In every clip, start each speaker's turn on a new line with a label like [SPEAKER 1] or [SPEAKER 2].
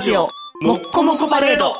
[SPEAKER 1] ジオもっこもこパレード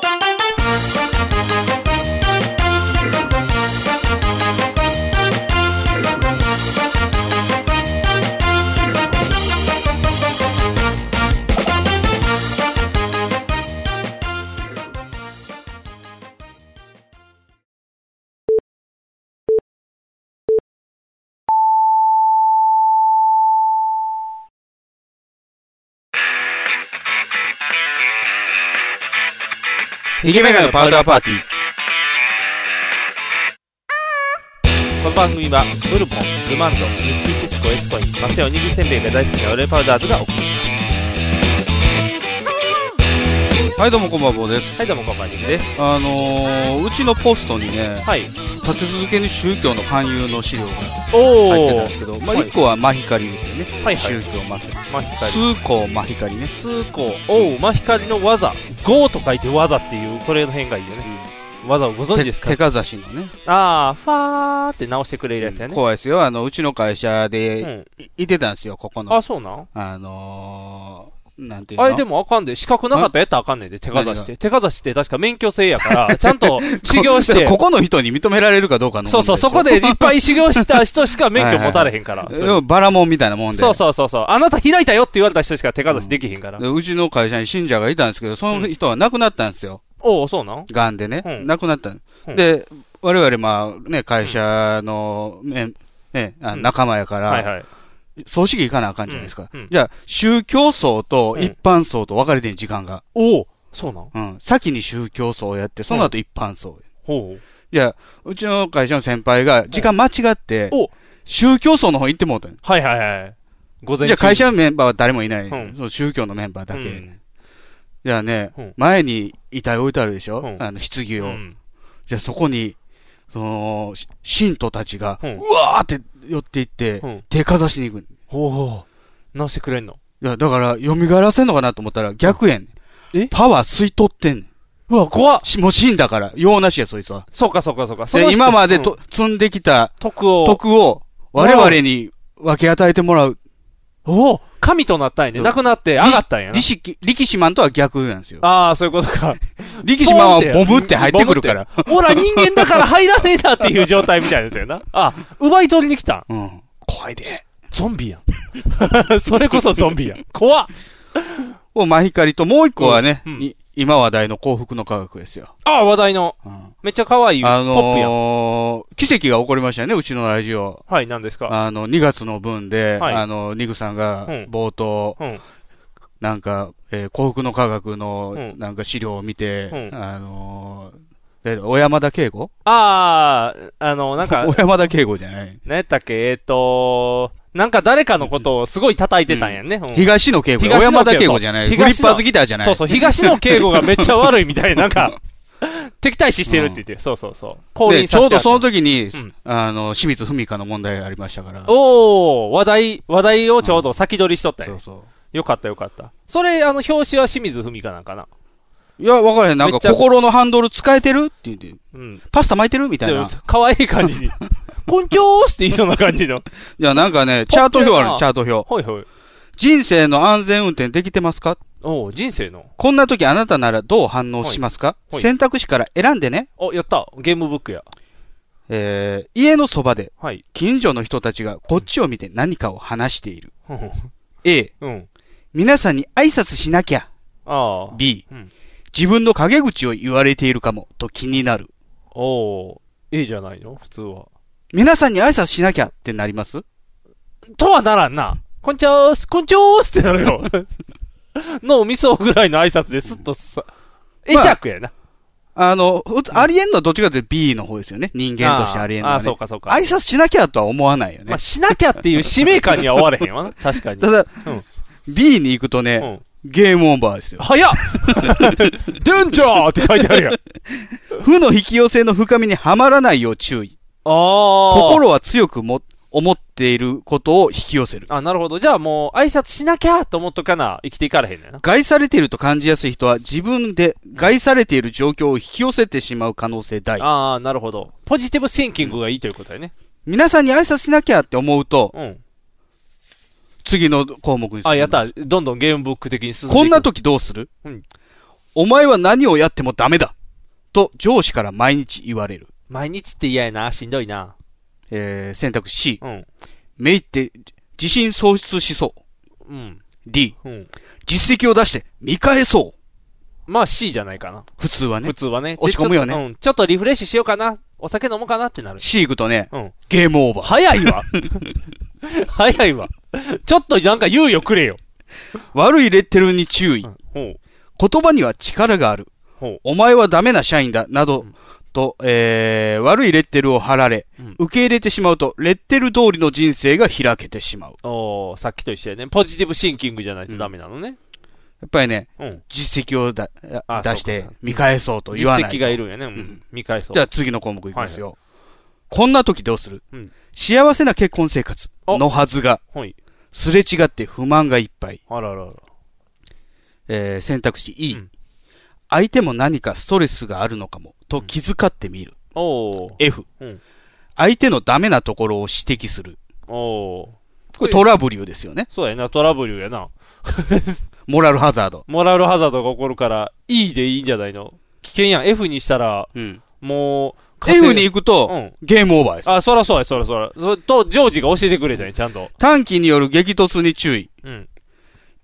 [SPEAKER 2] イケメガのパウダーパーティー。この番組は、ブルボン、ルマンド、日清シスコ、エスコイン、マクテおにぎりせんべいが大好きなオレパウダーズがお送りし
[SPEAKER 3] はい、どうもこんばんは、坊です。
[SPEAKER 2] ます。はい、どうもこんばんは、です。
[SPEAKER 3] あのー、うちのポストにね、
[SPEAKER 2] はい。
[SPEAKER 3] 立て続けに宗教の勧誘の資料が入ってたん
[SPEAKER 2] お
[SPEAKER 3] ですけど、
[SPEAKER 2] ー。
[SPEAKER 3] まあ、
[SPEAKER 2] はい
[SPEAKER 3] 一個は真光ですよね。
[SPEAKER 2] はいはい
[SPEAKER 3] 宗教真光。
[SPEAKER 2] まあ、光。
[SPEAKER 3] 通行真光ね。
[SPEAKER 2] 通行、おう、まあ、光の技。ゴーと書いて技っていう、これの変がいいよね。技をご存知です
[SPEAKER 3] 手
[SPEAKER 2] か
[SPEAKER 3] 手かざしのね。
[SPEAKER 2] あー、ファーって直してくれるやつやね。
[SPEAKER 3] 怖いですよ。あの、うちの会社
[SPEAKER 2] う
[SPEAKER 3] で、
[SPEAKER 2] ん。
[SPEAKER 3] いいてたんですよ、ここの。
[SPEAKER 2] あ、
[SPEAKER 3] あ、
[SPEAKER 2] そうなん
[SPEAKER 3] のー、なんていうの
[SPEAKER 2] あれでもあかんで、資格なかったらやったらあかんねんで、手かざして。手かざしって確か免許制やから、ちゃんと修行して。
[SPEAKER 3] ここの人に認められるかどうかの問題
[SPEAKER 2] そうそう、
[SPEAKER 3] しょ
[SPEAKER 2] そこでいっぱい修行した人しか免許持たれへんから。
[SPEAKER 3] 要はバラモンみたいなもんで。
[SPEAKER 2] そうそうそうそう。あなた開いたよって言われた人しか手かざしできへんから。
[SPEAKER 3] でうちの会社に信者がいたんですけど、その人は亡くなったんですよ。
[SPEAKER 2] おお、そうなん
[SPEAKER 3] がんでね、
[SPEAKER 2] うん
[SPEAKER 3] 亡くなったの、
[SPEAKER 2] うん
[SPEAKER 3] で、我々、まあ、ね、会社の、ね、ね、あ
[SPEAKER 2] うん
[SPEAKER 3] 仲間やから、
[SPEAKER 2] はいはい。
[SPEAKER 3] 葬式行かなあかんじゃないですか。
[SPEAKER 2] うんうん
[SPEAKER 3] じゃあ、宗教層と
[SPEAKER 2] うん
[SPEAKER 3] 一般層と分かれてん時間が。
[SPEAKER 2] おお、そうなん
[SPEAKER 3] うん。先に宗教層をやって、その後一般層。
[SPEAKER 2] ほう。
[SPEAKER 3] じゃあ、うちの会社の先輩が、時間間違って
[SPEAKER 2] お、
[SPEAKER 3] 宗教層の方行ってもうたの
[SPEAKER 2] はいはいはい。午前
[SPEAKER 3] じゃ
[SPEAKER 2] 中。
[SPEAKER 3] あ、会社のメンバーは誰もいない。
[SPEAKER 2] うん
[SPEAKER 3] その宗教のメンバーだけ。
[SPEAKER 2] うん
[SPEAKER 3] じゃあね、
[SPEAKER 2] うん
[SPEAKER 3] 前に遺体置いてあるでしょ、
[SPEAKER 2] うん
[SPEAKER 3] あの、棺を。
[SPEAKER 2] うん
[SPEAKER 3] じゃあそこに、その、し信徒たちが、
[SPEAKER 2] う
[SPEAKER 3] うんわーって寄っていって、
[SPEAKER 2] うん
[SPEAKER 3] 手かざしに行く。い
[SPEAKER 2] ほうほう。直してくれんの
[SPEAKER 3] や、だから、蘇らせんのかなと思ったら、逆やねん。
[SPEAKER 2] え
[SPEAKER 3] パワー吸い取ってんねん。
[SPEAKER 2] うわ、怖っ。
[SPEAKER 3] しもう死んだから、用なしや、そいつは。
[SPEAKER 2] そうかそうかそうか。その人
[SPEAKER 3] で、今までと、
[SPEAKER 2] うん
[SPEAKER 3] 積んできた
[SPEAKER 2] 徳を。
[SPEAKER 3] 徳を、我々に分け与えてもらう。
[SPEAKER 2] おお神となったんやね。
[SPEAKER 3] そう
[SPEAKER 2] なくなって上がったんやな
[SPEAKER 3] 力。士、力士マンとは逆なんですよ。
[SPEAKER 2] ああ、そういうことか。
[SPEAKER 3] 力士マンはボムって入ってくるから。
[SPEAKER 2] ほら、人間だから入らねえなっていう状態みたいですよな。あ、奪い取りに来たん。
[SPEAKER 3] うん。怖いで。
[SPEAKER 2] ゾンビや ん。それこそゾンビやん。怖っ。
[SPEAKER 3] を、真光と、もう一個はね、
[SPEAKER 2] うんうん
[SPEAKER 3] い今話題の幸福の科学ですよ。
[SPEAKER 2] ああ、話題の。
[SPEAKER 3] うん
[SPEAKER 2] めっちゃ可愛いポ
[SPEAKER 3] あ
[SPEAKER 2] ップやん。
[SPEAKER 3] のー、奇跡が起こりましたよね、うちのラジオ。
[SPEAKER 2] はい、なんですか。
[SPEAKER 3] あの、2月の分で、
[SPEAKER 2] はい
[SPEAKER 3] あの、ニグさんが
[SPEAKER 2] うん
[SPEAKER 3] 冒頭、
[SPEAKER 2] うん。
[SPEAKER 3] なんか、えー幸福の科学の、
[SPEAKER 2] うん
[SPEAKER 3] なんか資料を見て、
[SPEAKER 2] うん
[SPEAKER 3] あのー、え小山田圭吾
[SPEAKER 2] ああ、あの、なんか
[SPEAKER 3] 小、山田圭吾じゃない。
[SPEAKER 2] 何やったっけ、えっと、なんか誰かのことをすごい叩いてたんやんね。うん
[SPEAKER 3] 東野圭吾。小
[SPEAKER 2] 東野
[SPEAKER 3] 山
[SPEAKER 2] 圭
[SPEAKER 3] 田
[SPEAKER 2] 吾
[SPEAKER 3] 圭吾じゃない。
[SPEAKER 2] そう
[SPEAKER 3] フリッパーズギターじゃない。
[SPEAKER 2] そうそう、東野敬吾がめっちゃ悪いみたいな、なんか、敵対視してるって言って、そうそうそう。降
[SPEAKER 3] で、
[SPEAKER 2] 臨
[SPEAKER 3] ち
[SPEAKER 2] さ
[SPEAKER 3] ょ
[SPEAKER 2] せ
[SPEAKER 3] う
[SPEAKER 2] て
[SPEAKER 3] ど
[SPEAKER 2] あった
[SPEAKER 3] その時に、
[SPEAKER 2] ん
[SPEAKER 3] あの、清水文香の問題がありましたから。
[SPEAKER 2] おお話題、話題をちょうど先取りしとったんや
[SPEAKER 3] そうそ
[SPEAKER 2] よかったよかった。それ、あの、表紙は清水文香なんかな。
[SPEAKER 3] う。いや、わからへん。なん
[SPEAKER 2] めっ
[SPEAKER 3] か
[SPEAKER 2] ちゃ
[SPEAKER 3] 心のハンドル使えてるって言って、
[SPEAKER 2] うん。
[SPEAKER 3] パスタ巻いてるみたい
[SPEAKER 2] で
[SPEAKER 3] な
[SPEAKER 2] も。可愛い 感じに。こんきょーしていそうな感じの。
[SPEAKER 3] いや、なんかね、チャート表ある
[SPEAKER 2] ポッ
[SPEAKER 3] の、
[SPEAKER 2] プ
[SPEAKER 3] チャート表。
[SPEAKER 2] ほいほい。
[SPEAKER 3] 人生の安全運転できてますか
[SPEAKER 2] おう、人生の。
[SPEAKER 3] こんな時あなたならどう反応しますか、
[SPEAKER 2] はいはい
[SPEAKER 3] 選択肢から選んでね。
[SPEAKER 2] お、やった。ゲームブックや。
[SPEAKER 3] えー、家のそばで、
[SPEAKER 2] はい。
[SPEAKER 3] 近所の人たちがこっちを見て何かを話している。A、
[SPEAKER 2] うん。
[SPEAKER 3] 皆さんに挨拶しなきゃ。
[SPEAKER 2] ああ。
[SPEAKER 3] B
[SPEAKER 2] うん、
[SPEAKER 3] 自分の陰口を言われているかも、と気になる。
[SPEAKER 2] おう、A じゃないの普通は。
[SPEAKER 3] 皆さんに挨拶しなきゃってなります
[SPEAKER 2] とはならんな。こんちょーす、こんちょーすってなる よ。脳みそぐらいの挨拶ですっとさ、会釈やな。
[SPEAKER 3] あの、ふありえんのはどっちかというと B の方ですよね。人間としてありえんの
[SPEAKER 2] あ
[SPEAKER 3] は、
[SPEAKER 2] あ、
[SPEAKER 3] ね。
[SPEAKER 2] そうかそうか。
[SPEAKER 3] 挨拶しなきゃとは思わないよね。
[SPEAKER 2] まあ、しなきゃっていう使命感には終われへん わな。確かに。
[SPEAKER 3] ただ、
[SPEAKER 2] うん
[SPEAKER 3] B に行くとね、
[SPEAKER 2] うん。
[SPEAKER 3] ゲームオーバーですよ。
[SPEAKER 2] 早っデンジャーって書いてあるやん。あ
[SPEAKER 3] 負の引き寄せの深みにはまらないよう注意。
[SPEAKER 2] あ。
[SPEAKER 3] 心は強くも思っていることを引き寄せる。
[SPEAKER 2] あ、なるほど。じゃあもう、挨拶しなきゃと思っとかな、生きていかれへんねんな。
[SPEAKER 3] 害されていると感じやすい人は自分で害されている状況を引き寄せてしまう可能性大。
[SPEAKER 2] ああ、なるほど。ポジティブシンキングがいいということやね。
[SPEAKER 3] 皆さんに挨拶しなきゃって思うと、
[SPEAKER 2] うん。
[SPEAKER 3] 次の項目に進む。
[SPEAKER 2] あ、やった。。どんどんゲームブック的に進んでいく
[SPEAKER 3] こんな時どうする
[SPEAKER 2] うん
[SPEAKER 3] お前は何をやってもダメだと上司から毎日言われる。
[SPEAKER 2] 毎日って嫌やな。しんどいな。
[SPEAKER 3] えー、選択 C。
[SPEAKER 2] うん。
[SPEAKER 3] めいって自信喪失しそう。
[SPEAKER 2] うん。
[SPEAKER 3] D。
[SPEAKER 2] うん。
[SPEAKER 3] 実績を出して見返そう。
[SPEAKER 2] まあ C じゃないかな。
[SPEAKER 3] 普通はね
[SPEAKER 2] 普。通はね。
[SPEAKER 3] 落ち込むよね
[SPEAKER 2] でちょっとうん。ちょっとリフレッシュしようかな。お酒飲もうかなってなる。
[SPEAKER 3] C 行くとね、
[SPEAKER 2] うん。
[SPEAKER 3] ゲームオーバー。
[SPEAKER 2] 早いわ。 早いわ。ちょっとなんか猶予くれよ。
[SPEAKER 3] 悪いレッテルに注意。
[SPEAKER 2] ほう。
[SPEAKER 3] 言葉には力がある。
[SPEAKER 2] ほう。
[SPEAKER 3] お前はダメな社員だ。など、
[SPEAKER 2] ん
[SPEAKER 3] と、えー、悪いレッテルを貼られ、
[SPEAKER 2] うん
[SPEAKER 3] 受け入れてしまうと、レッテル通りの人生が開けてしまう。
[SPEAKER 2] おー、さっきと一緒やね。ポジティブシンキングじゃないとダメなのね。
[SPEAKER 3] やっぱりね、
[SPEAKER 2] うん。
[SPEAKER 3] 実績をだ
[SPEAKER 2] あ
[SPEAKER 3] 出し
[SPEAKER 2] そう
[SPEAKER 3] て
[SPEAKER 2] かそうか
[SPEAKER 3] 見返そうと
[SPEAKER 2] 実
[SPEAKER 3] 言わない。
[SPEAKER 2] 績がいるんやね。うん。見返そう。
[SPEAKER 3] じゃあ次の項目いきますよ。こんな時どうする、
[SPEAKER 2] うん
[SPEAKER 3] 幸せな結婚生活
[SPEAKER 2] お
[SPEAKER 3] のはずが、
[SPEAKER 2] ほい。
[SPEAKER 3] すれ違って不満がいっぱい。
[SPEAKER 2] あららら。
[SPEAKER 3] えー選択肢 E、
[SPEAKER 2] うん
[SPEAKER 3] 相手も何かストレスがあるのかも、と気遣ってみる。
[SPEAKER 2] おー。
[SPEAKER 3] F、
[SPEAKER 2] うん
[SPEAKER 3] 相手のダメなところを指摘する。
[SPEAKER 2] おー。
[SPEAKER 3] これトラブルですよね。
[SPEAKER 2] そうやな、トラブルやな。
[SPEAKER 3] モラルハザード。
[SPEAKER 2] モラルハザードが起こるから、E でいいんじゃないの危険やん。F にしたら、
[SPEAKER 3] うん。
[SPEAKER 2] もう、
[SPEAKER 3] F に行くと、
[SPEAKER 2] うん
[SPEAKER 3] ゲームオーバーです。
[SPEAKER 2] あ、そらそうや、そらそら。そと、ジョージが教えてくれたね、ちゃんと。
[SPEAKER 3] 短期による激突に注意。
[SPEAKER 2] うん。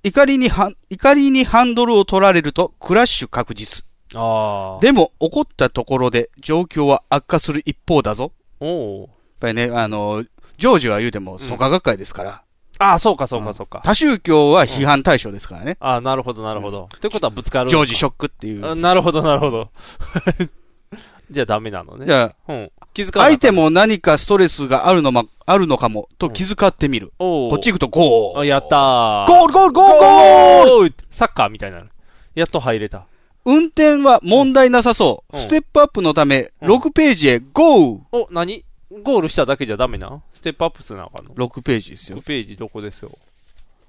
[SPEAKER 3] 怒りには、怒りにハンドルを取られるとクラッシュ確実。
[SPEAKER 2] ああ。
[SPEAKER 3] でも怒ったところで状況は悪化する一方だぞ。
[SPEAKER 2] おー。
[SPEAKER 3] やっぱりね、あの、ジョージは言うても、
[SPEAKER 2] うん
[SPEAKER 3] 蘇我学会ですから。
[SPEAKER 2] ああ、そうか、そうか、そうか。
[SPEAKER 3] 他宗教は批判対象ですからね。
[SPEAKER 2] ああ、なるほど、なるほど。ってことはぶつかる。
[SPEAKER 3] ジョージショックっていう。
[SPEAKER 2] あなるほど、なるほど。 じゃあダメなの
[SPEAKER 3] じ
[SPEAKER 2] ね。
[SPEAKER 3] ゃあ、
[SPEAKER 2] うん。気づかない。
[SPEAKER 3] 相手も何かストレスがあるのま、あるのかも、と気遣ってみる。
[SPEAKER 2] おー
[SPEAKER 3] こっち行くとゴー
[SPEAKER 2] あ、やったー。
[SPEAKER 3] ゴールゴールゴールゴール
[SPEAKER 2] ゴーサッカーみたいになる。やっと入れた。
[SPEAKER 3] 運転は問題なさそう。
[SPEAKER 2] うん
[SPEAKER 3] ステップアップのため、
[SPEAKER 2] うん
[SPEAKER 3] 6ページへゴー
[SPEAKER 2] お、何ゴールしただけじゃダメなステップアップすなあかんの
[SPEAKER 3] !6 ページですよ
[SPEAKER 2] ?6。ページどこですよ。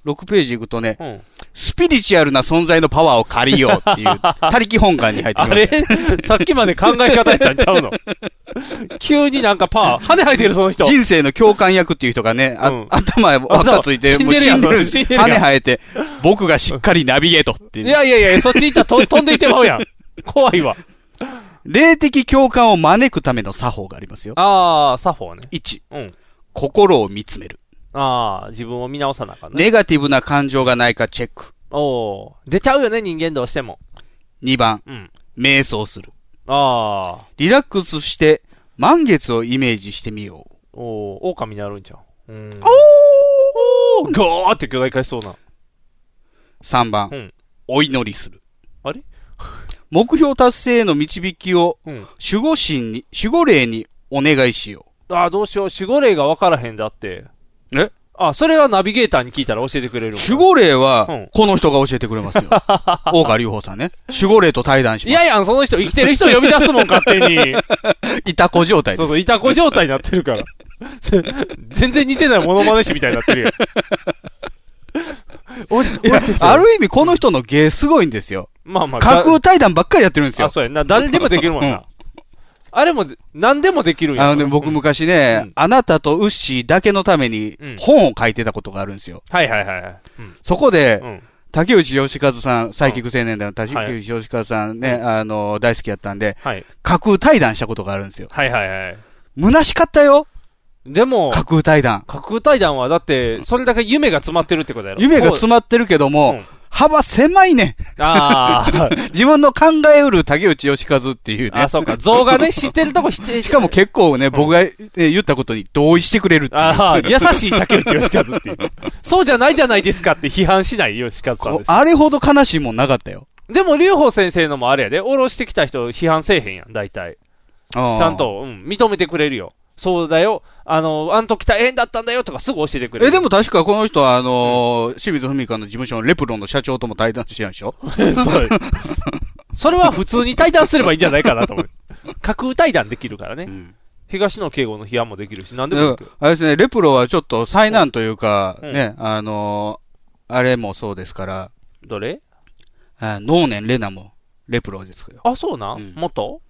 [SPEAKER 3] 6ページ行くとね、
[SPEAKER 2] うん。
[SPEAKER 3] スピリチュアルな存在のパワーを借りようって いう、他力本願に入って
[SPEAKER 2] あ
[SPEAKER 3] くる。
[SPEAKER 2] れ さっきまで考え方やったんちゃうの急になんかパー、羽生えてるその人。
[SPEAKER 3] 人生の共感役っていう人がね、あ
[SPEAKER 2] うん
[SPEAKER 3] 頭輪っかついて、
[SPEAKER 2] そう
[SPEAKER 3] もう
[SPEAKER 2] 死んでるやん
[SPEAKER 3] 死んで
[SPEAKER 2] それ死んで
[SPEAKER 3] る
[SPEAKER 2] るやん
[SPEAKER 3] 羽生えて、僕がしっかりナビゲートって
[SPEAKER 2] い
[SPEAKER 3] いう。
[SPEAKER 2] やいやいや、そっち行ったらと飛んでいってまうやん。 怖いわ。
[SPEAKER 3] 霊的共感を招くための作法がありますよ。
[SPEAKER 2] あー、作法ね。
[SPEAKER 3] 1、
[SPEAKER 2] うん。
[SPEAKER 3] 心を見つめる。
[SPEAKER 2] あー、自分を見直さなあかんね。
[SPEAKER 3] ネガティブな感情がないかチェック。
[SPEAKER 2] おー。出ちゃうよね、人間どうしても。
[SPEAKER 3] 2番、
[SPEAKER 2] うん。
[SPEAKER 3] 瞑想する。
[SPEAKER 2] あ
[SPEAKER 3] リラックスして、満月をイメージしてみよう。
[SPEAKER 2] ー。おー、狼になるんちゃう。うん。
[SPEAKER 3] おー
[SPEAKER 2] ゴーって巨大化しそうな。
[SPEAKER 3] !3 番、
[SPEAKER 2] うん
[SPEAKER 3] お祈りする。
[SPEAKER 2] あれ
[SPEAKER 3] 目標達成への導きを
[SPEAKER 2] うん。
[SPEAKER 3] 守護神に、守護霊にお願いしよ
[SPEAKER 2] あー、どうしよう。守護霊がわからへんだって。
[SPEAKER 3] え
[SPEAKER 2] あ、それはナビゲーターに聞いたら教えてくれ
[SPEAKER 3] う。
[SPEAKER 2] る
[SPEAKER 3] 守護霊
[SPEAKER 2] う
[SPEAKER 3] は
[SPEAKER 2] ん、
[SPEAKER 3] この人が教えてくれます よ。大川隆法さんね。守護霊と対談し
[SPEAKER 2] い
[SPEAKER 3] ます。
[SPEAKER 2] やいやん、その人、生きてる人呼び出すもん、勝手に。
[SPEAKER 3] いた子状態
[SPEAKER 2] そ
[SPEAKER 3] で
[SPEAKER 2] う
[SPEAKER 3] す。
[SPEAKER 2] そう、いたこ状態になってるから。せ全然似てないモノマネ師みたいになってるよ。おい
[SPEAKER 3] いやある意味この人の芸すごいんですよ。
[SPEAKER 2] まあまあ、
[SPEAKER 3] 架
[SPEAKER 2] が
[SPEAKER 3] 空対談ばっかりやってるんです
[SPEAKER 2] あ、
[SPEAKER 3] よ。
[SPEAKER 2] そうやな。誰でもできるもん
[SPEAKER 3] うん
[SPEAKER 2] な。あれも、何でもできるんや
[SPEAKER 3] あ
[SPEAKER 2] から。
[SPEAKER 3] のね、僕
[SPEAKER 2] うん
[SPEAKER 3] 昔
[SPEAKER 2] う
[SPEAKER 3] ね
[SPEAKER 2] ん、
[SPEAKER 3] あなたとウッシーだけのために
[SPEAKER 2] うん
[SPEAKER 3] 本を書いてたことがあるんですよ。
[SPEAKER 2] はいはいはいはい。うん
[SPEAKER 3] そこで
[SPEAKER 2] う、ん。
[SPEAKER 3] 竹内義和さん、サイキック青年団の竹内義和さんね、
[SPEAKER 2] はい
[SPEAKER 3] あの、大好きやったんで、
[SPEAKER 2] はい。
[SPEAKER 3] 架空対談したことがあるんですよ。
[SPEAKER 2] はいはいはい。
[SPEAKER 3] 虚しかったよ
[SPEAKER 2] でも、
[SPEAKER 3] 架空対談。
[SPEAKER 2] 架空対談はだって、それだけ夢が詰まってるってことやろ。
[SPEAKER 3] 夢が詰まってるけども、
[SPEAKER 2] うん
[SPEAKER 3] 幅狭いね。
[SPEAKER 2] あー
[SPEAKER 3] 自分の考えうる竹内義和っていうね
[SPEAKER 2] あ、。そうか。像がね、知ってるとこ知って、
[SPEAKER 3] しかも結構ね、僕が、ね言ったことに同意してくれるっていう。
[SPEAKER 2] ああ、 優しい竹内義和っていう。そうじゃないじゃないですかって批判しない義和さん
[SPEAKER 3] こう
[SPEAKER 2] です。
[SPEAKER 3] あれほど悲しいもんなかったよ。
[SPEAKER 2] でも、劉邦先生のもあれやで、おろしてきた人批判せえへんやん、大体。
[SPEAKER 3] ち
[SPEAKER 2] ちゃん。と、うん、認めてくれるよ。そうだよ、あの、あん時大変だったんだよとかすぐ教えてくれる。
[SPEAKER 3] え、でも確かこの人は、あのー清水文香の事務所のレプロンの社長とも対談してたんでしょ
[SPEAKER 2] そう、それは普通に対談すればいいんじゃないかなと 思う。架空対談できるからね。
[SPEAKER 3] ん
[SPEAKER 2] 東野敬吾の批判もできるし、なんでも
[SPEAKER 3] だ
[SPEAKER 2] で
[SPEAKER 3] か
[SPEAKER 2] き
[SPEAKER 3] ら
[SPEAKER 2] る。
[SPEAKER 3] あれですね、レプロはちょっと災難というか、
[SPEAKER 2] うん
[SPEAKER 3] ね、あのーあれもそうですから、
[SPEAKER 2] どれ
[SPEAKER 3] あ能年レナもレプロですよ。
[SPEAKER 2] あ、そうな、
[SPEAKER 3] うん
[SPEAKER 2] 元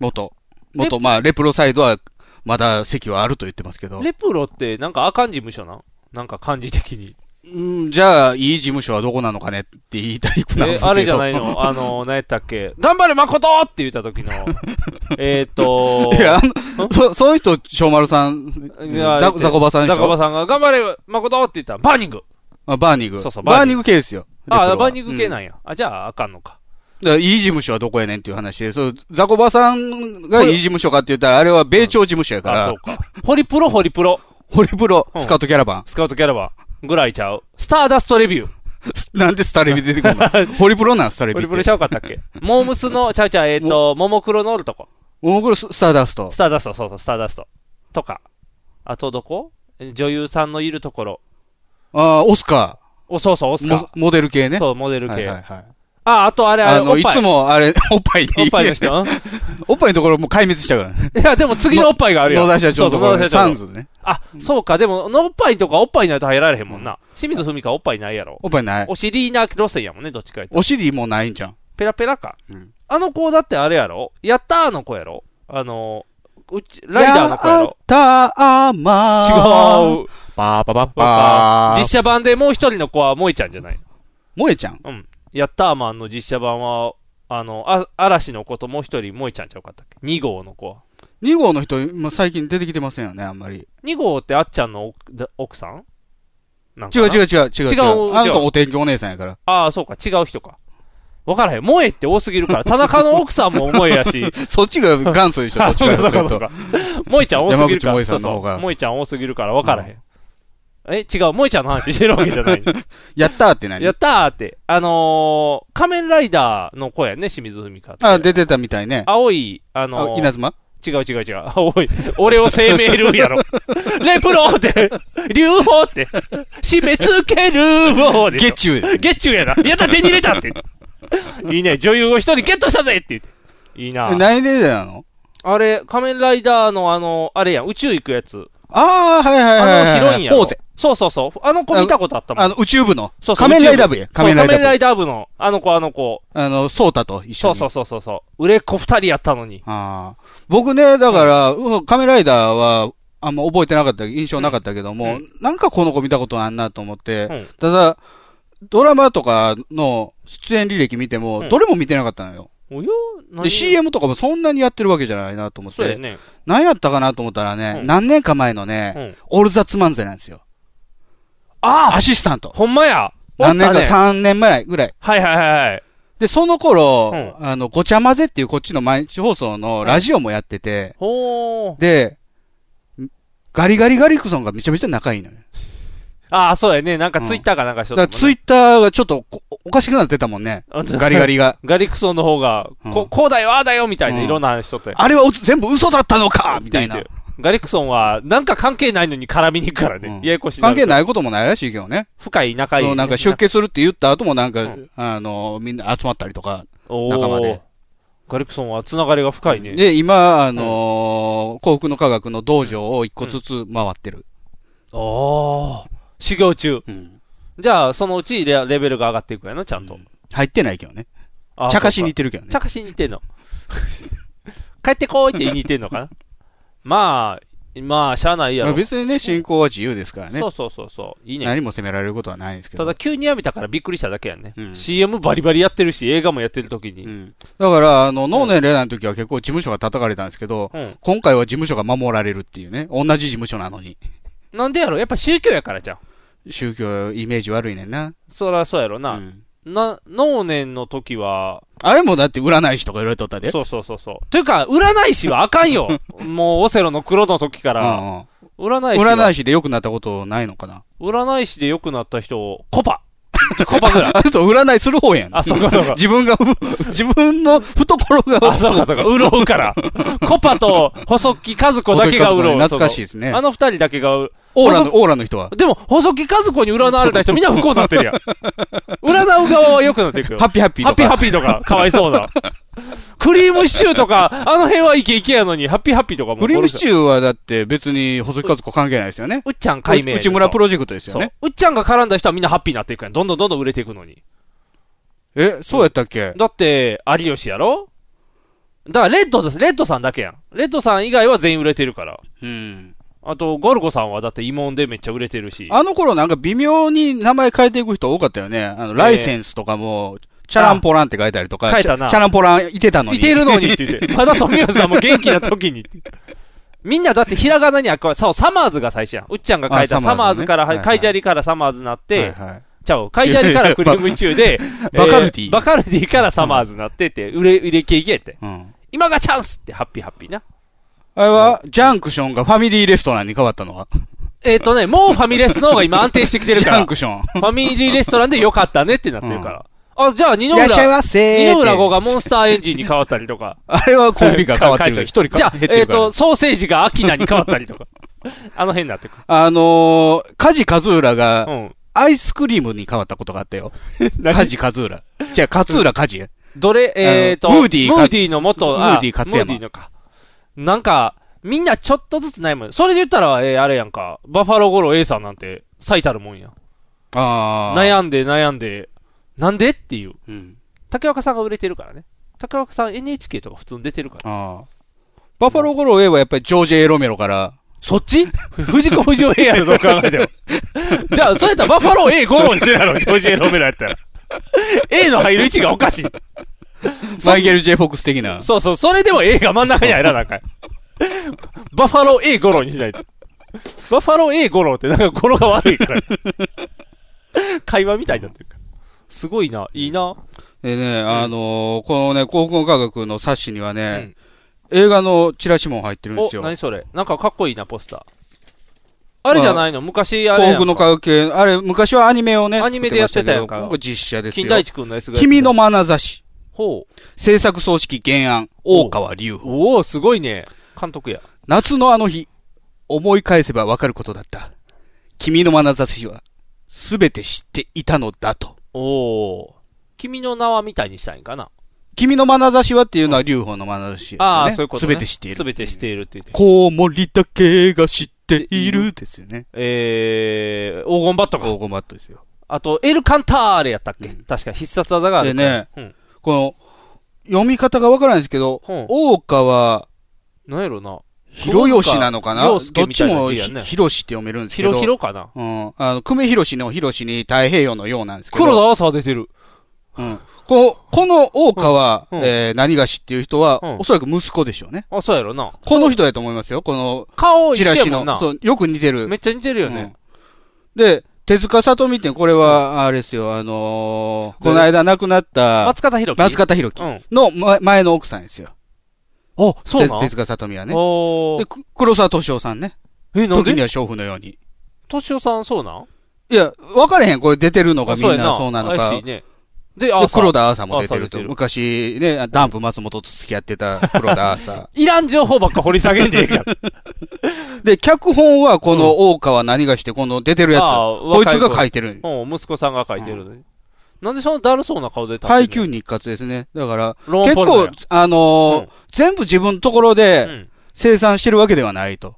[SPEAKER 3] 元。元、まあ、レプロサイドは、まだ席はあると言ってますけど。
[SPEAKER 2] レプロってなんかあかん事務所なんなんか感じ的に。
[SPEAKER 3] うん、じゃあ、いい事務所はどこなのかねって言いたいくなる
[SPEAKER 2] え
[SPEAKER 3] けど
[SPEAKER 2] あれじゃない のあの、何やったっけ頑張れ誠って言った時の、えーっと、
[SPEAKER 3] いや、あの、そ、その人、小丸さん、
[SPEAKER 2] いや
[SPEAKER 3] ザザコバさんでし
[SPEAKER 2] ザコバ
[SPEAKER 3] ょ
[SPEAKER 2] さんが、頑張れ誠って言ったら、バーニング
[SPEAKER 3] あバーニング。
[SPEAKER 2] そうそうバ
[SPEAKER 3] バ
[SPEAKER 2] ー
[SPEAKER 3] ー
[SPEAKER 2] ニ
[SPEAKER 3] ニ
[SPEAKER 2] ン
[SPEAKER 3] ング系ですよ。レプロ
[SPEAKER 2] あ、
[SPEAKER 3] は
[SPEAKER 2] バーニング系な
[SPEAKER 3] うん
[SPEAKER 2] んや。あ、じゃあ、あかんのか。
[SPEAKER 3] だからいい事務所はどこやねんっていう話で、そう、ザコバさんがいい事務所かって言ったら、あれは米朝事務所やか
[SPEAKER 2] あ、
[SPEAKER 3] ら
[SPEAKER 2] そう、か。ホリプロ、ホリプロ。
[SPEAKER 3] ホリプロ
[SPEAKER 2] う、ん
[SPEAKER 3] スカートキャラバ
[SPEAKER 2] スカウトキャラバンぐらいちゃう。スターダストレビュー。
[SPEAKER 3] ン。 なんでスタレビ出てくる のホリプロなんスタレ
[SPEAKER 2] ホ
[SPEAKER 3] ビ
[SPEAKER 2] リ
[SPEAKER 3] っ
[SPEAKER 2] プロち
[SPEAKER 3] て。
[SPEAKER 2] ゃうかったっ けモームスの、ちゃうちゃう、えーっと、モモクロのおるとこ。
[SPEAKER 3] もうこれススターダスト
[SPEAKER 2] ス。ターダスト、そうそう、スターダスト。とか。あとどこえ女優さんのいるところ。
[SPEAKER 3] ああ、オスカ
[SPEAKER 2] お、そうそう、オス
[SPEAKER 3] ー。
[SPEAKER 2] カ
[SPEAKER 3] モ
[SPEAKER 2] ー。
[SPEAKER 3] モデル系ね。
[SPEAKER 2] そう、モデル系。
[SPEAKER 3] はいはいはい。
[SPEAKER 2] あ、あとあれ、あ
[SPEAKER 3] あ
[SPEAKER 2] れ、お
[SPEAKER 3] の、
[SPEAKER 2] っ
[SPEAKER 3] い
[SPEAKER 2] ぱい。
[SPEAKER 3] つもあれ、 おっぱいに。
[SPEAKER 2] おっぱいの人。うん
[SPEAKER 3] おっぱいのところもう壊滅したからね。
[SPEAKER 2] いや、でも次のおっぱいがあるよ。
[SPEAKER 3] 野田社長のところ
[SPEAKER 2] そ
[SPEAKER 3] ね。
[SPEAKER 2] うそう
[SPEAKER 3] サ
[SPEAKER 2] 野
[SPEAKER 3] ン
[SPEAKER 2] 田社長
[SPEAKER 3] ズね。
[SPEAKER 2] あ、そうか、でも、のおっぱいとかおっぱいないと入られへんもんな。清水文香おっぱいないやろ。
[SPEAKER 3] おっぱいない。
[SPEAKER 2] お尻な路線やもんね、どっちか言って。
[SPEAKER 3] お尻もうないんじゃん。
[SPEAKER 2] ペラペラか
[SPEAKER 3] うん。
[SPEAKER 2] あの子だってあれやろやったーの子やろあの、うち、ライダーの子やろ
[SPEAKER 3] やったーまー。
[SPEAKER 2] 違
[SPEAKER 3] う。
[SPEAKER 2] う。
[SPEAKER 3] パーパパッパー。
[SPEAKER 2] 実写版でもう一人の子は萌えちゃんじゃない
[SPEAKER 3] 萌えちゃん。
[SPEAKER 2] うん。ヤッターマンの実写版は、あの、あ嵐の子ともう一人萌えちゃんちゃうかったっけ ?2 号の子は。
[SPEAKER 3] 2号の人、今最近出てきてませんよね、あんまり。
[SPEAKER 2] 2号ってあっちゃんの奥だ奥さんなんか
[SPEAKER 3] 違う
[SPEAKER 2] な
[SPEAKER 3] 違う違う違う
[SPEAKER 2] 違
[SPEAKER 3] 違
[SPEAKER 2] う
[SPEAKER 3] う。あん
[SPEAKER 2] 違
[SPEAKER 3] た
[SPEAKER 2] う
[SPEAKER 3] お天気お姉さんやから。
[SPEAKER 2] ああ、そうか、違う人か。わからへん。萌えって多すぎるから、田中の奥さんも萌え やし、
[SPEAKER 3] そっちが元祖でしょ、ど
[SPEAKER 2] あ
[SPEAKER 3] っち
[SPEAKER 2] そ
[SPEAKER 3] か
[SPEAKER 2] うか、そう
[SPEAKER 3] とい
[SPEAKER 2] か、
[SPEAKER 3] う
[SPEAKER 2] そう
[SPEAKER 3] と。
[SPEAKER 2] か。萌えちゃん多すぎ
[SPEAKER 3] 山口
[SPEAKER 2] るから、
[SPEAKER 3] 萌えさんの方が
[SPEAKER 2] そうそう萌えちゃん多すぎるから分からへん。え、違う、萌えちゃんの話してるわけじゃない。
[SPEAKER 3] やったーって 何
[SPEAKER 2] やったーって。あのー、仮面ライダーの子やね、清水文香って。
[SPEAKER 3] あ、出てたみたいね。
[SPEAKER 2] 青い、あ
[SPEAKER 3] あ
[SPEAKER 2] のー、
[SPEAKER 3] 稲妻
[SPEAKER 2] 違う違う違う。青い、俺を生命るやろ。 レプロって、竜王って、締め付ける王でしょ。
[SPEAKER 3] ゲッチュー。
[SPEAKER 2] ゲッチュやな。やった、手に入れたって。いいね、女優を一人ゲットしたぜって言って。いいな。
[SPEAKER 3] 何でなの
[SPEAKER 2] あれ、仮面ライダーのあの、あれやん、宇宙行くやつ。
[SPEAKER 3] あー、はいはいはいはい
[SPEAKER 2] あ
[SPEAKER 3] はい。
[SPEAKER 2] の、ヒロインやろ。
[SPEAKER 3] ポーゼ。
[SPEAKER 2] そうそうそう。あの子見たことあったもん。
[SPEAKER 3] あの、宇宙部の。
[SPEAKER 2] そうそう
[SPEAKER 3] 仮面ライダー部や。
[SPEAKER 2] そう
[SPEAKER 3] 仮面ライダー部。
[SPEAKER 2] ー部の、あの子あの子。
[SPEAKER 3] あの、ソータと一緒
[SPEAKER 2] そ
[SPEAKER 3] に。
[SPEAKER 2] うそうそうそうそう。売れっ子二人やったのに。
[SPEAKER 3] ああ。僕ね、だから、うん仮面ライダーは、あんま覚えてなかった、印象なかったけども、
[SPEAKER 2] う
[SPEAKER 3] なんかこの子見たことあんなと思って、
[SPEAKER 2] うん
[SPEAKER 3] ただ、ドラマとかの出演履歴見ても、
[SPEAKER 2] うん
[SPEAKER 3] どれも見てなかったのよ。
[SPEAKER 2] およ
[SPEAKER 3] で、。CM とかもそんなにやってるわけじゃないなと思
[SPEAKER 2] 何
[SPEAKER 3] っ
[SPEAKER 2] そうや
[SPEAKER 3] て、
[SPEAKER 2] ね。
[SPEAKER 3] 何やったかなと思ったらね、
[SPEAKER 2] うん
[SPEAKER 3] 何年か前のね、
[SPEAKER 2] うん。
[SPEAKER 3] オールザッツ漫才なんですよ。
[SPEAKER 2] ああ
[SPEAKER 3] アシスタント。
[SPEAKER 2] ほんまやおった
[SPEAKER 3] 何年か、
[SPEAKER 2] ね
[SPEAKER 3] 3年前ぐらい。
[SPEAKER 2] はいはいはいはい。
[SPEAKER 3] で、その頃、
[SPEAKER 2] う
[SPEAKER 3] あの、ごちゃ混ぜっていうこっちの毎日放送のラジオもやってて、
[SPEAKER 2] ほー。
[SPEAKER 3] で、ガリガリガリクソンがめちゃめちゃ仲いいのよ。
[SPEAKER 2] ああ、そうやね。なんかツイッターかなんかしと
[SPEAKER 3] だ
[SPEAKER 2] っ
[SPEAKER 3] か
[SPEAKER 2] たも
[SPEAKER 3] ら
[SPEAKER 2] んね。
[SPEAKER 3] ツイッターがちょっとこおかしくなってたもんね。
[SPEAKER 2] あ
[SPEAKER 3] ガリガリが。
[SPEAKER 2] ガリクソンの方が、
[SPEAKER 3] う
[SPEAKER 2] こ
[SPEAKER 3] ん
[SPEAKER 2] こうだよ、ああだよ、みたいな、
[SPEAKER 3] うん
[SPEAKER 2] いろんな話しとったよ。
[SPEAKER 3] あれはうつ全部嘘だったのかみたいな
[SPEAKER 2] って。言ってガリクソンは、なんか関係ないのに絡みに行くからね。
[SPEAKER 3] うん
[SPEAKER 2] ややこしい。
[SPEAKER 3] 関係
[SPEAKER 2] い。
[SPEAKER 3] ないこともないらしいけどね。
[SPEAKER 2] 深い仲いい、
[SPEAKER 3] そのなんか出家するって言った後もなんか、
[SPEAKER 2] うん
[SPEAKER 3] あの、みんな集まったりとか。
[SPEAKER 2] おー
[SPEAKER 3] 仲間で
[SPEAKER 2] ガリクソンはつながりが深いね。
[SPEAKER 3] で、今、あのー幸福の科学の道場を一個ずつ回ってる。
[SPEAKER 2] ああ。修行中。
[SPEAKER 3] うん
[SPEAKER 2] じゃあ、そのうちレレベルが上がっていくやな、ちゃんと。
[SPEAKER 3] 入ってないけどね。
[SPEAKER 2] あー
[SPEAKER 3] 茶化しに行っ
[SPEAKER 2] そ
[SPEAKER 3] てるけど
[SPEAKER 2] うか
[SPEAKER 3] ね
[SPEAKER 2] 茶。化しに行ってんの。帰ってこいって言いに行ってんのかな。まあ、まあ、しゃあないや
[SPEAKER 3] まあ
[SPEAKER 2] ろ。
[SPEAKER 3] 別にね、信仰は自由ですからね
[SPEAKER 2] そ。うそうそうそう。いいね。
[SPEAKER 3] 何も責められることはないんですけ
[SPEAKER 2] た
[SPEAKER 3] ど。
[SPEAKER 2] だ急にやめたからびっくりしただけやんね。
[SPEAKER 3] うん
[SPEAKER 2] CM バリバリやってるし、映画もやってる時
[SPEAKER 3] う
[SPEAKER 2] に。
[SPEAKER 3] んだから、あの、脳年齢の時は結構事務所が叩かれたんですけど、
[SPEAKER 2] うん。
[SPEAKER 3] 今回は事務所が守られるっていうね。同じ事務所なのに。
[SPEAKER 2] なんでやろやっぱ宗教やからじゃん。
[SPEAKER 3] 宗教イメージ悪いねんな。
[SPEAKER 2] そらそうやろ
[SPEAKER 3] う
[SPEAKER 2] な。
[SPEAKER 3] ん
[SPEAKER 2] な、能年の時は、
[SPEAKER 3] あれもだって占い師とか言われとったで。
[SPEAKER 2] そうそうそうそう。というか、占い師はあか んよ。もうオセロの黒の時か
[SPEAKER 3] う
[SPEAKER 2] ら。
[SPEAKER 3] んうん
[SPEAKER 2] 占い師は。
[SPEAKER 3] 占い師で良くなったことないのかな。
[SPEAKER 2] 占い師で良くなった人を、コパコパ ぐらい。
[SPEAKER 3] あと占いする方やん。
[SPEAKER 2] あ、そうか そうか。
[SPEAKER 3] 自分が、自分の懐
[SPEAKER 2] あ、
[SPEAKER 3] が、
[SPEAKER 2] そうかそうか。潤うから。コパと細木和子だけが潤う。
[SPEAKER 3] 懐かしいですね
[SPEAKER 2] そうそうあ。の二人だけが潤う
[SPEAKER 3] オーラの、オーラの人は。
[SPEAKER 2] でも、細木和子に占われた人みんな不幸になって るやん。占う側は良くなっていくよ。
[SPEAKER 3] ハッピーハッピー
[SPEAKER 2] ハッ
[SPEAKER 3] と
[SPEAKER 2] ピ
[SPEAKER 3] か。
[SPEAKER 2] ーハッピーとか、かわいそう な。クリームシチューとか、あの辺はイケイケやのに、ハッピーハッピーとかも。
[SPEAKER 3] クリームシチ
[SPEAKER 2] ュー
[SPEAKER 3] ューはだって別に細木和子関係ないですよね。
[SPEAKER 2] うっちゃん解明。
[SPEAKER 3] 内村プ
[SPEAKER 2] ロ
[SPEAKER 3] ロジェクトですよね。
[SPEAKER 2] うっちゃんが絡んだ人はみんなハッピーになっていくやん。どんどんどんどん売れていくのに。
[SPEAKER 3] え、そうやったっけ
[SPEAKER 2] だって、有吉やろだから、レッドです。レッドさんだけやん。レッドさん以外は全員売れてるから。
[SPEAKER 3] うん。
[SPEAKER 2] あと、ゴルゴさんはだって慰問でめっちゃ売れてるし。
[SPEAKER 3] あの頃なんか微妙に名前変えていく人多かったよね。あの、ライセンスとかも、チャランポランって書いたりとか、
[SPEAKER 2] あ書いたな
[SPEAKER 3] チャチャランポランいてたのに。
[SPEAKER 2] いてるのにって言 って。まだ富吉さんも元気な時にって。みんなだってひらがなにあくわ、そう、サマーズが最初やん。うっちゃんが書いた
[SPEAKER 3] あ
[SPEAKER 2] サ
[SPEAKER 3] サマ
[SPEAKER 2] マー
[SPEAKER 3] ー
[SPEAKER 2] ズ
[SPEAKER 3] ズね
[SPEAKER 2] から、
[SPEAKER 3] はいはい
[SPEAKER 2] カイジャリからサマーズになって、
[SPEAKER 3] はいはい
[SPEAKER 2] ちゃう、カイジャリからクリームシチューで、
[SPEAKER 3] バカルディ
[SPEAKER 2] えバカルディからサマーズになってて、売れ、売れ系いけって。
[SPEAKER 3] うん。
[SPEAKER 2] 今がチャンスって、ハッピーハッピーな。
[SPEAKER 3] あれは、ジャンクションがファミリーレストランに変わったのは。
[SPEAKER 2] えっ、とね、もうファミレスの方が今安定してきてる
[SPEAKER 3] ジ
[SPEAKER 2] か
[SPEAKER 3] ャ
[SPEAKER 2] ら
[SPEAKER 3] ン、クション。
[SPEAKER 2] ファミリーレストランでよかったねってなってるから。あ、じゃあ、二
[SPEAKER 3] い
[SPEAKER 2] の
[SPEAKER 3] らっ
[SPEAKER 2] 浦、
[SPEAKER 3] しゃいませーって
[SPEAKER 2] 二の浦号がモンスターエンジンに変わったり とか。
[SPEAKER 3] あれはコンビが変わってる。
[SPEAKER 2] 回
[SPEAKER 3] 一人か
[SPEAKER 2] じゃあ
[SPEAKER 3] 減っ、て
[SPEAKER 2] えっ、
[SPEAKER 3] るから
[SPEAKER 2] と、ソーセージがアキナに変わった りとか。あの辺になってくる。
[SPEAKER 3] あのー、カジカズーラ
[SPEAKER 2] う
[SPEAKER 3] が、
[SPEAKER 2] ん。
[SPEAKER 3] アイスクリームに変わったことがあ ったよ。カジカズーラ。じゃあ、カツーラカジ。
[SPEAKER 2] どれ、えっ、と、
[SPEAKER 3] あのムーディーか
[SPEAKER 2] ムーディーの元、あ
[SPEAKER 3] ムーディー勝山
[SPEAKER 2] ムーディーのか。なんか、みんなちょっとずつないもん。それで言ったら、えーあれやんか。バファローゴロ A さんなんて、最たるもんや。
[SPEAKER 3] あー。
[SPEAKER 2] 悩んで悩んで、なんでっていう。
[SPEAKER 3] うん。
[SPEAKER 2] 竹岡さんが売れてるからね。竹岡さん NHK とか普通に出てるから。
[SPEAKER 3] あー。バファローゴロウェイはやっぱりジョージ・エロメロから、
[SPEAKER 2] そっち藤子不二雄 A やろ、どう考 えても。じゃあ、それやったらバファロー A ゴロにせやろ、ジョージ・エロメラや ったら。A の入る位置がおかしい。
[SPEAKER 3] マイケル・ジェイ・フォックス的な。
[SPEAKER 2] そうそう、それでも A が真ん中に入らなあかん。バファロー A ゴロにしないと。バファロー A ゴロってなんか語呂が悪いから。会話みたいになってるから。すごいな、いいな。
[SPEAKER 3] でね、あのー、このね、高校科学の冊子にはね、映画のチラシも入ってるんで
[SPEAKER 2] お
[SPEAKER 3] す、よ。
[SPEAKER 2] 何それなんかかっこいいな、ポスター。あれじゃないの昔、あれ
[SPEAKER 3] 東
[SPEAKER 2] やんか。
[SPEAKER 3] 北の科学系、あれ、昔はアニメをね、
[SPEAKER 2] アニメでやってたやんか
[SPEAKER 3] 作ってましたけど今回実写です
[SPEAKER 2] 金
[SPEAKER 3] よ。
[SPEAKER 2] 田一君のやつが。
[SPEAKER 3] 君の。眼差し、
[SPEAKER 2] ほう。
[SPEAKER 3] 制作葬式原案、大川隆法。
[SPEAKER 2] おおすごいね。監督や。
[SPEAKER 3] 夏のあの日、思い返せばわかることだった。君の眼差しは、すべて知っていたのだと。
[SPEAKER 2] おお君の名はみたいにしたいんかな。
[SPEAKER 3] 君の眼差しはっていうのは龍法の眼差しですよね。
[SPEAKER 2] ああ、そういうこと
[SPEAKER 3] す
[SPEAKER 2] ね。
[SPEAKER 3] べて知っている。
[SPEAKER 2] すべて知っているって言って。
[SPEAKER 3] コウモリだけが知っているですよね。
[SPEAKER 2] えー、黄金バットか。
[SPEAKER 3] 黄金バットですよ。
[SPEAKER 2] あと、エルカンターレやったっけ、確か必殺技がある。
[SPEAKER 3] で。ね、
[SPEAKER 2] うん。
[SPEAKER 3] この、読み方がわからないんですけど、
[SPEAKER 2] ほう
[SPEAKER 3] 大川
[SPEAKER 2] なんやろな。
[SPEAKER 3] 広義なのかなど
[SPEAKER 2] 黒
[SPEAKER 3] っ
[SPEAKER 2] 塚洋介み
[SPEAKER 3] ち
[SPEAKER 2] たいな
[SPEAKER 3] も
[SPEAKER 2] 字やね
[SPEAKER 3] 広しって読めるんです
[SPEAKER 2] ヒ
[SPEAKER 3] けど。
[SPEAKER 2] ロヒロかな。
[SPEAKER 3] うん。あの、久米広しの広しに太平洋のようなんですけど。
[SPEAKER 2] 黒田朝出てる。
[SPEAKER 3] うんここの大川、
[SPEAKER 2] うん
[SPEAKER 3] えー何がしっていう人は、
[SPEAKER 2] うん
[SPEAKER 3] おそらく息子でしょうね。
[SPEAKER 2] あ、そうやろな。
[SPEAKER 3] この人だと思いますよ。この、
[SPEAKER 2] 顔
[SPEAKER 3] チ
[SPEAKER 2] 一
[SPEAKER 3] ラ
[SPEAKER 2] 緒や
[SPEAKER 3] シ
[SPEAKER 2] もん
[SPEAKER 3] の。
[SPEAKER 2] な。
[SPEAKER 3] そう、よく似てる。
[SPEAKER 2] めっちゃ似てるよね。
[SPEAKER 3] うんで、手塚さとみって、これは、あれですよ、あのーこの間亡くなった、
[SPEAKER 2] 松方弘樹。
[SPEAKER 3] 松方弘樹
[SPEAKER 2] うん。
[SPEAKER 3] の前前の奥さんですよ。
[SPEAKER 2] あ、そうな
[SPEAKER 3] 手手
[SPEAKER 2] ん
[SPEAKER 3] 塚さとみはね。
[SPEAKER 2] お
[SPEAKER 3] で
[SPEAKER 2] ー。
[SPEAKER 3] く黒沢敏夫さんね。
[SPEAKER 2] え、なん
[SPEAKER 3] 時に
[SPEAKER 2] で
[SPEAKER 3] は娼婦のように。
[SPEAKER 2] 敏夫さんそうなん
[SPEAKER 3] いや、分かれへん、これ出てるのが
[SPEAKER 2] あ
[SPEAKER 3] みんなそうなの
[SPEAKER 2] 怪
[SPEAKER 3] か。
[SPEAKER 2] しい
[SPEAKER 3] で
[SPEAKER 2] ね。で、あ、
[SPEAKER 3] 黒田アーサーも出て
[SPEAKER 2] アーサー出
[SPEAKER 3] る
[SPEAKER 2] て
[SPEAKER 3] と。
[SPEAKER 2] る
[SPEAKER 3] 昔ね、ダンプ松本と付き合ってた黒田アーサ ー。
[SPEAKER 2] いらん情報ばっか掘り下げんでええ から。
[SPEAKER 3] で、脚本はこの大川何がして、この出てるやつ、
[SPEAKER 2] ああ
[SPEAKER 3] こいつが書いてる。
[SPEAKER 2] うん、息子さんが書いてるのに。なんでそのだるそうな顔で立ってんの
[SPEAKER 3] 配給日活ですね。だから、
[SPEAKER 2] ローン
[SPEAKER 3] 結
[SPEAKER 2] ポルノや
[SPEAKER 3] 構、あのー
[SPEAKER 2] うん
[SPEAKER 3] 全部自分のところ
[SPEAKER 2] う
[SPEAKER 3] で
[SPEAKER 2] ん。
[SPEAKER 3] 生産してるわけではないと。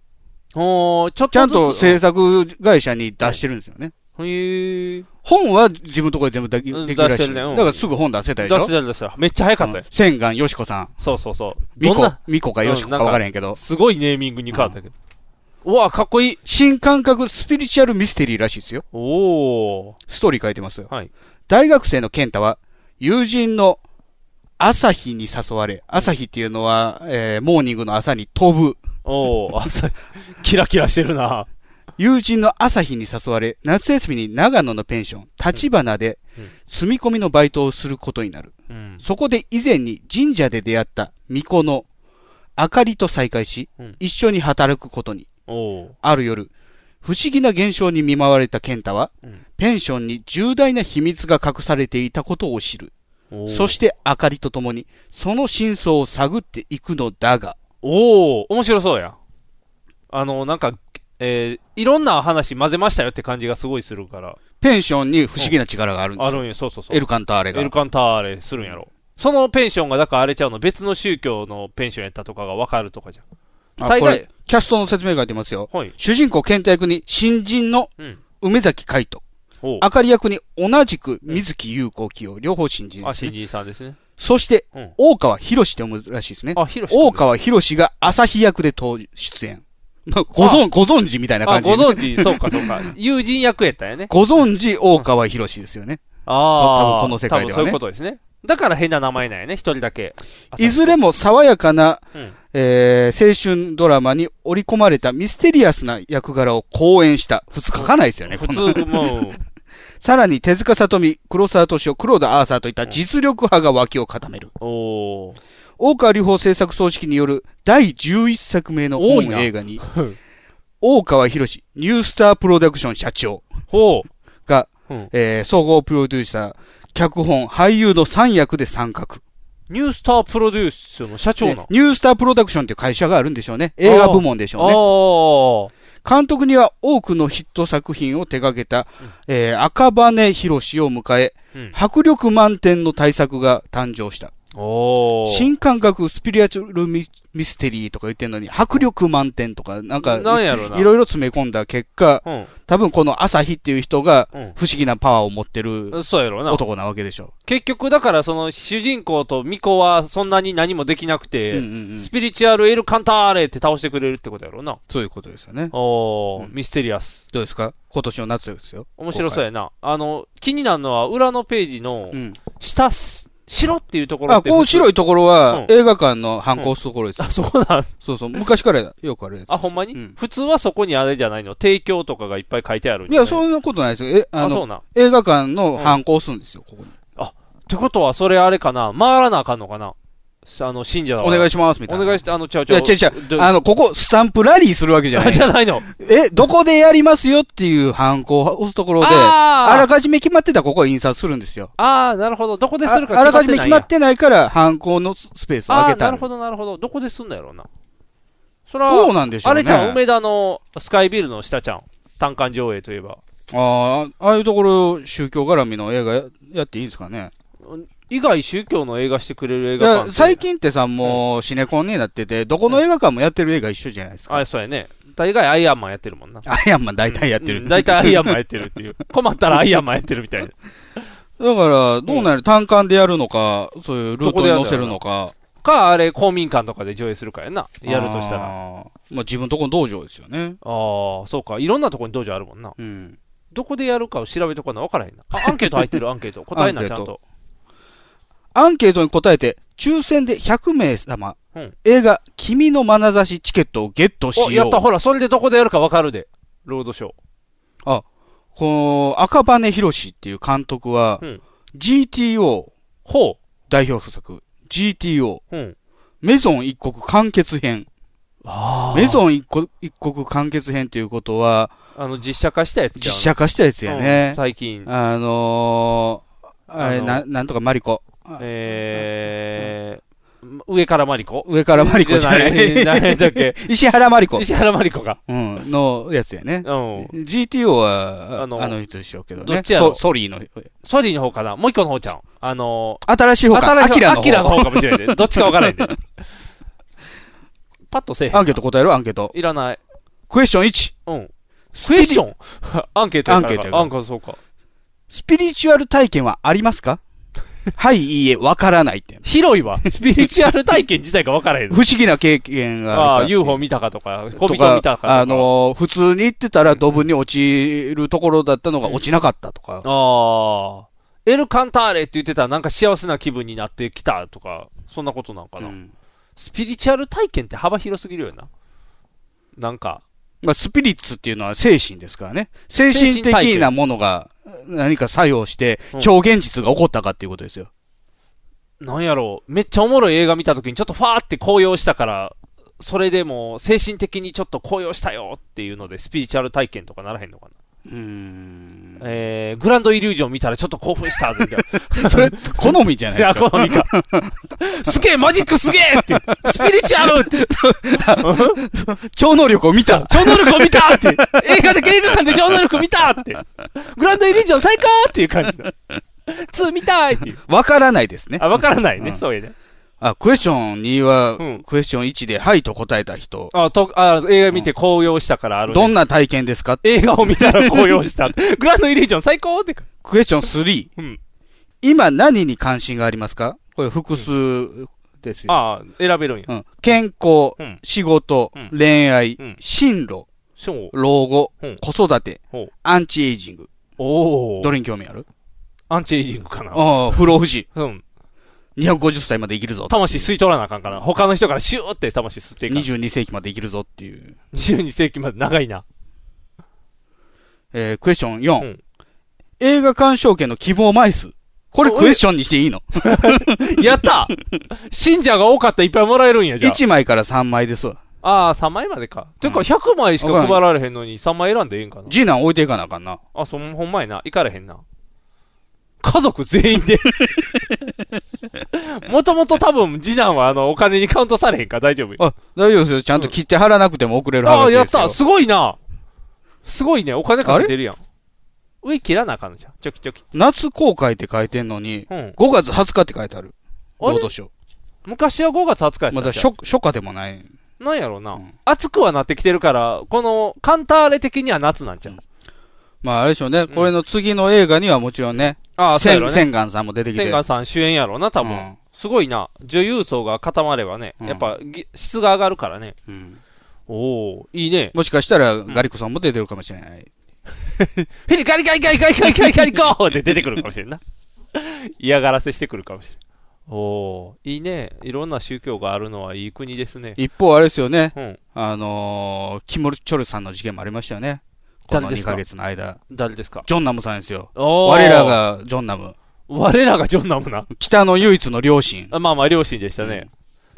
[SPEAKER 2] おー、ちょっとずつ。
[SPEAKER 3] ちゃんと制作会社に出してるんですよね。
[SPEAKER 2] へえ。
[SPEAKER 3] 本は自分のところで全部でき
[SPEAKER 2] うん
[SPEAKER 3] できるら
[SPEAKER 2] 出
[SPEAKER 3] し
[SPEAKER 2] して
[SPEAKER 3] い。
[SPEAKER 2] るね
[SPEAKER 3] だ
[SPEAKER 2] うん
[SPEAKER 3] からすぐ本出せた
[SPEAKER 2] 出
[SPEAKER 3] でしょ。
[SPEAKER 2] した出した。めっちゃ早かったよ。
[SPEAKER 3] うん千眼よしこさん。
[SPEAKER 2] そうそうそう。
[SPEAKER 3] み
[SPEAKER 2] どん
[SPEAKER 3] こ
[SPEAKER 2] な、、
[SPEAKER 3] みこかよしこか分からへんけど。
[SPEAKER 2] すごいネーミングに変わったけど。うわ、かっこいい。
[SPEAKER 3] 新感覚スピリチュアルミステリーらしいですよ。
[SPEAKER 2] おー。
[SPEAKER 3] ストーリー書いてますよ。
[SPEAKER 2] はい。
[SPEAKER 3] 大学生の健太は、友人の朝日に誘われ、朝日っていうのは、えーモーニングの朝に飛ぶ。
[SPEAKER 2] お ー、朝、キラキラしてるな。
[SPEAKER 3] 友人の朝日に誘われ、夏休みに長野のペンション、立花で
[SPEAKER 2] うん、
[SPEAKER 3] 住み込みのバイトをすることになる。
[SPEAKER 2] うん。
[SPEAKER 3] そこで以前に神社で出会った巫女の明かりと再会し
[SPEAKER 2] うん、
[SPEAKER 3] 一緒に働くことに。
[SPEAKER 2] おー。
[SPEAKER 3] ある夜、不思議な現象に見舞われた健太は
[SPEAKER 2] うん、
[SPEAKER 3] ペンションに重大な秘密が隠されていたことを知る。
[SPEAKER 2] おー
[SPEAKER 3] そして、明かりと共に、その真相を探っていくのだが、
[SPEAKER 2] おお面白そうや。あの、なんか、えー、いろんな話混ぜましたよって感じがすごいするから。
[SPEAKER 3] ペンションに不思議な力があるんで
[SPEAKER 2] あ
[SPEAKER 3] すよ。
[SPEAKER 2] るんや、そうそうそう。
[SPEAKER 3] エルカンターレ
[SPEAKER 2] エル
[SPEAKER 3] が。
[SPEAKER 2] カンターレするんやろ。そのペンションが、だからあれちゃうの、別の宗教のペンションやったとかがわかるとかじゃん。
[SPEAKER 3] あ
[SPEAKER 2] 大
[SPEAKER 3] これ
[SPEAKER 2] 概、、
[SPEAKER 3] キャストの説明書いてますよ。
[SPEAKER 2] はい。
[SPEAKER 3] 主人公健太役に新人の
[SPEAKER 2] うん。
[SPEAKER 3] 梅崎海斗。
[SPEAKER 2] おう
[SPEAKER 3] 明かり役に同じく水木優子起用。両方新人
[SPEAKER 2] あ、
[SPEAKER 3] です、
[SPEAKER 2] 新
[SPEAKER 3] ね。
[SPEAKER 2] 人さんですね。
[SPEAKER 3] そして
[SPEAKER 2] うん、
[SPEAKER 3] 大川博士って読むらしいですね。
[SPEAKER 2] あ、ヒロシ君
[SPEAKER 3] 大
[SPEAKER 2] です。
[SPEAKER 3] 川博士が朝日役で登出演。まあご存、ご存知みたいな
[SPEAKER 2] あ、
[SPEAKER 3] 感じ。
[SPEAKER 2] ご存 知、そうか、そうか。友人役やったんやね。
[SPEAKER 3] ご存知、大川博士ですよね。
[SPEAKER 2] ああ。
[SPEAKER 3] 多分この世界ではね
[SPEAKER 2] 多分そういうことですね。だから変な名前なんやね、一人だけ。
[SPEAKER 3] いずれも爽やかな、
[SPEAKER 2] うん
[SPEAKER 3] えー、青春ドラマに織り込まれたミステリアスな役柄を講演した。普通書かないですよね、
[SPEAKER 2] 普
[SPEAKER 3] こんなの
[SPEAKER 2] 通、もう、
[SPEAKER 3] さらに手塚さとみ、黒沢敏夫、黒田アーサーといった実力派が脇を固める。
[SPEAKER 2] おー。
[SPEAKER 3] 大川隆法制作総指揮による第11作目の
[SPEAKER 2] 多い
[SPEAKER 3] 本
[SPEAKER 2] な
[SPEAKER 3] 映画に
[SPEAKER 2] うん、
[SPEAKER 3] 大川博士、ニュースタープロダクション社長
[SPEAKER 2] ほう。
[SPEAKER 3] が、
[SPEAKER 2] うん
[SPEAKER 3] えー総合プロデューサー、脚本、俳優の3役で参画。
[SPEAKER 2] ニュースタープロデュースの社長なん。
[SPEAKER 3] ねニュースタープロダクションっていう会社があるんでしょうね。映画部門でし
[SPEAKER 2] あ
[SPEAKER 3] ょうね。
[SPEAKER 2] ー。
[SPEAKER 3] 監督には多くのヒット作品を手掛けた、
[SPEAKER 2] うん
[SPEAKER 3] えー赤羽博士を迎え、
[SPEAKER 2] うん
[SPEAKER 3] 迫力満点の大作が誕生した。
[SPEAKER 2] おー。
[SPEAKER 3] 新感覚スピリアチュアルミミステリーとか言ってんのに、迫力満点とか、なんか、
[SPEAKER 2] なんやろな。
[SPEAKER 3] いろいろ詰め込んだ結果、
[SPEAKER 2] うん。
[SPEAKER 3] 多分この朝日っていう人が
[SPEAKER 2] うん
[SPEAKER 3] 不思議なパワーを持ってる
[SPEAKER 2] そうやろな。
[SPEAKER 3] 男なわけでしょ。
[SPEAKER 2] 結局、だからその主人公と巫女はそんなに何もできなく
[SPEAKER 3] う
[SPEAKER 2] て、
[SPEAKER 3] んうんうん
[SPEAKER 2] スピリチュアルエルカンターレって倒してくれるってことやろうな。
[SPEAKER 3] そういうことですよね。
[SPEAKER 2] お
[SPEAKER 3] う
[SPEAKER 2] ー、
[SPEAKER 3] ん
[SPEAKER 2] ミステリアス。
[SPEAKER 3] どうですか今年の夏ですよ。
[SPEAKER 2] 面白そう
[SPEAKER 3] や。
[SPEAKER 2] やな。あの、気になるのは裏のページの
[SPEAKER 3] うん。
[SPEAKER 2] 下す、白っていうところ
[SPEAKER 3] あ、
[SPEAKER 2] って。
[SPEAKER 3] こう白いところ
[SPEAKER 2] う
[SPEAKER 3] は
[SPEAKER 2] ん
[SPEAKER 3] 映画館の反抗するところですよ
[SPEAKER 2] あ、そうなん。
[SPEAKER 3] そうそう、昔からよくあるやつ。
[SPEAKER 2] あ、ほんまに、
[SPEAKER 3] うん
[SPEAKER 2] 普通はそこにあれじゃないの提供とかがいっぱい書いてあるん
[SPEAKER 3] い
[SPEAKER 2] じゃな
[SPEAKER 3] や、
[SPEAKER 2] い
[SPEAKER 3] そんなことないですよ。え、あ
[SPEAKER 2] あ、そ
[SPEAKER 3] の
[SPEAKER 2] う、なん。っ
[SPEAKER 3] 映画館の反抗するんですよ、ここに。
[SPEAKER 2] てことは、それあれかな回らなあかんのかなあの、信者だ
[SPEAKER 3] お願
[SPEAKER 2] い
[SPEAKER 3] いします、みたい
[SPEAKER 2] お
[SPEAKER 3] な。
[SPEAKER 2] 願い
[SPEAKER 3] し
[SPEAKER 2] して、あの、ちゃうち
[SPEAKER 3] い
[SPEAKER 2] ゃ
[SPEAKER 3] や、
[SPEAKER 2] う。
[SPEAKER 3] 違う違う。
[SPEAKER 2] ど
[SPEAKER 3] あの、ここ、スタンプラリーするわけじゃな
[SPEAKER 2] あじゃ
[SPEAKER 3] い。
[SPEAKER 2] ないの。
[SPEAKER 3] え、どこでやりますよっていう反抗を押すところで、あ
[SPEAKER 2] あー
[SPEAKER 3] らかじめ決まってたらここを印刷するんですよ。
[SPEAKER 2] あー、なるほど。どこでするか
[SPEAKER 3] ああらかじめ
[SPEAKER 2] な
[SPEAKER 3] 決
[SPEAKER 2] いんや
[SPEAKER 3] まってないから、反抗のスペースを
[SPEAKER 2] あ
[SPEAKER 3] 開
[SPEAKER 2] あ
[SPEAKER 3] け
[SPEAKER 2] ー、
[SPEAKER 3] た
[SPEAKER 2] な
[SPEAKER 3] の
[SPEAKER 2] るほど、なるほど。どこですんのやろうな。それは、
[SPEAKER 3] どうなんでしょ
[SPEAKER 2] あ
[SPEAKER 3] うね。
[SPEAKER 2] れちゃん、梅田のスカイビルの下ちゃん。単館上映といえば。
[SPEAKER 3] ああ、ああいうところ、宗教絡みの映画ややっていいんですかね。
[SPEAKER 2] 以外宗教の映画してくれる映
[SPEAKER 3] い
[SPEAKER 2] 画館っ
[SPEAKER 3] や
[SPEAKER 2] て。、
[SPEAKER 3] 最近ってさ、もう、シネコンになってて、どこの映画館もやってる映画一緒じゃないですか。
[SPEAKER 2] あ、そうやね。大概アイアンマンやってるもんな。
[SPEAKER 3] アイアンマン大体やって
[SPEAKER 2] う
[SPEAKER 3] る。
[SPEAKER 2] ん大体アイアンマンやってるっていう。 困ったらアイアンマンやってるみたいな。
[SPEAKER 3] だから、どうなる、単管でやるのか、そういうルートに乗せるのか。
[SPEAKER 2] か、あれ、公民館とかで上映するかやな。やるとしたら。
[SPEAKER 3] ら。
[SPEAKER 2] あ
[SPEAKER 3] まあ自分とこの道場ですよね。
[SPEAKER 2] あー、そうか。いろんなとこに道場あるもんな。
[SPEAKER 3] うん。
[SPEAKER 2] どこでやるかを調べとかな分からへんな。あ、アンケート入ってる、アンケ ート。答えな、
[SPEAKER 3] アン
[SPEAKER 2] ち
[SPEAKER 3] ケ
[SPEAKER 2] ゃ
[SPEAKER 3] ー
[SPEAKER 2] ん
[SPEAKER 3] ト
[SPEAKER 2] と。
[SPEAKER 3] アンケートに答えて、抽選で100名様、
[SPEAKER 2] うん
[SPEAKER 3] 映画、君の眼差しチケットをゲットしよ
[SPEAKER 2] お、
[SPEAKER 3] う。
[SPEAKER 2] やった、ほら、それでどこでやるか分かるで。ロードショー。
[SPEAKER 3] この、赤羽博士っていう監督は、
[SPEAKER 2] うん
[SPEAKER 3] GTO
[SPEAKER 2] ほ
[SPEAKER 3] 代表作、GTO、
[SPEAKER 2] う。うん。
[SPEAKER 3] メゾン一国完結編。
[SPEAKER 2] あ
[SPEAKER 3] メゾン一国一国完結編っていうことは、
[SPEAKER 2] あの、実写化したやつじゃ
[SPEAKER 3] 実
[SPEAKER 2] ん。
[SPEAKER 3] 写化したやつやね。
[SPEAKER 2] うん最近。
[SPEAKER 3] あのー、あれ、
[SPEAKER 2] あの
[SPEAKER 3] な、なんとかマリコ。
[SPEAKER 2] えー、上からマリコ
[SPEAKER 3] 上からマリコじゃない。
[SPEAKER 2] じゃない何だっけ
[SPEAKER 3] 石原マリコ。
[SPEAKER 2] 石原マリコが。
[SPEAKER 3] うん、のやつやね。
[SPEAKER 2] うん。
[SPEAKER 3] GTO は、
[SPEAKER 2] あ
[SPEAKER 3] あ
[SPEAKER 2] の
[SPEAKER 3] の人でしょうけどね。
[SPEAKER 2] どっちやろ
[SPEAKER 3] ソソリーの。
[SPEAKER 2] ソリーの方かなもう一個の方ちゃん。あの
[SPEAKER 3] 新しい
[SPEAKER 2] ー、
[SPEAKER 3] 方か。アキラの
[SPEAKER 2] アキラの
[SPEAKER 3] 方。
[SPEAKER 2] 方かもしれないで。どっちか分からへ んで。パッとせえへん。
[SPEAKER 3] アンケート答えろ、アンケート。
[SPEAKER 2] いらない。
[SPEAKER 3] クエスチョン1。
[SPEAKER 2] うん。クエスチョンアンケートや
[SPEAKER 3] アン
[SPEAKER 2] から
[SPEAKER 3] ケートやから
[SPEAKER 2] アンケートそうか。
[SPEAKER 3] スピリチュアル体験はあります かはい、いいえ、わからないって。
[SPEAKER 2] 広いわ。スピリチュアル体験自体が分からへん
[SPEAKER 3] 不。思議 な経験が
[SPEAKER 2] あ
[SPEAKER 3] あ
[SPEAKER 2] あ、
[SPEAKER 3] るか。
[SPEAKER 2] UFO 見たかとか、小
[SPEAKER 3] と
[SPEAKER 2] 人
[SPEAKER 3] か
[SPEAKER 2] 見たかとか。
[SPEAKER 3] あのー、普通に行ってたらドブに落ちるところだったのが落ちなかったとか。
[SPEAKER 2] ああ。エルカンターレって言ってたらなんか幸せな気分になってきたとか、そんなことなんかな。
[SPEAKER 3] うん
[SPEAKER 2] スピリチュアル体験って幅広すぎるよな。なんか、
[SPEAKER 3] まあ、スピリッツっていうのは精神ですからね。精神
[SPEAKER 2] 精神体
[SPEAKER 3] 的な
[SPEAKER 2] 験
[SPEAKER 3] ものが何か作用して
[SPEAKER 2] うん、
[SPEAKER 3] 超現実が起こったかっていうことですよ。
[SPEAKER 2] なんやろう、めっちゃおもろい映画見た時にちょっとファーって高揚したから、それでも精神的にちょっと高揚したよっていうのでスピリチュアル体験とかならへんのかな。
[SPEAKER 3] うー ん。
[SPEAKER 2] えー、グランドイリュージョン見たらちょっと興奮したみた いな。
[SPEAKER 3] それ、好みじゃない
[SPEAKER 2] い
[SPEAKER 3] で
[SPEAKER 2] や、
[SPEAKER 3] すか。
[SPEAKER 2] 好みか。すげえ、マジックすげえって。スピリチュアルって。
[SPEAKER 3] 超能力を見た。
[SPEAKER 2] 超能力を見たって。映画で、映画館で超能力見たって。グランドイリュージョン最高っていう感じだ。2見たいっていう。
[SPEAKER 3] わからないですね。
[SPEAKER 2] あ、わからないね、
[SPEAKER 3] うん
[SPEAKER 2] そういうね。
[SPEAKER 3] あ、クエスチョン2は、
[SPEAKER 2] うん
[SPEAKER 3] クエスチョン1で、はいと答えた人。
[SPEAKER 2] あ、と、あ、映画見て高揚したから、あるね
[SPEAKER 3] どんな体験ですか
[SPEAKER 2] 映画を見たら高揚 した。グランドイリュージョン最高って。
[SPEAKER 3] クエスチョン3。
[SPEAKER 2] うん
[SPEAKER 3] 今何に関心がありますかこれ複数ですよ。
[SPEAKER 2] ああ、選べるんや。
[SPEAKER 3] うん、健康、
[SPEAKER 2] うん
[SPEAKER 3] 仕事、
[SPEAKER 2] うん
[SPEAKER 3] 恋愛、
[SPEAKER 2] うん
[SPEAKER 3] 進路、
[SPEAKER 2] そう。
[SPEAKER 3] 老後、
[SPEAKER 2] うん
[SPEAKER 3] 子育て
[SPEAKER 2] ほう、
[SPEAKER 3] アンチエイジング。
[SPEAKER 2] おお。
[SPEAKER 3] どれに興味ある
[SPEAKER 2] アンチエイジングかな。
[SPEAKER 3] ああ、不老不死。
[SPEAKER 2] うん。
[SPEAKER 3] 250歳まで生きるぞ。
[SPEAKER 2] 魂吸い取らなあかんから。他の人からシューって魂吸っていかん。
[SPEAKER 3] 22世紀まで生きるぞっていう。
[SPEAKER 2] 22世紀まで長いな。
[SPEAKER 3] えー、クエスチョン4。
[SPEAKER 2] うん
[SPEAKER 3] 映画鑑賞券の希望枚数。これクエスチョンにしていいの
[SPEAKER 2] や った信者が多かったらいっぱいもらえるんや、じゃ
[SPEAKER 3] ?1 枚から3枚ですわ。
[SPEAKER 2] あ。ああ、3枚までか。てか、
[SPEAKER 3] うん
[SPEAKER 2] 100枚しか配られへんのに3枚選んでええんかな。
[SPEAKER 3] 次男置いていかなあかんな。
[SPEAKER 2] あ、そん、ほんまやな。行かれへんな。家族全員 で。もともと多分、次男はあの、お金にカウントされへんから大丈夫。
[SPEAKER 3] あ、大丈夫ですよ。ちゃんと切って貼らなくても送れるは
[SPEAKER 2] あ
[SPEAKER 3] が
[SPEAKER 2] あ、
[SPEAKER 3] き
[SPEAKER 2] やっ
[SPEAKER 3] ですよ。
[SPEAKER 2] たすごいなすごいね。お金かけてるやん。上切らなあかんのじゃん。ちょきちょき。
[SPEAKER 3] 夏公開って書いてんのに、
[SPEAKER 2] うん。
[SPEAKER 3] 5月20日って書いてある。
[SPEAKER 2] あ
[SPEAKER 3] ロ
[SPEAKER 2] れ
[SPEAKER 3] ードショー。
[SPEAKER 2] 昔は5月20日やっ
[SPEAKER 3] ま
[SPEAKER 2] たんちゃ
[SPEAKER 3] だ
[SPEAKER 2] う
[SPEAKER 3] 初初夏でもない。
[SPEAKER 2] なんやろうな、
[SPEAKER 3] うん
[SPEAKER 2] 暑くはなってきてるから、この、カンターレ的には夏なんちゃう、
[SPEAKER 3] うんまあ、あれでしょうね。これの次の映画にはもちろんね、
[SPEAKER 2] ああ、そうやろうね。
[SPEAKER 3] 千願さんも出てきて。
[SPEAKER 2] 千賀さん主演やろうな、多分、
[SPEAKER 3] うん
[SPEAKER 2] すごいな。女優層が固まればね、
[SPEAKER 3] うん
[SPEAKER 2] やっぱ、ぎ質が上がるからね。
[SPEAKER 3] うん
[SPEAKER 2] おおいいね。
[SPEAKER 3] もしかしたら、ガリコさんも出てるかもしれない。
[SPEAKER 2] フィリガリガリガリガリガリガリガリゴーって出てくるかもしれんな。嫌がらせしてくるかもしれん。おおいいね。いろんな宗教があるのはいい国ですね。
[SPEAKER 3] 一方、あれですよね。
[SPEAKER 2] うん。
[SPEAKER 3] あのー、キム・チョルさんの事件もありましたよね。こ
[SPEAKER 2] 誰
[SPEAKER 3] の
[SPEAKER 2] です
[SPEAKER 3] 2
[SPEAKER 2] か
[SPEAKER 3] ヶ月の間。
[SPEAKER 2] 誰ですか
[SPEAKER 3] ジョンナムさんですよ。
[SPEAKER 2] おー
[SPEAKER 3] 我ら。がジョンナム。
[SPEAKER 2] 我らがジョンナムな。
[SPEAKER 3] 北の唯一の両親。
[SPEAKER 2] あまあまあ、両親でしたね。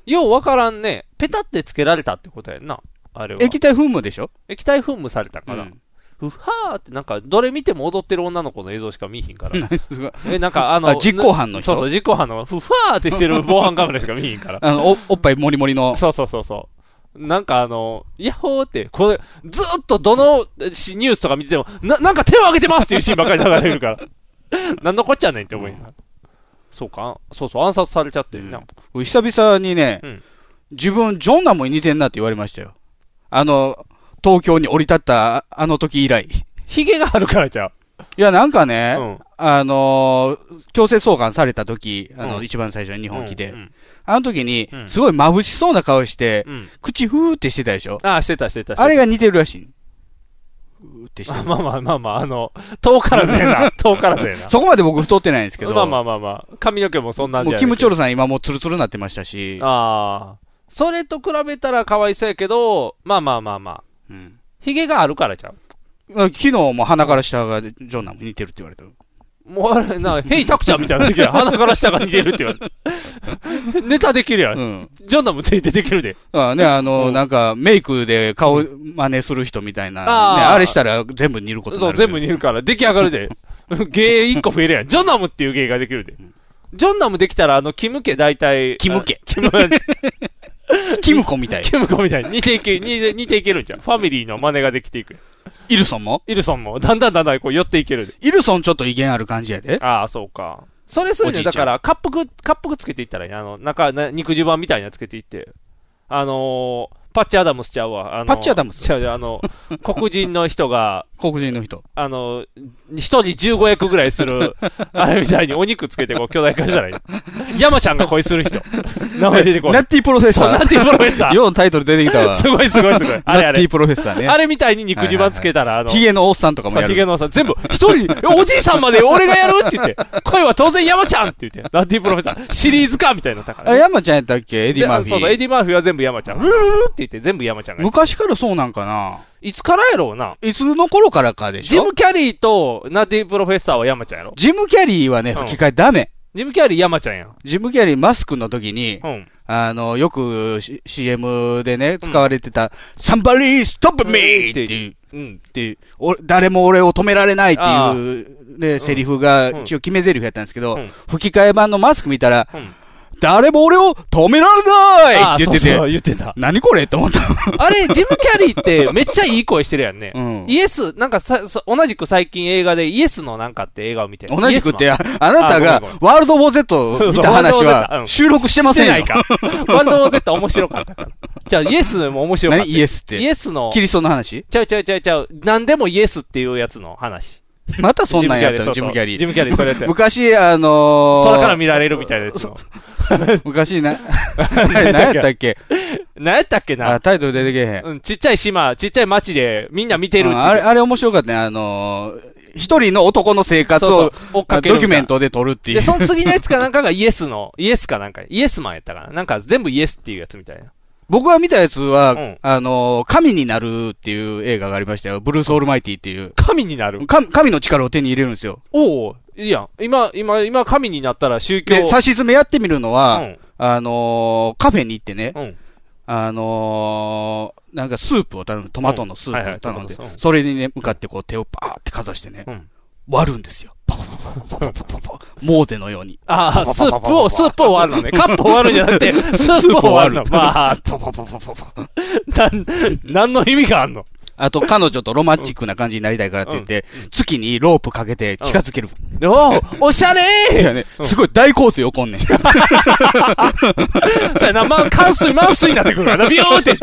[SPEAKER 2] ようわからんね。ペタってつけられたってことやんな。あれは。
[SPEAKER 3] 液体噴霧でしょ
[SPEAKER 2] 液体噴霧されたから。
[SPEAKER 3] うん
[SPEAKER 2] ふはーって、なんか、どれ見ても踊ってる女の子の映像しか見えひんから。
[SPEAKER 3] 何ですか
[SPEAKER 2] え、なんか、あの、
[SPEAKER 3] あ、実行犯の
[SPEAKER 2] そうそ
[SPEAKER 3] 人
[SPEAKER 2] う、実行犯の、ふはーってしてる防犯カメラしか見えひん から。
[SPEAKER 3] あの、おおっぱいもりもりの。
[SPEAKER 2] そうそうそうそう。なんかあの、ヤッホーって、これ、ずーっとどのしニュースとか見てても、な、なんか手を挙げてますっていうシーンばっかり流れるから。 なんのこっちゃねんって思いながら。そうか、そうそう、暗殺されちゃってんな。
[SPEAKER 3] 久々にね、
[SPEAKER 2] うん
[SPEAKER 3] 自分、ジョンナムに似てんなって言われましたよ。あの、東京に降り立ったああの時以来。い
[SPEAKER 2] ヒゲがあるからじゃ
[SPEAKER 3] や、なんかね、
[SPEAKER 2] う。うん。
[SPEAKER 3] あのー強制送還された時、あの、
[SPEAKER 2] うん
[SPEAKER 3] 一番最初に日本来て、
[SPEAKER 2] うん
[SPEAKER 3] あの時に
[SPEAKER 2] う、ん
[SPEAKER 3] すごい眩しそうな顔して、
[SPEAKER 2] うんうん
[SPEAKER 3] 口ふーってしてたでしょ
[SPEAKER 2] ああ、してた、してた。してた
[SPEAKER 3] あれが似てるらしい。ふーってして
[SPEAKER 2] あ
[SPEAKER 3] る。
[SPEAKER 2] まあまあまあまあ、あの、遠からずや な。遠からずやな。
[SPEAKER 3] そこまで僕太ってないんですけど、
[SPEAKER 2] まあまあまあまあ、髪の毛もそんなんじ
[SPEAKER 3] も
[SPEAKER 2] ゃ
[SPEAKER 3] う
[SPEAKER 2] ない
[SPEAKER 3] キム・チョルさん今もうツルツルになってましたし、
[SPEAKER 2] ああ。それと比べたらかわいそうやけど、まあまあまあまあ。
[SPEAKER 3] うん、
[SPEAKER 2] ヒゲがあるからじゃ
[SPEAKER 3] 昨
[SPEAKER 2] ん。
[SPEAKER 3] 日も鼻から下がジョンナムに似てるって言われた。
[SPEAKER 2] もうあれ な、ヘイタクちゃんみたいな時は鼻から下が似てるって言われて。 ネタできるやん。
[SPEAKER 3] うん。
[SPEAKER 2] ジョンダムついてできるで。
[SPEAKER 3] あね、あの、
[SPEAKER 2] うん
[SPEAKER 3] なんか、メイクで顔真似する人みたいな、ね、
[SPEAKER 2] あー
[SPEAKER 3] あれしたら全部似ることに
[SPEAKER 2] そ
[SPEAKER 3] な
[SPEAKER 2] う、
[SPEAKER 3] る。
[SPEAKER 2] 全部似るから、出来上がるで。芸一個増えるやん。ジョンナムっていう芸ができるで。ジョンナムできたら、あの、キム家大体。
[SPEAKER 3] キム 家
[SPEAKER 2] あ。キム、
[SPEAKER 3] キムコみたい。
[SPEAKER 2] キムコみたいに似ていけ、似て似ていけるんじゃん。ファミリーの真似ができていく。
[SPEAKER 3] イルソンも
[SPEAKER 2] イルソンも、だんだんだんだんこう寄っていける。
[SPEAKER 3] イルソンちょっと威厳ある感じやで。
[SPEAKER 2] ああ、そうか。それする
[SPEAKER 3] お
[SPEAKER 2] には、
[SPEAKER 3] じい
[SPEAKER 2] だ
[SPEAKER 3] ちゃ
[SPEAKER 2] か
[SPEAKER 3] ん
[SPEAKER 2] ら、カップク、カップクつけていったらいいね。あの、中、な肉汁版みたいなのつけていって。あのー、パッチアダムスちゃうわ。あの
[SPEAKER 3] パッチアダムス
[SPEAKER 2] ちゃうよあの、 黒人の人が、
[SPEAKER 3] 黒人の人。
[SPEAKER 2] あの、一人15役ぐらい する、あれみたいにお肉つけてこう巨大化したらいい。山ちゃんが恋す る人。名前出てこな
[SPEAKER 3] ナ
[SPEAKER 2] い。
[SPEAKER 3] ッティプロフェッ
[SPEAKER 2] そう、ナ
[SPEAKER 3] サ
[SPEAKER 2] ッティプロフェッサ
[SPEAKER 3] ー。
[SPEAKER 2] ー。
[SPEAKER 3] ようタイトル出てきたわ。
[SPEAKER 2] すごいすごいすごい。あれ
[SPEAKER 3] ナ
[SPEAKER 2] あ
[SPEAKER 3] ッテ
[SPEAKER 2] れ
[SPEAKER 3] ィ。プロフェッサーね。
[SPEAKER 2] あれみたいに肉汁版つけたら、あの、
[SPEAKER 3] ヒゲのおっさんとかも
[SPEAKER 2] さ
[SPEAKER 3] や
[SPEAKER 2] ヒ
[SPEAKER 3] る。
[SPEAKER 2] ゲのおっさん、全部、 一人、おじいさんまで俺がやるって言って、声は当然山ちゃんって言って、ラティプロフェッサー、シリーズかみたいになったか
[SPEAKER 3] あ
[SPEAKER 2] ら、
[SPEAKER 3] れ、山ちゃんやったっけエ
[SPEAKER 2] エ
[SPEAKER 3] ディ・マーフィー。
[SPEAKER 2] そうそう、エディ・マーフィーは全部山ちゃん。うーって言って、全部山ちゃんが。
[SPEAKER 3] 昔からそうなんかない
[SPEAKER 2] つからやろうな。
[SPEAKER 3] いつの頃からかでし
[SPEAKER 2] ジ
[SPEAKER 3] ょ
[SPEAKER 2] ム・キャリーとナティ・プロフェッサーは山ちゃんやろ。
[SPEAKER 3] ジムキャリーはね、
[SPEAKER 2] うん
[SPEAKER 3] 吹き替えダメ。
[SPEAKER 2] ジム・キャリー山ちゃんやん。
[SPEAKER 3] ジムキャリーマスクの時に、
[SPEAKER 2] うん。
[SPEAKER 3] あの、よくし CM でね、使われてた、Somebody stop me! っていう。
[SPEAKER 2] うん。
[SPEAKER 3] っていう、お誰も俺を止められないって
[SPEAKER 2] あ
[SPEAKER 3] いう、ね、
[SPEAKER 2] ん
[SPEAKER 3] セリフが
[SPEAKER 2] うん
[SPEAKER 3] 一応決め台詞やったんですけど、
[SPEAKER 2] うん
[SPEAKER 3] 吹き替え版のマスク見たら、
[SPEAKER 2] うん。
[SPEAKER 3] 誰も俺を止められない
[SPEAKER 2] あ
[SPEAKER 3] って言ってて、
[SPEAKER 2] そうそう言ってた。
[SPEAKER 3] 何これって思った。
[SPEAKER 2] あれ、ジム・キャリーってめっちゃいい声してるやんね。
[SPEAKER 3] うん
[SPEAKER 2] イエス、なんかさ、そ同じく最近映画でイエスのなんかって映画を見て。
[SPEAKER 3] 同じくっ
[SPEAKER 2] イエ
[SPEAKER 3] て、
[SPEAKER 2] スの
[SPEAKER 3] ああなた
[SPEAKER 2] あ
[SPEAKER 3] が
[SPEAKER 2] ごめん
[SPEAKER 3] ワールド・ウォー・ゼットを見た話
[SPEAKER 2] そうそうワールドウォーゼットう
[SPEAKER 3] は
[SPEAKER 2] ん
[SPEAKER 3] 収録してませんよ
[SPEAKER 2] して。 ないか。ワンドは絶対面白かったから。じゃあ、イエスも面白かった。
[SPEAKER 3] 何イエスって
[SPEAKER 2] イエスの
[SPEAKER 3] キ、リストの話
[SPEAKER 2] ちゃうちゃうちゃうちゃう、何でもイエスっていうやつの話。
[SPEAKER 3] またそんなんやったの、ジ
[SPEAKER 2] ジ
[SPEAKER 3] ム
[SPEAKER 2] ム
[SPEAKER 3] キ
[SPEAKER 2] キ
[SPEAKER 3] ャ
[SPEAKER 2] ャ
[SPEAKER 3] リ
[SPEAKER 2] リ
[SPEAKER 3] ー。
[SPEAKER 2] ーそうそうジムキャリーそれやったよ
[SPEAKER 3] 昔、あのー、
[SPEAKER 2] 空から見られるみたいなやつの。
[SPEAKER 3] 昔 な、何やったっけ
[SPEAKER 2] 何やったっけ
[SPEAKER 3] あ、
[SPEAKER 2] な
[SPEAKER 3] タイトル出てけえへん。
[SPEAKER 2] うん、ちっちゃい島、ちっちゃい町でみんな見てるって
[SPEAKER 3] ああれ、あれ面白かったね。あのー、一人の男の生活
[SPEAKER 2] そ
[SPEAKER 3] を
[SPEAKER 2] うそう追っかける
[SPEAKER 3] ドキュメントで撮るっていう。
[SPEAKER 2] で、その次のやつかなんかがイエスの、イエスかなんか、イエスマンやったかな。なんか全部イエスっていうやつみたいな。
[SPEAKER 3] 僕が見たやつは、
[SPEAKER 2] うん
[SPEAKER 3] あのー、神になるっていう映画がありましたよ。ブルース・オールマイティっていう。
[SPEAKER 2] 神になる。
[SPEAKER 3] 神神の力を手に入れるんですよ。
[SPEAKER 2] おおいいやん。今、今、今神になったら宗教。
[SPEAKER 3] で、差し詰めやってみるのは、
[SPEAKER 2] うん
[SPEAKER 3] あのー、カフェに行ってね、
[SPEAKER 2] うん。
[SPEAKER 3] あのー、なんかスープを頼む、トマトのスープを頼んで、
[SPEAKER 2] うんはいはいトマトのうん
[SPEAKER 3] それにね、向かってこう手をパーってかざしてね、
[SPEAKER 2] うん。
[SPEAKER 3] 割るんですよ。パパパパパパパパパモーゼのように。
[SPEAKER 2] ああ、スープを、スープを割るのね。カップを割るんじゃなくて、 スープを割るの。まあ、
[SPEAKER 3] パパパパパパ。
[SPEAKER 2] なん、なんの意味があんの
[SPEAKER 3] あと、彼女とロマンチックな感じになりたいからって言って、月にロープかけて近づける。
[SPEAKER 2] おおおしゃれ
[SPEAKER 3] いや
[SPEAKER 2] ー
[SPEAKER 3] ね、すごい大コースよ、こんねん。
[SPEAKER 2] そうやな、まあ、関水、満水になってくるからな、ビヨーンって。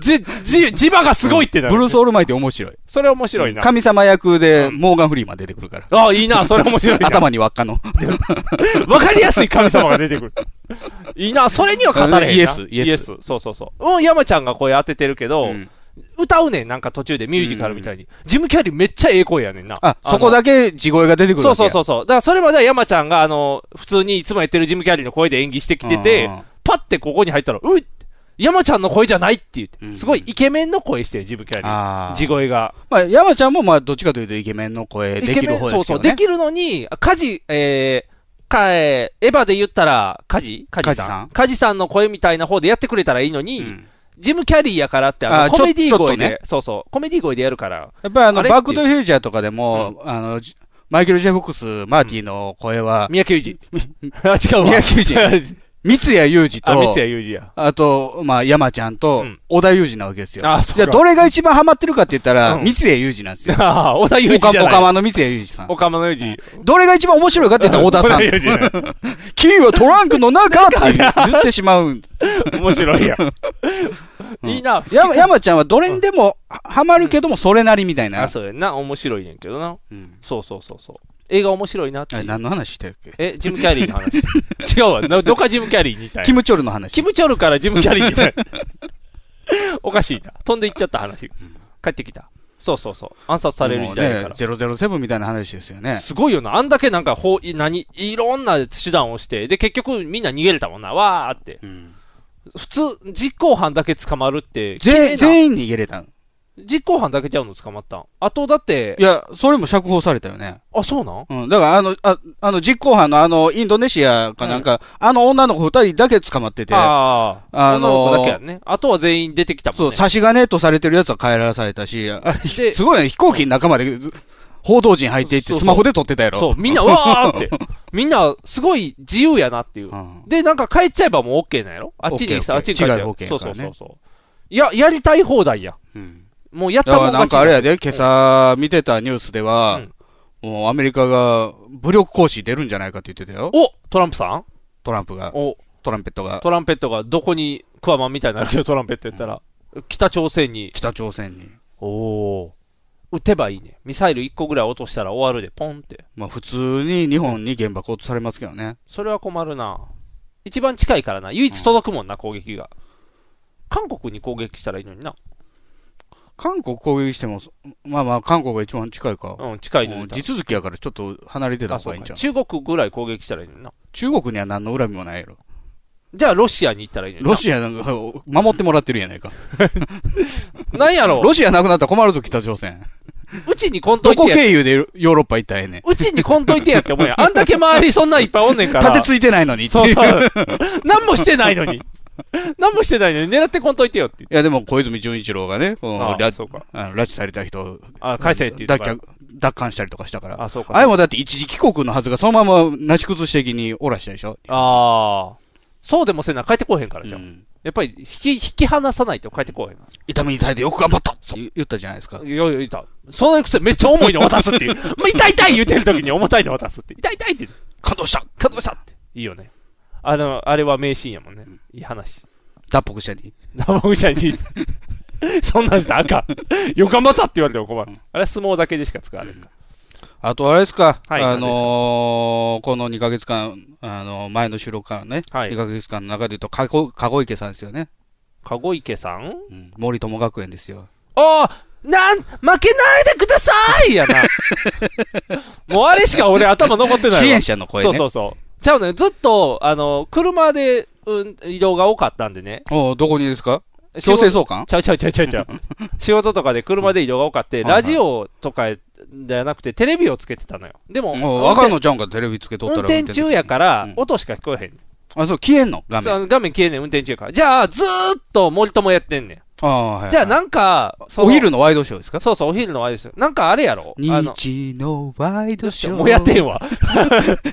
[SPEAKER 2] じ、じ、磁場がすごいってな
[SPEAKER 3] ブル
[SPEAKER 2] る。
[SPEAKER 3] ース・オールマイティ面白い。
[SPEAKER 2] それ面白いな。
[SPEAKER 3] 神様役で、
[SPEAKER 2] うん
[SPEAKER 3] モーガン・フリーマン出てくるから。
[SPEAKER 2] ああ、いいな、それ面白いな。
[SPEAKER 3] 頭に輪っかの。
[SPEAKER 2] わかりやすい神様が出てくる。いいな、それには語れへんな。
[SPEAKER 3] イエスイエス
[SPEAKER 2] そうそうそう。うん、山ちゃんが声当ててるけど、
[SPEAKER 3] うん
[SPEAKER 2] 歌うねん、なんか途中でミュージカルみたいに。ジム・キャリーめっちゃええ声やねんな。
[SPEAKER 3] あ、
[SPEAKER 2] の
[SPEAKER 3] そこだけ地声が出てくる
[SPEAKER 2] そう
[SPEAKER 3] わけ
[SPEAKER 2] そう
[SPEAKER 3] や
[SPEAKER 2] そうそう。だからそれまでは山ちゃんが、あの、普通にいつもやってるジム・キャリーの声で演技してきてて
[SPEAKER 3] うん、
[SPEAKER 2] パってここに入ったら、うっ山ちゃんの声じゃないって言って、
[SPEAKER 3] うん
[SPEAKER 2] すごいイケメンの声してる、ジム・キャリー。
[SPEAKER 3] あー
[SPEAKER 2] 地声が。
[SPEAKER 3] まあ、山ちゃんも、まあ、どっちかというとイケメンの声で
[SPEAKER 2] イケ
[SPEAKER 3] き
[SPEAKER 2] メ
[SPEAKER 3] る
[SPEAKER 2] ン、
[SPEAKER 3] 方
[SPEAKER 2] そ
[SPEAKER 3] で
[SPEAKER 2] う
[SPEAKER 3] す
[SPEAKER 2] そ
[SPEAKER 3] よ
[SPEAKER 2] う。で
[SPEAKER 3] ね。
[SPEAKER 2] きるのに、カジ、えー、か、えーエヴァで言ったら、カジカジさ
[SPEAKER 3] 梶さん
[SPEAKER 2] んカジさんの声みたいな方でやってくれたらいいのに、
[SPEAKER 3] うん
[SPEAKER 2] ジム・キャリーやからって、あ
[SPEAKER 3] あ
[SPEAKER 2] の、コメディ
[SPEAKER 3] ちょ
[SPEAKER 2] ー
[SPEAKER 3] ちょっと
[SPEAKER 2] 声
[SPEAKER 3] ね
[SPEAKER 2] で、そうそう、コメディー声でやるから、
[SPEAKER 3] やっぱりあの、
[SPEAKER 2] あれ
[SPEAKER 3] バックドフューチャーとかでも、あの、じマイケル・ジェフォックス、マーティの声は、
[SPEAKER 2] 三宅 裕二。 あ、違うわ。
[SPEAKER 3] 三宅裕
[SPEAKER 2] 二。
[SPEAKER 3] 三谷裕二
[SPEAKER 2] あ、三
[SPEAKER 3] と、
[SPEAKER 2] 谷裕二や。
[SPEAKER 3] あと、まあ、山ちゃんと
[SPEAKER 2] うん、
[SPEAKER 3] 小田裕二なわけですよ。
[SPEAKER 2] あそう
[SPEAKER 3] じゃあ、
[SPEAKER 2] か
[SPEAKER 3] どれが一番ハマってるかって言ったら、
[SPEAKER 2] うん
[SPEAKER 3] 三谷裕二なんですよ。
[SPEAKER 2] ああ、小田 裕
[SPEAKER 3] お
[SPEAKER 2] 二
[SPEAKER 3] か
[SPEAKER 2] じゃ
[SPEAKER 3] お
[SPEAKER 2] な
[SPEAKER 3] か
[SPEAKER 2] い。
[SPEAKER 3] まの三谷裕二さん。
[SPEAKER 2] 岡間の裕二。
[SPEAKER 3] どれが一番面白いかって言ったら、小 田さ
[SPEAKER 2] 小田裕二じゃ
[SPEAKER 3] ん。君はトランクの中って言ってしま うん。
[SPEAKER 2] 面白いや
[SPEAKER 3] うん
[SPEAKER 2] ん。いいな。
[SPEAKER 3] 山山ちゃんはどれにでもハマるけども、それなりみたいな
[SPEAKER 2] あ、。そうやんな。面白いねんけどな。
[SPEAKER 3] うん
[SPEAKER 2] そうそうそうそう。映画面白いなってい
[SPEAKER 3] あ
[SPEAKER 2] う
[SPEAKER 3] れ何の話してるっけ
[SPEAKER 2] え、ジム・キャリーの 話。違うわ。などっかジム・キャリーみたい
[SPEAKER 3] キ
[SPEAKER 2] な。
[SPEAKER 3] ムチョルの話。
[SPEAKER 2] キム・チョルからジム・キャリー みたいな。おかしいな。飛んでいっちゃった話。帰ってきた。そうそうそう。暗殺される時代だ
[SPEAKER 3] も
[SPEAKER 2] か
[SPEAKER 3] うね
[SPEAKER 2] ら。
[SPEAKER 3] 007みたいな話ですよね。
[SPEAKER 2] すごいよな。あんだけなんか、ほう、い何、いろんな手段をして、で、結局みんな逃げれたもんな。わーって。
[SPEAKER 3] うん
[SPEAKER 2] 普通、実行犯だけ捕まるって、
[SPEAKER 3] 全
[SPEAKER 2] 綺麗な
[SPEAKER 3] 全員逃げれたん
[SPEAKER 2] 実行犯だけちゃうの捕まったん。あとだって
[SPEAKER 3] い、や、それも釈放されたよね。
[SPEAKER 2] あ、そうなん
[SPEAKER 3] うん。だから、あの、ああの、実行犯のあの、インドネシアかなんか、あの女の子二人だけ捕まってて、
[SPEAKER 2] ああ、
[SPEAKER 3] あのー
[SPEAKER 2] 女の子だけやね。あとは全員出てきたもん
[SPEAKER 3] そ
[SPEAKER 2] ね。
[SPEAKER 3] う、差し金とされてるやつは帰らされたし、あれ
[SPEAKER 2] です
[SPEAKER 3] ごいね、飛行機の中までず、報道陣入っていって
[SPEAKER 2] そうそう
[SPEAKER 3] スマホで撮ってたやろ。
[SPEAKER 2] そう、み んな、うわーって。みんな、すごい自由やなっていう
[SPEAKER 3] う。ん。
[SPEAKER 2] で、なんか帰っちゃえばもう OK なんやろあっちに
[SPEAKER 3] OK
[SPEAKER 2] さ、あっちに帰っちゃ
[SPEAKER 3] 違う方
[SPEAKER 2] う
[SPEAKER 3] 形。やか
[SPEAKER 2] そう
[SPEAKER 3] らね
[SPEAKER 2] そうそうそう。いや、やりたい放題や。
[SPEAKER 3] うん
[SPEAKER 2] もうやっ
[SPEAKER 3] だ
[SPEAKER 2] た
[SPEAKER 3] から
[SPEAKER 2] もん
[SPEAKER 3] なん
[SPEAKER 2] 勝ち
[SPEAKER 3] かあれやで、今朝見てたニュースでは、
[SPEAKER 2] うん
[SPEAKER 3] もうアメリカが武力行使出るんじゃないかって言ってたよ。
[SPEAKER 2] おトランプさん
[SPEAKER 3] トランプが、
[SPEAKER 2] お
[SPEAKER 3] トランペットが
[SPEAKER 2] トランペットがどこにクワマンみたいになるけど、トランペットやったら。北朝鮮に、
[SPEAKER 3] 北朝鮮に。
[SPEAKER 2] おおー撃てばいいね。ミサイル1個ぐらい落としたら終わるで、ポンって。
[SPEAKER 3] まあ普通に日本に原爆落とされますけどね。
[SPEAKER 2] それは困るな。一番近いからな。唯一届くもんな、攻撃が。韓国に攻撃したらいいのにな。
[SPEAKER 3] 韓国攻撃しても、まあまあ韓国が一番近いか。
[SPEAKER 2] うん、近いの
[SPEAKER 3] もう
[SPEAKER 2] にな
[SPEAKER 3] 地。続きやからちょっと離れてた
[SPEAKER 2] あ
[SPEAKER 3] 方
[SPEAKER 2] そ
[SPEAKER 3] がいういんじゃ
[SPEAKER 2] か
[SPEAKER 3] ん。
[SPEAKER 2] 中国ぐらい攻撃したらいいのにな。
[SPEAKER 3] 中国には何の恨みもないやろ。
[SPEAKER 2] じゃあロシアに行ったらいいのにな。
[SPEAKER 3] ロシアなんか守ってもらってるやないか。
[SPEAKER 2] アなんやろ
[SPEAKER 3] ロシアなくなったら困るぞ北朝鮮。
[SPEAKER 2] うちにこんと
[SPEAKER 3] ど
[SPEAKER 2] いて
[SPEAKER 3] こ
[SPEAKER 2] や。
[SPEAKER 3] 経由でヨーロッパ行ったらええねん。
[SPEAKER 2] うちにこんといてやっ て思うやん。あんだけ周りそんなんいっぱいおんねんから。
[SPEAKER 3] 立てついてないのにってい
[SPEAKER 2] そううそう。何もしてないの に。何もしてないのに狙ってこんといてよって言って。
[SPEAKER 3] いや、でも、小泉純一郎がね、この
[SPEAKER 2] あ
[SPEAKER 3] 拉
[SPEAKER 2] そうか
[SPEAKER 3] あの拉致された人を
[SPEAKER 2] あ、返せって言っ
[SPEAKER 3] 脱
[SPEAKER 2] たから
[SPEAKER 3] 却、奪還したりとかしたから。あ
[SPEAKER 2] あ、そうか。
[SPEAKER 3] れもだって一時帰国のはずが、そのままなし崩し的におらしたでしょ
[SPEAKER 2] あーそうでもせな、帰ってこうへんからじゃ。
[SPEAKER 3] うんん
[SPEAKER 2] やっぱり、引き、引き離さないと帰ってこうへん。
[SPEAKER 3] 痛みに耐えてよく頑張ったって言ったじゃないですか。
[SPEAKER 2] いやいや、痛い。そんな癖、めっちゃ重いの渡すっていう。 もう痛い痛い言うてる時に重たいの渡すって。痛い痛いって。
[SPEAKER 3] 感動した
[SPEAKER 2] 感動したって。いいよね。あの、あれは名シーンやもんね。いい話。
[SPEAKER 3] 脱北したり。
[SPEAKER 2] 生ぐしゃに。 そんなんしたらあかん。よかまたって言われても困る。あれは相撲だけでしか使われんから。
[SPEAKER 3] あとあれですか、
[SPEAKER 2] はい
[SPEAKER 3] あのーこの2ヶ月間、あのー前の収録からね、
[SPEAKER 2] はい
[SPEAKER 3] 2ヶ月間の中で言うと、かご、かご池さんですよね。
[SPEAKER 2] 籠池さん
[SPEAKER 3] うん、森友学園ですよ。
[SPEAKER 2] ああなん、負けないでくださいや な。もうあれしか俺頭残ってないわ。
[SPEAKER 3] 支援者の声ね。
[SPEAKER 2] そうそうそう。ちゃうのよ。ずっと、あの、車で、うん、移動が多かったんでね。
[SPEAKER 3] おうどこにですか強制
[SPEAKER 2] 仕事
[SPEAKER 3] 送還
[SPEAKER 2] ちゃうちゃうちゃうちゃうちゃ う。仕事とかで車で移動が多かって、
[SPEAKER 3] はいはい
[SPEAKER 2] ラジオとかじゃなくてテレビをつけてたのよ。でも、
[SPEAKER 3] おうわかんのちゃうんか、テレビつけとっ
[SPEAKER 2] 運
[SPEAKER 3] たら。
[SPEAKER 2] 転運転中やから
[SPEAKER 3] うん、
[SPEAKER 2] 音しか聞こえへん。
[SPEAKER 3] あ、そう、消えんの画面。
[SPEAKER 2] そう画面消えんねん、運転中やから。じゃあ、ずーっと森友やってんねん。
[SPEAKER 3] ああ、はいはい。
[SPEAKER 2] じゃあ、なんか、その
[SPEAKER 3] お昼のワイドショーですか
[SPEAKER 2] そうそう、お昼のあれですよ。なんかあれやろあの
[SPEAKER 3] 日のワイドショー。
[SPEAKER 2] もうやってんわ。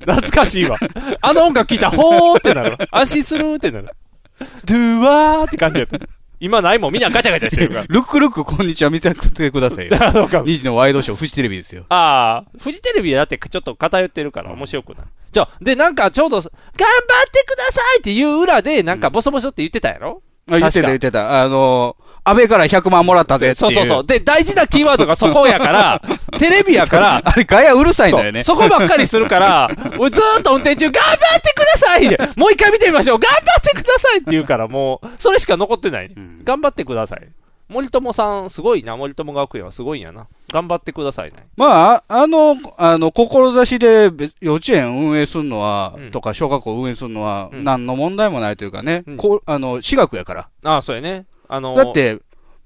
[SPEAKER 2] 懐かしいわ。あの音楽聞いたら、ほーってなる。安心するーってなる。ドゥワーって感じやった。今ないもん、みんなガチャガチャしてるか
[SPEAKER 3] ルックルック、こんにちは、見てくださいよ。
[SPEAKER 2] ら。あのか
[SPEAKER 3] 2時のワイドショー、フジテレビですよ。
[SPEAKER 2] ああ、フジテレビだってちょっと偏ってるから面白くない。じゃあ、で、なんかちょうど、頑張ってくださいっていう裏で、なんかボソボソって言ってたやろ、
[SPEAKER 3] あ言ってた、言ってた。あのー、安倍から100万もらったぜってい
[SPEAKER 2] そう
[SPEAKER 3] う。
[SPEAKER 2] そうそう。で、大事なキーワードがそこやから、テレビやから、
[SPEAKER 3] あれ、ガヤうるさいん
[SPEAKER 2] そ
[SPEAKER 3] だ
[SPEAKER 2] う
[SPEAKER 3] よね。
[SPEAKER 2] そこばっかりす るから、俺ずーっと運転中、頑張ってくださいでもう一回見てみましょう頑張ってくださいって言うから、もう、それしか残ってない。
[SPEAKER 3] ん
[SPEAKER 2] 頑張ってください。森友さん、すごいな。森友学園はすごいんやな。頑張ってくださいね。
[SPEAKER 3] まあ、ああの、あの、志で別幼稚園運営するのは、
[SPEAKER 2] うん
[SPEAKER 3] とか小学校運営するのは、
[SPEAKER 2] うん
[SPEAKER 3] 何の問題もないというかね、
[SPEAKER 2] うん
[SPEAKER 3] こうあの、私学やから。
[SPEAKER 2] ああ、そうやね。あのー
[SPEAKER 3] だって、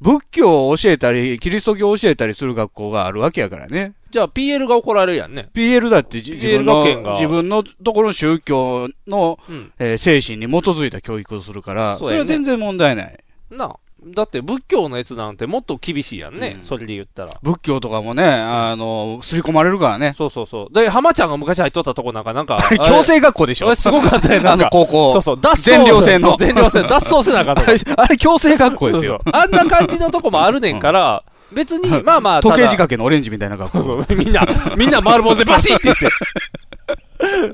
[SPEAKER 3] 仏教を教えたり、キリスト教を教えたりする学校があるわけやからね。
[SPEAKER 2] じゃあ PL が怒られるやんね。
[SPEAKER 3] PL だってじ
[SPEAKER 2] PL
[SPEAKER 3] 自分の
[SPEAKER 2] 学園が、
[SPEAKER 3] 自分のところの宗教の、
[SPEAKER 2] うん。
[SPEAKER 3] えー精神に基づいた教育をするから、そ,、
[SPEAKER 2] そう
[SPEAKER 3] れ
[SPEAKER 2] やね
[SPEAKER 3] は全然問題ない。
[SPEAKER 2] なあ。だって仏教のやつなんてもっと厳しいやんね。
[SPEAKER 3] うん
[SPEAKER 2] それで言ったら。
[SPEAKER 3] 仏教とかもね、あの、刷り込まれるからね。、
[SPEAKER 2] そうそうそう。で、浜ちゃんが昔入っとったとこなんか、なんか
[SPEAKER 3] 強制学校でし
[SPEAKER 2] あれあ
[SPEAKER 3] ょ
[SPEAKER 2] れすごかったよ、な
[SPEAKER 3] あ
[SPEAKER 2] んか
[SPEAKER 3] の。高校。
[SPEAKER 2] そうそう、脱走。
[SPEAKER 3] 全寮制の
[SPEAKER 2] そう全寮制、脱走せなあかんと
[SPEAKER 3] あ
[SPEAKER 2] か
[SPEAKER 3] れ、あれ強制学校ですよ。
[SPEAKER 2] あんな感じのとこもあるねんから、別に、まあまあ、
[SPEAKER 3] 時計仕
[SPEAKER 2] ただ
[SPEAKER 3] 掛けのオレンジみたいな学校。
[SPEAKER 2] そうそうみんな、みんな丸坊主でバシッてして。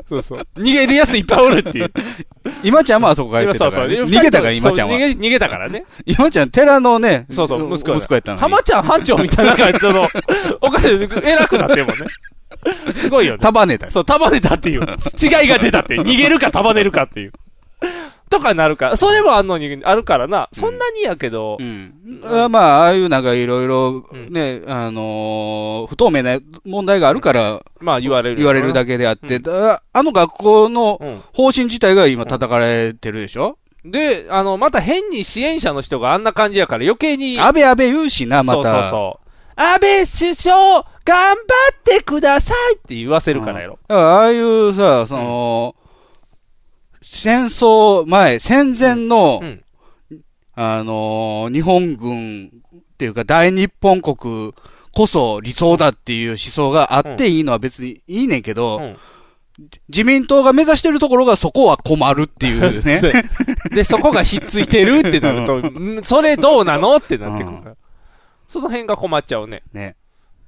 [SPEAKER 2] そうそう。逃げるやついっぱいおるっていう。
[SPEAKER 3] 今ちゃんもあそこが行ってたからね。
[SPEAKER 2] そうそう
[SPEAKER 3] 逃げたから、今ちゃん
[SPEAKER 2] そう
[SPEAKER 3] は。
[SPEAKER 2] 逃げ、逃げたからね。
[SPEAKER 3] 今ちゃん、寺のね、
[SPEAKER 2] そうそう、息子
[SPEAKER 3] 息子やったのに
[SPEAKER 2] 浜。ちゃん班長みたいな感じの、お金偉くなってんもんね。すごいよね。
[SPEAKER 3] 束ねた。
[SPEAKER 2] そう、束ねたっていう。違いが出たって。逃げるか束ねるかっていう。とかなるから。それもあんのに、あるからな。そんなにやけど
[SPEAKER 3] う、ん。あまあ、ああいうなんかいろいろ
[SPEAKER 2] う、ん
[SPEAKER 3] ね、あのー不透明な問題があるから、
[SPEAKER 2] まあ言われる。
[SPEAKER 3] 言われるだ
[SPEAKER 2] け。
[SPEAKER 3] けであって、
[SPEAKER 2] うん
[SPEAKER 3] だあの学校の
[SPEAKER 2] うん。
[SPEAKER 3] 方針自体が今叩かれてるでしょ、
[SPEAKER 2] で、あの、また変に支援者の人があんな感じやから余計に。
[SPEAKER 3] 安倍安倍言うしな、また。
[SPEAKER 2] そうそうそう。安倍首相、頑張ってくださいって言わせるからやろ。
[SPEAKER 3] だからああいうさ、その、戦争前、戦前の、
[SPEAKER 2] うん。
[SPEAKER 3] あのー日本軍っていうか大日本国こそ理想だっていう思想があっていいのは別にいいねんけど、
[SPEAKER 2] うん
[SPEAKER 3] 自民党が目指してるところがそこは困るっていう ね。
[SPEAKER 2] で、そこがひっついてるってなる と、んそれどうなのってなってくるから。その辺が困っちゃうね。
[SPEAKER 3] ね。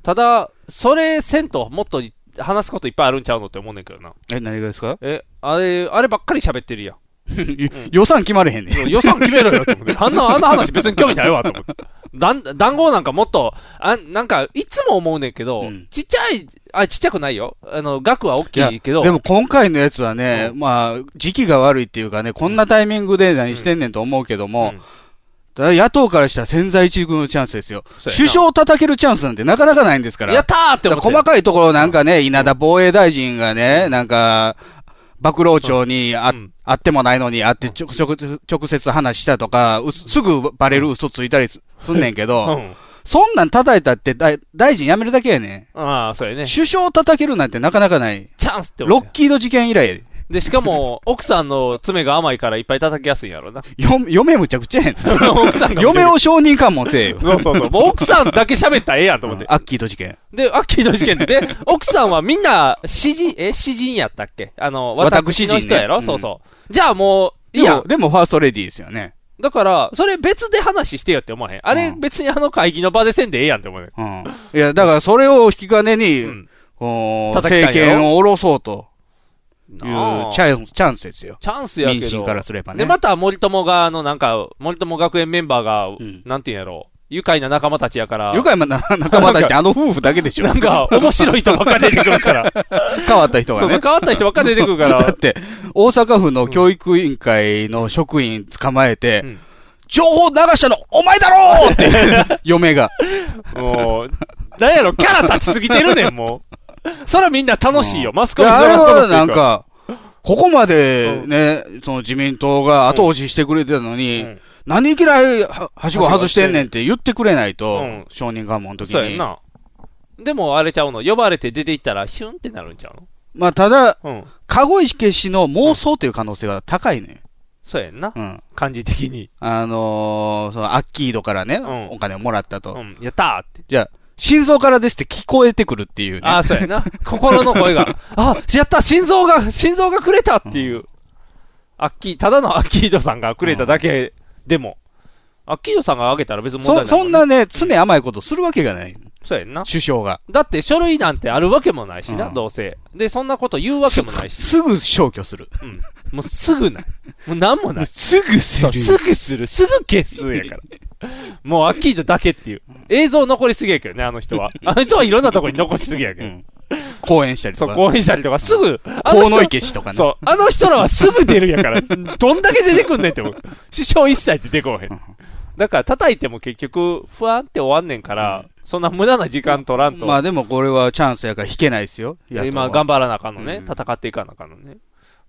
[SPEAKER 2] ただ、それせんともっとい話すこといっぱいあるんちゃうのって思うねんけどな。
[SPEAKER 3] え、何がですか
[SPEAKER 2] え、あれ、あればっかり喋ってるやん。
[SPEAKER 3] 予算決まれへんねん。
[SPEAKER 2] 予算決めろよと思って。あんな、あんな話別に興味ないわと思って。だん、談合なんかもっと、あ、なんか、いつも思うねんけど、
[SPEAKER 3] うん
[SPEAKER 2] ちっちゃい、あ、ちっちゃくないよ。あの、額は大
[SPEAKER 3] いや
[SPEAKER 2] きいけど。
[SPEAKER 3] でも今回のやつはね、まあ、時期が悪いっていうかね、こんなタイミングで何してんねんと思うけども、
[SPEAKER 2] うん
[SPEAKER 3] だから野党からしたら千載一遇のチャンスですよ。
[SPEAKER 2] そうやな
[SPEAKER 3] 首相叩けるチャンスなんてなかなかないんですから。
[SPEAKER 2] やったーって思
[SPEAKER 3] だ
[SPEAKER 2] っ
[SPEAKER 3] から
[SPEAKER 2] て。
[SPEAKER 3] 細かいところなんかね、稲田防衛大臣がね、なんか、暴露庁にあ、
[SPEAKER 2] うん
[SPEAKER 3] あってもないのにあってちょ、ちょ直接話したとか、うすすぐバレる嘘ついたりすすんねんけ
[SPEAKER 2] う
[SPEAKER 3] ど、
[SPEAKER 2] ん。
[SPEAKER 3] そんなん叩いたって大大臣辞めるだけやね
[SPEAKER 2] ああ、そうや
[SPEAKER 3] ん。
[SPEAKER 2] ね。
[SPEAKER 3] 首相叩けるなんてなかなかない。
[SPEAKER 2] チャンスって思
[SPEAKER 3] ロ
[SPEAKER 2] って
[SPEAKER 3] ッ。キード事件以来、
[SPEAKER 2] で、し かも、奥さんの爪が甘いからいっぱい叩きやすいんやろな。
[SPEAKER 3] よ嫁むちゃくちゃやねん。
[SPEAKER 2] 奥さんが。
[SPEAKER 3] 嫁を承認喚問せえよ。
[SPEAKER 2] そうそうそう。もう奥さんだけ喋ったらええやんと思って。
[SPEAKER 3] アッキード事件。
[SPEAKER 2] で、アッキーの事件で、で、 奥さんはみんな、詩人、え詩人やったっけあの、
[SPEAKER 3] 私
[SPEAKER 2] 私
[SPEAKER 3] 人ね
[SPEAKER 2] の人やろ、
[SPEAKER 3] うん
[SPEAKER 2] そうそう。じゃあもう、いい
[SPEAKER 3] で
[SPEAKER 2] や
[SPEAKER 3] も
[SPEAKER 2] ん。
[SPEAKER 3] でもファーストレディーですよね。
[SPEAKER 2] だから、それ別で話してよって思わへん。あれ
[SPEAKER 3] うん
[SPEAKER 2] 別にあの会議の場でせんでええやんって思うね。
[SPEAKER 3] うん。いや、だからそれを引き金に、
[SPEAKER 2] うん
[SPEAKER 3] こう
[SPEAKER 2] 叩きた
[SPEAKER 3] 政
[SPEAKER 2] いよ
[SPEAKER 3] 権を下ろそうと。いう
[SPEAKER 2] なあ
[SPEAKER 3] チャンスチャンスですよ。
[SPEAKER 2] チャンスやけ
[SPEAKER 3] 民
[SPEAKER 2] ど。
[SPEAKER 3] 進からすればね。
[SPEAKER 2] で、また森友が、あの、なんか、森友学園メンバーが、
[SPEAKER 3] ん
[SPEAKER 2] なんていうんやろう。愉快な仲間たちやから。
[SPEAKER 3] 愉快な仲間だってあの夫婦だけでしょ
[SPEAKER 2] なんか、面白い人ばっか出てくるから。
[SPEAKER 3] 変わった人が
[SPEAKER 2] そうそう、
[SPEAKER 3] ね。
[SPEAKER 2] 変わった人ばっか出てくるか
[SPEAKER 3] だ
[SPEAKER 2] ら
[SPEAKER 3] っ。て、大阪府の教育委員会の職員捕まえて、
[SPEAKER 2] うん
[SPEAKER 3] 情報流したのお前だろうって 嫁が。
[SPEAKER 2] もう、なんやろ、キャラ立ちすぎてるねん、もう。そらみんな楽しいよ。マスコミ
[SPEAKER 3] や
[SPEAKER 2] そ
[SPEAKER 3] あれ
[SPEAKER 2] ら
[SPEAKER 3] は
[SPEAKER 2] 楽しい
[SPEAKER 3] なんか、ここまでね、その自民党が後押ししてくれてたのに、
[SPEAKER 2] うん
[SPEAKER 3] 何いきなりははしご外してんねんって言ってくれないと、
[SPEAKER 2] うん
[SPEAKER 3] 証人喚問の時
[SPEAKER 2] そうや
[SPEAKER 3] に
[SPEAKER 2] ん。な。でもあれちゃうの呼ばれて出て行ったら、ヒュンってなるんちゃう
[SPEAKER 3] まあ、ただ、
[SPEAKER 2] のうん。
[SPEAKER 3] 籠池氏の妄想という可能性が高いね。
[SPEAKER 2] そうやんな。
[SPEAKER 3] うん。
[SPEAKER 2] 感じ的に。
[SPEAKER 3] あのーそのアッキードからね、
[SPEAKER 2] ん
[SPEAKER 3] お金をもらったと。
[SPEAKER 2] うん。やったーって。
[SPEAKER 3] じゃあ、心臓からですって聞こえてくるっていうね。
[SPEAKER 2] ああ、そうやな。心の声が。あ、やった心臓が、心臓がくれたっていう。アッキー、ただのアッキードさんがくれただけでも。アッキードさんがあげたら別に問 題
[SPEAKER 3] そ、
[SPEAKER 2] な
[SPEAKER 3] そ
[SPEAKER 2] いもんね、
[SPEAKER 3] んなね、爪甘いことするわけがない。
[SPEAKER 2] そうやんな。
[SPEAKER 3] 首相が。
[SPEAKER 2] だって書類なんてあるわけもないしな、
[SPEAKER 3] うん
[SPEAKER 2] どうせ。で、そんなこと言うわけもない し。
[SPEAKER 3] すぐ消去する。
[SPEAKER 2] うん。もうすぐない。もうなんもない。
[SPEAKER 3] すぐす
[SPEAKER 2] そうすぐする。すぐ消すやから。 もうアッキードだけっていう。映像残りすぎやけどね、あの 人は。あの人はいろんなとこに残しすぎやけ
[SPEAKER 3] う
[SPEAKER 2] ど。
[SPEAKER 3] ん。講演したり
[SPEAKER 2] そ
[SPEAKER 3] とか。
[SPEAKER 2] う、講演したりとか、すぐ、あの
[SPEAKER 3] 河
[SPEAKER 2] 人
[SPEAKER 3] 野池氏とかね。
[SPEAKER 2] そう。あの人らはすぐ出るん やから。どんだけ出てくんねんって思う。師匠一切出てこうへ
[SPEAKER 3] うん
[SPEAKER 2] ん。だから叩いても結局、不安って終わんねんから、そんな無駄な時間取らんと。
[SPEAKER 3] まあでもこれはチャンスやから引けないですよ。
[SPEAKER 2] 今頑
[SPEAKER 3] 張
[SPEAKER 2] 張らなあかんのね。
[SPEAKER 3] うん
[SPEAKER 2] 戦っていかなあかんのね。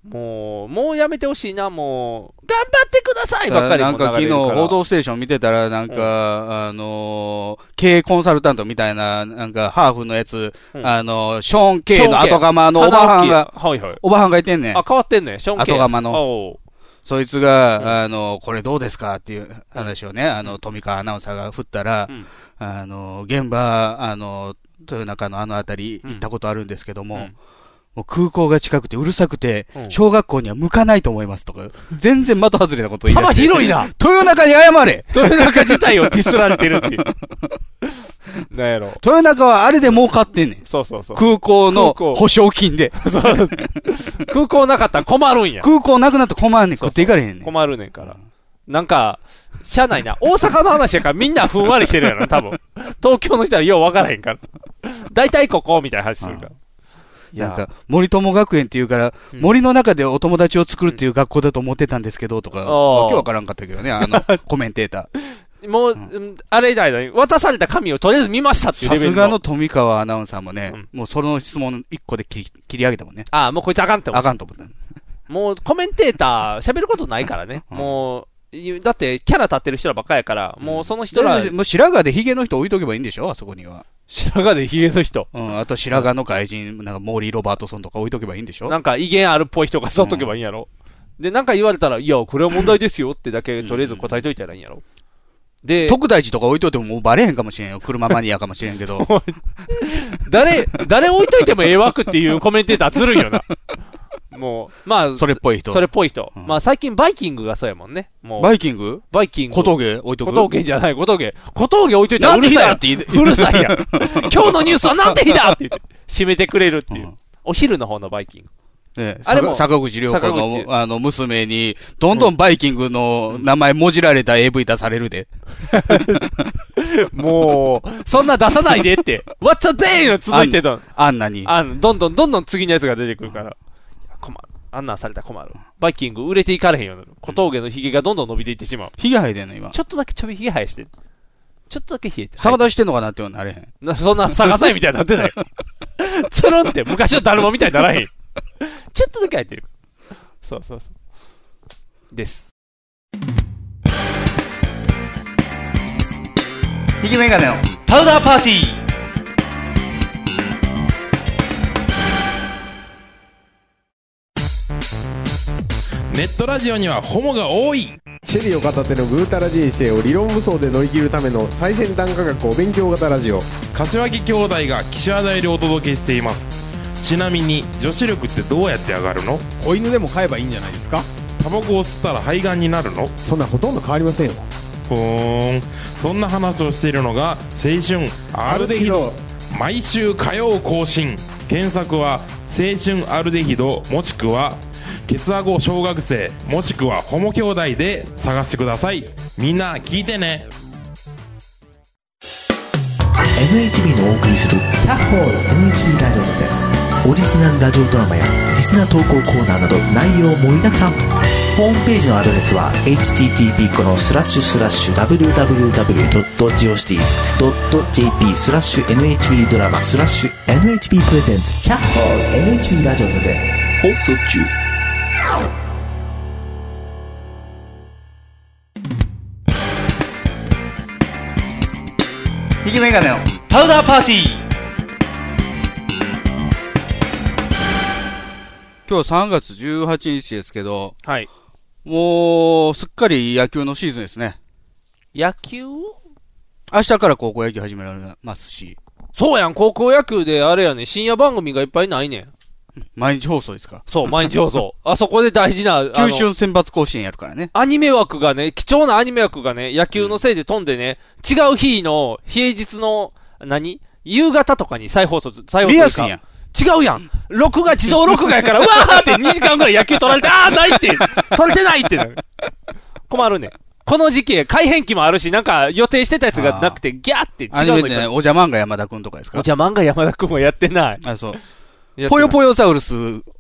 [SPEAKER 2] もう、もうやめてほしいな、もう。頑張ってくださいばっかり
[SPEAKER 3] な
[SPEAKER 2] も
[SPEAKER 3] ん
[SPEAKER 2] う流
[SPEAKER 3] か昨
[SPEAKER 2] れ
[SPEAKER 3] 日、
[SPEAKER 2] るから
[SPEAKER 3] 報道ステーション見てたら、なんか、あのー、経営コンサルタントみたいな、なんか、ハーフのやつ、
[SPEAKER 2] うん
[SPEAKER 3] あのー、ショーン・ケイの
[SPEAKER 2] ショーンケイ
[SPEAKER 3] 後釜のおばはんが、
[SPEAKER 2] 鼻大きいはいはい。
[SPEAKER 3] おばはんがいてんねん
[SPEAKER 2] あ、。変わってんのや、ショーンケイ
[SPEAKER 3] 後釜の
[SPEAKER 2] おう
[SPEAKER 3] そいつ
[SPEAKER 2] うん
[SPEAKER 3] が、あの、これどうですかっていう話をね、あの、富川アナウンサーが振ったら
[SPEAKER 2] うん、
[SPEAKER 3] あの、現場、あの、豊中のあの辺り行ったことあるんですけども、
[SPEAKER 2] うん
[SPEAKER 3] もう空港が近くてうるさくて、
[SPEAKER 2] うん
[SPEAKER 3] 小学校には向かないと思いますとか、全然的外れなこと言い出
[SPEAKER 2] 幅
[SPEAKER 3] して。
[SPEAKER 2] 広い な
[SPEAKER 3] 豊中に謝れ
[SPEAKER 2] 豊中自体をディスられてるって いう。なんやろ。
[SPEAKER 3] 豊中はあれで儲かってんねん。
[SPEAKER 2] そうそうそう。
[SPEAKER 3] 空港の
[SPEAKER 2] 空港
[SPEAKER 3] 保証金で。
[SPEAKER 2] そう空港なかったら困るんや。
[SPEAKER 3] 空港なくなって困んねん。
[SPEAKER 2] そうそう
[SPEAKER 3] 食っていかれへんねん。
[SPEAKER 2] 困るねんから。なんか、社内な、大阪の話やからみんなふんわりしてるやろ、多分。東京の人はようわからへんから。大体ここみたいな話するから。いや
[SPEAKER 3] なんか、森友学園っていうから、
[SPEAKER 2] うん
[SPEAKER 3] 森の中でお友達を作るっていう学校だと思ってたんですけど、とか、
[SPEAKER 2] あー
[SPEAKER 3] わけわからんかったけどね、あ の、コメンテーター。
[SPEAKER 2] もう、うんあれ以来だ、渡された紙をとりあえず見ましたっていう
[SPEAKER 3] さ
[SPEAKER 2] レベ
[SPEAKER 3] す
[SPEAKER 2] ル
[SPEAKER 3] が
[SPEAKER 2] の
[SPEAKER 3] の。富川アナウンサーもね、
[SPEAKER 2] うん
[SPEAKER 3] もうその質問一個で切り切り上げたもんね。
[SPEAKER 2] ああ、もうこいつあかんって思
[SPEAKER 3] あ
[SPEAKER 2] う。
[SPEAKER 3] かんと思った。
[SPEAKER 2] もうコメンテーター喋ることないからね。
[SPEAKER 3] うん
[SPEAKER 2] もう、いだってキャラ立ってる人らばっかやから、もうその人ら
[SPEAKER 3] で、もう白髪でヒゲの人置いとけばいいんでしょあそこには。
[SPEAKER 2] 白髪でヒゲの人。
[SPEAKER 3] うん、あと白髪の外人、なんかモーリー・ロバートソンとか置いとけばいいんでしょ
[SPEAKER 2] なんか威厳あるっぽい人が座っとけばいいんやろ。で、なんか言われたら、いや、これは問題ですよってだけ、とりあえず答えといたらいいんやろ。で、
[SPEAKER 3] 徳大寺とか置いといてももうバレへんかもしれんよ。車マニアかもしれんけど。
[SPEAKER 2] 誰、誰置いといてもええ枠っていうコメンテーターずるいよな。もう、まあ、
[SPEAKER 3] それっぽい人。
[SPEAKER 2] それっぽい人。
[SPEAKER 3] うん
[SPEAKER 2] まあ、最近バイキングがそうやもんね。もう、バ
[SPEAKER 3] バイキング
[SPEAKER 2] イキング。
[SPEAKER 3] 小峠置いとく
[SPEAKER 2] 小峠じゃない、小峠。小峠置いといたら
[SPEAKER 3] な
[SPEAKER 2] うんる
[SPEAKER 3] て日
[SPEAKER 2] さい
[SPEAKER 3] だ
[SPEAKER 2] や
[SPEAKER 3] っ
[SPEAKER 2] ん。
[SPEAKER 3] て言って。
[SPEAKER 2] うるさいやん。今日のニュースはなんて日だって言って、締めてくれるっていううんお昼の方のバイキング。
[SPEAKER 3] ええ、
[SPEAKER 2] あれも
[SPEAKER 3] 坂坂口良子
[SPEAKER 2] 坂口
[SPEAKER 3] の、あの、娘に、どんどんバイキングの名前もじられた AV 出されるで。
[SPEAKER 2] もう、そんな出さないでって。What's a day? の続いてたの。
[SPEAKER 3] あんなに。
[SPEAKER 2] あの、どんどんどんどん次のやつが出てくるから。いや困る。あんなんされたら困る。バイキング売れていかれへんようになる。小峠のヒゲがどんどん伸びていってしまう。
[SPEAKER 3] 被害でんの今。
[SPEAKER 2] ちょっとだけちょびヒゲ生やして。ちょっとだけ冷えて。
[SPEAKER 3] 逆
[SPEAKER 2] はい
[SPEAKER 3] 出してんのかなってなれへん。
[SPEAKER 2] なそんな逆さえみたいになって ない。つるんって昔のだるまみたいにならへん。 ちょっとだけ生えてる。そうそうそう。です。
[SPEAKER 3] ひげメガネの。
[SPEAKER 2] パウダーパーティー
[SPEAKER 4] ネットラジオにはホモが多い
[SPEAKER 5] シェリーを片手のぐうたら人生を理論武装で乗り切るための最先端科学お勉強型ラジオ
[SPEAKER 4] 柏木兄弟が岸和田よりお届けしていますちなみに女子力ってどうやって上がるの
[SPEAKER 5] 子犬でも飼えばいいんじゃないですか
[SPEAKER 4] タバコを吸ったら肺がんになるの
[SPEAKER 5] そんなほとんど変わりませんよ
[SPEAKER 4] ふーんそんな話をしているのが青春アルデヒド毎週火曜更新検索は青春アルデヒドもしくはケツアゴ小学生もしくはホモ兄弟で探してくださいみんな聞いてね
[SPEAKER 6] NHB のお送りする「キャッホール NHB ラジオ」でオリジナルラジオドラマやリスナー投稿コーナーなど内容盛りだくさんホームページのアドレスは http このスラッシュスラッシュ www.geocities.jp スラッシュ NHB ドラマスラッシュ NHB プレゼンツキャッホール NHB ラジオで
[SPEAKER 7] 放送中
[SPEAKER 3] 引きメガネを
[SPEAKER 2] パウダーパーティー
[SPEAKER 3] 今日3月18日ですけど、
[SPEAKER 2] はい。
[SPEAKER 3] もう、すっかり野球のシーズンですね。
[SPEAKER 2] 野球
[SPEAKER 3] 明日から高校野球始められますし、
[SPEAKER 2] そうやん、高校野球であれやね、深夜番組がいっぱいないねん。
[SPEAKER 3] 毎日放送ですか
[SPEAKER 2] そう、毎日放送。 あそこで大事な、あの
[SPEAKER 3] ら。九州選抜甲子園やるからね。
[SPEAKER 2] アニメ枠がね、貴重なアニメ枠がね、野球のせいで飛んでね、違う日の、平日の、何夕方とかに再放送、再放送
[SPEAKER 3] 見やすいやん。
[SPEAKER 2] 違うやん。録画、自動録画 やから、うわーって2時間ぐらい野球取られて、あーないって、取れてないってなる。困るね。この時期、改変期もあるし、なんか予定してたやつがなくて、ギャーって違う
[SPEAKER 3] アニメ
[SPEAKER 2] の
[SPEAKER 3] でね、
[SPEAKER 2] に。
[SPEAKER 3] おじゃまんが山田くんとかです
[SPEAKER 2] お
[SPEAKER 3] か
[SPEAKER 2] じゃ漫画山田くんもやってない。
[SPEAKER 3] あ、そう。
[SPEAKER 2] やってない
[SPEAKER 3] ぽよぽよサウルス。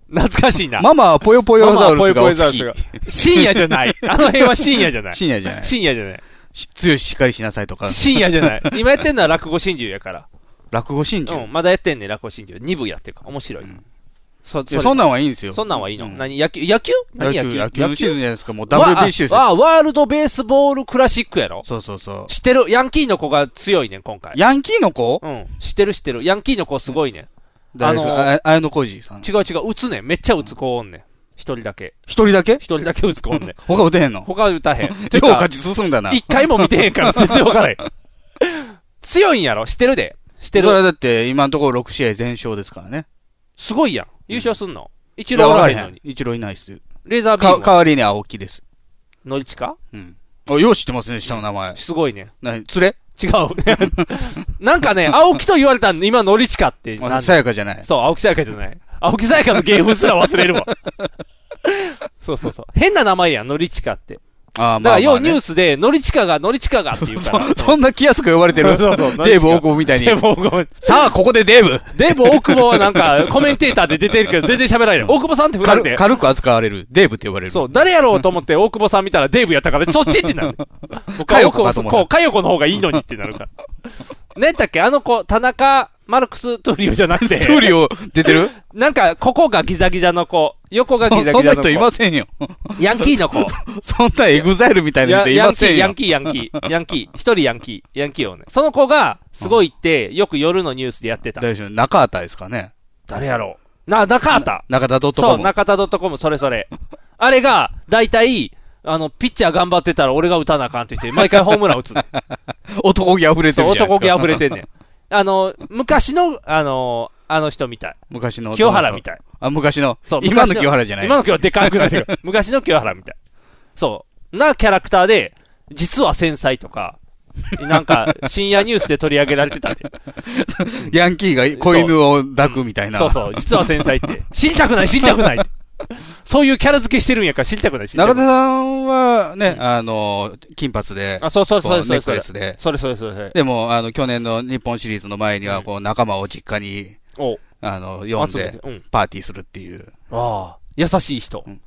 [SPEAKER 2] 懐かしいな。
[SPEAKER 3] ママはぽよぽよサウルスがお
[SPEAKER 2] ママ
[SPEAKER 3] 好き
[SPEAKER 2] はぽよ。ぽよサウルスが深夜じゃ ない。あの辺は深夜じゃない。
[SPEAKER 3] 深夜じゃない。
[SPEAKER 2] 深夜じゃない。
[SPEAKER 3] し強ししっかりしなさいとか。
[SPEAKER 2] 深夜じゃない。 今やってんのは落語真珠やから。
[SPEAKER 3] 落語真
[SPEAKER 2] う
[SPEAKER 3] 珠
[SPEAKER 2] ん、。まだやってんねん、落語真珠。2部やってるから。面白い。
[SPEAKER 3] うん
[SPEAKER 2] そ、
[SPEAKER 3] でそんなんんはいいんですよ。
[SPEAKER 2] そんなんはいいの、
[SPEAKER 3] うん
[SPEAKER 2] 何野球野球
[SPEAKER 3] 野
[SPEAKER 2] 何野
[SPEAKER 3] 球、
[SPEAKER 2] 球
[SPEAKER 3] 野球のシーズンじゃないですか。もう
[SPEAKER 2] わ
[SPEAKER 3] WBC ですよ。
[SPEAKER 2] あ、ワールドベースボールクラシックやろ
[SPEAKER 3] そうそうそう。
[SPEAKER 2] 知ってるヤンキーの子が強いねん、今回。
[SPEAKER 3] ヤンキーの子
[SPEAKER 2] うん。知ってる知ってる。ヤンキーの子すごいねん。
[SPEAKER 3] 誰ですか
[SPEAKER 2] あの
[SPEAKER 3] あ綾野浩二さん。
[SPEAKER 2] 違う違う、打つねん。めっちゃ打つ子おんねん。一人だけ。
[SPEAKER 3] 一人だけ
[SPEAKER 2] 一人だけ打つ子おん ねん。
[SPEAKER 3] 他打てへんの
[SPEAKER 2] 他 打たへん。て
[SPEAKER 3] 両
[SPEAKER 2] か
[SPEAKER 3] 勝ち進んだな。
[SPEAKER 2] 一回も見てへんから、全然わからへん。強いんやろ知ってるで。知って
[SPEAKER 3] それは
[SPEAKER 2] る。
[SPEAKER 3] だって、今のところ6試合全勝ですからね。
[SPEAKER 2] すごいやん。優勝すんの。一
[SPEAKER 3] いや
[SPEAKER 2] 郎お
[SPEAKER 3] わからら
[SPEAKER 2] へん
[SPEAKER 3] へ
[SPEAKER 2] の
[SPEAKER 3] ん
[SPEAKER 2] に。。
[SPEAKER 3] 一郎いないっす。
[SPEAKER 2] レーザービ
[SPEAKER 3] か、
[SPEAKER 2] ームは。
[SPEAKER 3] 代わりに青木です。
[SPEAKER 2] ノリチか
[SPEAKER 3] うん。あ、よう知ってますね、下の名前。
[SPEAKER 2] すごいね。
[SPEAKER 3] なに、連れ
[SPEAKER 2] 違う。 なんかね、青木と言われたんで、今、ノリチカってなんだ
[SPEAKER 3] あさやかじゃない。
[SPEAKER 2] そう、青木さやかじゃない。青木さやかの芸風すら忘れるわ。 そうそうそう。変な名前やん、ノリチカって。
[SPEAKER 3] あー
[SPEAKER 2] だ
[SPEAKER 3] ま
[SPEAKER 2] から、
[SPEAKER 3] あま
[SPEAKER 2] よ
[SPEAKER 3] あ
[SPEAKER 2] うニ
[SPEAKER 3] ね
[SPEAKER 2] ュースで、ノリチカが、ノリチカがって言うから。
[SPEAKER 3] そそんな気安く呼ばれてる。
[SPEAKER 2] そうそうそう
[SPEAKER 3] デーブ大久保みたいに
[SPEAKER 2] デ。ブ大久保。
[SPEAKER 3] さあ、ここでデーブ
[SPEAKER 2] デブ大久保はなんか、コメンテーターで出てるけど、全然喋ら ないの。大久保さんって振られ
[SPEAKER 3] 軽
[SPEAKER 2] て。
[SPEAKER 3] 軽く扱われる。デーブって呼ばれる。
[SPEAKER 2] そう、誰やろうと思って、大久保さん見たらデーブやったから、そっちって なる。
[SPEAKER 3] 佳代子かと思った
[SPEAKER 2] こう、かよこの方がいいのにってなるから。何やったっけあの子、田中、マルクス・トゥリオじゃなくて。
[SPEAKER 3] トゥリオ出 てる
[SPEAKER 2] なんか、ここがギザギザの子、横が
[SPEAKER 3] そ
[SPEAKER 2] ギザギザの
[SPEAKER 3] そ
[SPEAKER 2] 子。
[SPEAKER 3] んな人いませんよ。
[SPEAKER 2] ヤンキーの子。
[SPEAKER 3] そんなエグザイルみたいな
[SPEAKER 2] や
[SPEAKER 3] 人い
[SPEAKER 2] ヤン
[SPEAKER 3] ま
[SPEAKER 2] キ
[SPEAKER 3] せ
[SPEAKER 2] ー、
[SPEAKER 3] ん
[SPEAKER 2] ヤ
[SPEAKER 3] よ
[SPEAKER 2] ン。キー、ヤン キー、ヤンキー、一人ヤンキー、ヤンキーをね。その子が、すごいって、よく夜のニュースでやってた。
[SPEAKER 3] 大丈夫。中畑ですかね。
[SPEAKER 2] 誰やろうな、中畑。
[SPEAKER 3] 中田ドット
[SPEAKER 2] そ
[SPEAKER 3] コ
[SPEAKER 2] う、
[SPEAKER 3] ム。
[SPEAKER 2] 中田 .com、それそれ。あれが、大体、あの、ピッチャー頑張ってたら俺が打たなあかんって言って、毎回ホームラン 打つの。
[SPEAKER 3] 男気溢れて
[SPEAKER 2] そう
[SPEAKER 3] るじゃないですか。
[SPEAKER 2] 男気溢れてんねん。あの、昔の、あの、あの人みたい。
[SPEAKER 3] 昔の。
[SPEAKER 2] 清原みたい。
[SPEAKER 3] あ、昔の。
[SPEAKER 2] そう。
[SPEAKER 3] 今の
[SPEAKER 2] 昔
[SPEAKER 3] 清原じゃない。
[SPEAKER 2] 今の清原でかくないけ ど昔の清原みたい。そう。なキャラクターで、実は繊細とか、なんか、深夜ニュースで取り上げられて たで。
[SPEAKER 3] ヤンキーが子犬を抱くみたいな。
[SPEAKER 2] そうそう、実は繊細って。知りたくない、知りたくないって。そういうキャラ付けしてるんやから知りたくない、知りた
[SPEAKER 3] 中
[SPEAKER 2] く
[SPEAKER 3] 田
[SPEAKER 2] ない。
[SPEAKER 3] さんはね、
[SPEAKER 2] うん
[SPEAKER 3] あの、金髪で、
[SPEAKER 2] あ、そうそうそ
[SPEAKER 3] こ
[SPEAKER 2] うそう
[SPEAKER 3] う
[SPEAKER 2] そ
[SPEAKER 3] ネ
[SPEAKER 2] う
[SPEAKER 3] ック
[SPEAKER 2] そ
[SPEAKER 3] レ
[SPEAKER 2] れ。
[SPEAKER 3] スで。
[SPEAKER 2] それそれそれそれ。
[SPEAKER 3] でも、あの、去年の日本シリーズの前には、こう、仲間を実家に、
[SPEAKER 2] お
[SPEAKER 3] あの、呼ん
[SPEAKER 2] 集めて
[SPEAKER 3] で、
[SPEAKER 2] うん。
[SPEAKER 3] パーティーするっていう。
[SPEAKER 2] ああ、優しい人
[SPEAKER 3] うん。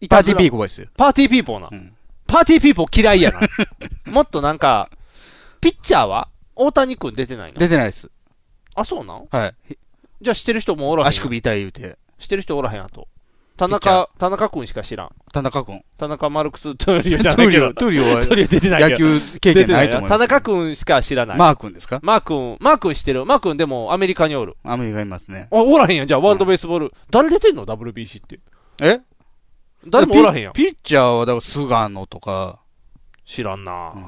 [SPEAKER 2] い
[SPEAKER 3] パ
[SPEAKER 2] た
[SPEAKER 3] ー
[SPEAKER 2] ず
[SPEAKER 3] ティ
[SPEAKER 2] ら
[SPEAKER 3] ーピークボーイですよ。
[SPEAKER 2] パーティーピーポーな
[SPEAKER 3] う。ん。
[SPEAKER 2] パーティーピーポー嫌いや な。もっとなんか、ピッチャーは大谷くん出てないの
[SPEAKER 3] 出てないです。
[SPEAKER 2] あ、そうなん
[SPEAKER 3] はい。
[SPEAKER 2] じゃあ知ってる人もおらへん。
[SPEAKER 3] 足首痛い言うて。
[SPEAKER 2] 知ってる人おらへん、あと。田
[SPEAKER 3] ピッチャー
[SPEAKER 2] 中、田中くんしか知らん。
[SPEAKER 3] 田中君。
[SPEAKER 2] 田中マルクス・トゥー リオじ
[SPEAKER 3] ト
[SPEAKER 2] ゃな
[SPEAKER 3] ゥ
[SPEAKER 2] い
[SPEAKER 3] リ
[SPEAKER 2] け
[SPEAKER 3] オ、
[SPEAKER 2] ど。
[SPEAKER 3] トゥリオ
[SPEAKER 2] トゥ
[SPEAKER 3] は
[SPEAKER 2] リオ出てない
[SPEAKER 3] 野
[SPEAKER 2] けど。
[SPEAKER 3] 球経
[SPEAKER 2] 出
[SPEAKER 3] 験
[SPEAKER 2] て
[SPEAKER 3] ないと思い
[SPEAKER 2] 田
[SPEAKER 3] ます。
[SPEAKER 2] 中くんしか知らない。
[SPEAKER 3] マー君ですか
[SPEAKER 2] マー君、マー君してる。マー君でもアメリカにおる。
[SPEAKER 3] アメリカいますね。
[SPEAKER 2] あ、おらへんやん。じゃあワールドベースボール。誰出てんの ?WBC って。
[SPEAKER 3] え
[SPEAKER 2] 誰もおらへんやん。
[SPEAKER 3] ピピッチャーは、だから、菅野とか、
[SPEAKER 2] 知らんな
[SPEAKER 3] うん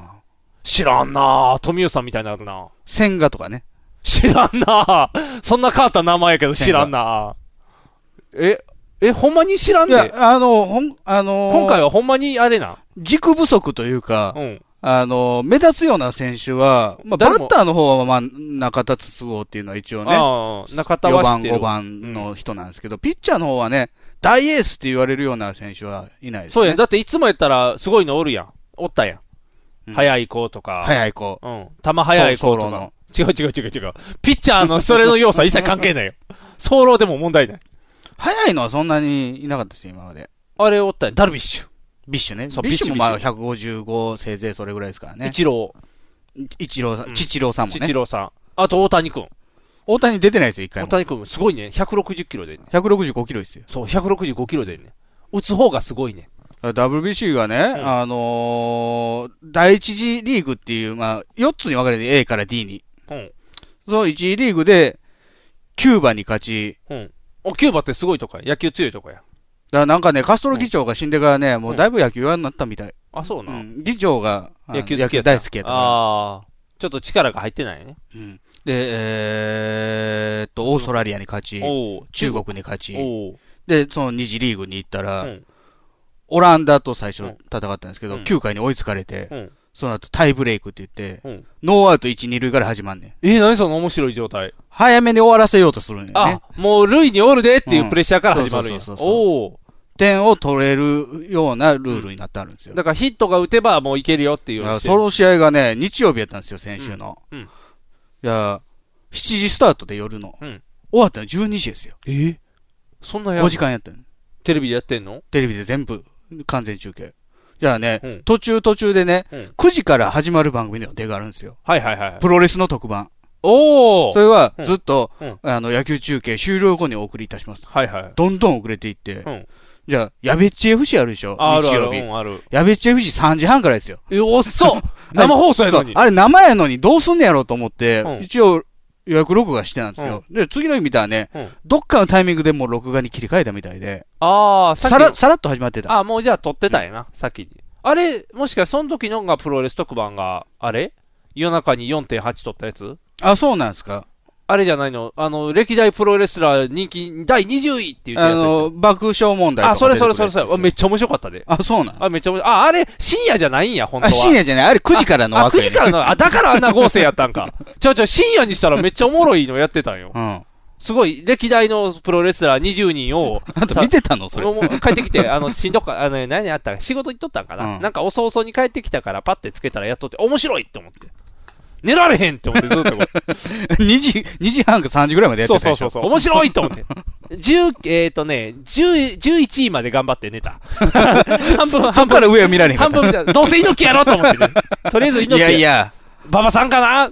[SPEAKER 2] 知らんな富生さんみたいになるな
[SPEAKER 3] 千賀とかね。
[SPEAKER 2] 知らんなそんな変わった名前やけど知らんなえ、え、ほんまに知らん
[SPEAKER 3] い
[SPEAKER 2] で
[SPEAKER 3] や、あの、ほん、あの
[SPEAKER 2] 今回はほんまにあれな。
[SPEAKER 3] 軸不足というか
[SPEAKER 2] う、ん。
[SPEAKER 3] あの、目立つような選手は、まあ、バ
[SPEAKER 2] 誰も
[SPEAKER 3] ッターの方は、まあ、中田筒香っていうのは一応ね、
[SPEAKER 2] ああ、中田
[SPEAKER 3] 4
[SPEAKER 2] は知
[SPEAKER 3] 番、
[SPEAKER 2] ってる。
[SPEAKER 3] 5番の人なんですけど、ピッチャーの方はね、大エースって言われるような選手はいないです、ね。
[SPEAKER 2] そうやん。だっていつもやったら、すごいのおるやん。おったやん。
[SPEAKER 3] うん
[SPEAKER 2] 早い子とか。
[SPEAKER 3] 早い子。
[SPEAKER 2] うん。球早い子
[SPEAKER 3] ソ
[SPEAKER 2] と
[SPEAKER 3] ロの
[SPEAKER 2] か。違う違う違う違う。ピッチャーのそれの要素は一切関係ないよ。早漏でも問題ない。
[SPEAKER 3] 早いのはそんなにいなかったですよ、今まで。
[SPEAKER 2] あれおったよ。ダルビッシュ。
[SPEAKER 3] ビッシュね。
[SPEAKER 2] そう
[SPEAKER 3] ビッシュも
[SPEAKER 2] ビッシュ
[SPEAKER 3] まあ155、せいぜいそれぐらいですからね。
[SPEAKER 2] 一郎、
[SPEAKER 3] 一郎さ、
[SPEAKER 2] うんん
[SPEAKER 3] ちちろうさんもね
[SPEAKER 2] 一。郎さん。あと大谷くん。
[SPEAKER 3] 大谷出てないですよ、一回
[SPEAKER 2] 大
[SPEAKER 3] も。
[SPEAKER 2] 谷くんすごいね。160キロでね。
[SPEAKER 3] 165キロですよ。
[SPEAKER 2] そう、165キロでね。打つ方がすごいね。
[SPEAKER 3] だから WBC がね、
[SPEAKER 2] ん
[SPEAKER 3] あのー、第一次リーグっていう、まあ、4つに分かれて A から D に。
[SPEAKER 2] うん。
[SPEAKER 3] その1次リーグで、キューバに勝ち。
[SPEAKER 2] うん。お、キューバってすごいとかや。野球強いとかや。
[SPEAKER 3] だからなんかね、カストロ議長が死んでからね、もうだいぶ野球嫌になったみたい。
[SPEAKER 2] あ、そう
[SPEAKER 3] う
[SPEAKER 2] な。
[SPEAKER 3] ん。議長が、あの
[SPEAKER 2] 野球
[SPEAKER 3] 野
[SPEAKER 2] 好き
[SPEAKER 3] 球
[SPEAKER 2] やった
[SPEAKER 3] 大好きやったから。
[SPEAKER 2] ああ。ちょっと力が入ってないよね。
[SPEAKER 3] うん。で、えーっと、オーストラリアに勝ち、
[SPEAKER 2] おお。
[SPEAKER 3] 中国に勝ち、
[SPEAKER 2] おう
[SPEAKER 3] で、その2次リーグに行ったら、
[SPEAKER 2] うん
[SPEAKER 3] オランダと最初
[SPEAKER 2] うん
[SPEAKER 3] 戦ったんですけど、
[SPEAKER 2] うん
[SPEAKER 3] 9回に追いつかれて、
[SPEAKER 2] うん
[SPEAKER 3] その後タイブレイクって言って、
[SPEAKER 2] うん
[SPEAKER 3] ノーアウト1、2塁から始まんねん。
[SPEAKER 2] えー、何その面白い状態。
[SPEAKER 3] 早めに終わらせようとするんよね
[SPEAKER 2] あ。、もう塁におるでっていうプレッシャーから始まるん
[SPEAKER 3] う
[SPEAKER 2] や
[SPEAKER 3] んそう。そうそうそうそ
[SPEAKER 2] おお。
[SPEAKER 3] 点を取れるようなルールになってあるんですよ。
[SPEAKER 2] だからヒットが打てばもういけるよっていう
[SPEAKER 3] い
[SPEAKER 2] よう
[SPEAKER 3] や
[SPEAKER 2] にして
[SPEAKER 3] そ
[SPEAKER 2] る。
[SPEAKER 3] の試合がね、日曜日やったんですよ、先週の。
[SPEAKER 2] うんうん
[SPEAKER 3] いや、7時スタートで夜の。
[SPEAKER 2] うん
[SPEAKER 3] 終わったの12時ですよ。
[SPEAKER 2] えそんなやんの
[SPEAKER 3] 5時間やったの。
[SPEAKER 2] テレビでやってんの
[SPEAKER 3] テレビで全部完全中継。じゃあね、
[SPEAKER 2] うん
[SPEAKER 3] 途中途中でね、
[SPEAKER 2] うん
[SPEAKER 3] 9時から始まる番組の予定があるんですよ。
[SPEAKER 2] はいはいはい。
[SPEAKER 3] プロレスの特番。
[SPEAKER 2] おお
[SPEAKER 3] それは
[SPEAKER 2] うん
[SPEAKER 3] ずっと、
[SPEAKER 2] うん
[SPEAKER 3] あの、野球中継終了後にお送りいたします。
[SPEAKER 2] はいはい。
[SPEAKER 3] どんどん遅れていって、
[SPEAKER 2] うん
[SPEAKER 3] じゃあ、やべっち FC あるでしょ
[SPEAKER 2] あある
[SPEAKER 3] 日
[SPEAKER 2] ある、
[SPEAKER 3] 曜
[SPEAKER 2] う
[SPEAKER 3] 日。
[SPEAKER 2] ん、ある。
[SPEAKER 3] やべっち FC3 時半からですよ。
[SPEAKER 2] え、お っそう生放送や
[SPEAKER 3] そ
[SPEAKER 2] の
[SPEAKER 3] う
[SPEAKER 2] に。
[SPEAKER 3] あれ生やのにどうすんねやろうと思って、
[SPEAKER 2] うん
[SPEAKER 3] 一応予約録画してたんですよ。で、次の日見たらね、
[SPEAKER 2] うん
[SPEAKER 3] どっかのタイミングでもう録画に切り替えたみたいで、
[SPEAKER 2] ああ、さっき
[SPEAKER 3] さら、さらっと始まってた。
[SPEAKER 2] あ、もうじゃあ撮ってたんやな、先に。あれ、もしかその時のがプロレス特番が、あれ夜中に4.8撮ったやつ
[SPEAKER 3] あ、そうなんですか。
[SPEAKER 2] あれじゃないのあの、歴代プロレスラー人気第20位って言っ
[SPEAKER 3] あ
[SPEAKER 2] てたやつ
[SPEAKER 3] の、爆笑問題
[SPEAKER 2] あ、
[SPEAKER 3] と
[SPEAKER 2] そ
[SPEAKER 3] か
[SPEAKER 2] れ
[SPEAKER 3] 出て
[SPEAKER 2] そ
[SPEAKER 3] くる
[SPEAKER 2] れ
[SPEAKER 3] やつ
[SPEAKER 2] それそれ。あめっちゃ面白かったで。
[SPEAKER 3] あ、そうなん
[SPEAKER 2] あ、めっちゃ面白い。あ、あれ、深夜じゃないんや、本当
[SPEAKER 3] あ、
[SPEAKER 2] は。
[SPEAKER 3] 深夜じゃない。あれ9時からの
[SPEAKER 2] あ、
[SPEAKER 3] 枠
[SPEAKER 2] 9
[SPEAKER 3] やね
[SPEAKER 2] 時からの、あ、だからあんな合成やった んか。ちょちょ、深夜にしたらめっちゃおもろいのやってたんよ。
[SPEAKER 3] うん。
[SPEAKER 2] すごい、歴代のプロレスラー20人を、
[SPEAKER 3] あと見てたのそ
[SPEAKER 2] そ
[SPEAKER 3] れ。
[SPEAKER 2] もう帰ってきて、あの、しんどっか、あの、何やったか、仕事行っとったんかな、
[SPEAKER 3] うん
[SPEAKER 2] なんか遅々に帰ってきたから、パッてつけたらやっとって、面白いって思って。寝られへんって思って、ずっとこう。
[SPEAKER 3] 2時、2時半か3時ぐらいまでやっ
[SPEAKER 2] そう
[SPEAKER 3] てた
[SPEAKER 2] そ
[SPEAKER 3] で
[SPEAKER 2] う
[SPEAKER 3] し
[SPEAKER 2] そう
[SPEAKER 3] ょ。
[SPEAKER 2] そう。面白いと思って。10、えっ、とね、10、11位まで頑張って 寝た。半分、
[SPEAKER 3] そ
[SPEAKER 2] 半
[SPEAKER 3] っから
[SPEAKER 2] 分、
[SPEAKER 3] 上は見られへんかった。
[SPEAKER 2] 半分見たどうせ猪木やろと 思ってね。とりあえず猪木
[SPEAKER 3] いやいや、
[SPEAKER 2] 馬場さんかな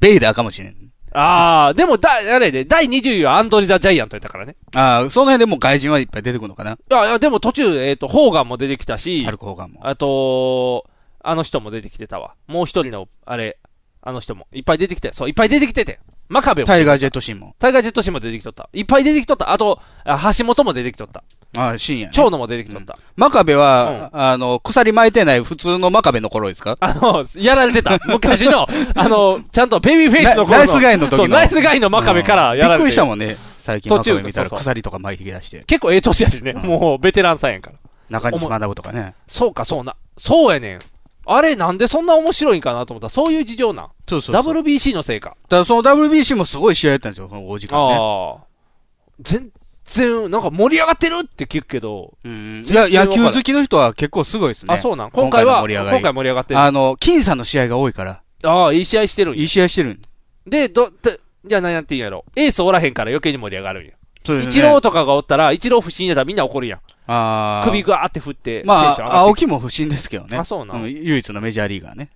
[SPEAKER 3] ベイダーかもしれん。
[SPEAKER 2] ああ、でも、だ、あれで、第20位はアンドリザ・ジャイアントやったからね。
[SPEAKER 3] ああ、その辺でもう外人はいっぱい出てくるのかな。
[SPEAKER 2] いや、いやでも途中、えっ、と、ホーガンも出てきたし
[SPEAKER 3] ハ、ルク・ホーガンも。
[SPEAKER 2] あと、あの人も出てきてたわ。もう一人の、あれ、あの人も。いっぱい出てきて、そう、いっぱい出てきてて。真壁も。
[SPEAKER 3] タイガー・ジェット・シーンも。
[SPEAKER 2] タイガージェットシンも出てきとった。いっぱい出てきとった。あと、あ橋本も出てきとった。
[SPEAKER 3] ああ、シーンやね。
[SPEAKER 2] 蝶野も出てきとった。
[SPEAKER 3] 真壁は、あの、鎖巻いてない普通の真壁の頃ですか
[SPEAKER 2] あの、やられ てた。昔の、あの、ちゃんとベビーフェイスの頃の
[SPEAKER 3] ナイナイスガイの時の
[SPEAKER 2] そう、ナイスガイの真壁からやられて
[SPEAKER 3] うんびっくりしたもんね。最近
[SPEAKER 2] 途
[SPEAKER 3] 真
[SPEAKER 2] 中
[SPEAKER 3] 壁見たら
[SPEAKER 2] そうそう
[SPEAKER 3] 鎖とか巻いてきだして。
[SPEAKER 2] 結構ええ年やしね。
[SPEAKER 3] うん
[SPEAKER 2] もう、ベテランさんやから。
[SPEAKER 3] 中西学ぶとかね。
[SPEAKER 2] そうか、そうな。そうやねん。あれ、なんでそんな面白いんかなと思ったら、そういう事情なん。
[SPEAKER 3] そうそうそう。
[SPEAKER 2] WBC のせいか。
[SPEAKER 3] だからその WBC もすごい試合やったんですよ、この5時間ね。
[SPEAKER 2] ああ。全然、なんか盛り上がってるって聞くけど、
[SPEAKER 3] うんいや、野球好きの人は結構すごいですね。
[SPEAKER 2] あ、そうなん。今回は、
[SPEAKER 3] 今回の盛り上
[SPEAKER 2] 今
[SPEAKER 3] がり
[SPEAKER 2] 回盛り上がってる。
[SPEAKER 3] あの、僅差の試合が多いから、
[SPEAKER 2] ああ、いい試合してるん
[SPEAKER 3] い
[SPEAKER 2] や。
[SPEAKER 3] い試合してるん
[SPEAKER 2] で、ど、てじゃあ何やっていいんやろ。エースおらへんから余計に盛り上がるんや。
[SPEAKER 3] そうですね
[SPEAKER 2] 一郎とかがおったら、一郎不審やったらみんな怒るやん。
[SPEAKER 3] あー
[SPEAKER 2] 首ぐわーって振って、
[SPEAKER 3] ま
[SPEAKER 2] テンシ
[SPEAKER 3] あ、
[SPEAKER 2] ョン上がって
[SPEAKER 3] 青木も不審ですけどね。
[SPEAKER 2] あそうな
[SPEAKER 3] ん
[SPEAKER 2] ん
[SPEAKER 3] 唯一のメジャーリーガーね。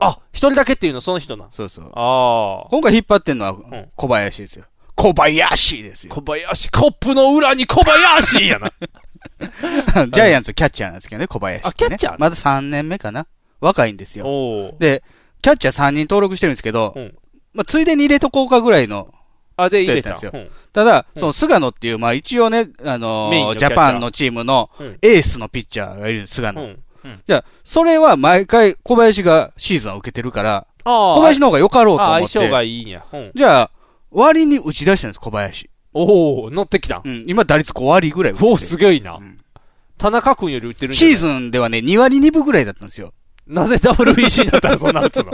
[SPEAKER 2] あ、一人だけっていうのその人なん。
[SPEAKER 3] そうそう。
[SPEAKER 2] ああ。
[SPEAKER 3] 今回引っ張ってんのは
[SPEAKER 2] ん
[SPEAKER 3] 小林ですよ。小林ですよ。
[SPEAKER 2] 小林、コップの裏に小林やな。
[SPEAKER 3] ジャイアンツのキャッチャーなんですけどね、小林ってね、
[SPEAKER 2] あキャッチャー
[SPEAKER 3] まだ3年目かな。若いんですよ。
[SPEAKER 2] おお。
[SPEAKER 3] で、キャッチャー3人登録してるんですけど、
[SPEAKER 2] うん
[SPEAKER 3] まあ、ついでに入れとこうかぐらいの。
[SPEAKER 2] あ、で、入れた。
[SPEAKER 3] 出た
[SPEAKER 2] うん
[SPEAKER 3] ただ、
[SPEAKER 2] うん
[SPEAKER 3] その菅野っていう、まあ一応ね、あのー
[SPEAKER 2] メインのキ
[SPEAKER 3] ジ
[SPEAKER 2] ャッチャー
[SPEAKER 3] ャパンのチームの
[SPEAKER 2] うん
[SPEAKER 3] エースのピッチャーがいるんです、菅
[SPEAKER 2] う
[SPEAKER 3] 野。
[SPEAKER 2] ん。うん。
[SPEAKER 3] じゃあ、それは毎回小林がシーズンを受けてるから、
[SPEAKER 2] ああ。
[SPEAKER 3] 小林の方が良かろうと
[SPEAKER 2] ああ
[SPEAKER 3] 思
[SPEAKER 2] 相
[SPEAKER 3] って。
[SPEAKER 2] 性がいいんや。うん。
[SPEAKER 3] じゃあ、割に打ち出したんです、小林。
[SPEAKER 2] おお、乗ってきた。
[SPEAKER 3] うん、今打率5割ぐらい打って
[SPEAKER 2] お
[SPEAKER 3] る
[SPEAKER 2] お、すげえな
[SPEAKER 3] うん。
[SPEAKER 2] 田中君より売ってるんじゃ
[SPEAKER 3] シ
[SPEAKER 2] ない
[SPEAKER 3] ーズンではね、2割2分ぐらいだったんですよ。
[SPEAKER 2] なぜ WBC になったらそんな打つの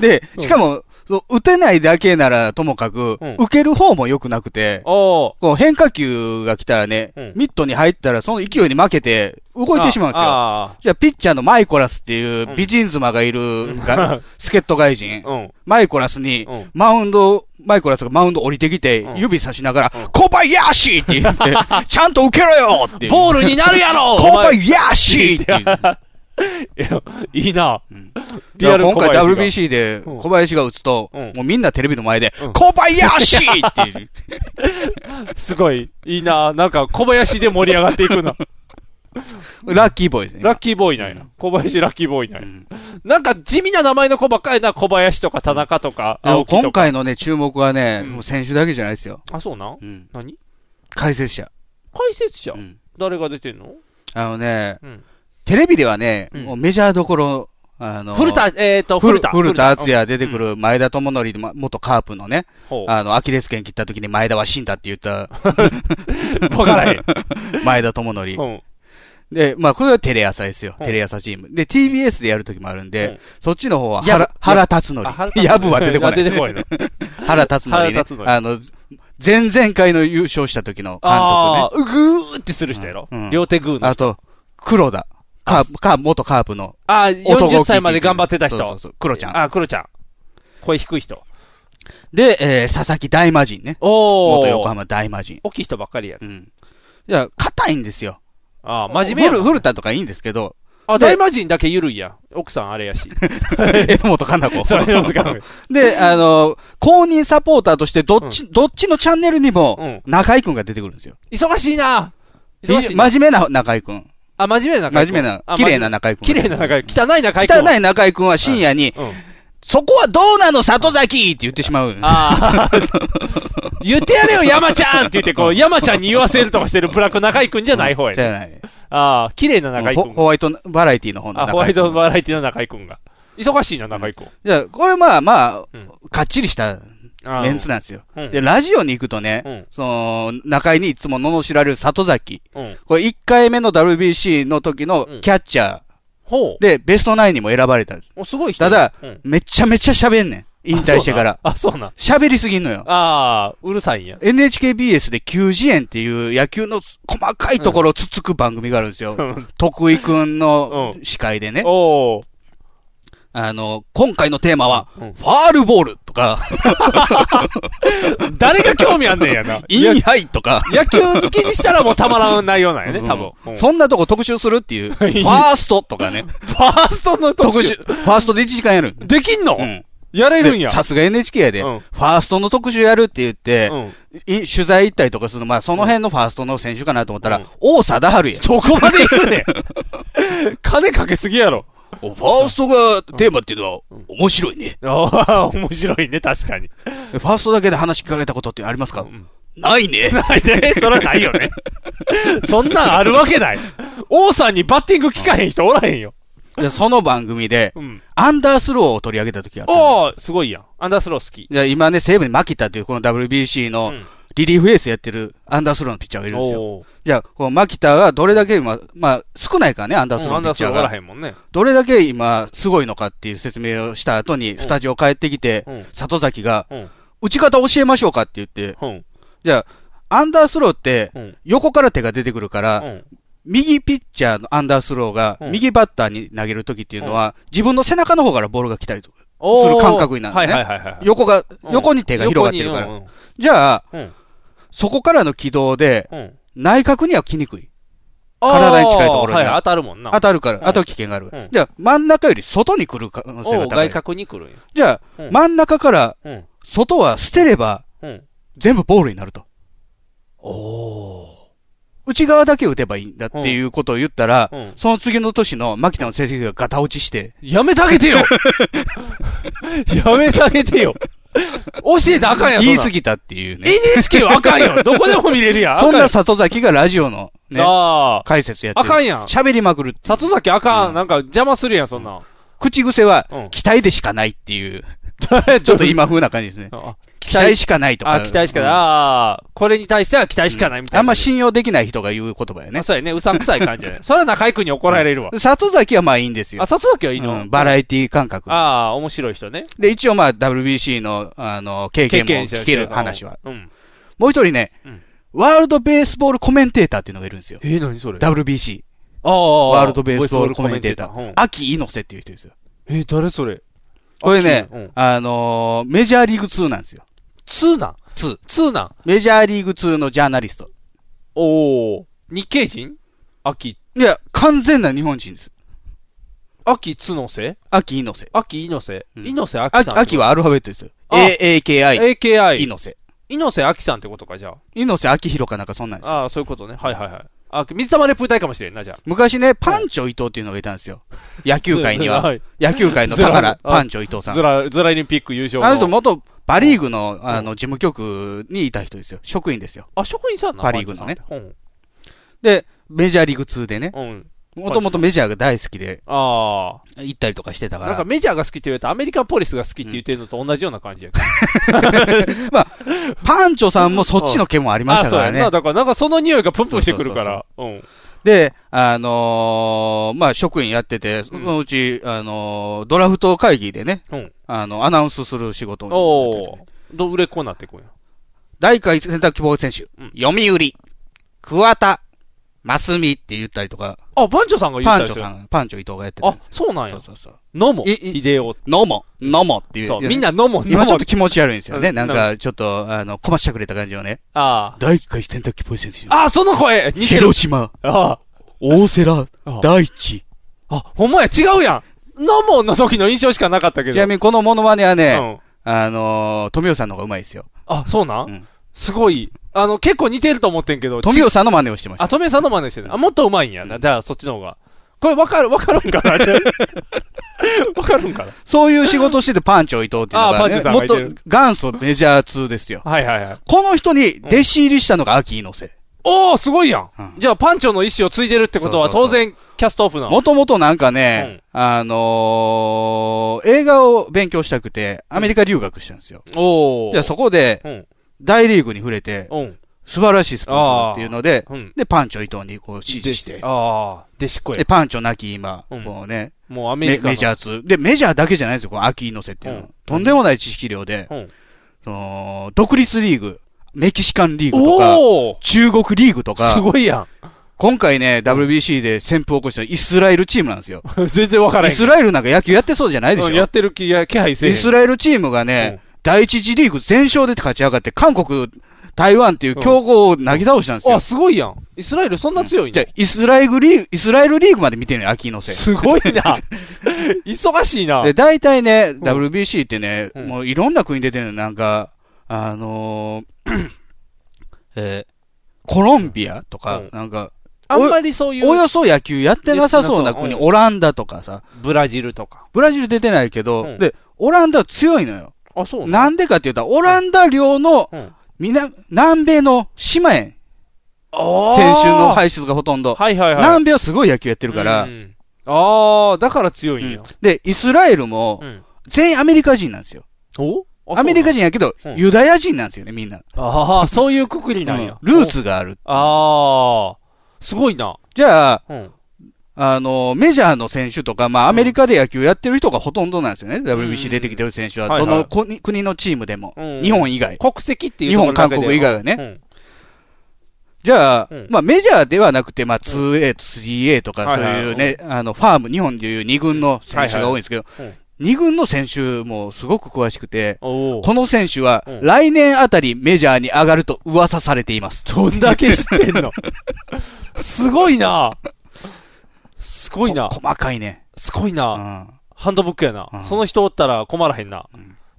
[SPEAKER 3] で、しかも、そう打てないだけならともかく、
[SPEAKER 2] うん
[SPEAKER 3] 受ける方も良くなくて、
[SPEAKER 2] おー。
[SPEAKER 3] こう変化球が来たらね、
[SPEAKER 2] うん
[SPEAKER 3] ミットに入ったらその勢いに負けて動いてしまうんですよ。
[SPEAKER 2] あ
[SPEAKER 3] じゃあ、ピッチャーのマイコラスっていううん美人妻がいる
[SPEAKER 2] う
[SPEAKER 3] が
[SPEAKER 2] ん、
[SPEAKER 3] 助っ人外人
[SPEAKER 2] ー。うん。
[SPEAKER 3] マイコラスに
[SPEAKER 2] うん、
[SPEAKER 3] マウンド、マイコラスがマウンド降りてきて
[SPEAKER 2] う、ん
[SPEAKER 3] 指さしなが
[SPEAKER 2] う
[SPEAKER 3] ら、
[SPEAKER 2] ん
[SPEAKER 3] コバヤシって言 って、ちゃんと受けろよっていう。
[SPEAKER 2] ボールになるや ろ
[SPEAKER 3] コ
[SPEAKER 2] お
[SPEAKER 3] バ
[SPEAKER 2] 前
[SPEAKER 3] ヤシって言 って。
[SPEAKER 2] いやいいな。
[SPEAKER 3] だから今回
[SPEAKER 2] 小林が
[SPEAKER 3] WBC で
[SPEAKER 2] うん
[SPEAKER 3] 小林が打つと、
[SPEAKER 2] うん
[SPEAKER 3] もうみんなテレビの前で
[SPEAKER 2] うん、
[SPEAKER 3] 小林っていう。
[SPEAKER 2] すごい、いいな。なんか、小林で盛り上がってい くな。
[SPEAKER 3] ラッキーボーイですね。
[SPEAKER 2] ラッキーボーイなんや。小林ラッキーボーイなん
[SPEAKER 3] う
[SPEAKER 2] や。
[SPEAKER 3] ん
[SPEAKER 2] なんか、地味な名前の子ばっかりな。小林とか田中とか、
[SPEAKER 3] でも
[SPEAKER 2] 青木
[SPEAKER 3] 今
[SPEAKER 2] とか。
[SPEAKER 3] 回のね、注目はね、
[SPEAKER 2] うん
[SPEAKER 3] もう選手だけじゃないですよ。
[SPEAKER 2] あ、そうなん
[SPEAKER 3] うん
[SPEAKER 2] 何
[SPEAKER 3] 解説者。
[SPEAKER 2] 解説者
[SPEAKER 3] うん
[SPEAKER 2] 誰が出てんの
[SPEAKER 3] あのね
[SPEAKER 2] うん、
[SPEAKER 3] テレビではね、
[SPEAKER 2] うん
[SPEAKER 3] もうメジャーどころ、あの、
[SPEAKER 2] 古田、えっと、
[SPEAKER 3] 古
[SPEAKER 2] 古
[SPEAKER 3] 田
[SPEAKER 2] 田。
[SPEAKER 3] 古田敦
[SPEAKER 2] 也。
[SPEAKER 3] 也出てくる前田智則、ま元カープのね、
[SPEAKER 2] ほう。
[SPEAKER 3] あの、アキレス腱切った時に前田は死んだって言った
[SPEAKER 2] わからへん。
[SPEAKER 3] 前田 智則
[SPEAKER 2] う。ん。
[SPEAKER 3] で、まあ、これはテレ朝ですよ。
[SPEAKER 2] うん
[SPEAKER 3] テレ朝チーム。で、TBS でやるときもあるんで、
[SPEAKER 2] うん
[SPEAKER 3] そっちの方は、
[SPEAKER 2] やぶ
[SPEAKER 3] 原、原辰
[SPEAKER 2] あ原
[SPEAKER 3] 則。
[SPEAKER 2] 辰徳
[SPEAKER 3] やぶは出てこない。
[SPEAKER 2] 出て こないの。
[SPEAKER 3] 原辰則ね。
[SPEAKER 2] 原辰徳
[SPEAKER 3] あの、前々回の優勝した時の監
[SPEAKER 2] あ
[SPEAKER 3] 督ね。
[SPEAKER 2] あー、ぐーってする人やろ
[SPEAKER 3] うん。
[SPEAKER 2] 両手グー
[SPEAKER 3] あ
[SPEAKER 2] の人。
[SPEAKER 3] と、黒田。カープ、カープ、元カープの
[SPEAKER 2] ああ、
[SPEAKER 3] 男
[SPEAKER 2] 40歳まで頑張ってた
[SPEAKER 3] そうそう
[SPEAKER 2] 人。
[SPEAKER 3] そう、黒ちゃん。
[SPEAKER 2] あ、黒ちゃん。声低い人。
[SPEAKER 3] で、えー、佐々木大魔神ね。
[SPEAKER 2] お
[SPEAKER 3] 元
[SPEAKER 2] ー。
[SPEAKER 3] 横浜大魔神。
[SPEAKER 2] 大きい人ばっかりやん。
[SPEAKER 3] うん。いや、硬いんですよ。
[SPEAKER 2] ああ、真面目や
[SPEAKER 3] 古
[SPEAKER 2] な。
[SPEAKER 3] 古田とかいいんですけ ど、
[SPEAKER 2] あ、
[SPEAKER 3] で
[SPEAKER 2] 大魔神だけゆるいやん。奥さんあれやし。
[SPEAKER 3] 江本かな子。
[SPEAKER 2] それの時間。
[SPEAKER 3] で、あの、公認サポーターとして、どっち、どっちのチャンネルに
[SPEAKER 2] う
[SPEAKER 3] も
[SPEAKER 2] ん、
[SPEAKER 3] 中井くんが出てくるんですよ。
[SPEAKER 2] 忙しいな忙しい
[SPEAKER 3] い
[SPEAKER 2] な。
[SPEAKER 3] 真面目な中井くん。
[SPEAKER 2] あ、真面目な中
[SPEAKER 3] 真
[SPEAKER 2] 居君
[SPEAKER 3] 面目な
[SPEAKER 2] あ、
[SPEAKER 3] 綺麗な中井くん。
[SPEAKER 2] 綺麗な中居君。汚い中居君。
[SPEAKER 3] 汚い中井くんは深夜に、
[SPEAKER 2] うん。
[SPEAKER 3] そこはどうなの里崎って言ってしまう。
[SPEAKER 2] ああ。 言ってやれよ、山ちゃんって言って、こう、山ちゃんに言わせるとかしてるブラック中井くんじゃない方や
[SPEAKER 3] じゃ
[SPEAKER 2] ね。
[SPEAKER 3] ない。
[SPEAKER 2] ああ、綺麗な中井く
[SPEAKER 3] ホ
[SPEAKER 2] ん
[SPEAKER 3] ホ。ワイトバラエティの方の
[SPEAKER 2] あ、
[SPEAKER 3] 中
[SPEAKER 2] ホワイ
[SPEAKER 3] 井くん
[SPEAKER 2] トバラエティの中井くんが。忙しいな、中井くん。
[SPEAKER 3] じゃあこれまあま
[SPEAKER 2] う
[SPEAKER 3] あ、かっちりした
[SPEAKER 2] ああ
[SPEAKER 3] メンツなんですよ。
[SPEAKER 2] うん
[SPEAKER 3] で、ラジオに行くとね、
[SPEAKER 2] うん
[SPEAKER 3] その、中井にいつも罵られる里崎。
[SPEAKER 2] うん。
[SPEAKER 3] これ1回目の WBC の時のキャッチャー
[SPEAKER 2] ほう。
[SPEAKER 3] で、ベストナインにも選ばれたんです。
[SPEAKER 2] お、すごい人。
[SPEAKER 3] ただ
[SPEAKER 2] うん、
[SPEAKER 3] めちゃめちゃ喋んねん。引退してから。
[SPEAKER 2] あ、そうなん。あ、そうなん
[SPEAKER 3] 喋りすぎんのよ。
[SPEAKER 2] ああ、うるさいんや。
[SPEAKER 3] NHKBS で球児園っていう野球の細かいところをつつく番組があるんですよ。
[SPEAKER 2] うん
[SPEAKER 3] 徳井くんの
[SPEAKER 2] う
[SPEAKER 3] 司会でね。
[SPEAKER 2] おー。
[SPEAKER 3] あの、今回のテーマは、
[SPEAKER 2] うん
[SPEAKER 3] ファールボールとか、。
[SPEAKER 2] 誰が興味あんねんやな
[SPEAKER 3] インハイとか、
[SPEAKER 2] 野球好きにしたらもうたまらん内容なんやね、多分。うんフ
[SPEAKER 3] そんなとこ特集するって いう、ファーストとかね、
[SPEAKER 2] ァーストの
[SPEAKER 3] 特
[SPEAKER 2] 特
[SPEAKER 3] 集、
[SPEAKER 2] 集。
[SPEAKER 3] ファーストで1時間やる。
[SPEAKER 2] できんの
[SPEAKER 3] うん。
[SPEAKER 2] やれるんや
[SPEAKER 3] で。さすが NHK やで、
[SPEAKER 2] うん
[SPEAKER 3] ファーストの特集やるって言って、
[SPEAKER 2] うん。
[SPEAKER 3] い取材行ったりとかするの、まあ、その辺のファーストの選手かなと思ったら、
[SPEAKER 2] うん
[SPEAKER 3] 王貞治や。
[SPEAKER 2] どこまで行くね ん金かけすぎや ろ。
[SPEAKER 3] おファーストがテーマっていうのは、面白いね。
[SPEAKER 2] ああ、面白いね、確かに。
[SPEAKER 3] ファーストだけで話聞かれたことってありますか、
[SPEAKER 2] ん
[SPEAKER 3] ないね。
[SPEAKER 2] ないね。 そらない よね。そんなんあるわけない。王さんにバッティング聞かへん人おらへんよ。
[SPEAKER 3] でその番組で、
[SPEAKER 2] うん。
[SPEAKER 3] アンダースローを取り上げた時があったの。
[SPEAKER 2] おー、すごいやん。アンダースロー好き。
[SPEAKER 3] で今ね、西武に負けたという、この WBC
[SPEAKER 2] う
[SPEAKER 3] の
[SPEAKER 2] ん。
[SPEAKER 3] リリーフエースやってるアンダースローのピッチャーがいるんですよ。
[SPEAKER 2] おー。
[SPEAKER 3] じゃあ、このマキタがどれだけ今、まあ、少ないからね、アンダースロ
[SPEAKER 2] うん
[SPEAKER 3] ー
[SPEAKER 2] アン
[SPEAKER 3] のピ
[SPEAKER 2] ダ
[SPEAKER 3] ッ
[SPEAKER 2] ース
[SPEAKER 3] チャー
[SPEAKER 2] ローおら
[SPEAKER 3] が。
[SPEAKER 2] へんもんね。
[SPEAKER 3] どれだけ今、すごいのかっていう説明をした後に、スタジオ帰ってきて、
[SPEAKER 2] うん。
[SPEAKER 3] 里崎が、
[SPEAKER 2] うん。
[SPEAKER 3] 打ち方教えましょうかって言って、
[SPEAKER 2] うん。
[SPEAKER 3] じゃあ、アンダースローって、
[SPEAKER 2] うん。
[SPEAKER 3] 横から手が出てくるから、
[SPEAKER 2] うん。
[SPEAKER 3] 右ピッチャーのアンダースローが、
[SPEAKER 2] うん
[SPEAKER 3] 右バッターに投げるときっていうのは、自分の背中の方からボールが来たりとか、
[SPEAKER 2] おー
[SPEAKER 3] する感覚になるね
[SPEAKER 2] はいはいはいはい。
[SPEAKER 3] 横が、
[SPEAKER 2] うん
[SPEAKER 3] 横に手が広がってるか
[SPEAKER 2] 横
[SPEAKER 3] ら。
[SPEAKER 2] に
[SPEAKER 3] じゃあ、
[SPEAKER 2] うん。うん。
[SPEAKER 3] そこからの軌道で、
[SPEAKER 2] うん。
[SPEAKER 3] 内角には来にくい。体に近いところに
[SPEAKER 2] あーはい、当たるもんな。
[SPEAKER 3] 当たるから、
[SPEAKER 2] うん
[SPEAKER 3] 当たる危険がある。
[SPEAKER 2] うん
[SPEAKER 3] じゃあ、真ん中より外に来る可能性
[SPEAKER 2] お
[SPEAKER 3] が
[SPEAKER 2] ー外
[SPEAKER 3] 高い。
[SPEAKER 2] 角に来るんや。
[SPEAKER 3] じゃあ、
[SPEAKER 2] うん
[SPEAKER 3] 真ん中から、
[SPEAKER 2] うん。
[SPEAKER 3] 外は捨てれば、
[SPEAKER 2] うん。
[SPEAKER 3] 全部ボールになると。
[SPEAKER 2] おー。
[SPEAKER 3] 内側だけ打てばいいんだっていうことを言ったら、
[SPEAKER 2] うん
[SPEAKER 3] その次の年の牧田の成績がガタ落ちして、
[SPEAKER 2] やめてあげ てよやめてあげてよ教えたらあかんやん、そん
[SPEAKER 3] 言
[SPEAKER 2] ない
[SPEAKER 3] 過ぎたっていうね。
[SPEAKER 2] NHK はあか んよどこでも見れるやん。
[SPEAKER 3] そんな
[SPEAKER 2] あか
[SPEAKER 3] 里崎がラジオの
[SPEAKER 2] ん
[SPEAKER 3] ね
[SPEAKER 2] や、ああ。
[SPEAKER 3] 解説やって
[SPEAKER 2] あ
[SPEAKER 3] る。
[SPEAKER 2] かんやん。
[SPEAKER 3] 喋りまくるっていう
[SPEAKER 2] 里崎あか
[SPEAKER 3] うん
[SPEAKER 2] ん。なんか邪魔するやん、そ んなん。
[SPEAKER 3] 口癖は
[SPEAKER 2] う、ん
[SPEAKER 3] 期待でしかないっていう、
[SPEAKER 2] ち
[SPEAKER 3] ちょっと。今風な感じですね。
[SPEAKER 2] あ
[SPEAKER 3] 期待しかないとか。
[SPEAKER 2] あ、期待しかない。
[SPEAKER 3] うん
[SPEAKER 2] ああ、これに対しては期待しかないみたいな。
[SPEAKER 3] あんま信用できない人が言う言葉やね
[SPEAKER 2] あ。そうやね。うさんくさい感じだ ね。それは中井くんに怒られるわ。
[SPEAKER 3] 里崎はまあいいんですよ
[SPEAKER 2] あ、。里崎はいい
[SPEAKER 3] うん
[SPEAKER 2] の
[SPEAKER 3] バラエティ感覚。
[SPEAKER 2] ああ、面白い人ね。
[SPEAKER 3] で、一応まあ WBC の、あの、経験も聞ける話は。。
[SPEAKER 2] うん。
[SPEAKER 3] もう一人ね
[SPEAKER 2] うん、
[SPEAKER 3] ワールドベースボールコメンテーターっていうのがいるんですよ。
[SPEAKER 2] えー、何それ
[SPEAKER 3] WBC。
[SPEAKER 2] ああ、
[SPEAKER 3] ワールドベースボールコメンテータ
[SPEAKER 2] う
[SPEAKER 3] ー
[SPEAKER 2] ん。
[SPEAKER 3] 秋猪瀬っていう人ですよ。
[SPEAKER 2] えー、誰それ
[SPEAKER 3] これね
[SPEAKER 2] 秋うん、
[SPEAKER 3] あのー、メジャーリーグ2なんですよ。
[SPEAKER 2] ツーなん
[SPEAKER 3] 2。
[SPEAKER 2] ツーなん
[SPEAKER 3] メジャーリーグ2のジャーナリスト。
[SPEAKER 2] おお日系人秋、
[SPEAKER 3] いや、完全な日本人です。
[SPEAKER 2] 秋つのせ
[SPEAKER 3] 秋猪瀬。
[SPEAKER 2] 秋猪瀬
[SPEAKER 3] うん
[SPEAKER 2] 猪瀬秋
[SPEAKER 3] 秋
[SPEAKER 2] さん。
[SPEAKER 3] 秋はアルファベットですよ。
[SPEAKER 2] あ
[SPEAKER 3] AAKI。
[SPEAKER 2] AKI。
[SPEAKER 3] 猪瀬。
[SPEAKER 2] 猪瀬秋さんってことか、じゃ
[SPEAKER 3] 猪瀬秋広かなんかそんなんですよ。
[SPEAKER 2] あ。ああ、そういうことね。はいはいはい。あ、水溜りプー隊かもしれんな、じゃあ。
[SPEAKER 3] 昔ね、パンチョ伊藤っていうのがいたんですよ。野球界には。
[SPEAKER 2] い。
[SPEAKER 3] 野球界の宝、パンチョ伊藤さん
[SPEAKER 2] ズ。ラ、ズラオリンピック優勝
[SPEAKER 3] あの人
[SPEAKER 2] の。
[SPEAKER 3] 元パリーグの、あの、事務局にいた人ですよ。職員ですよ。
[SPEAKER 2] あ、職員さんなの
[SPEAKER 3] パリーグのね。
[SPEAKER 2] パンチ
[SPEAKER 3] で、メジャーリーグ2でね
[SPEAKER 2] ョ、さんってうん。うん。
[SPEAKER 3] もともとメジャーが大好きで
[SPEAKER 2] あ
[SPEAKER 3] 行ったりとかしてた
[SPEAKER 2] あ。
[SPEAKER 3] か、
[SPEAKER 2] なんからメジャーが好きって言うとアメリカンポリスが好きって言ってるのと同じような感じや から。
[SPEAKER 3] パンチョさんもそっちの件もありまし
[SPEAKER 2] ああ、
[SPEAKER 3] たか
[SPEAKER 2] そう
[SPEAKER 3] ら
[SPEAKER 2] や
[SPEAKER 3] ね
[SPEAKER 2] な。。だからなんかその匂いがプンプンしてくるから。うん。
[SPEAKER 3] で、あのーまあ、職員やってて、そのうち、あのードラフト会議でね、
[SPEAKER 2] うん
[SPEAKER 3] あの、アナウンスする仕事に
[SPEAKER 2] おお。ど、売れっ子になってこうや。
[SPEAKER 3] 大会選択希望選手、
[SPEAKER 2] うん
[SPEAKER 3] 読売、桑田、ますみって言ったりとか、
[SPEAKER 2] あ、番長さんが言っ
[SPEAKER 3] パ
[SPEAKER 2] た
[SPEAKER 3] ン
[SPEAKER 2] やつ
[SPEAKER 3] チョ
[SPEAKER 2] や
[SPEAKER 3] さん、パンチョ伊藤がやってたん
[SPEAKER 2] あ
[SPEAKER 3] です、よ。
[SPEAKER 2] そうなん
[SPEAKER 3] そ
[SPEAKER 2] や
[SPEAKER 3] う。そうそう。
[SPEAKER 2] のも、
[SPEAKER 3] い
[SPEAKER 2] ひでお。
[SPEAKER 3] 飲も、飲もっていう。
[SPEAKER 2] そう、
[SPEAKER 3] いや
[SPEAKER 2] みんなのも、の
[SPEAKER 3] 今
[SPEAKER 2] も。
[SPEAKER 3] ちょっと気持ち悪いんですよ
[SPEAKER 2] う
[SPEAKER 3] ね。
[SPEAKER 2] ん
[SPEAKER 3] なん
[SPEAKER 2] な
[SPEAKER 3] か、ちょっと、あの、こましゃくれた感じをね。
[SPEAKER 2] ああ。
[SPEAKER 3] 大会選択希望選手。
[SPEAKER 2] ああ、その声似てる。
[SPEAKER 3] 広島、
[SPEAKER 2] あ
[SPEAKER 3] 大瀬良
[SPEAKER 2] あ、
[SPEAKER 3] 大地。
[SPEAKER 2] あ、ほんまや、違うやん。のもの時の印象しかなかったけ
[SPEAKER 3] ち
[SPEAKER 2] ど。
[SPEAKER 3] なみにこのモノマネは
[SPEAKER 2] う
[SPEAKER 3] ね、
[SPEAKER 2] ん。
[SPEAKER 3] あのー、富尾さんの方がうまいですよ。
[SPEAKER 2] あ、そうな
[SPEAKER 3] うん
[SPEAKER 2] んすごい。あの、結構似てると思ってんけど。
[SPEAKER 3] 富
[SPEAKER 2] ち
[SPEAKER 3] 尾さんの真似をしてまし
[SPEAKER 2] あ、
[SPEAKER 3] た。
[SPEAKER 2] 富江さんの真似してる。あ、もっと上手いんやな。じゃあ、そっちの方が。これ、わかる、わかる んかなわかるんかな
[SPEAKER 3] そういう仕事しててパンチョ伊藤っていうの
[SPEAKER 2] あ
[SPEAKER 3] が
[SPEAKER 2] パン
[SPEAKER 3] ね、
[SPEAKER 2] チョさん
[SPEAKER 3] も
[SPEAKER 2] が
[SPEAKER 3] っ
[SPEAKER 2] いて
[SPEAKER 3] と
[SPEAKER 2] る
[SPEAKER 3] 元祖メジャー2ですよ。
[SPEAKER 2] はいはいはい。
[SPEAKER 3] この人に弟子入りしたのが秋猪瀬。
[SPEAKER 2] おー、すごいやん。
[SPEAKER 3] うん
[SPEAKER 2] じゃあ、パンチョの意思を継いでるってことは、
[SPEAKER 3] そうそう
[SPEAKER 2] 当
[SPEAKER 3] そ
[SPEAKER 2] 然、キャストオフなの。
[SPEAKER 3] もともとなんかね、あのー、映画を勉強したくて、アメリカ留学したんですよ。
[SPEAKER 2] おー。
[SPEAKER 3] で、そこで、
[SPEAKER 2] うん。
[SPEAKER 3] 大リーグに触れて、
[SPEAKER 2] うん。
[SPEAKER 3] 素晴らしいスポーツだっていうので、
[SPEAKER 2] うん。
[SPEAKER 3] で、パンチョ伊藤にこう指示して、
[SPEAKER 2] ああ、弟子っ子や
[SPEAKER 3] で、。パンチョなき今、
[SPEAKER 2] うん
[SPEAKER 3] こうね、
[SPEAKER 2] もうアメリ
[SPEAKER 3] メ
[SPEAKER 2] カの。
[SPEAKER 3] メジャー2。で、メジャーだけじゃないんですよ、この秋猪瀬っていうのは
[SPEAKER 2] うん
[SPEAKER 3] とんでもない知識量で、
[SPEAKER 2] うん
[SPEAKER 3] その、独立リーグ、メキシカンリーグとか、
[SPEAKER 2] おお
[SPEAKER 3] 中国リーグと
[SPEAKER 2] す
[SPEAKER 3] か、
[SPEAKER 2] ごいや
[SPEAKER 3] 今回ね、WBC で旋風を起こしたイスラエルチームなんですよ。
[SPEAKER 2] ん。 全然わから
[SPEAKER 3] イ
[SPEAKER 2] へん。
[SPEAKER 3] スラエルなんか野球やってそうじゃないでし
[SPEAKER 2] うんや
[SPEAKER 3] ょ
[SPEAKER 2] っ。てる気や、気配せえへ
[SPEAKER 3] イ
[SPEAKER 2] ん。
[SPEAKER 3] スラエルチームがね、第一次リーグ全勝で勝ち上がって、韓国、台湾っていう強豪を投げ倒したんですよ。
[SPEAKER 2] あ、すごいやん。イスラエルそんな強いん
[SPEAKER 3] じゃあイスラエルリーグ、イスラエルリーグまで見てるのよ、秋のせい。
[SPEAKER 2] すごい な。忙しいな。
[SPEAKER 3] で、大体ね、WBC ってね、
[SPEAKER 2] うん
[SPEAKER 3] もういろんな国出てるの、なんか、あの ーえーコロンビアとか、
[SPEAKER 2] うん
[SPEAKER 3] なんか、
[SPEAKER 2] あんまりそうい
[SPEAKER 3] お
[SPEAKER 2] う、
[SPEAKER 3] よそ野球やってなさそうな国、
[SPEAKER 2] うん
[SPEAKER 3] オランダとかさ、
[SPEAKER 2] ブラジルとか。
[SPEAKER 3] ブラジル出てないけど、
[SPEAKER 2] うん
[SPEAKER 3] で、オランダは強いのよ。
[SPEAKER 2] あ、そうな
[SPEAKER 3] なんでかって言ったら、オランダ領の、
[SPEAKER 2] うん
[SPEAKER 3] 南、南米の島へ、
[SPEAKER 2] あ
[SPEAKER 3] 先週の
[SPEAKER 2] はい
[SPEAKER 3] 排出がほとんど。
[SPEAKER 2] はいはい。
[SPEAKER 3] 南米はすごい野球やってるから、
[SPEAKER 2] うんああ、だから強いんや。
[SPEAKER 3] で、イスラエルも
[SPEAKER 2] う、ん。
[SPEAKER 3] 全員アメリカ人なんですよ。
[SPEAKER 2] お
[SPEAKER 3] アメリカ
[SPEAKER 2] 人。
[SPEAKER 3] 人やけど、
[SPEAKER 2] うん
[SPEAKER 3] ユダヤ人なんですよね、みんな。
[SPEAKER 2] ああ、そういうくくりなんや。
[SPEAKER 3] ルーツがある。
[SPEAKER 2] お。ああ、すごいな。
[SPEAKER 3] じゃあ、
[SPEAKER 2] うん。
[SPEAKER 3] あの、メジャーの選手とか、まあ、アメリカで野球やってる人がほとんどなんですよね。WBC 出てきてる選手は、
[SPEAKER 2] はいは
[SPEAKER 3] ど
[SPEAKER 2] い
[SPEAKER 3] の国国のチームでも、
[SPEAKER 2] うん
[SPEAKER 3] 日本以外。
[SPEAKER 2] 国籍っていう
[SPEAKER 3] 日
[SPEAKER 2] ところ
[SPEAKER 3] 本、
[SPEAKER 2] だ
[SPEAKER 3] 韓
[SPEAKER 2] けで
[SPEAKER 3] 国以外はね。
[SPEAKER 2] うん
[SPEAKER 3] じゃあ
[SPEAKER 2] うん、
[SPEAKER 3] まあ、メジャーではなくて、まあ、2A と 3A とか、
[SPEAKER 2] はい
[SPEAKER 3] そう
[SPEAKER 2] はい
[SPEAKER 3] いうね、あの、ファーム、日本でいう2軍の選手が多いんですけど
[SPEAKER 2] はいはいうん、
[SPEAKER 3] 2軍の選手もすごく詳しくて、
[SPEAKER 2] おお。
[SPEAKER 3] この選手は
[SPEAKER 2] うん
[SPEAKER 3] 来年あたりメジャーに上がると噂されています。
[SPEAKER 2] どんだけ知ってんのすごいなすごいな
[SPEAKER 3] こ細かいね。
[SPEAKER 2] すごいうな、
[SPEAKER 3] ん
[SPEAKER 2] ハンドブックやな、
[SPEAKER 3] うん
[SPEAKER 2] その人おったら困らへんな、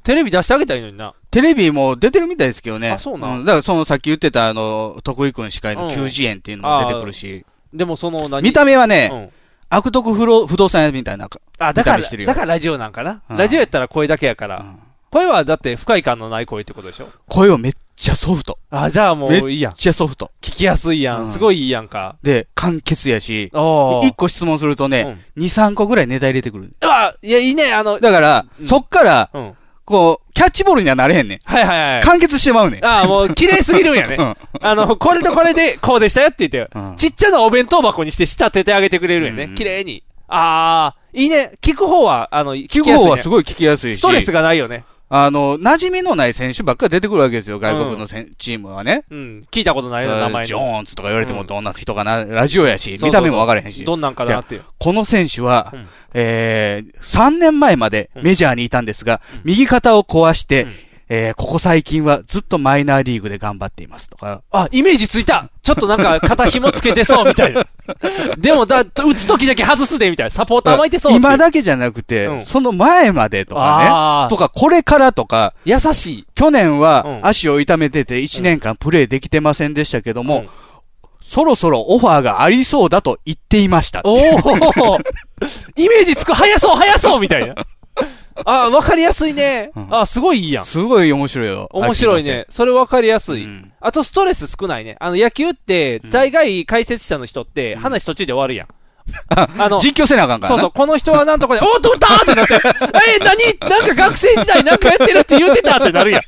[SPEAKER 2] テレビ出してあげたらいいのにな。
[SPEAKER 3] テレビも出てるみたいですけどね。
[SPEAKER 2] あそうなん
[SPEAKER 3] んだからそのさっき言ってたあの、徳井くん司会の
[SPEAKER 2] うん
[SPEAKER 3] 9次元っていうのも出てくるし。
[SPEAKER 2] でもその何
[SPEAKER 3] 見た目はね、
[SPEAKER 2] うん。
[SPEAKER 3] 悪徳不労不動産屋みたいな。
[SPEAKER 2] あ、だか
[SPEAKER 3] 見た目
[SPEAKER 2] ら、
[SPEAKER 3] してるよ
[SPEAKER 2] だからラジオなんかな、
[SPEAKER 3] うん
[SPEAKER 2] ラジオやったら声だけやから。
[SPEAKER 3] うん
[SPEAKER 2] 声はだって不快感のない声ってことでしょ
[SPEAKER 3] 声はめっちゃソフト。
[SPEAKER 2] あ、じゃあも
[SPEAKER 3] めっ
[SPEAKER 2] ういいやん。
[SPEAKER 3] ちゃソフト。
[SPEAKER 2] 聞きやすいやん。
[SPEAKER 3] うん
[SPEAKER 2] すごいいいやんか。
[SPEAKER 3] で、簡潔やし、
[SPEAKER 2] お
[SPEAKER 3] 1個質問するとね、2、3個ぐらいネタ入れてくる。
[SPEAKER 2] うん。あ、いや、いいね、あの、
[SPEAKER 3] だから、
[SPEAKER 2] うん
[SPEAKER 3] そっから、
[SPEAKER 2] うん。
[SPEAKER 3] こう、キャッチボールにはなれへんねん。
[SPEAKER 2] はいはいはい。
[SPEAKER 3] 完結してまうねん。
[SPEAKER 2] ああ、もう綺麗すぎるんやね
[SPEAKER 3] うん。
[SPEAKER 2] あの、これとこれで、こうでしたよって言って
[SPEAKER 3] うん、
[SPEAKER 2] ちっちゃなお弁当箱にして仕立ててあげてくれるんや
[SPEAKER 3] う
[SPEAKER 2] ね。
[SPEAKER 3] ん
[SPEAKER 2] 綺麗に。ああ、いいね。聞く方は、あの、聞
[SPEAKER 3] 聞
[SPEAKER 2] き
[SPEAKER 3] く
[SPEAKER 2] やすい、
[SPEAKER 3] 方
[SPEAKER 2] ね。
[SPEAKER 3] はすごい聞きやすいし。
[SPEAKER 2] ストレスがないよね。
[SPEAKER 3] あの、馴染みのない選手ばっかり出てくるわけですよ、外国のせん、チームはね。
[SPEAKER 2] うん。聞いたことないような名前の
[SPEAKER 3] ジョーンズとか言われて
[SPEAKER 2] う
[SPEAKER 3] も
[SPEAKER 2] ん
[SPEAKER 3] どんな人かな、ラジオやし、
[SPEAKER 2] そうそうそう
[SPEAKER 3] 見た目もわからへんし。
[SPEAKER 2] どんなんかなっていう。
[SPEAKER 3] この選手は、
[SPEAKER 2] うん
[SPEAKER 3] えー、3年前までメジャーにいたんですが、右肩を壊して、
[SPEAKER 2] うん
[SPEAKER 3] えー、ここ最近はずっとマイナーリーグで頑張っていますとか、
[SPEAKER 2] あ、イメージついたちょっとなんか肩紐つけてそうみた いな。でもだ、打つ時だけ外すでみたいな。サポーター巻いてそうっていう
[SPEAKER 3] 今だけじゃなくて、
[SPEAKER 2] うん
[SPEAKER 3] その前までとか
[SPEAKER 2] あ
[SPEAKER 3] ね、
[SPEAKER 2] ー
[SPEAKER 3] とかこれからとか、
[SPEAKER 2] 優しい。
[SPEAKER 3] 去年
[SPEAKER 2] う
[SPEAKER 3] は
[SPEAKER 2] ん
[SPEAKER 3] 足を痛めてて1年間プレーできてませんでしたけども、
[SPEAKER 2] うん
[SPEAKER 3] そろそろオファーがありそうだと言っていました。
[SPEAKER 2] おおイメージつく、早そう、早そうみたいな。あ、わかりやすいね。
[SPEAKER 3] うん
[SPEAKER 2] あ、すごいいいやん。
[SPEAKER 3] すごい面白いよ。
[SPEAKER 2] 面白いね。それわかりやすい。
[SPEAKER 3] うん
[SPEAKER 2] あと、ストレス少ないね。あの、野球って、大概解説者の人って、話途中で終わるやん。
[SPEAKER 3] あ
[SPEAKER 2] あ
[SPEAKER 3] の、
[SPEAKER 2] の
[SPEAKER 3] 実況せなあかんから
[SPEAKER 2] そう
[SPEAKER 3] な。
[SPEAKER 2] そう、この人はなんとかで、 おーっと打ったーってなって、え、何なんか学生 時代なんかやってるって言ってたってなるやん。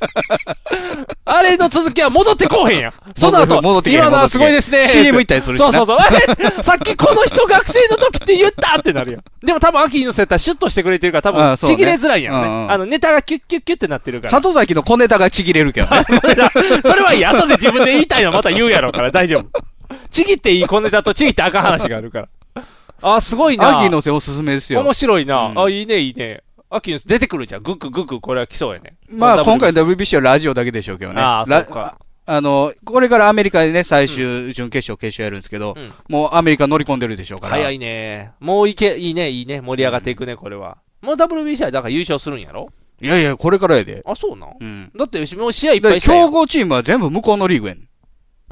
[SPEAKER 2] あれの続きは戻ってこうへんやん。その後、
[SPEAKER 3] 戻ってけへん
[SPEAKER 2] 今のはすごいですね。
[SPEAKER 3] CM 行ったりするしな
[SPEAKER 2] そうそうそう。 え、さっきこの人学生の時って言ったってなるやん。でも多分秋のセッターシュッとしてくれてるから多
[SPEAKER 3] ああ
[SPEAKER 2] 分
[SPEAKER 3] そうね
[SPEAKER 2] ちぎれづらいやんね。
[SPEAKER 3] うんうん
[SPEAKER 2] あの、ネタがキュッキュッキュッってなってるから。
[SPEAKER 3] 里崎の小ネタがちぎれるけど ね。
[SPEAKER 2] それだそれはいい。後で自分で言いたいのまた言うやろうから大丈夫。ちぎっていい小ネタとちぎってあかん話があるから。あ、すごいな。
[SPEAKER 3] アギーのせおすすめですよ
[SPEAKER 2] 面。白いな。
[SPEAKER 3] うん
[SPEAKER 2] あ、いいね、いいね。秋の出てくるじゃん。グッググッグ、これは来そうやね。
[SPEAKER 3] まあ、今回
[SPEAKER 2] だ
[SPEAKER 3] WBC はラジオだけでしょうけどね。
[SPEAKER 2] ああ、そ
[SPEAKER 3] ラ
[SPEAKER 2] うか。
[SPEAKER 3] あの、これからアメリカでね、最終、準決勝、決勝やるんですけど
[SPEAKER 2] うん、
[SPEAKER 3] もうアメリカ乗り込んでるでしょうから。
[SPEAKER 2] 早いね。もういけ、いいね、いいね。盛り上がっていくね、これは。もう WBC はだから優勝するんやろ
[SPEAKER 3] いやいや、これからやで。
[SPEAKER 2] あ、そうなん
[SPEAKER 3] うん。
[SPEAKER 2] だって、もう試合いっぱ
[SPEAKER 3] で
[SPEAKER 2] いしたや
[SPEAKER 3] 強
[SPEAKER 2] ん
[SPEAKER 3] 豪チームは全部向こうのリーグやねん。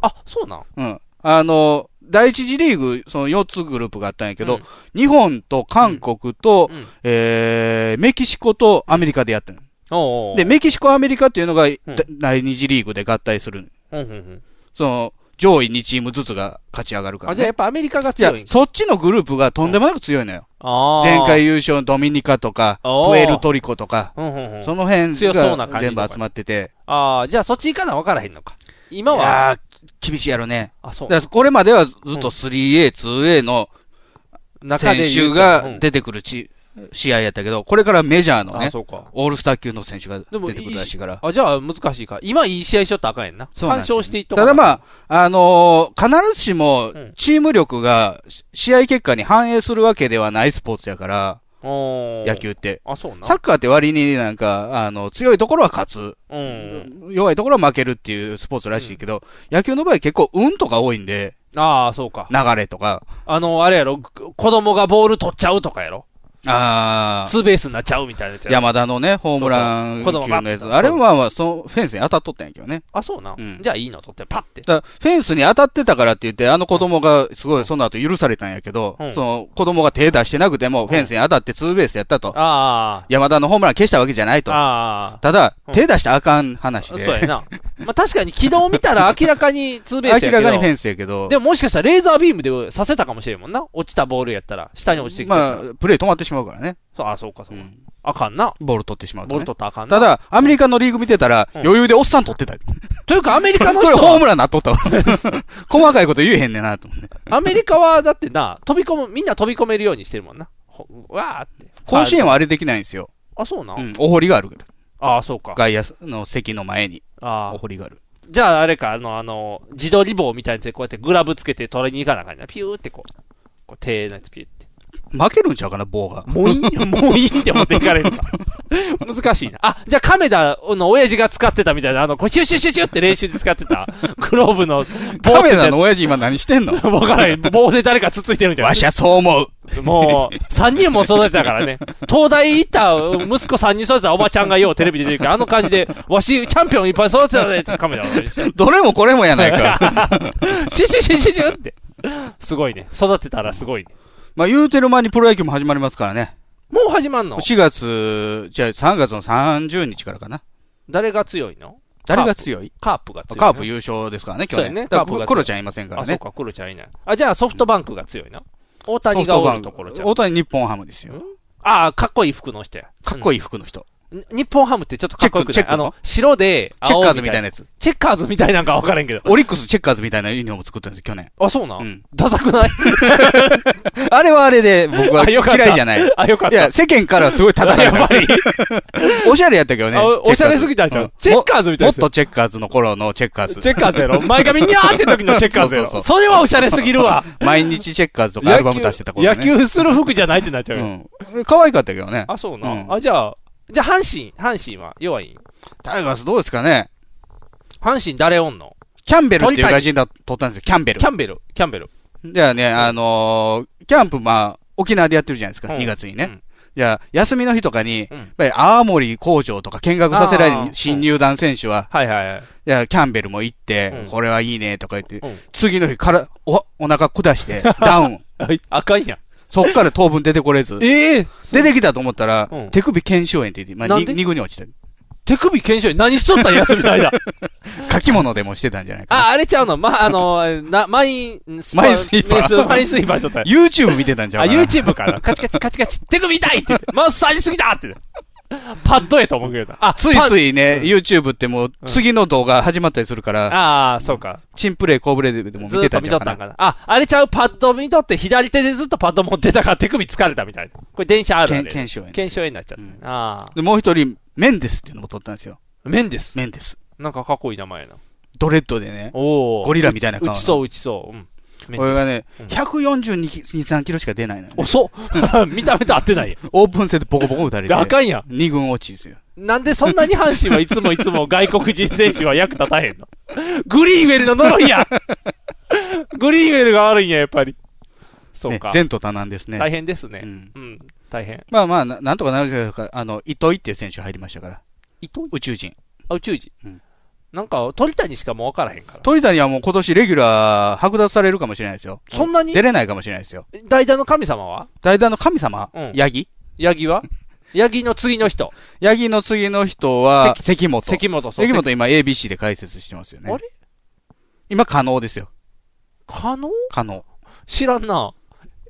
[SPEAKER 2] あ、そうなん
[SPEAKER 3] うん。あの、第一次リーグ、その4つグループがあったんやけ
[SPEAKER 2] う
[SPEAKER 3] ど
[SPEAKER 2] ん、
[SPEAKER 3] 日本と韓国と
[SPEAKER 2] う、ん。
[SPEAKER 3] えーメキシコとアメリカでやってる。
[SPEAKER 2] おうおう
[SPEAKER 3] で、メキシコ、アメリカっていうのが、
[SPEAKER 2] ん
[SPEAKER 3] 第二次リーグで合体する。
[SPEAKER 2] うんうんうん。
[SPEAKER 3] その、上位2チームずつが勝ち上がるから、
[SPEAKER 2] あ、
[SPEAKER 3] ね。
[SPEAKER 2] じゃあやっぱアメリカが
[SPEAKER 3] いや
[SPEAKER 2] 強いん、か。
[SPEAKER 3] そっちのグループがとんでもなく強いのよ。
[SPEAKER 2] ああ。
[SPEAKER 3] 前回。優勝のドミニカとか、
[SPEAKER 2] おー
[SPEAKER 3] プエルトリコとか、
[SPEAKER 2] うんうんうん。
[SPEAKER 3] その辺
[SPEAKER 2] 強そうな
[SPEAKER 3] が
[SPEAKER 2] 感じ
[SPEAKER 3] 全
[SPEAKER 2] と
[SPEAKER 3] 部
[SPEAKER 2] か
[SPEAKER 3] 集まってて。
[SPEAKER 2] ああ、じゃあそっち行かな分からへんのか。今
[SPEAKER 3] い
[SPEAKER 2] は、
[SPEAKER 3] やー、厳しいやろね。
[SPEAKER 2] あ、そ
[SPEAKER 3] だ
[SPEAKER 2] う
[SPEAKER 3] か。らこれまではずっと 3A、2A の
[SPEAKER 2] 中
[SPEAKER 3] 選
[SPEAKER 2] で
[SPEAKER 3] 手
[SPEAKER 2] 言うと
[SPEAKER 3] が
[SPEAKER 2] うん
[SPEAKER 3] 出てくるち、試合やったけど、これからメジャーの
[SPEAKER 2] あ、
[SPEAKER 3] ね、
[SPEAKER 2] そうか。
[SPEAKER 3] オールスター級の選手が
[SPEAKER 2] でも
[SPEAKER 3] 出てくるらしいから。
[SPEAKER 2] あ、じゃあ難しいか。今いい試合しよったらあかんやんな。
[SPEAKER 3] そうなん
[SPEAKER 2] 干
[SPEAKER 3] ですよ
[SPEAKER 2] 渉していっと
[SPEAKER 3] ただまあ、あのー必ずしも
[SPEAKER 2] うん、
[SPEAKER 3] チーム力が、し試合結果に反映するわけではないスポーツやから、
[SPEAKER 2] あ、おー
[SPEAKER 3] 野。球って。
[SPEAKER 2] あ、そうな。
[SPEAKER 3] サッカーって割になんか、あの、強いところは勝つ。
[SPEAKER 2] うん。
[SPEAKER 3] 弱いところは負けるっていうスポーツらしいけど、野球の場合結構運とか多いんで、
[SPEAKER 2] ああ、そうか。
[SPEAKER 3] 流れとか。
[SPEAKER 2] あの、あれやろ、子供がボール取っちゃうとかやろ。
[SPEAKER 3] あ
[SPEAKER 2] ツーベースになっちゃうみたいなやつやろ。
[SPEAKER 3] 山田のね、ホームラン級
[SPEAKER 2] そうそう
[SPEAKER 3] のやつ。
[SPEAKER 2] 子供が
[SPEAKER 3] あれはまあまあ、そのフェンスに当たっとったんやけどね。
[SPEAKER 2] あ、そうな
[SPEAKER 3] うん。
[SPEAKER 2] じゃあいいの取って、パッて。
[SPEAKER 3] だからフェンスに当たってたからって言って、あの子供がすごいその後許されたんやけど、
[SPEAKER 2] うん
[SPEAKER 3] その子供が手出してなくても、フェンスに当たってツーベースやったと。
[SPEAKER 2] あ
[SPEAKER 3] 山田のホームラン消したわけじゃない
[SPEAKER 2] あ。
[SPEAKER 3] と。
[SPEAKER 2] ああ。
[SPEAKER 3] ただ
[SPEAKER 2] う、ん
[SPEAKER 3] 手出したらあかん話
[SPEAKER 2] そう
[SPEAKER 3] で。
[SPEAKER 2] やな。まあ、確かに軌道見たら明らかにツーベースや け
[SPEAKER 3] 明
[SPEAKER 2] ど。
[SPEAKER 3] らかにフェンスやけど。
[SPEAKER 2] でももしかしたらレーザービームでさせたかもしれんもんな。落ちたボールやったら、下に落ちてきたら。
[SPEAKER 3] まあ、プレー止まってしまうからね。
[SPEAKER 2] そう、あ、そうか、そうか。
[SPEAKER 3] うん
[SPEAKER 2] あかんな。
[SPEAKER 3] ボール取ってしまうと、
[SPEAKER 2] ボール
[SPEAKER 3] ね。
[SPEAKER 2] 取ったらあかん
[SPEAKER 3] た
[SPEAKER 2] な。
[SPEAKER 3] だ、アメリカのリーグ見てたら、
[SPEAKER 2] うん
[SPEAKER 3] 余裕でおっさん取って た。
[SPEAKER 2] というかアメリカの
[SPEAKER 3] こ
[SPEAKER 2] 人
[SPEAKER 3] れホー
[SPEAKER 2] は、
[SPEAKER 3] ムランなっとったわ。 細かいこと言えへんねんな、と思って。
[SPEAKER 2] アメリカはだってな、飛び込む、みんな飛び込めるようにしてるもんな。ほわーって。
[SPEAKER 3] 甲子園はあれできないんですよ。
[SPEAKER 2] あ、そうな。
[SPEAKER 3] うん、お堀があるから。
[SPEAKER 2] ああ、そうか。
[SPEAKER 3] 外野の席の前に、
[SPEAKER 2] あ
[SPEAKER 3] お
[SPEAKER 2] あ。
[SPEAKER 3] 堀がある。
[SPEAKER 2] じゃああれか、あの、あの、自撮り棒みたいなやつでこうやってグラブつけて取りに行かなあかんな。ピューってこう。こう手のやつピュー って。
[SPEAKER 3] 負けるんちゃうかな、棒が。
[SPEAKER 2] もう いいもういいって持っていかれるか。 難しいな。あ、じゃあ亀田の親父が使ってたみたいな、あの、こうシュッシュッシュッシュッって練習で使ってた、グローブ
[SPEAKER 3] カ
[SPEAKER 2] の棒つい
[SPEAKER 3] メ
[SPEAKER 2] た
[SPEAKER 3] ラ
[SPEAKER 2] やつ
[SPEAKER 3] の親父今何してんの
[SPEAKER 2] わからへん。棒で誰かつついてるみたいな
[SPEAKER 3] わ。しゃそう 思う。
[SPEAKER 2] もう、三人も育てた からね。東大行った息子三人育てたおばちゃんがようテレビで出てるから、あの感じで、わし、チャンピオンいっぱい育てたねってカメラを見せて。
[SPEAKER 3] どれもこれもやない か。
[SPEAKER 2] シュシュシュシュシュって。 すごいね。育てたらすごいね。
[SPEAKER 3] まあ言うてる間にプロ野球も始まりますからね。
[SPEAKER 2] もう始まんの
[SPEAKER 3] 4月、じゃあ3月の30日からかな。
[SPEAKER 2] 誰が強いの
[SPEAKER 3] 誰が強い
[SPEAKER 2] カープが強いの。
[SPEAKER 3] カープ優勝ですからね、去
[SPEAKER 2] そうや
[SPEAKER 3] 年。
[SPEAKER 2] ね
[SPEAKER 3] だから
[SPEAKER 2] カープが
[SPEAKER 3] クロちゃんいませんから
[SPEAKER 2] あ、そう
[SPEAKER 3] ね。
[SPEAKER 2] か、クロちゃんいない。あ、じゃあソフトバンクが強いな。大
[SPEAKER 3] ソ
[SPEAKER 2] 谷
[SPEAKER 3] フ
[SPEAKER 2] が
[SPEAKER 3] ト
[SPEAKER 2] お
[SPEAKER 3] バ
[SPEAKER 2] る
[SPEAKER 3] ンク
[SPEAKER 2] ところじゃん。
[SPEAKER 3] 大谷日本ハムですよ。
[SPEAKER 2] ああ、かっこいい服の人や。
[SPEAKER 3] かっこ
[SPEAKER 2] いい。
[SPEAKER 3] いい服の人。
[SPEAKER 2] に日本ハムってちょっとかっこよくない
[SPEAKER 3] チェックチェッ
[SPEAKER 2] あ
[SPEAKER 3] クの
[SPEAKER 2] の、白で、
[SPEAKER 3] チェッカーズ
[SPEAKER 2] 青
[SPEAKER 3] みたいなやつ。
[SPEAKER 2] チェッカーズみたいなんかわからんけど。
[SPEAKER 3] オリックスチェッカーズみたいなユニフォーム作ったんですよ、去年。
[SPEAKER 2] あ、そうな。
[SPEAKER 3] うん
[SPEAKER 2] ダサくない
[SPEAKER 3] あれはあれで、僕は
[SPEAKER 2] あよかった
[SPEAKER 3] 嫌いじゃ ない。
[SPEAKER 2] あ、よかっ
[SPEAKER 3] い
[SPEAKER 2] た。
[SPEAKER 3] や、世間からはすごい叩かれ
[SPEAKER 2] やったぱ。り。
[SPEAKER 3] おしゃれやったけどね
[SPEAKER 2] あ。
[SPEAKER 3] チェッカ
[SPEAKER 2] お
[SPEAKER 3] ーズ
[SPEAKER 2] おしゃれすぎたでしょ
[SPEAKER 3] うん
[SPEAKER 2] チェッカーズみたい
[SPEAKER 3] もっ
[SPEAKER 2] ですよ
[SPEAKER 3] とチェッカーズの頃のチェッカーズ。
[SPEAKER 2] チェッカーズやろ前髪にゃーって時のチェッカーズやろ。
[SPEAKER 3] そ
[SPEAKER 2] そう
[SPEAKER 3] そうそ
[SPEAKER 2] れはおしゃれすぎる わ。
[SPEAKER 3] 毎日チェッカーズとかアルバム出してた頃ね。
[SPEAKER 2] 野球野球する服じゃないってなっちゃうよ。
[SPEAKER 3] うん。可愛かったけどね。
[SPEAKER 2] あ、そうな。
[SPEAKER 3] うん
[SPEAKER 2] あ、じゃあ、じゃあ阪神、阪神は弱い
[SPEAKER 3] タイガースどうですかね
[SPEAKER 2] 阪神誰おんの
[SPEAKER 3] キャンベルっていう外人だ、取ったんですよ、キャンベル
[SPEAKER 2] キ。ャンベル、キャンベル。
[SPEAKER 3] じゃあね、あのーキャンプ、まあ、沖縄でやってるじゃないですか、
[SPEAKER 2] うん
[SPEAKER 3] 2月に
[SPEAKER 2] う
[SPEAKER 3] ね
[SPEAKER 2] ん。
[SPEAKER 3] じゃあ、休みの日とかに、
[SPEAKER 2] うん
[SPEAKER 3] やっぱり青森工場とか見学させら
[SPEAKER 2] あ
[SPEAKER 3] れ
[SPEAKER 2] ー
[SPEAKER 3] る新入団選手は、
[SPEAKER 2] はいはいはい。
[SPEAKER 3] いや、キャンベルも行って、
[SPEAKER 2] うん
[SPEAKER 3] これはいいね、とか言って、
[SPEAKER 2] うん
[SPEAKER 3] 次の日から、お、お腹下して、ダウ ン。
[SPEAKER 2] はい、赤いやん。
[SPEAKER 3] そっから当分出てこれず。
[SPEAKER 2] ええ
[SPEAKER 3] 出てきたと思ったら、
[SPEAKER 2] うん
[SPEAKER 3] 手首腱鞘炎って言って、まあ、
[SPEAKER 2] なん
[SPEAKER 3] に
[SPEAKER 2] で
[SPEAKER 3] 二軍に落ちてる。
[SPEAKER 2] 手首検証何しとったん休みの間。
[SPEAKER 3] 書き物でもしてたんじゃないかな。
[SPEAKER 2] あ、あれちゃうのま、あの、な、マイン、スパ
[SPEAKER 3] マインスイーパー
[SPEAKER 2] スマインスイーパーしとったんや
[SPEAKER 3] YouTube 見てたんじゃ
[SPEAKER 2] あ、
[SPEAKER 3] ないかな。
[SPEAKER 2] YouTube かなカチカチカチカチ、手首痛いって言って、マッサージすぎたって。パッドやと思うけどな。あ、
[SPEAKER 3] ついつ
[SPEAKER 2] い。
[SPEAKER 3] いね、YouTube ってもう、次の動画始まったりするから、
[SPEAKER 2] ああ、そうか。
[SPEAKER 3] チンプレイ、コーブレイでも
[SPEAKER 2] ず
[SPEAKER 3] 見
[SPEAKER 2] ーってと
[SPEAKER 3] たん
[SPEAKER 2] 見
[SPEAKER 3] じゃ
[SPEAKER 2] とっ
[SPEAKER 3] な
[SPEAKER 2] た
[SPEAKER 3] い
[SPEAKER 2] ん
[SPEAKER 3] かな。
[SPEAKER 2] かな。あ、あれちゃうパッド見とって、左手でずっとパッド持ってたから手首疲れたみたいな。これ電車あるある。
[SPEAKER 3] けん腱鞘炎です
[SPEAKER 2] 検証になっちゃったね。あ
[SPEAKER 3] で、もう一人、メンデスっていうのも撮ったんですよ。
[SPEAKER 2] あ。メンです。
[SPEAKER 3] メンデス。
[SPEAKER 2] なんかかっこいい名前やな。
[SPEAKER 3] ドレッドでね。
[SPEAKER 2] おお。
[SPEAKER 3] ゴリラみたいな顔
[SPEAKER 2] 打
[SPEAKER 3] の
[SPEAKER 2] ちそう、打ちそう。うん。メン
[SPEAKER 3] 俺がね、
[SPEAKER 2] うん
[SPEAKER 3] 142、3キロしか出ないのよね。
[SPEAKER 2] 遅っ 見た目と合ってないよ。
[SPEAKER 3] オープン 戦でボコボコ打たれ
[SPEAKER 2] であ
[SPEAKER 3] て、
[SPEAKER 2] かんやん。
[SPEAKER 3] 二軍落ちですよ。
[SPEAKER 2] なんでそんなに阪神はいつもいつも外国人選手は役立たへんのグリーンウェルの呪 いやグリーンウェルが悪いんや、やっぱり。そう
[SPEAKER 3] ね
[SPEAKER 2] か。、
[SPEAKER 3] 前途多難ですね。
[SPEAKER 2] 大変ですね
[SPEAKER 3] う。ん
[SPEAKER 2] うん、大変。
[SPEAKER 3] まあまあ、ななんとかなるじゃないですか。あの、糸井っていう選手入りましたから。
[SPEAKER 2] 糸井
[SPEAKER 3] 宇宙人。
[SPEAKER 2] あ、宇宙人
[SPEAKER 3] うん。
[SPEAKER 2] なんか、鳥谷しかもう分からへんから。
[SPEAKER 3] 鳥谷はもう今年レギュラー剥奪されるかもしれないですよ。
[SPEAKER 2] そんなに
[SPEAKER 3] 出れないかもしれないですよ。
[SPEAKER 2] 代打の神様は
[SPEAKER 3] 代打の神様、
[SPEAKER 2] うん
[SPEAKER 3] ヤギ
[SPEAKER 2] ヤ ギはヤギの次の人。
[SPEAKER 3] ヤギの次の人は、関本。
[SPEAKER 2] 関本そう
[SPEAKER 3] 関本今 ABC で解説してますよね。
[SPEAKER 2] あれ
[SPEAKER 3] 今可能ですよ。
[SPEAKER 2] 可能
[SPEAKER 3] 可能。
[SPEAKER 2] 知らんな。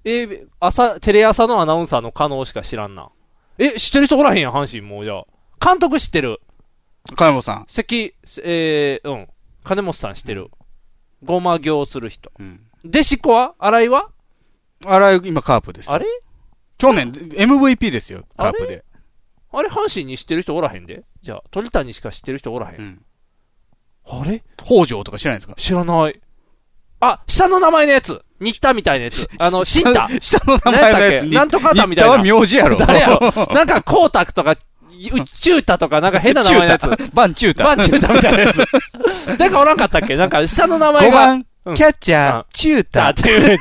[SPEAKER 2] え、朝、テレ朝のアナウンサーの可能しか知らんな。え、知ってる人おらへんやん、阪神もうじゃあ。監督知ってる。
[SPEAKER 3] 金本さん。
[SPEAKER 2] 関、えー、うん。金本さん知ってる。ごま行する人。
[SPEAKER 3] うん。
[SPEAKER 2] で、しこは新井は
[SPEAKER 3] 荒井、今カープですよ。
[SPEAKER 2] あれ
[SPEAKER 3] 去年、MVP ですよ、カープで。
[SPEAKER 2] あれ、阪神に知ってる人おらへんで。じゃあ、鳥谷しか知ってる人おらへん。
[SPEAKER 3] うん。
[SPEAKER 2] あれ
[SPEAKER 3] 北条とか知らないですか
[SPEAKER 2] 知らない。あ、下の名前のやつ。新田みたいなやつ。あの、新田。
[SPEAKER 3] 下の名前のやつに。
[SPEAKER 2] なんとかだみたいな
[SPEAKER 3] 新田は名字やろ。
[SPEAKER 2] 誰やろなんか、光沢とか、宇宙田とか、なんか変な名前のやつ。
[SPEAKER 3] 中 田。バンチュータ。
[SPEAKER 2] バンチュータみたいなやつ。 誰かおらんかったっけなんか、下の名前
[SPEAKER 3] 5
[SPEAKER 2] が。
[SPEAKER 3] 番
[SPEAKER 2] う、ん
[SPEAKER 3] キャッチャ
[SPEAKER 2] う
[SPEAKER 3] ー、チュー
[SPEAKER 2] だ
[SPEAKER 3] タ
[SPEAKER 2] っ。ていう。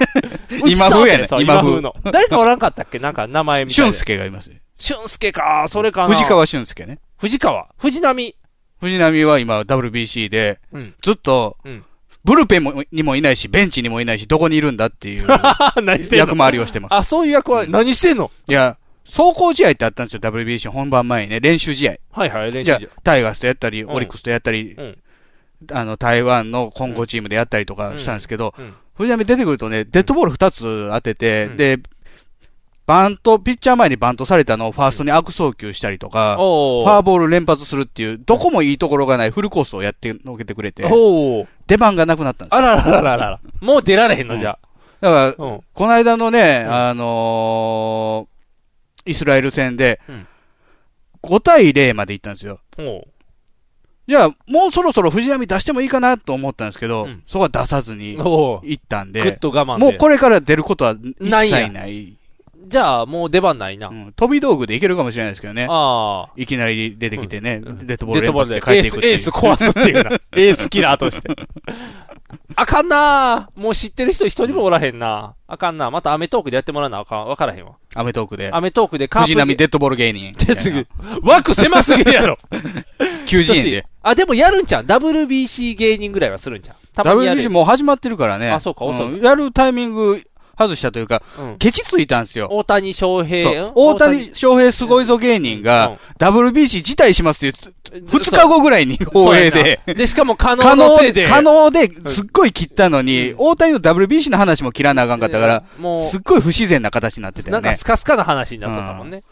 [SPEAKER 3] 今風やね
[SPEAKER 2] 打ちそうってそう
[SPEAKER 3] 今風
[SPEAKER 2] 今風の。誰かおらんかったっけなんか名前みたいな。
[SPEAKER 3] 俊。介がいますよ。
[SPEAKER 2] 俊介か、それかな。
[SPEAKER 3] 藤。川俊介ね。
[SPEAKER 2] 藤川。藤波。
[SPEAKER 3] 藤波は今 WBC で
[SPEAKER 2] うん、
[SPEAKER 3] ずっと
[SPEAKER 2] うん、
[SPEAKER 3] ブルペンもにもいないし、ベンチにもいないし、どこにいるんだって いう
[SPEAKER 2] 何してん
[SPEAKER 3] 役
[SPEAKER 2] の
[SPEAKER 3] 回りをしてます。
[SPEAKER 2] あ、そういう役は、何してんの
[SPEAKER 3] いや、走行試合ってあったんですよ、WBC 本番前にね、練習試合。
[SPEAKER 2] はいはい、練
[SPEAKER 3] じゃ
[SPEAKER 2] 習
[SPEAKER 3] あ
[SPEAKER 2] 場。、
[SPEAKER 3] タイガースとやったり、
[SPEAKER 2] ん
[SPEAKER 3] オリックスとやったり、
[SPEAKER 2] うん
[SPEAKER 3] あの、台湾の混合チームでやったりとかしたんですけど、
[SPEAKER 2] うんうん
[SPEAKER 3] 藤波出てくるとね、デッドボール2つ当てて、
[SPEAKER 2] うん
[SPEAKER 3] で、バント、ピッチャー前にバントされたのをファーストに悪送球したりとか、
[SPEAKER 2] お
[SPEAKER 3] ファーボール連発するっていう、どこもいいところがないフルコースをやってのけてくれて、
[SPEAKER 2] おー。
[SPEAKER 3] 出番がなくなったんです
[SPEAKER 2] あ
[SPEAKER 3] よ。
[SPEAKER 2] らららららら。もう出られへんの、じゃ
[SPEAKER 3] だから、
[SPEAKER 2] あ。うん。
[SPEAKER 3] この間のね、
[SPEAKER 2] うん
[SPEAKER 3] あのーイスラエル戦で
[SPEAKER 2] うん、
[SPEAKER 3] 5対0まで行ったんですよ。
[SPEAKER 2] おう
[SPEAKER 3] じゃあ、もうそろそろ藤波出してもいいかなと思ったんですけど、
[SPEAKER 2] うん
[SPEAKER 3] そこは出さずに
[SPEAKER 2] お
[SPEAKER 3] 行ったん
[SPEAKER 2] ぐっ
[SPEAKER 3] で、
[SPEAKER 2] と我慢で。
[SPEAKER 3] もうこれから出ることは一切
[SPEAKER 2] な
[SPEAKER 3] ない
[SPEAKER 2] んや
[SPEAKER 3] い。
[SPEAKER 2] じゃあ、もう出番ないな。
[SPEAKER 3] う
[SPEAKER 2] あ
[SPEAKER 3] ん飛び道具でいけるかもしれないですけどね。
[SPEAKER 2] あー。
[SPEAKER 3] いきなり出てきてね、
[SPEAKER 2] うん
[SPEAKER 3] デッドボー
[SPEAKER 2] デ
[SPEAKER 3] ル
[SPEAKER 2] ッド
[SPEAKER 3] 連
[SPEAKER 2] ボール
[SPEAKER 3] 発
[SPEAKER 2] で
[SPEAKER 3] で帰
[SPEAKER 2] エ
[SPEAKER 3] っ
[SPEAKER 2] ー
[SPEAKER 3] てい
[SPEAKER 2] ス、
[SPEAKER 3] くっていう
[SPEAKER 2] エース壊すっていうな。 エースキラーとして。あかんなーもう知ってる人一人もおらへんなあかんなまたアメトークでやってもらわなあかん。わからへんわ。
[SPEAKER 3] アメトークで
[SPEAKER 2] ア。メトークでカープ
[SPEAKER 3] 藤波デッドボール芸人。
[SPEAKER 2] 出てくる枠狭すぎるや ろ。
[SPEAKER 3] 90円で。
[SPEAKER 2] あ、でもやるんちゃう ?WBC 芸人ぐらいはするんちゃうたまにやる
[SPEAKER 3] WBC もう始まってるからね。
[SPEAKER 2] あそうか遅い
[SPEAKER 3] んやるタイミング外したというか、
[SPEAKER 2] うん
[SPEAKER 3] ケチついたんですよ。
[SPEAKER 2] 大谷翔
[SPEAKER 3] そ
[SPEAKER 2] 平
[SPEAKER 3] う。大谷翔平すごいぞ芸人
[SPEAKER 2] うん
[SPEAKER 3] が、WBC 辞退しますって言う、2日後ぐらいに放映で。
[SPEAKER 2] で、しかも可能
[SPEAKER 3] 可
[SPEAKER 2] の
[SPEAKER 3] 能
[SPEAKER 2] せいで。
[SPEAKER 3] で、可能で、すっごい切ったのに、大谷の WBC の話も切らなあかんかったから
[SPEAKER 2] えーもう、
[SPEAKER 3] すっごい不自然な形になってた
[SPEAKER 2] な
[SPEAKER 3] よ
[SPEAKER 2] んか
[SPEAKER 3] ね
[SPEAKER 2] ス。カスカな話になってたもんね。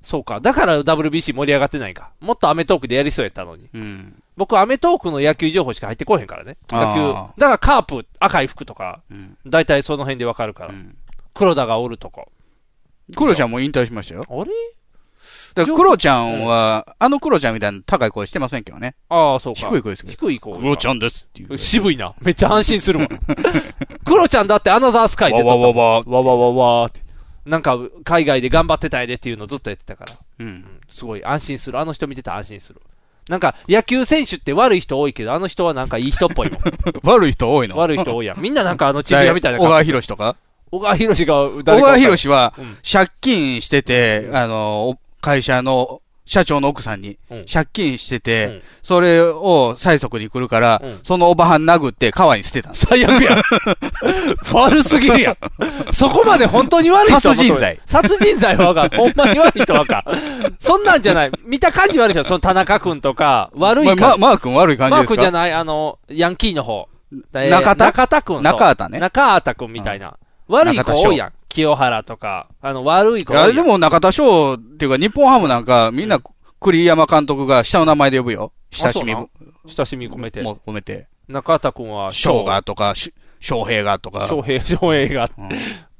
[SPEAKER 2] そうか。だから WBC 盛り上がってないか。もっとアメトーークでやりそうやったのに。
[SPEAKER 3] うん。
[SPEAKER 2] 僕、アメトーークの野球情報しか入ってこへんからね。野球。
[SPEAKER 3] あー
[SPEAKER 2] だからカープ、赤い服とか、
[SPEAKER 3] うん。
[SPEAKER 2] 大体その辺でわかるから。
[SPEAKER 3] うん
[SPEAKER 2] 黒田がおるとこ。
[SPEAKER 3] クロちゃんも引退しましたよ。
[SPEAKER 2] あれ
[SPEAKER 3] だからクロちゃんは、あのクロちゃんみたいな高い声してませんけどね。
[SPEAKER 2] ああ、そうか。
[SPEAKER 3] 低い声ですけど。
[SPEAKER 2] 低い子。
[SPEAKER 3] クロちゃんですっていう。
[SPEAKER 2] 渋いな。めっちゃ安心するもん。クロちゃんだってアナザースカイで撮ったもん
[SPEAKER 3] わわわ
[SPEAKER 2] わわわわーって。なんか、海外で頑張ってたいでっていうのずっとやってたから。
[SPEAKER 3] う。
[SPEAKER 2] うんん、すごい安心する。あの人見てたら安心する。なんか、野球選手って悪い人多いけど、あの人はなんかいい人っ ぽいもん。
[SPEAKER 3] 悪い人多いの
[SPEAKER 2] 悪い人多いやん。みんななんかあのチビアみたいな
[SPEAKER 3] 小
[SPEAKER 2] 感
[SPEAKER 3] 川
[SPEAKER 2] じ。
[SPEAKER 3] 博士とか
[SPEAKER 2] 小川博士が
[SPEAKER 3] 小
[SPEAKER 2] 誰かわか
[SPEAKER 3] 川
[SPEAKER 2] んない。
[SPEAKER 3] 博士は
[SPEAKER 2] うん、
[SPEAKER 3] 借金してて、あの、お会社の社長の奥さんに
[SPEAKER 2] うん、
[SPEAKER 3] 借金してて、
[SPEAKER 2] うん
[SPEAKER 3] それを催促に来るから、
[SPEAKER 2] うん
[SPEAKER 3] そのおばはん殴って川に捨てたんです。
[SPEAKER 2] 最 悪やん。悪すぎるやん。そこまで本当に悪い人は
[SPEAKER 3] 殺人罪
[SPEAKER 2] 殺人罪はわかん。ほんまに悪い人はわかん。そんなんじゃない。見た感じ悪い人はその田中くんとか、悪い
[SPEAKER 3] ま
[SPEAKER 2] か、
[SPEAKER 3] まマー君悪い感じ
[SPEAKER 2] マ
[SPEAKER 3] で
[SPEAKER 2] ー
[SPEAKER 3] す
[SPEAKER 2] ク
[SPEAKER 3] か
[SPEAKER 2] じゃない、あの、ヤンキーの方。えー
[SPEAKER 3] 中田
[SPEAKER 2] 中田くん。そう
[SPEAKER 3] 中畑ね
[SPEAKER 2] 中畑くんみたいな。悪い子多いやん。清原とか。あの、悪い子
[SPEAKER 3] い
[SPEAKER 2] 多
[SPEAKER 3] や、
[SPEAKER 2] い
[SPEAKER 3] で
[SPEAKER 2] やん。
[SPEAKER 3] も中田翔っていうか、日本ハムなんか、みんな、栗山監督が下の名前で呼ぶよ。親しみ
[SPEAKER 2] あそ
[SPEAKER 3] も
[SPEAKER 2] 親しみ込めて。
[SPEAKER 3] も込めて。
[SPEAKER 2] 中畑くんは、
[SPEAKER 3] 翔がとか、し翔平がとか。
[SPEAKER 2] 翔平、翔平が。
[SPEAKER 3] うん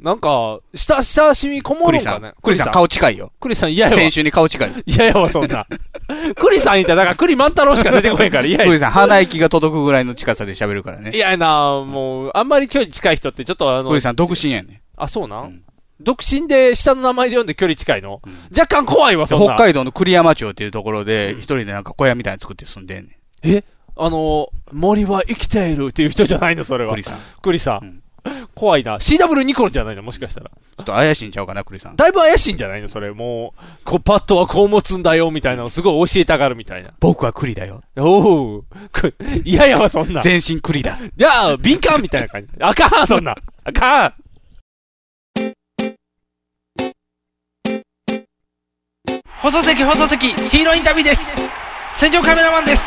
[SPEAKER 2] なんか、親、親しみこも
[SPEAKER 3] 栗
[SPEAKER 2] るん
[SPEAKER 3] さ
[SPEAKER 2] かね
[SPEAKER 3] ん。。栗さん、顔近いよ。
[SPEAKER 2] 栗さん嫌やわ。
[SPEAKER 3] 先週に顔近い。
[SPEAKER 2] 嫌やわ、そん な。栗さんいたら、だから栗万太郎しか出てこへんから嫌や。
[SPEAKER 3] 栗さん、鼻息が届くぐらいの近さで喋るからね。
[SPEAKER 2] 嫌やなもう、あんまり距離近い人ってちょっとあの
[SPEAKER 3] 栗、さん、独身やね。
[SPEAKER 2] あ、そうなん、
[SPEAKER 3] うん
[SPEAKER 2] 独身で下の名前で読んで距離近いの、
[SPEAKER 3] うん
[SPEAKER 2] 若干怖いわ、そんな。
[SPEAKER 3] 北海道の栗山町っていうところで、一人でなんか小屋みたいに作って住んでんね
[SPEAKER 2] えあの、森は生きているっていう人じゃないの、それ
[SPEAKER 3] ん。
[SPEAKER 2] は。
[SPEAKER 3] 栗さん。ち
[SPEAKER 2] 栗さん。
[SPEAKER 3] うん
[SPEAKER 2] 怖いな。CW ニコルじゃないの、もしかしたら。
[SPEAKER 3] ょっと怪しいんちゃうかな、栗さん。
[SPEAKER 2] だいぶ怪しいんじゃないの、それ。もう、こうパッドはこう持つんだよ、みたいなのすごい教えたがるみたいな。
[SPEAKER 3] 僕は栗だよ。
[SPEAKER 2] おう。く嫌やわ、そんなん。
[SPEAKER 3] 全身栗だ。
[SPEAKER 2] いや、敏感みたいな感じ。あかん、そんなん。あかん。
[SPEAKER 7] 放送席放送席ヒーローインタビューです戦場カメラマンです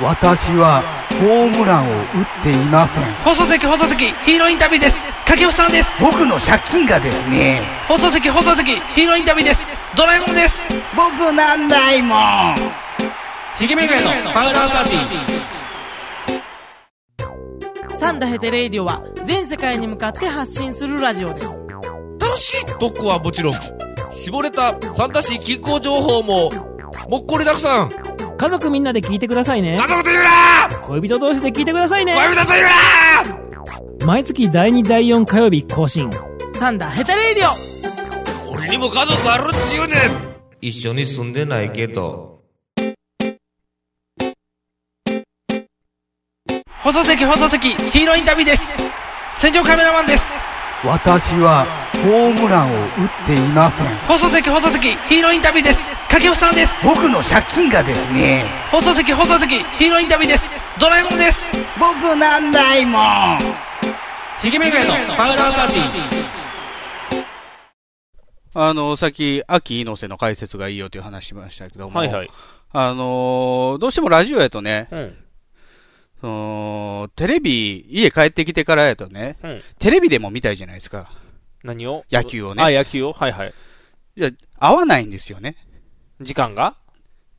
[SPEAKER 8] 私はホームランを打っていません
[SPEAKER 7] 放送席放送席ヒーローインタビューです掛布さんです
[SPEAKER 8] 僕の借金がですね
[SPEAKER 7] 放送席放送席ヒーローインタビューですドラえもんです
[SPEAKER 8] 僕なんないもん
[SPEAKER 7] ひげめがえのパウダーパーティー
[SPEAKER 9] サンダヘテレイディオは全世界に向かって発信するラジオです
[SPEAKER 10] 楽しい特攻はもちろん、絞れた参加し気候情報も、もっこりだくさん。
[SPEAKER 11] 家族みんなで聞いてくださいね
[SPEAKER 10] 家族と言うな
[SPEAKER 11] 恋人同士で聞いてくださいね
[SPEAKER 10] 恋人と言うな
[SPEAKER 11] 毎月第2第4火曜日更新
[SPEAKER 9] サンダヘテレイディオ
[SPEAKER 10] 俺にも家族あるっちゅうねん一緒に住んでないけど。
[SPEAKER 7] 放送席放送席ヒーローインタビューです戦場カメラマンです
[SPEAKER 8] 私はホームランを打っていません
[SPEAKER 7] 放送席放送席ヒーローインタビューです掛布さんです
[SPEAKER 8] 僕の借金がですね
[SPEAKER 7] 放送席放送席ヒーローインタビューですドラえもんです
[SPEAKER 8] 僕なんないもん
[SPEAKER 7] ひげめがえのパウダーパーティー
[SPEAKER 3] あの、さっき、秋猪瀬の解説がいいよという話しましたけども。
[SPEAKER 2] はいはい。
[SPEAKER 3] あのーどうしてもラジオやとね、
[SPEAKER 2] うん。
[SPEAKER 3] そのテレビ、家帰ってきてからやとね、
[SPEAKER 2] うん
[SPEAKER 3] テレビでも見たいじゃないですか。
[SPEAKER 2] 何を
[SPEAKER 3] 野球を
[SPEAKER 2] あ、
[SPEAKER 3] ね。
[SPEAKER 2] 野球をはいはい。
[SPEAKER 3] いや、合わないんですよね。
[SPEAKER 2] 時間が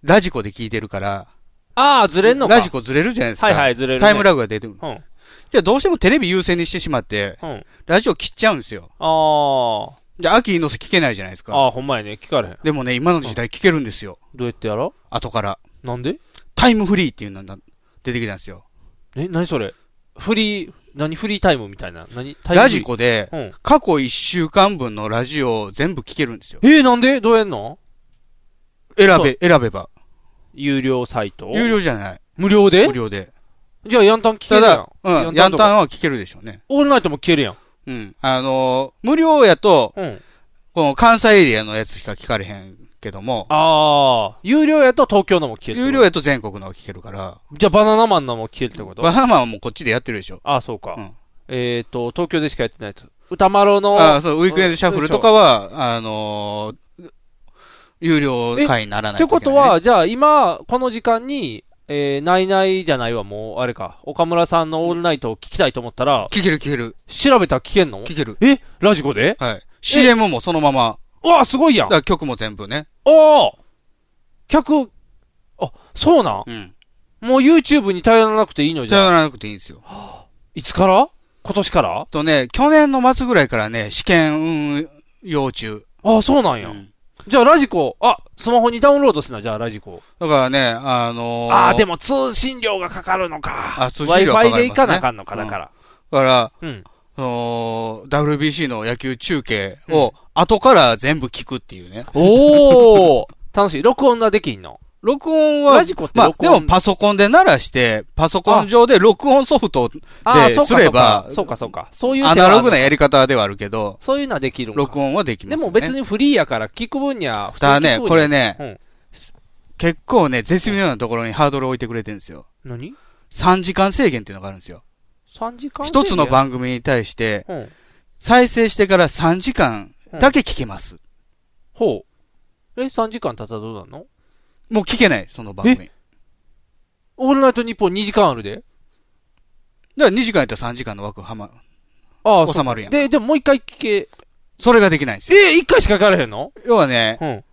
[SPEAKER 3] ラジコで聞いてるから、
[SPEAKER 2] ああ、ずれんのか。
[SPEAKER 3] ラジコずれるじゃないですか。
[SPEAKER 2] はいはい、ずれる、ね。
[SPEAKER 3] タイムラグが出てる。
[SPEAKER 2] うん。
[SPEAKER 3] じゃあどうしてもテレビ優先にしてしまって、
[SPEAKER 2] うん。
[SPEAKER 3] ラジオ切っちゃうんですよ。
[SPEAKER 2] あ
[SPEAKER 3] じゃあ秋猪瀬聞けないじゃないです
[SPEAKER 2] あ。
[SPEAKER 3] か。
[SPEAKER 2] ああ、ほんまやね。聞かれへん。
[SPEAKER 3] でもね、今の時代聞けるんですよ。
[SPEAKER 2] どうやってやろ
[SPEAKER 3] 後から。
[SPEAKER 2] うなんで
[SPEAKER 3] タイムフリーっていうのが出てきたんですよ。
[SPEAKER 2] え、何それフリー、何フリータイムみたいな。何タイム
[SPEAKER 3] ラジコで、
[SPEAKER 2] うん。
[SPEAKER 3] 過去1週間分のラジオを全部聞けるんですよ。
[SPEAKER 2] えー、なんでどうやんの
[SPEAKER 3] 選べ、選べば。
[SPEAKER 2] 有料サイト
[SPEAKER 3] 有料じゃない。
[SPEAKER 2] 無料で
[SPEAKER 3] 無料で。
[SPEAKER 2] じゃあ、ヤンタン聞け
[SPEAKER 3] た
[SPEAKER 2] るや
[SPEAKER 3] だ
[SPEAKER 2] ん。、
[SPEAKER 3] うん、
[SPEAKER 2] ヤ
[SPEAKER 3] ヤ
[SPEAKER 2] ンタン
[SPEAKER 3] ン
[SPEAKER 2] とか
[SPEAKER 3] タンは聞けるでしょうね。
[SPEAKER 2] オールナイトも聞けるやん。
[SPEAKER 3] うん。あのー無料やと、
[SPEAKER 2] うん。
[SPEAKER 3] この関西エリアのやつしか聞かれへんけども、
[SPEAKER 2] ああ、有料やと東京のも聞ける。
[SPEAKER 3] 有料。やと全国のが聞けるから、
[SPEAKER 2] じゃあ、バナナマンのも聞けるってこと
[SPEAKER 3] バハマはもうこっちでやってるでしょ。
[SPEAKER 2] ああ、そうか。
[SPEAKER 3] うん
[SPEAKER 2] えっ、と、東京でしかやってないやつ。歌丸の、
[SPEAKER 3] あそう、ウィークエンドシャッフルとかは、あのー有料会になら
[SPEAKER 2] っ
[SPEAKER 3] ない
[SPEAKER 2] て
[SPEAKER 3] いけ
[SPEAKER 2] こ
[SPEAKER 3] ないね
[SPEAKER 2] とは、、じゃあ今、この時間に、えー、ないないじゃないわ、もう、あれか。岡村さんのオールナイトを聞きたいと思ったら、
[SPEAKER 3] 聞ける聞ける、
[SPEAKER 2] 調べたら聞けんの
[SPEAKER 3] 聞ける。
[SPEAKER 2] えラジコで
[SPEAKER 3] はい。CM もそのまま、
[SPEAKER 2] うわ、すごいや
[SPEAKER 3] だ
[SPEAKER 2] ん
[SPEAKER 3] か。ら曲も全部ね。
[SPEAKER 2] ああ客、あ、そうなん、もう YouTube に頼らなくていいのじゃ
[SPEAKER 3] 頼らなくていいんですよ。
[SPEAKER 2] いつから今年から
[SPEAKER 3] とね、去年の末ぐらいからね、試験運用中。
[SPEAKER 2] ああ、そうなんや。じゃあラジコ、あ、スマホにダウンロードすな、じゃあラジコ。
[SPEAKER 3] だからね、あのー
[SPEAKER 2] ああ、でも通信料がかかるのか。
[SPEAKER 3] あ通信料はかかります
[SPEAKER 2] Wi-Fi
[SPEAKER 3] ね
[SPEAKER 2] でいかなあかんのか、だから。
[SPEAKER 3] だから、
[SPEAKER 2] うん
[SPEAKER 3] その WBC の野球中継を後から全部聞くっていうね。
[SPEAKER 2] おお楽しい。録音ができんの
[SPEAKER 3] 録音は、
[SPEAKER 2] ラジコって
[SPEAKER 3] まあ、
[SPEAKER 2] 録
[SPEAKER 3] で
[SPEAKER 2] 音
[SPEAKER 3] もパソコンで鳴らして、パソコン上で録音ソフト
[SPEAKER 2] ああ
[SPEAKER 3] で
[SPEAKER 2] そうか
[SPEAKER 3] すれば、
[SPEAKER 2] そうかそうかそういう手はあ
[SPEAKER 3] ア
[SPEAKER 2] るの
[SPEAKER 3] ナログなやり方ではあるけど、
[SPEAKER 2] そういうのはできるんか
[SPEAKER 3] 録音はできます、
[SPEAKER 2] で
[SPEAKER 3] ね。
[SPEAKER 2] も別にフリーやから聞く分には普通に聞
[SPEAKER 3] ただね
[SPEAKER 2] く分には、
[SPEAKER 3] これね
[SPEAKER 2] うん
[SPEAKER 3] 結構ね、絶妙なところにハードルを置いてくれてるんですよ。
[SPEAKER 2] 何
[SPEAKER 3] ?3 時間制限っていうのがあるんですよ。
[SPEAKER 2] 3時間
[SPEAKER 3] 一つの番組に対して、
[SPEAKER 2] うん
[SPEAKER 3] 再生してから3時間だけ聞けます。
[SPEAKER 2] ほう。え、3時間経ったらどうなるの
[SPEAKER 3] もう聞けない、その番組。だか
[SPEAKER 2] オールナイトニッポン2時間あるで。
[SPEAKER 3] ら2時間やったら3時間の枠はま、
[SPEAKER 2] ああ、そうか
[SPEAKER 3] 収まるやん
[SPEAKER 2] で、でももう一回聞け。
[SPEAKER 3] それができないんですよ。
[SPEAKER 2] え、一回しか聞かれへんの
[SPEAKER 3] 要はね、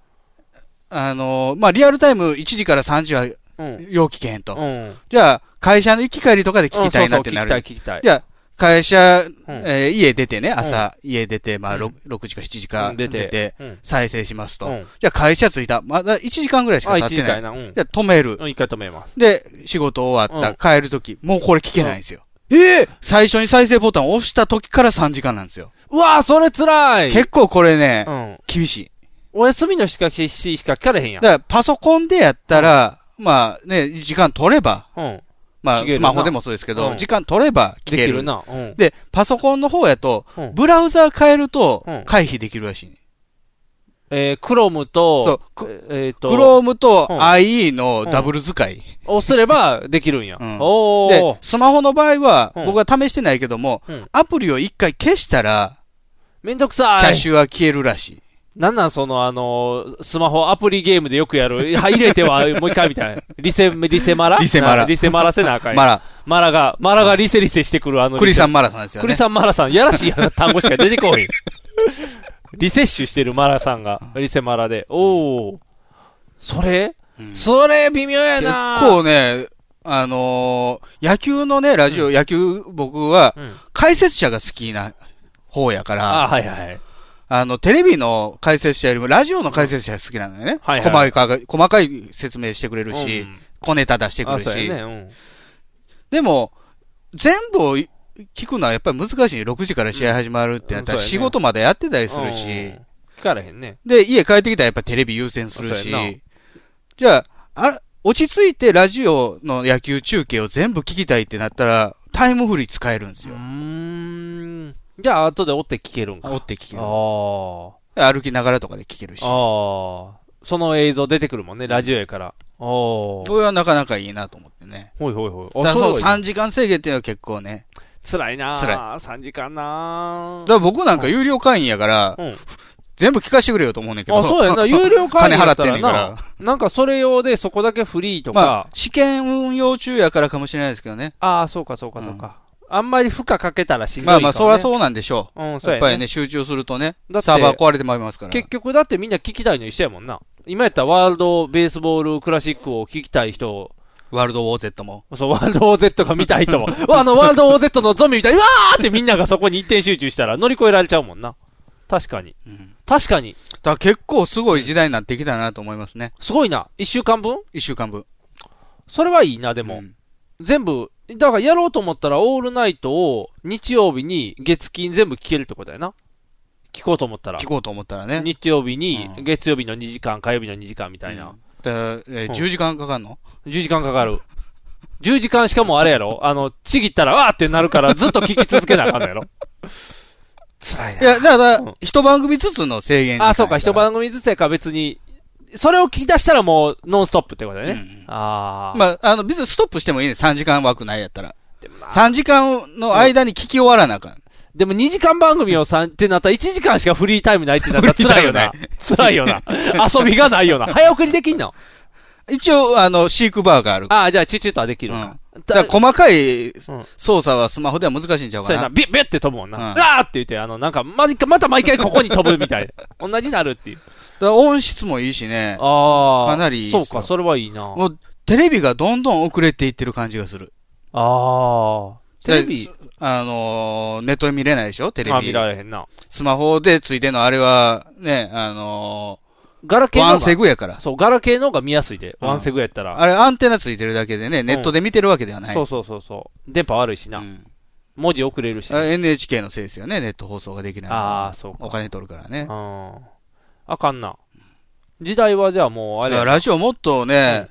[SPEAKER 3] あのーまあ、リアルタイム1時から3時は、よ
[SPEAKER 2] う
[SPEAKER 3] う聞けへんと。
[SPEAKER 2] ん。
[SPEAKER 3] じゃあ、会社の行き帰りとかで聞きたいなってなる。
[SPEAKER 2] うんそうそう聞きたい聞きたい
[SPEAKER 3] じゃあ、会社、
[SPEAKER 2] うん
[SPEAKER 3] えー家出てね、朝、家出て、まあ、ろく 6, 時か7時
[SPEAKER 2] う
[SPEAKER 3] か
[SPEAKER 2] ん
[SPEAKER 3] 出
[SPEAKER 2] 出
[SPEAKER 3] て
[SPEAKER 2] て、うん
[SPEAKER 3] 再生しますと。
[SPEAKER 2] うん
[SPEAKER 3] じゃあ、会社着いた。まだ1時間ぐらいしか経ってない。
[SPEAKER 2] あ1時間やなうん
[SPEAKER 3] じゃあ、止める
[SPEAKER 2] う。ん一回止めます。
[SPEAKER 3] で、仕事終わった、
[SPEAKER 2] うん
[SPEAKER 3] 帰るとき、もうこれ聞けないんですよ。
[SPEAKER 2] ええ
[SPEAKER 3] 最初に再生ボタンを押したときから3時間なんですよ。
[SPEAKER 2] うわあ、それ辛い。
[SPEAKER 3] 結構これね、
[SPEAKER 2] うん
[SPEAKER 3] 厳しい。
[SPEAKER 2] お休みのしか聞ししか聞かれへんや
[SPEAKER 3] だ
[SPEAKER 2] ん。
[SPEAKER 3] から、パソコンでやったら、まあね、時間取れば、
[SPEAKER 2] うん。
[SPEAKER 3] まあ、
[SPEAKER 2] 聞ける
[SPEAKER 3] ス
[SPEAKER 2] な
[SPEAKER 3] マホでもそうですけど、
[SPEAKER 2] うん
[SPEAKER 3] 時間取れば聞ける。
[SPEAKER 2] できるなうん
[SPEAKER 3] で、パソコンの方やと、
[SPEAKER 2] うん
[SPEAKER 3] ブラウザー変えると、回避できるらしい、ね。
[SPEAKER 2] えー、クロムと、えっ、と、
[SPEAKER 3] クロームと
[SPEAKER 2] うん
[SPEAKER 3] IE のダブル使い。
[SPEAKER 2] をすればできるんや。お
[SPEAKER 3] で
[SPEAKER 2] お、。
[SPEAKER 3] スマホの場合は、
[SPEAKER 2] うん
[SPEAKER 3] 僕は試してないけども、
[SPEAKER 2] うん
[SPEAKER 3] アプリを一回消したら、
[SPEAKER 2] めんどくさい。
[SPEAKER 3] キャッシュは消えるらしい。
[SPEAKER 2] なんなんその、あのースマホアプリゲームでよくやる、 入れてはもう一回みたいな。リセ、リセマラ
[SPEAKER 3] リセマラ
[SPEAKER 2] なリセマラせなあかんやん
[SPEAKER 3] マラ。
[SPEAKER 2] マラが、マラがリセリセしてくるあのリセ。
[SPEAKER 3] クリさんマラさんですよね
[SPEAKER 2] クリさんマラさん、やらしいやな単語しか出て こい。リセッシュしてるマラさんが、リセマラで。おお。それ、それ微妙やな
[SPEAKER 3] 結構ね、あのー野球のね、ラジオ、野球、僕は、解説者が好きな方やから、
[SPEAKER 2] あはいはい。
[SPEAKER 3] あの、テレビの解説者よりも、ラジオの解説者が好きなんだよね。
[SPEAKER 2] はいはい
[SPEAKER 3] 細かい、細かい説明してくれるし、
[SPEAKER 2] うん
[SPEAKER 3] 小ネタ出してくる
[SPEAKER 2] あそう
[SPEAKER 3] し。
[SPEAKER 2] やねうん
[SPEAKER 3] でも、全部をい聞くのはやっぱり難しいね。6時から試合始まるってなったら、
[SPEAKER 2] うんうんそうやね
[SPEAKER 3] 仕事までやってたりするし、
[SPEAKER 2] 聞かれへんね。
[SPEAKER 3] で、家帰ってきたらやっぱテレビ優先する
[SPEAKER 2] そうやな
[SPEAKER 3] し、じゃあ、あら落ち着いてラジオの野球中継を全部聞きたいってなったら、タイムフリー使えるんですよ。
[SPEAKER 2] じゃあ、後で追って聞けるんか。
[SPEAKER 3] 追って聞ける。
[SPEAKER 2] あ
[SPEAKER 3] 歩きながらとかで聞けるし。
[SPEAKER 2] ああ。その映像出てくるもんね、ラジオやから。おお。
[SPEAKER 3] これはなかなかいいなと思ってね。
[SPEAKER 2] ほいほいほい。
[SPEAKER 3] だからその3
[SPEAKER 2] 時
[SPEAKER 3] 時間制限っていうのは結構ね。
[SPEAKER 2] 辛いな
[SPEAKER 3] 辛い
[SPEAKER 2] 3時間な
[SPEAKER 3] だから僕なんか有料会員やから、全部聞かせてくれよと思うねんけど。
[SPEAKER 2] あ、そうやな。有料会
[SPEAKER 3] 金
[SPEAKER 2] 員や
[SPEAKER 3] 払っ
[SPEAKER 2] っ
[SPEAKER 3] て
[SPEAKER 2] た
[SPEAKER 3] ん
[SPEAKER 2] ら
[SPEAKER 3] ねんから
[SPEAKER 2] な。。なんかそれ用でそこだけフリーとか。
[SPEAKER 3] まあ、試験運用中やからかもしれないですけどね。
[SPEAKER 2] ああ、そうかそうかそうか。あんまり負荷かけたらしんどいか
[SPEAKER 3] ま
[SPEAKER 2] ら
[SPEAKER 3] あ
[SPEAKER 2] ね
[SPEAKER 3] まあ、そりゃそうなんでしょう。
[SPEAKER 2] うん、そう
[SPEAKER 3] や
[SPEAKER 2] や
[SPEAKER 3] っ
[SPEAKER 2] ね。
[SPEAKER 3] ぱりね、集中するとね
[SPEAKER 2] だっ、て
[SPEAKER 3] サーバー壊れてまいりますから。
[SPEAKER 2] 結局だってみんな聞きたいの一緒やもんな。今やったらワールドベースボールクラシックを聞きたい人、
[SPEAKER 3] ワールドウォー Z も。
[SPEAKER 2] そう、ワールド OZ が見たい人も、 うわあのワールド OZ のゾンビみたいに、うわーってみんながそこに一点集中したら乗り越えられちゃうもんな。確かに。確かに。
[SPEAKER 3] だから結構すごい時代になってきたなと思いますね。
[SPEAKER 2] すごいな。一週間分
[SPEAKER 3] 一週間分。
[SPEAKER 2] それはいいな、でも。全部、だからやろうと思ったらオールナイトを日曜日に月金全部聞けるってことやな。聞こうと思ったら。
[SPEAKER 3] 聞こうと思ったらね。
[SPEAKER 2] 日曜日に、月曜日の2時間、火曜日の2時間みたいな。
[SPEAKER 3] だからえー
[SPEAKER 2] うん
[SPEAKER 3] 10時間かかるの
[SPEAKER 2] ?10 時間かかる。10時間しかもあれやろあの、ちぎったらわーってなるからずっと聞き続けなあかんの やろ辛い
[SPEAKER 3] な。いや、だから、一番組ずつの制限時間
[SPEAKER 2] あ、そうか、一番組ずつやから別に、それを聞き出したらもうノンストップってことだよね。ああ。
[SPEAKER 3] まあ、あの、別にストップしてもいいね。3時間枠ないやったら。3時間の間に聞き終わらなあかん。
[SPEAKER 2] でも2時間番組を3ってなったら1時間しかフリータイムないってなったら辛い よな
[SPEAKER 3] フリー。
[SPEAKER 2] 辛いよな。遊びがないよな。早送りできんの
[SPEAKER 3] 一応、あの、飼育バーがある。
[SPEAKER 2] ああ、じゃあチュチュとはできるな。
[SPEAKER 3] だから細かい操作はスマホでは難しいんちゃう
[SPEAKER 2] そう
[SPEAKER 3] か
[SPEAKER 2] やな、
[SPEAKER 3] な。
[SPEAKER 2] ビュッビュッって飛ぶもんな。
[SPEAKER 3] う
[SPEAKER 2] うん わーって言って、あの、なんか、まじか、また毎回ここに飛ぶみたいな。同じなるっていう。
[SPEAKER 3] ら音質もいいしね。
[SPEAKER 2] あ
[SPEAKER 3] かなりいい
[SPEAKER 2] そ
[SPEAKER 3] で
[SPEAKER 2] う
[SPEAKER 3] すよ
[SPEAKER 2] か、それはいいな。
[SPEAKER 3] もう、テレビがどんどん遅れていってる感じがする。
[SPEAKER 2] ああ。テレビ、
[SPEAKER 3] あのーネットで見れないでしょテレビ。
[SPEAKER 2] あ見られへんな。
[SPEAKER 3] スマホでついてんのあれは、ね、あの
[SPEAKER 2] ガラ
[SPEAKER 3] ー
[SPEAKER 2] ケーの
[SPEAKER 3] ワ
[SPEAKER 2] が
[SPEAKER 3] ンセグやから。
[SPEAKER 2] そう、ガラケーの方が見やすいで。ワンセグやったら。
[SPEAKER 3] あれ、アンテナついてるだけでね、ネットで見てるわけではない。
[SPEAKER 2] そうそうそうそう。電波悪いしな。文字遅れるし。
[SPEAKER 3] あ NHK のせいですよね、ネット放送ができないのは。
[SPEAKER 2] ああ、そうか。
[SPEAKER 3] お金取るからね。
[SPEAKER 2] あかんな。時代はじゃあもう、あ
[SPEAKER 3] だ
[SPEAKER 2] れ
[SPEAKER 3] か
[SPEAKER 2] や
[SPEAKER 3] ら
[SPEAKER 2] な。
[SPEAKER 3] ラジオもっとね、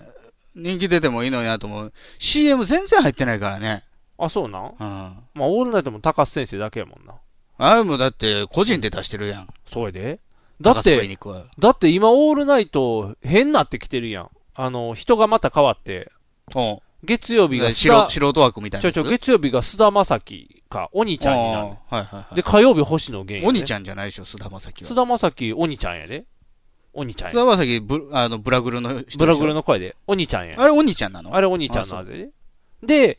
[SPEAKER 3] 人気出てもいいのになと思う。CM 全然入ってないからね。
[SPEAKER 2] あ、そうなん
[SPEAKER 3] うん。
[SPEAKER 2] まあ、オールナイトも高須先生だけやもんな。
[SPEAKER 3] あれもだって、個人で出してるやん。
[SPEAKER 2] そうやで。だっ
[SPEAKER 3] 高須クリニ
[SPEAKER 2] て
[SPEAKER 3] ックは、
[SPEAKER 2] だって今、オールナイト、変なってきてるやん。あの、人がまた変わって。月曜日が須
[SPEAKER 3] 素人
[SPEAKER 2] 田
[SPEAKER 3] 素人枠みたいな
[SPEAKER 2] ちょ
[SPEAKER 3] やつ
[SPEAKER 2] いちょい、月曜日が須田正樹か、鬼ちゃんになるね、
[SPEAKER 3] あーはいはいはい
[SPEAKER 2] で、火曜日星野源、
[SPEAKER 3] 鬼ちゃんじゃ
[SPEAKER 2] ない
[SPEAKER 3] ないでしょ、須田まさきは。
[SPEAKER 2] 須田正樹、鬼ちゃんやで。鬼ちゃんや。
[SPEAKER 3] 須田まさき、ブあのブラグルの人でしょ
[SPEAKER 2] ブラグルの声で。鬼ちゃんや。
[SPEAKER 3] あれ鬼ちゃんなの
[SPEAKER 2] あれ鬼ちゃんなんで。で、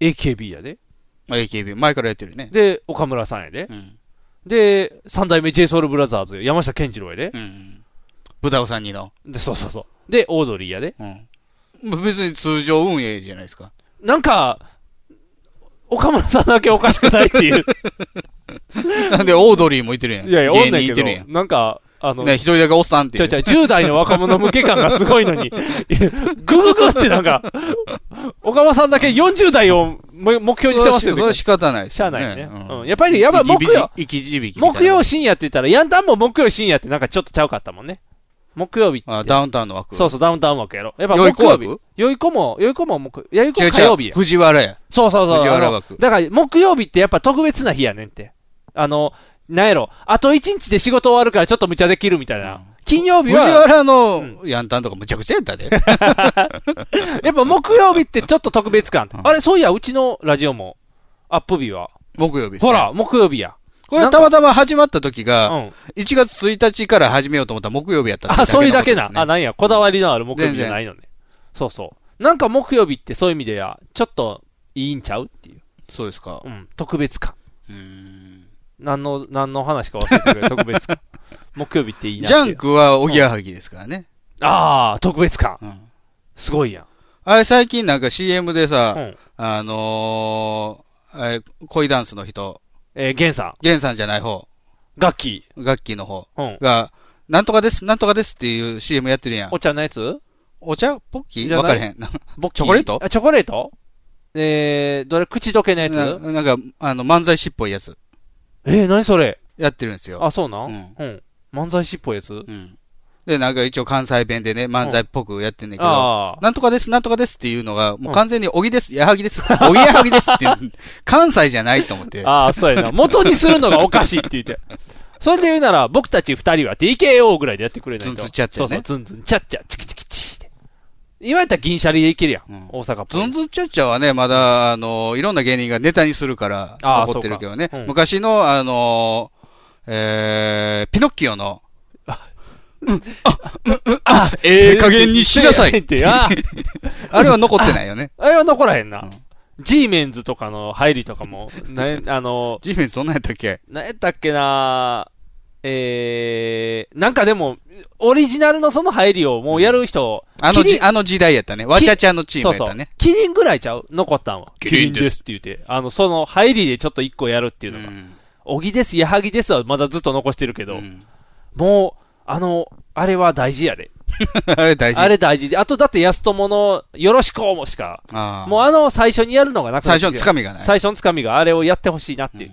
[SPEAKER 2] AKB やで。
[SPEAKER 3] AKB、前からやってるね。
[SPEAKER 2] で、岡村さんやで。で、三代目 JSOULBROTHERS、山下健二郎やで。
[SPEAKER 3] ブダオさんにの。
[SPEAKER 2] で、そうそうそう。で、オードリーやで。
[SPEAKER 3] まあ別に通常運営じゃないですか。
[SPEAKER 2] なんか、岡村さんだけおかしくないっていう。
[SPEAKER 3] なんで、オードリーもいてるやん。
[SPEAKER 2] いやいや、おんねん
[SPEAKER 3] 芸人い
[SPEAKER 2] け
[SPEAKER 3] て
[SPEAKER 2] ど
[SPEAKER 3] るやん。。
[SPEAKER 2] なんか、あの、
[SPEAKER 3] ね、一人だけおっさんってい
[SPEAKER 2] ちょ
[SPEAKER 3] う。
[SPEAKER 2] いちょい、10代の若者向け感がすごいのに、グググってなん か、小川さんだけ40代を目目標にしてますよ
[SPEAKER 3] それは仕方ないです
[SPEAKER 2] しゃあ
[SPEAKER 3] よね
[SPEAKER 2] ないよね。
[SPEAKER 3] うん
[SPEAKER 2] うん。やっぱり、やっぱ木曜、
[SPEAKER 3] 生き字引きみたいな
[SPEAKER 2] 木曜深夜って言ったら、ヤンタンも木曜深夜ってなんかちょっとちゃうかったもんね。木曜日って。
[SPEAKER 3] あダウンタウンの枠。
[SPEAKER 2] そうそう、ダウンタウン枠やろ。やっぱ
[SPEAKER 3] よいこ
[SPEAKER 2] 木曜日
[SPEAKER 3] 枠。
[SPEAKER 2] よいこも、よいこも木、よいこ
[SPEAKER 3] 違う違う
[SPEAKER 2] 火曜日や。
[SPEAKER 3] 藤原や。
[SPEAKER 2] そうそうそう。
[SPEAKER 3] 藤原
[SPEAKER 2] あの
[SPEAKER 3] 枠
[SPEAKER 2] だから、木曜日ってやっぱ特別な日やねんって。あの、なんやろ。あと一日で仕事終わるからちょっと無茶できるみたいな。金曜日
[SPEAKER 3] 藤
[SPEAKER 2] は。
[SPEAKER 3] 原のヤンタンとかむちゃくちゃや ったで。
[SPEAKER 2] やっぱ木曜日ってちょっと特別感。あれ、そういや、うちのラジオも、アップ日は。
[SPEAKER 3] 木曜日ですね
[SPEAKER 2] ほら、木曜日や。
[SPEAKER 3] これたまたま始まった時が、1月1日から始めようと思ったら木曜日やったって
[SPEAKER 2] あ、そういうだけ
[SPEAKER 3] の
[SPEAKER 2] な
[SPEAKER 3] こ。とですね
[SPEAKER 2] あ、なんや、こだわりのある木曜日じゃないのね。そうそう。なんか木曜日ってそういう意味では、ちょっといいんちゃうっていう。
[SPEAKER 3] そうですか。
[SPEAKER 2] うん、特別感。何の、何の話か忘れてくれ、特 別感。木曜日っていいなって
[SPEAKER 3] ジ
[SPEAKER 2] いう。
[SPEAKER 3] ャンクはおぎやはぎですからね。
[SPEAKER 2] ああ、特別感。すごいやん。
[SPEAKER 3] あれ最近なんか CM でさ、あのー、あれ恋ダンスの人。
[SPEAKER 2] えー、ゲンさん。
[SPEAKER 3] ゲンさんじゃない方。
[SPEAKER 2] 楽器。
[SPEAKER 3] 楽器の方
[SPEAKER 2] うん
[SPEAKER 3] が、なんとかです、なんとかですっていう CM やってるやん。
[SPEAKER 2] お茶のやつ
[SPEAKER 3] お茶ポッキー
[SPEAKER 2] じゃない
[SPEAKER 3] わかれへん。
[SPEAKER 2] ボッキ
[SPEAKER 3] チョコレート
[SPEAKER 2] あ、チョコレートえー、どれ、口どけのやつ
[SPEAKER 3] ななんか、あの、漫才師っぽいやつ。
[SPEAKER 2] えー、何それ
[SPEAKER 3] やってるんですよ。
[SPEAKER 2] あ、そうなんうん。漫才師っぽいやつ
[SPEAKER 3] うん。で、なんか一応関西弁でね、漫才っぽくやってんだけ
[SPEAKER 2] うん
[SPEAKER 3] ど
[SPEAKER 2] あ、
[SPEAKER 3] なんとかです、なんとかですっていうのが、もう完全におぎです、やはぎです、 おぎやはぎです っていう、関西じゃないと思って。
[SPEAKER 2] ああ、そうやな。元にするのがおかしいって言 って。それで言うなら、僕たち二人は DKO ぐらいでやってくれないと。
[SPEAKER 3] ズンズンチャッチャね
[SPEAKER 2] そうそう、ズンズンチャッチャ、チキチキチーで。今やったら銀シャリでいけるやん。大阪っぽい
[SPEAKER 3] ズンズンチャッチャはね、まだ、あの、いろんな芸人がネタにするから、
[SPEAKER 2] あー
[SPEAKER 3] 残ってるけどね
[SPEAKER 2] そうかう。ん
[SPEAKER 3] 昔の、あの、えー、ピノッキオの、あ、うんあ、うんうんあ、ええ加減にしなさい
[SPEAKER 2] って あ
[SPEAKER 3] あれは残ってない よね。
[SPEAKER 2] あれは残らへんな。G メンズとかの入りとかも、な、 あの、
[SPEAKER 3] G メンズどんなんやったっけ
[SPEAKER 2] なんやったっけなえー、なんかでも、オリジナルのその入りをもうやる人、
[SPEAKER 3] あの
[SPEAKER 2] キリ
[SPEAKER 3] じ、あの時代やったね。わちゃちゃのチームやったね。
[SPEAKER 2] そうそう。キリンぐらいちゃう残ったんは。
[SPEAKER 3] キリンです
[SPEAKER 2] って言って。あの、その入りでちょっと一個やるっていうのが。おぎです、矢作ですはまだずっと残してるけど、もう、あの、あれは大事やで。
[SPEAKER 3] あれ大事。
[SPEAKER 2] あれ大事で。あとだって安友の、よろしくおもしか。
[SPEAKER 3] あー
[SPEAKER 2] もうあの最初にやるのがなくなってきて
[SPEAKER 3] 最初のつかみがない
[SPEAKER 2] 最初のつかみがあれをやってほしいなっていう。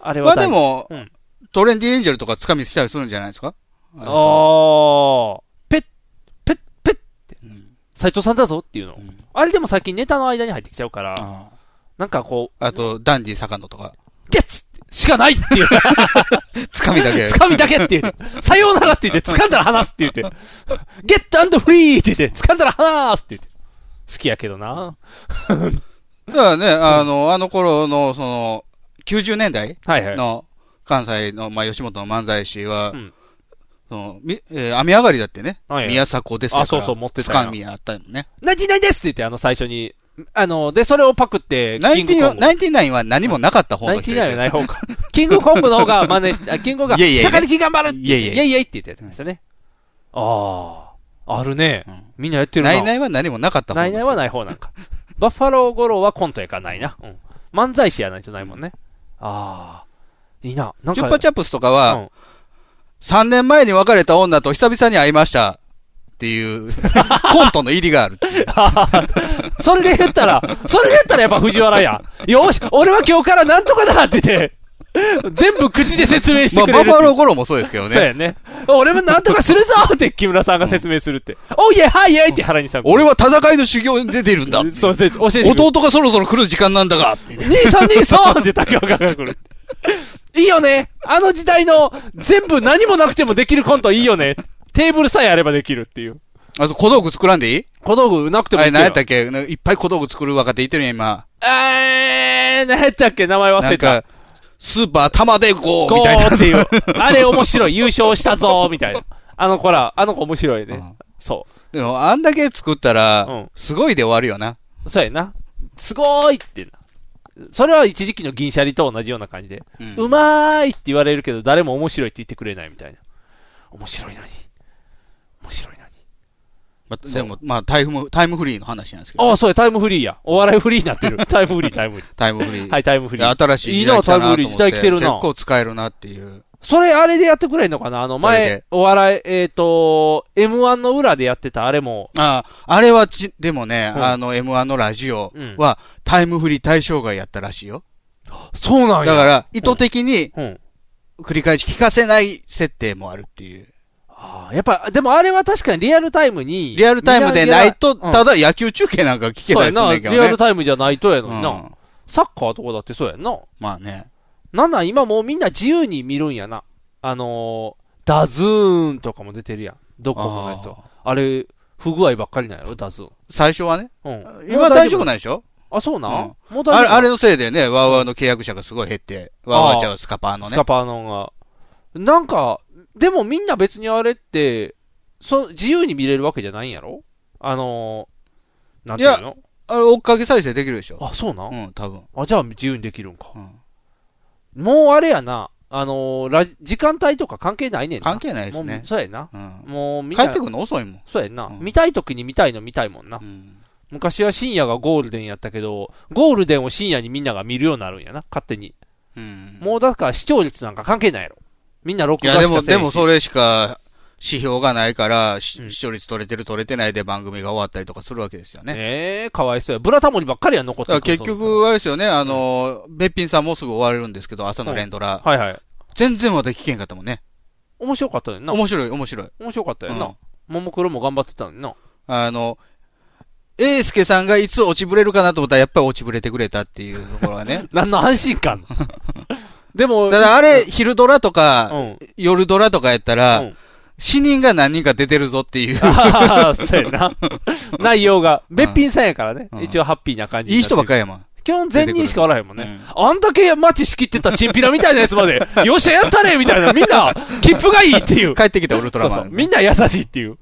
[SPEAKER 2] あれ
[SPEAKER 3] ま
[SPEAKER 2] は
[SPEAKER 3] あで
[SPEAKER 2] 大事。
[SPEAKER 3] も、
[SPEAKER 2] うん
[SPEAKER 3] トレンディエンジェルとか掴みしたりするんじゃないですか
[SPEAKER 2] あー、ペッ、ペッ、ペッって、斎藤さんだぞっていうの。あれでも最近ネタの間に入ってきちゃうから、なんかこう、
[SPEAKER 3] あと、ダンディ坂野とか。
[SPEAKER 2] ゲッツしかないっていう。
[SPEAKER 3] 掴みだ け。
[SPEAKER 2] 掴みだけって言って、さようならって言って、掴んだら離すって言って、ゲットアンドフリーって言って、掴んだら離すって言って、好きやけどな。
[SPEAKER 3] だからね、あの、あの頃の、その、90年代
[SPEAKER 2] はいはい
[SPEAKER 3] の関西の、まあ、吉本の漫才師は、その、み、えー雨上がりだってね。
[SPEAKER 2] はいはい
[SPEAKER 3] 宮迫ですから
[SPEAKER 2] あそうそう持ってたやん
[SPEAKER 3] 掴みあったよね。
[SPEAKER 2] ナインティナインですって言って、あの最初に、あの、で、それをパクって、
[SPEAKER 3] ナインティナインナ
[SPEAKER 2] イ
[SPEAKER 3] インティナインは何もなかった方の
[SPEAKER 2] ン
[SPEAKER 3] 人
[SPEAKER 2] テ
[SPEAKER 3] で
[SPEAKER 2] ィ
[SPEAKER 3] す
[SPEAKER 2] ナ
[SPEAKER 3] よ
[SPEAKER 2] インはない方か。キングコングの方が真似して、あキングコングが、
[SPEAKER 3] いやいやいや
[SPEAKER 2] シャカリキ頑張るって言って
[SPEAKER 3] いやいやいや
[SPEAKER 2] いやいやいって言ってやってましたね。ああ、あるね。みんなやってるな。
[SPEAKER 3] ないないは何もなかった
[SPEAKER 2] ないないはない方なんか。 バッファローゴロはコントやからないな。うん。漫才師やないとないもんね。ああ、いいな。なん
[SPEAKER 3] チュ
[SPEAKER 2] か
[SPEAKER 3] ッパチャップスとかは、3年前に別れた女と久々に会いましたって いう、コントの入りがあるっていう。
[SPEAKER 2] それで言ったら、それで言ったらやっぱ藤原や。よし、俺は今日からなんとかだって言って、全部口で説明してくれる
[SPEAKER 3] ま
[SPEAKER 2] っ
[SPEAKER 3] あ、
[SPEAKER 2] て
[SPEAKER 3] ババロゴロもそうですけどね。
[SPEAKER 2] そうやね。俺もなんとかするぞって木村さんが説明するって。おいえ、はいえって原西さん。
[SPEAKER 3] 俺は戦いの修行に出てるんだ。
[SPEAKER 2] そうです、教えてくれる
[SPEAKER 3] 弟がそろそろ来る時間なんだが。
[SPEAKER 2] 兄さん兄さんって竹岡が来る。 いいよね。あの時代の全部何もなくてもできるコントいいよね。テーブルさえあればできるっていう。
[SPEAKER 3] あと小道具作らんでいい
[SPEAKER 2] 小道具なくても
[SPEAKER 3] あ
[SPEAKER 2] い
[SPEAKER 3] れ
[SPEAKER 2] いけ
[SPEAKER 3] 何
[SPEAKER 2] ど
[SPEAKER 3] やったっけいっぱい小道具作る若手いてるやん、今。
[SPEAKER 2] えー、何やったっけ名前忘
[SPEAKER 3] なん
[SPEAKER 2] れた。
[SPEAKER 3] か、スーパー玉でゴーみ
[SPEAKER 2] ゴ
[SPEAKER 3] たいな。
[SPEAKER 2] ーって いう。あれ面白い。優勝したぞーみたいな。あの子ら、あの子面白いね。そ
[SPEAKER 3] でも、あんだけ作ったら、すごいで終わるよな。
[SPEAKER 2] う。そうやな。すごーいってな。それは一時期の銀シャリと同じような感じで。うまーいって言われるけど、誰も面白いって言ってくれないみたいな。面白いのに。面白いのに。
[SPEAKER 3] まあでも、まあ、タイム、タイムフリーの話なんですけど。
[SPEAKER 2] ああ、そうや、タイムフリーや。お笑いフリーになってる。 タイムフリー、タイムフリー。
[SPEAKER 3] タイムフリー。
[SPEAKER 2] はいタイムフリー
[SPEAKER 3] 新しい時
[SPEAKER 2] いい
[SPEAKER 3] 代
[SPEAKER 2] な
[SPEAKER 3] 来たなと思って
[SPEAKER 2] タイムフリー時代来てるな
[SPEAKER 3] 結構使えるなっていう。
[SPEAKER 2] それ、あれでやってくれんのかなあの、
[SPEAKER 3] あれ
[SPEAKER 2] 前
[SPEAKER 3] で、
[SPEAKER 2] お笑い、えっ、と、M1 の裏でやってた、あれも。
[SPEAKER 3] ああ、あれはち、でもね、
[SPEAKER 2] うん
[SPEAKER 3] あの、M1 のラジオ
[SPEAKER 2] うん
[SPEAKER 3] は、タイムフリー対象外やったらしいよ。
[SPEAKER 2] そうなん
[SPEAKER 3] だ
[SPEAKER 2] や。
[SPEAKER 3] から、意図的に、
[SPEAKER 2] 繰
[SPEAKER 3] り返し聞かせない設定もあるっていう。
[SPEAKER 2] あーやっぱ、でもあれは確かにリアルタイムに。
[SPEAKER 3] リアルタイムでないと、
[SPEAKER 2] みんな
[SPEAKER 3] ただ野球中継なんか聞け
[SPEAKER 2] そ
[SPEAKER 3] ない
[SPEAKER 2] うや
[SPEAKER 3] ですよ
[SPEAKER 2] な、
[SPEAKER 3] ね、けど
[SPEAKER 2] リアル
[SPEAKER 3] ね。
[SPEAKER 2] タイムじゃないとやのにな。
[SPEAKER 3] うん
[SPEAKER 2] サッカーとかだってそうやんな。
[SPEAKER 3] まあね。
[SPEAKER 2] なんなん今もうみんな自由に見るんやな。あのー、ダズーンとかも出てるやん。どこものやつと。あれ、不具合ばっかりなんやろ、ダズーン。
[SPEAKER 3] 最初はね。
[SPEAKER 2] うん。
[SPEAKER 3] 今大丈夫なんでしょ
[SPEAKER 2] あ、そうなん、
[SPEAKER 3] うん
[SPEAKER 2] もう大丈夫
[SPEAKER 3] あれあれのせいでね、ワーワーの契約者がすごい減って、ワーワーちゃ
[SPEAKER 2] あー
[SPEAKER 3] うスカパーのね。
[SPEAKER 2] スカパーのが。なんか、でもみんな別にあれって、そ自由に見れるわけじゃないんやろあのー、なんていうの
[SPEAKER 3] あれ、追っかけ再生できるでしょ。
[SPEAKER 2] あ、そうなん
[SPEAKER 3] うん、多分。
[SPEAKER 2] あ、じゃあ自由にできるんか。もうあれやな、あのーラジ時間帯とか関係ないねんな。
[SPEAKER 3] 関係ないですね
[SPEAKER 2] もうそうやな。もうみんな。
[SPEAKER 3] 帰ってくるの遅いもん。
[SPEAKER 2] そうやんな。見たい時に見たいの見たいもんな。昔は深夜がゴールデンやったけど、ゴールデンを深夜にみんなが見るようになるんやな、勝手に。もうだから視聴率なんか関係ないやろ。みんな録
[SPEAKER 3] い
[SPEAKER 2] 画
[SPEAKER 3] や、
[SPEAKER 2] し
[SPEAKER 3] で
[SPEAKER 2] かせえへ
[SPEAKER 3] も、
[SPEAKER 2] んし
[SPEAKER 3] でもそれしか指標がないから、し視聴率取れてる取れてないで番組が終わったりとかするわけですよね。
[SPEAKER 2] ええかわいそうや。ブラタモリばっかりや残っ
[SPEAKER 3] だ
[SPEAKER 2] て
[SPEAKER 3] か
[SPEAKER 2] く
[SPEAKER 3] ら
[SPEAKER 2] る
[SPEAKER 3] 結、局、あれですよね、あの、べっぴんさんもうすぐ終われるんですけど、朝の連ドラ。
[SPEAKER 2] はいはい。
[SPEAKER 3] 全然また聞けんかったもんね。
[SPEAKER 2] その面白かったよな。
[SPEAKER 3] 面白い、面白い。
[SPEAKER 2] 面白かったよ
[SPEAKER 3] うん
[SPEAKER 2] な。ももクロも頑張ってたのにな。
[SPEAKER 3] あの、エイスケさんがいつ落ちぶれるかなと思ったら、やっぱり落ちぶれてくれたっていうところは ね。
[SPEAKER 2] 何の安心 感でも、
[SPEAKER 3] ただあれ、昼ドラとか、夜ドラとかやったら、死人が何人か出てるぞっていう。
[SPEAKER 2] ああ、そうやな。内容が。べっぴんさんやからね。一応ハッピーな感 じ。
[SPEAKER 3] いい人ばっかりやもん。
[SPEAKER 2] 基本全人しかおらへんもんね。あんだけ街仕切ってたチンピラみたいなやつまで、よっしゃやったねみたいな、みんな、切符がいいって いう。
[SPEAKER 3] 帰ってきたウルトラマン
[SPEAKER 2] そうそうみんな優しいっていう。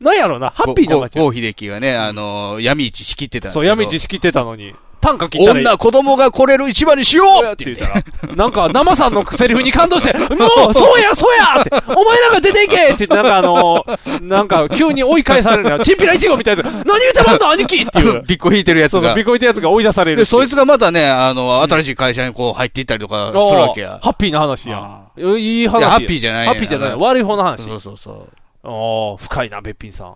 [SPEAKER 2] なんやろな、ハッピーな街。
[SPEAKER 3] ゴー秀樹がね、あの、闇市仕切ってたんです
[SPEAKER 2] そ
[SPEAKER 3] け
[SPEAKER 2] う、
[SPEAKER 3] ど
[SPEAKER 2] 闇市仕切ってたのに。短歌切ったらいい。
[SPEAKER 3] 女、子供が来れる市場にしようって言ったら。
[SPEAKER 2] なんか、生さんのセリフに感 動して、もう、そうや、そうやって、お前らが出ていけって言って、なんかあのーなんか、急に追い返されるのよ。チンピラ一号みたいなやつ、何言うてまんの、兄貴っ ていう。
[SPEAKER 3] びっこ引いてるやつ
[SPEAKER 2] そうそう、
[SPEAKER 3] が
[SPEAKER 2] ビ。コイってやつが追い出される
[SPEAKER 3] で、。そいつがまたね、あの、新しい会社にこう入っていったりとかするわけや。
[SPEAKER 2] ハッピーな話や。いい
[SPEAKER 3] い
[SPEAKER 2] 話や。
[SPEAKER 3] やハッピーじゃない
[SPEAKER 2] ハッピーじゃない。
[SPEAKER 3] あの
[SPEAKER 2] 悪い方の話。
[SPEAKER 3] そうそうそう。
[SPEAKER 2] ああ、深いな、べっぴんさん。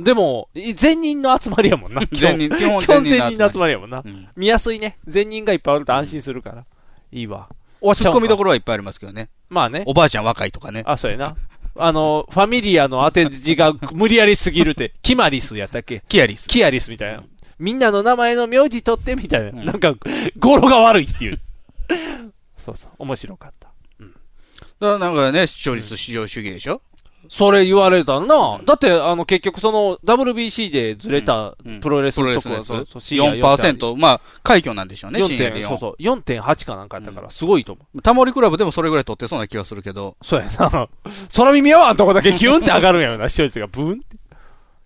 [SPEAKER 2] でも、い全人の集まりやもんな。基 本
[SPEAKER 3] 全人基本
[SPEAKER 2] 基本
[SPEAKER 3] 全人の集まり
[SPEAKER 2] 全人の集まりやもんな。見やすいね。全人がいっぱいあると安心するから。いいわ。終わっち
[SPEAKER 3] ツッ
[SPEAKER 2] ゃうんか
[SPEAKER 3] コミどころはいっぱいありますけどね。
[SPEAKER 2] まあね。
[SPEAKER 3] おばあちゃん若いとかね。
[SPEAKER 2] あ、そうやな。あの、ファミリアの当て字が無理やりすぎるって、 キマリスやったっけ
[SPEAKER 3] キアリス。
[SPEAKER 2] キアリスみたいな。みんなの名前の名字取ってみたいな。なんか、語呂が悪いっていう。そうそう、面白かった。
[SPEAKER 3] だからなんかね、視聴率至上主義でしょ
[SPEAKER 2] それ言われたな。だって、あの、結局その、WBC でずれたプロレス
[SPEAKER 3] プロレ
[SPEAKER 2] の
[SPEAKER 3] ス
[SPEAKER 2] と
[SPEAKER 3] の
[SPEAKER 2] こ
[SPEAKER 3] や
[SPEAKER 2] は
[SPEAKER 3] つ
[SPEAKER 2] そうそう深夜4.8
[SPEAKER 3] 4%。まあ、快挙なんでしょうね、深夜で
[SPEAKER 2] 4.8そうそう4.8かなんかやったから、すごいと思
[SPEAKER 3] う。タモリクラブでもそれぐらい取ってそうな気がするけど。
[SPEAKER 2] そうやな。空耳アワーのとこだけギュンって上がるんやろな、視聴率がブーンって。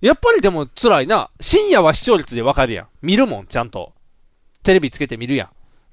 [SPEAKER 2] やっぱりでも辛いな。深夜は視聴率でわかるやん。見るもん、ちゃんと。テレビつけて見るや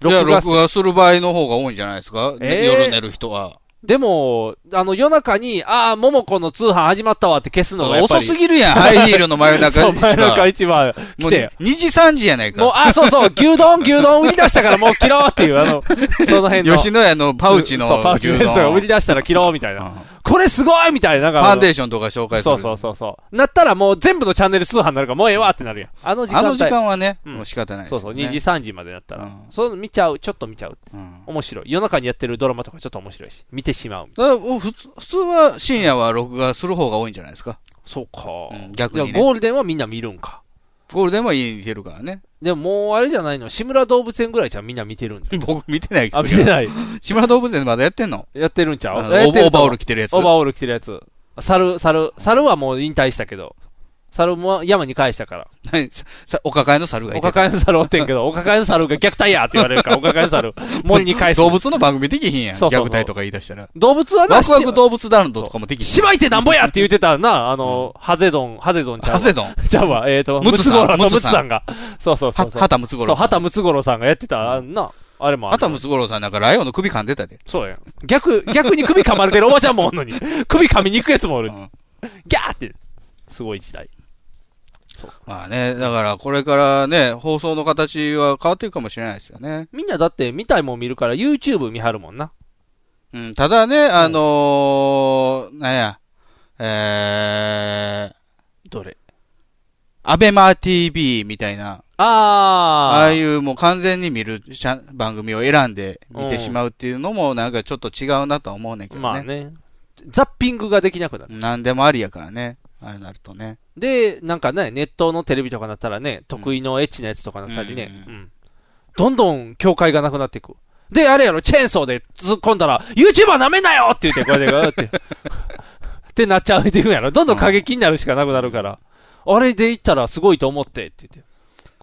[SPEAKER 2] ん。
[SPEAKER 3] いや、録
[SPEAKER 2] す
[SPEAKER 3] 画する場合の方が多いんじゃないですか、
[SPEAKER 2] えー
[SPEAKER 3] 夜寝る人は。
[SPEAKER 2] でも、あの、夜中に、ああ、桃子の通販始まったわって消すのがやっぱり
[SPEAKER 3] 遅すぎる やん、ハイヒールの真夜中
[SPEAKER 2] そう真夜中市場
[SPEAKER 3] も
[SPEAKER 2] 来
[SPEAKER 3] う
[SPEAKER 2] てよ。
[SPEAKER 3] 2時3時やないか。
[SPEAKER 2] もう、あ、そうそう、牛丼、牛丼売り出したからもう切ろうっていう、あの、その辺の。
[SPEAKER 3] 吉野家のパウチの
[SPEAKER 2] そう、パウチのやつ
[SPEAKER 3] 牛
[SPEAKER 2] が
[SPEAKER 3] 丼
[SPEAKER 2] 売り出したら切ろうみたいな。これすごいみたいな、なんか。
[SPEAKER 3] ファンデーションとか紹介する
[SPEAKER 2] そうそうそうそう。なったらもう全部のチャンネル通販になるからもうええわってなるやん。あの時間帯
[SPEAKER 3] あの時間はね、
[SPEAKER 2] うん
[SPEAKER 3] もう仕方ないです
[SPEAKER 2] そう
[SPEAKER 3] よ
[SPEAKER 2] そう、
[SPEAKER 3] ね
[SPEAKER 2] 2時、3時までだったら。そう見ちゃう、ちょっと見ちゃうって、面白い。夜中にやってるドラマとかちょっと面白いし、見てしまうみたい
[SPEAKER 3] だからもう普通普通は深夜は録画する方が多いんじゃないですか。
[SPEAKER 2] そうか。
[SPEAKER 3] 逆
[SPEAKER 2] な。
[SPEAKER 3] に、
[SPEAKER 2] いやゴー
[SPEAKER 3] ね。
[SPEAKER 2] ルデンはみんな見るんか。
[SPEAKER 3] ゴールデンは家にいてるから ね。
[SPEAKER 2] でももうあれじゃないの、志村動物園ぐらいじゃんみんな見てるんだ。
[SPEAKER 3] 僕見てないけど。
[SPEAKER 2] あ、見てない。
[SPEAKER 3] 島動物園まだやってんの
[SPEAKER 2] やってるんちゃう
[SPEAKER 3] あの
[SPEAKER 2] やってると思う
[SPEAKER 3] オーバーオール着てるやつ
[SPEAKER 2] オーバーオール着てるやつ。猿、猿、猿はもう引退したけど、猿も山に返したから。
[SPEAKER 3] 何ささお抱えの猿がい
[SPEAKER 2] お
[SPEAKER 3] てる。
[SPEAKER 2] 抱えの猿おってんけど、お抱えの猿が虐待やって言われるから、お抱え の猿、森に返す。
[SPEAKER 3] 動物の番組できひんやん。
[SPEAKER 2] そうそうそう
[SPEAKER 3] 虐待とか言い出したら。
[SPEAKER 2] 動物はな
[SPEAKER 3] ワクワク動物ランドとかもできひん。
[SPEAKER 2] 芝居ってなんぼやって言ってたらな、あの、ハゼドン、ハゼドンちゃうわ。
[SPEAKER 3] ハゼドン
[SPEAKER 2] ちゃうわ、えっと、
[SPEAKER 3] ム
[SPEAKER 2] ム
[SPEAKER 3] ツ
[SPEAKER 2] ツ
[SPEAKER 3] さん
[SPEAKER 2] ゴロウのム
[SPEAKER 3] ムツ
[SPEAKER 2] ツ
[SPEAKER 3] さん
[SPEAKER 2] さんが。そうそうそうそ
[SPEAKER 3] は
[SPEAKER 2] う。
[SPEAKER 3] 畑ムツゴロウ
[SPEAKER 2] そう、畑ムツゴロウさんがやってた、あんな、あれもあ
[SPEAKER 3] あ
[SPEAKER 2] る
[SPEAKER 3] とはムツゴロウさんなんかライオンの首噛んでたで。
[SPEAKER 2] そうやん。逆、逆に首噛まれてるおばちゃんもお んのに、首噛みに行くやつもおる。ギャーって、すごい時代。
[SPEAKER 3] まあね、だからこれからね、放送の形は変わっていくかもしれないですよね。
[SPEAKER 2] みんなだって見たいもん見るから YouTube 見はるもんな。
[SPEAKER 3] うん、ただね、あのー、なんや、えー、
[SPEAKER 2] どれ
[SPEAKER 3] アベマ TV みたいな、あ
[SPEAKER 2] あ
[SPEAKER 3] あ
[SPEAKER 2] ー。
[SPEAKER 3] いうもう完全に見るチャン番組を選んで見てしまうっていうのもなんかちょっと違うなとは思うねんけどね。
[SPEAKER 2] まあね。ザッピングができなくなる。
[SPEAKER 3] なんでもありやからね。あれなるとね。
[SPEAKER 2] で、なんかね、ネットのテレビとかなったらね、得意のエッチなやつとかなったりね、うんどんどん境界がなくなっていく。で、あれやろ、チェーンソーで突っ込んだら、YouTuber 舐めんなよって言って、これで、うーって。 ってなっちゃうっていうんやろ。どんどん過激になるしかなくなるから。あれで行ったらすごいと思ってって言って。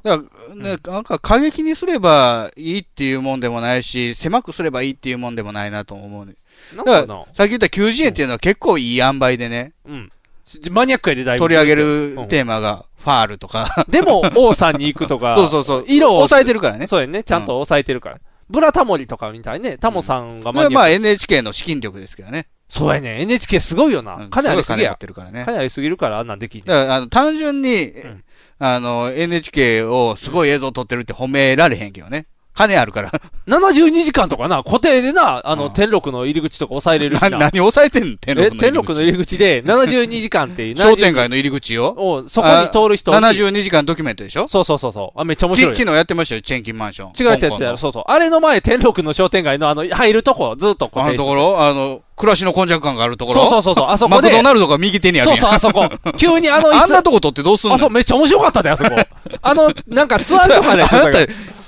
[SPEAKER 3] だから、ねなんか過激にすればいいっていうもんでもないし、狭くすればいいっていうもんでもないなと思うね。
[SPEAKER 2] な
[SPEAKER 3] だ
[SPEAKER 2] んかな
[SPEAKER 3] から、さっき言った90円っていうのは結構いい塩梅でね、
[SPEAKER 2] うん。マニアックやで、だいぶ。
[SPEAKER 3] 取り上げるテー
[SPEAKER 2] マ。
[SPEAKER 3] マがファールとか。
[SPEAKER 2] でも、王さんに行くと か。
[SPEAKER 3] そうそうそう
[SPEAKER 2] 色を。
[SPEAKER 3] 抑えてるからね
[SPEAKER 2] そうやね。ちゃんと抑えてるから。ブラタモリとかみたいね。タモさん
[SPEAKER 3] ま
[SPEAKER 2] がマニアッ
[SPEAKER 3] あ、
[SPEAKER 2] ク。
[SPEAKER 3] まあ NHK の資金力ですけどね。
[SPEAKER 2] そうやね。NHK すごいよな。金
[SPEAKER 3] す
[SPEAKER 2] ありすぎ
[SPEAKER 3] ごい金持
[SPEAKER 2] や。
[SPEAKER 3] ってるからね
[SPEAKER 2] 金ありすぎるからあんなんできんね。
[SPEAKER 3] だから、あの、単純に、あの、NHK をすごい映像撮ってるって褒められへんけどね。金あるから。
[SPEAKER 2] 72時間とかな、固定でな、あの、天禄の入り口とか抑えれるし
[SPEAKER 3] な
[SPEAKER 2] な。
[SPEAKER 3] 何抑えてんの天
[SPEAKER 2] え
[SPEAKER 3] 禄の入り
[SPEAKER 2] 天
[SPEAKER 3] 口。
[SPEAKER 2] 禄の入り口で72時間っていう。
[SPEAKER 3] 商店街
[SPEAKER 2] の。
[SPEAKER 3] の入り口
[SPEAKER 2] お
[SPEAKER 3] を
[SPEAKER 2] う。そこに通る人
[SPEAKER 3] あ72時間ドキュメントでしょ
[SPEAKER 2] そうそうそうそう。あ、めっちゃ面白いよ
[SPEAKER 3] き昨日やってましたよ、チェンキンマンション。
[SPEAKER 2] 違う違
[SPEAKER 3] 香
[SPEAKER 2] う
[SPEAKER 3] 港
[SPEAKER 2] 違
[SPEAKER 3] の
[SPEAKER 2] う。そうそう。あれの前、天禄の商店街のあの、入るとこ、ずっと固
[SPEAKER 3] あの
[SPEAKER 2] 定して
[SPEAKER 3] ところあの、暮らしの根弱感があるところ
[SPEAKER 2] そうそうそうそうあそこで
[SPEAKER 3] マクドナルドが右手にあるやん
[SPEAKER 2] そうそうあそこ急にあの椅 子
[SPEAKER 3] あんなとこ撮ってどうすんの
[SPEAKER 2] あ、そう、めっちゃ面白かったで、あそ こ。あの、なんか座るとかね、
[SPEAKER 3] あなた、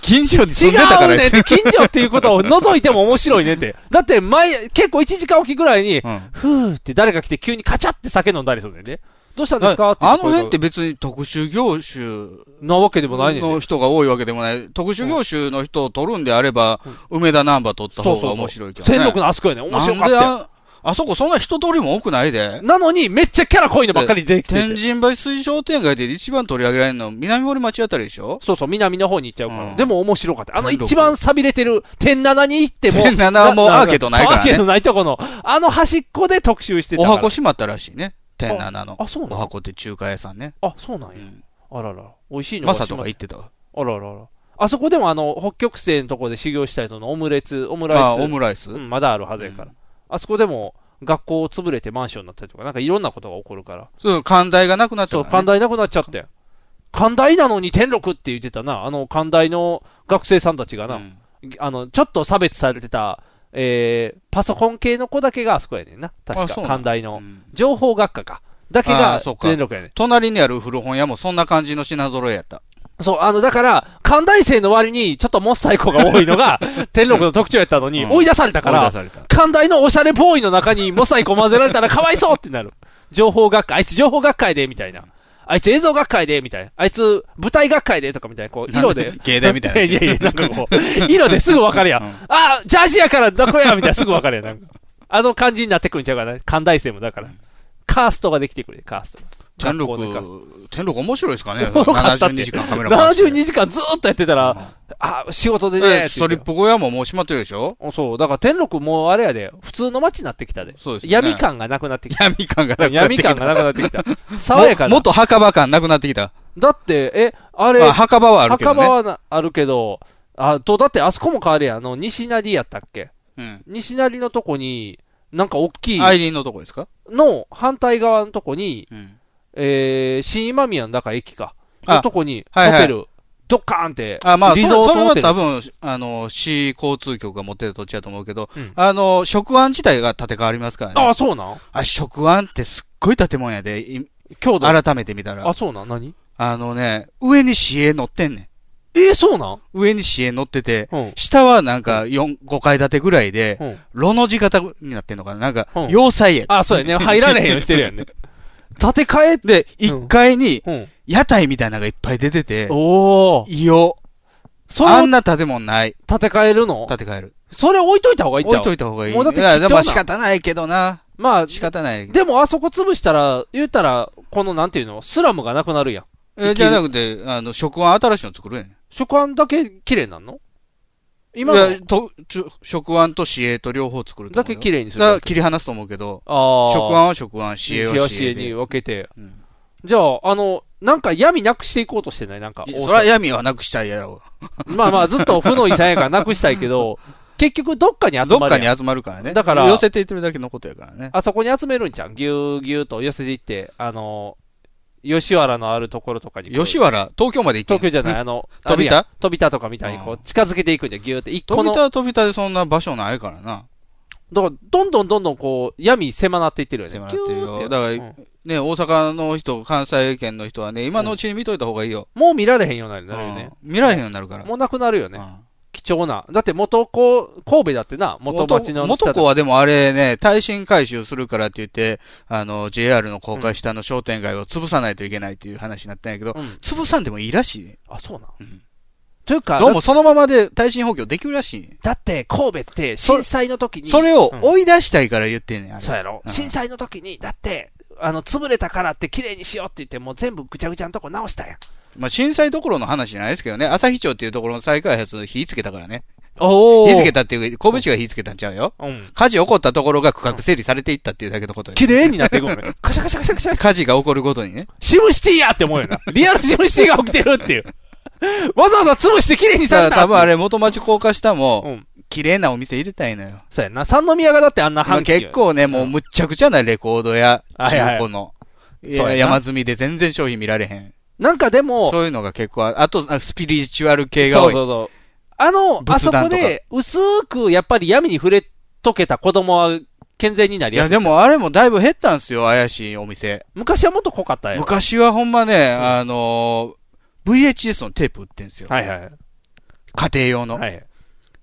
[SPEAKER 3] 近所に住んでたか
[SPEAKER 2] 違
[SPEAKER 3] ら
[SPEAKER 2] うね
[SPEAKER 3] や
[SPEAKER 2] って、近所っていうことを除いても面白いねって。だって前、結構1時間おきぐらいに、ふーって誰か来て急にカチャって酒飲んだりするねんで。どうしたんですかって言
[SPEAKER 3] あ
[SPEAKER 2] って
[SPEAKER 3] の辺って
[SPEAKER 2] 声が
[SPEAKER 3] 別に特殊業種
[SPEAKER 2] なわけでもないねんで
[SPEAKER 3] の人が多いわけでもない。特殊業種の人を取るんであれば、梅田ナンバー取った方が面白いけど、ね。
[SPEAKER 2] 天禄のあそこやね面白か
[SPEAKER 3] な
[SPEAKER 2] っ
[SPEAKER 3] ん
[SPEAKER 2] た
[SPEAKER 3] で
[SPEAKER 2] よ
[SPEAKER 3] ああそこそんな人通りも多くないで。
[SPEAKER 2] なのに、めっちゃキャラ濃いのばっかり出てきてて
[SPEAKER 3] 天神橋水商店街で一番取り上げられるの、南堀町あたりでしょ
[SPEAKER 2] そうそう、南の方に行っちゃうから。
[SPEAKER 3] ん
[SPEAKER 2] でも面白かった。あの
[SPEAKER 3] 天禄
[SPEAKER 2] 一番錆びれてる、天7に行っても。
[SPEAKER 3] 天七はもう
[SPEAKER 2] な
[SPEAKER 3] アーケードないからね
[SPEAKER 2] そうアーケードないとこの、あの端っこで特集してた
[SPEAKER 3] お
[SPEAKER 2] から。
[SPEAKER 3] 箱閉まったらしいね。天七の。
[SPEAKER 2] あそうなの
[SPEAKER 3] お箱って中華屋さんね。
[SPEAKER 2] あ、そうなんや。あらら。美味しいの
[SPEAKER 3] マサとか行ってたわ。
[SPEAKER 2] あららら。あそこでもあの、北極星のとこで修行した人のオムレツ、オムライス。
[SPEAKER 3] あオムライス
[SPEAKER 2] うん、まだあるはずやから。あそこでも、学校を潰れてマンションになったりとか、なんかいろんなことが起こるから。
[SPEAKER 3] そう、寛大がなくなった
[SPEAKER 2] そ
[SPEAKER 3] か
[SPEAKER 2] う、
[SPEAKER 3] らね
[SPEAKER 2] 寛大なくなっちゃって。寛大なのに天禄って言ってたな。あの、寛大の学生さんたちがな、あの、ちょっと差別されてた、えー、パソコン系の子だけがあそこやねんな。確
[SPEAKER 3] あそ
[SPEAKER 2] か、
[SPEAKER 3] うなん
[SPEAKER 2] 寛大の。情報学科か。だけ
[SPEAKER 3] あー
[SPEAKER 2] が
[SPEAKER 3] そう、か
[SPEAKER 2] 天禄やねん。
[SPEAKER 3] 隣にある古本屋もそんな感じの品揃えやった。
[SPEAKER 2] そう、あの、だから、関大生の割に、ちょっとモッサイ子が多い のが、天禄の特徴やったのに、
[SPEAKER 3] うん
[SPEAKER 2] 追い出されたか
[SPEAKER 3] 追い
[SPEAKER 2] ら
[SPEAKER 3] 出された、
[SPEAKER 2] 関大のおしゃれボーイの中にモッサイ子混ぜられたらかわいそうっ てなる。情報学会、あいつ情報学会で、みたいな。あいつ映像学会で、みたいな。あいつ舞台学会で、とかみたいな、こう、色で。
[SPEAKER 3] 芸大みたいな
[SPEAKER 2] いやいやいや、なんかこう、色ですぐわかるやん。あ、ジャージやから、どこや、みたいな、すぐわかるやん。なんかあの感じになってくるんちゃうかな。関大生もだから。カーストができてくれ、カーストが。
[SPEAKER 3] 天禄、天禄面白いです かね。
[SPEAKER 2] おもろかったって
[SPEAKER 3] 72時間カメラ回し
[SPEAKER 2] 72時間ずーっとやってたら、あ、仕事で
[SPEAKER 3] え
[SPEAKER 2] ね
[SPEAKER 3] え、ストリップ小屋ももう閉まってるでしょ
[SPEAKER 2] そう、だから天禄もうあれやで、普通の街になってきたで。
[SPEAKER 3] そうですね
[SPEAKER 2] 闇感がなく なってきた。
[SPEAKER 3] 闇感がなくなって
[SPEAKER 2] 闇
[SPEAKER 3] きた。
[SPEAKER 2] 感がなくなってきた。爽やかな
[SPEAKER 3] ももっと墓場感なくなってきた。
[SPEAKER 2] だって、え、あれ、
[SPEAKER 3] まあ墓場はあるけどね
[SPEAKER 2] 墓場はなあるけど、あと、だってあそこも変わるやん。あの、西成やったっけ
[SPEAKER 3] うん。
[SPEAKER 2] 西成のとこに、なんか大きい、
[SPEAKER 3] アイリンのとこですか
[SPEAKER 2] の反対側のとこに、
[SPEAKER 3] うん
[SPEAKER 2] えー、新今宮の中駅か。
[SPEAKER 3] あ
[SPEAKER 2] のとこに、
[SPEAKER 3] はいはい
[SPEAKER 2] ホテル、ドッカーンって、
[SPEAKER 3] あ、まあ、そ
[SPEAKER 2] リ
[SPEAKER 3] れ
[SPEAKER 2] ゾー
[SPEAKER 3] そ
[SPEAKER 2] ト
[SPEAKER 3] れ
[SPEAKER 2] ホ
[SPEAKER 3] は
[SPEAKER 2] テル。
[SPEAKER 3] 多分、あの、市交通局が持ってる土地だと思うけど、
[SPEAKER 2] うん
[SPEAKER 3] あの、食案自体が建て替わりますからね。
[SPEAKER 2] ああ、そうなん
[SPEAKER 3] あ、食案ってすっごい建物やで、い
[SPEAKER 2] 強度。
[SPEAKER 3] 改めて見たら。
[SPEAKER 2] あ、そうなん何
[SPEAKER 3] あのね、上に市営乗ってんね
[SPEAKER 2] ん。えー、そうなん
[SPEAKER 3] 上に市営乗ってて、
[SPEAKER 2] うん
[SPEAKER 3] 下はなんか4、5階建てぐらいで、
[SPEAKER 2] うん
[SPEAKER 3] 炉の字型になってんのかななんか
[SPEAKER 2] うん、
[SPEAKER 3] 要塞や。
[SPEAKER 2] あ、そうやね。入られへんようにして るやんね。建て替え
[SPEAKER 3] で、1階に
[SPEAKER 2] うん、
[SPEAKER 3] 屋台みたいなのがいっぱい出てて、
[SPEAKER 2] おー。
[SPEAKER 3] 異様。
[SPEAKER 2] そう
[SPEAKER 3] あんな建物ない。
[SPEAKER 2] 建て替えるの
[SPEAKER 3] 建て替える。
[SPEAKER 2] それ置いといた方がいいんち
[SPEAKER 3] 置
[SPEAKER 2] ゃう
[SPEAKER 3] いといた方がいい。
[SPEAKER 2] もうだって貴
[SPEAKER 3] いや
[SPEAKER 2] 重な
[SPEAKER 3] でも仕方ないけどな。
[SPEAKER 2] まあ、
[SPEAKER 3] 仕方ない。
[SPEAKER 2] でもあそこ潰したら、言ったら、このなんていうの、スラムがなくなるやん。
[SPEAKER 3] えじゃなくて、あの、食案新しいの作るやん。
[SPEAKER 2] 食感だけ綺麗なんの今
[SPEAKER 3] 今
[SPEAKER 2] の
[SPEAKER 3] と、ちょ食案と市営と両方作ると思うよ
[SPEAKER 2] だけ綺麗にする
[SPEAKER 3] だから切り離すと思うけど、
[SPEAKER 2] ああ。
[SPEAKER 3] 食案は食案、市営
[SPEAKER 2] 冷
[SPEAKER 3] は
[SPEAKER 2] や
[SPEAKER 3] 市
[SPEAKER 2] し
[SPEAKER 3] 営
[SPEAKER 2] 絵
[SPEAKER 3] で。
[SPEAKER 2] に分けて。
[SPEAKER 3] うん
[SPEAKER 2] じゃあ、あの、なんか闇なくしていこうとしてないなんか。
[SPEAKER 3] いやそりゃ闇はなくしたいやろ。
[SPEAKER 2] まあまあ、ずっと負の遺産やからなくしたい けど、結局どっかに集まる
[SPEAKER 3] ど
[SPEAKER 2] やん
[SPEAKER 3] っかに集まるからね。
[SPEAKER 2] だから
[SPEAKER 3] 寄せていってるだけのことやからね。
[SPEAKER 2] あそこに集めるんじゃん。ぎゅうぎゅうと寄せていって、あの、吉原のあるところとかにこう。
[SPEAKER 3] 吉原、東京まで行
[SPEAKER 2] 東
[SPEAKER 3] け
[SPEAKER 2] 京
[SPEAKER 3] ん。
[SPEAKER 2] じゃない、あの、
[SPEAKER 3] 飛び
[SPEAKER 2] あるや
[SPEAKER 3] 田
[SPEAKER 2] ん飛び田とかみたいにこう、近づけていくんじゃん、ぎゅうって。一個
[SPEAKER 3] 飛
[SPEAKER 2] の
[SPEAKER 3] び。た飛びたでそんな場所ないからな。
[SPEAKER 2] だから、どんどんどんどんこう、闇狭なっていってるよね。
[SPEAKER 3] 迫られてる
[SPEAKER 2] ぎゅー
[SPEAKER 3] よ。
[SPEAKER 2] って
[SPEAKER 3] だから、
[SPEAKER 2] うん
[SPEAKER 3] ね、大阪の人、関西圏の人はね、今のうちに見といた方がいいよ。
[SPEAKER 2] もう見られへんようになるよね。
[SPEAKER 3] 見られへんようになるから。
[SPEAKER 2] もうなくなるよね
[SPEAKER 3] うん。
[SPEAKER 2] 貴重な。だって元子、神戸だってな、元町の
[SPEAKER 3] 元
[SPEAKER 2] 下
[SPEAKER 3] 子はでもあれね、耐震改修するからって言って、あの、JR の高架下の商店街を潰さないといけないっていう話になったんやけど、
[SPEAKER 2] うん
[SPEAKER 3] 潰さんでもいいらしいね。
[SPEAKER 2] あ、そうなん。
[SPEAKER 3] うん
[SPEAKER 2] というか、
[SPEAKER 3] どうも
[SPEAKER 2] だ
[SPEAKER 3] そのままで耐震補強できるらしいね。
[SPEAKER 2] だって神戸って震災の時に、
[SPEAKER 3] それを
[SPEAKER 2] うん
[SPEAKER 3] 追い出したいから言ってんねん、あれ。
[SPEAKER 2] そうやろ、
[SPEAKER 3] うん
[SPEAKER 2] 震災の時に、だって、あの、潰れたからって綺麗にしようって言って、もう全部ぐちゃぐちゃのとこ直したやん。
[SPEAKER 3] まあ、震災どころの話じゃないですけどね、朝日町っていうところの再開発の火つけたからね。
[SPEAKER 2] お
[SPEAKER 3] 火つけたっていうか、神戸市が火つけたんちゃうよ。
[SPEAKER 2] うん。
[SPEAKER 3] 火事起こったところが区画整理されていったっていうだけのことよ
[SPEAKER 2] 綺麗になっていくもんね。カシャカシャカシャカシャ。
[SPEAKER 3] 火事が起こるごとにね。
[SPEAKER 2] シムシティやって思うよな。リアルシムシティが起きてるっていう。わざわざ潰して綺麗にさ
[SPEAKER 3] だ
[SPEAKER 2] れ
[SPEAKER 3] か
[SPEAKER 2] た
[SPEAKER 3] ら多分あれ、元町高架下
[SPEAKER 2] う
[SPEAKER 3] も、
[SPEAKER 2] ん。
[SPEAKER 3] 綺麗なお店入れたいのよ。
[SPEAKER 2] そうやな。三宮がだってあんな
[SPEAKER 3] まあ
[SPEAKER 2] 半
[SPEAKER 3] 結構ね、もうむっちゃくちゃなレコードや、
[SPEAKER 2] はいはい
[SPEAKER 3] 中古の。い
[SPEAKER 2] そうや
[SPEAKER 3] や
[SPEAKER 2] な
[SPEAKER 3] 山積みで全然商品見られへん。
[SPEAKER 2] なんかでも、
[SPEAKER 3] そういうのが結構あ、あと、あスピリチュアル系が多い。
[SPEAKER 2] そうそうそう。あの、あ
[SPEAKER 3] 仏
[SPEAKER 2] そ
[SPEAKER 3] 壇とか
[SPEAKER 2] こで、薄く、やっぱり闇に触れとけた子供は、健全になり
[SPEAKER 3] い
[SPEAKER 2] や
[SPEAKER 3] や、
[SPEAKER 2] すい。
[SPEAKER 3] でもあれもだいぶ減ったんすよ、怪しいお店。
[SPEAKER 2] 昔はもっと濃かったよ。
[SPEAKER 3] 昔はほんまね、あのー VHS のテープ売ってんすよ。
[SPEAKER 2] はいはい。
[SPEAKER 3] 家庭用の。
[SPEAKER 2] はい。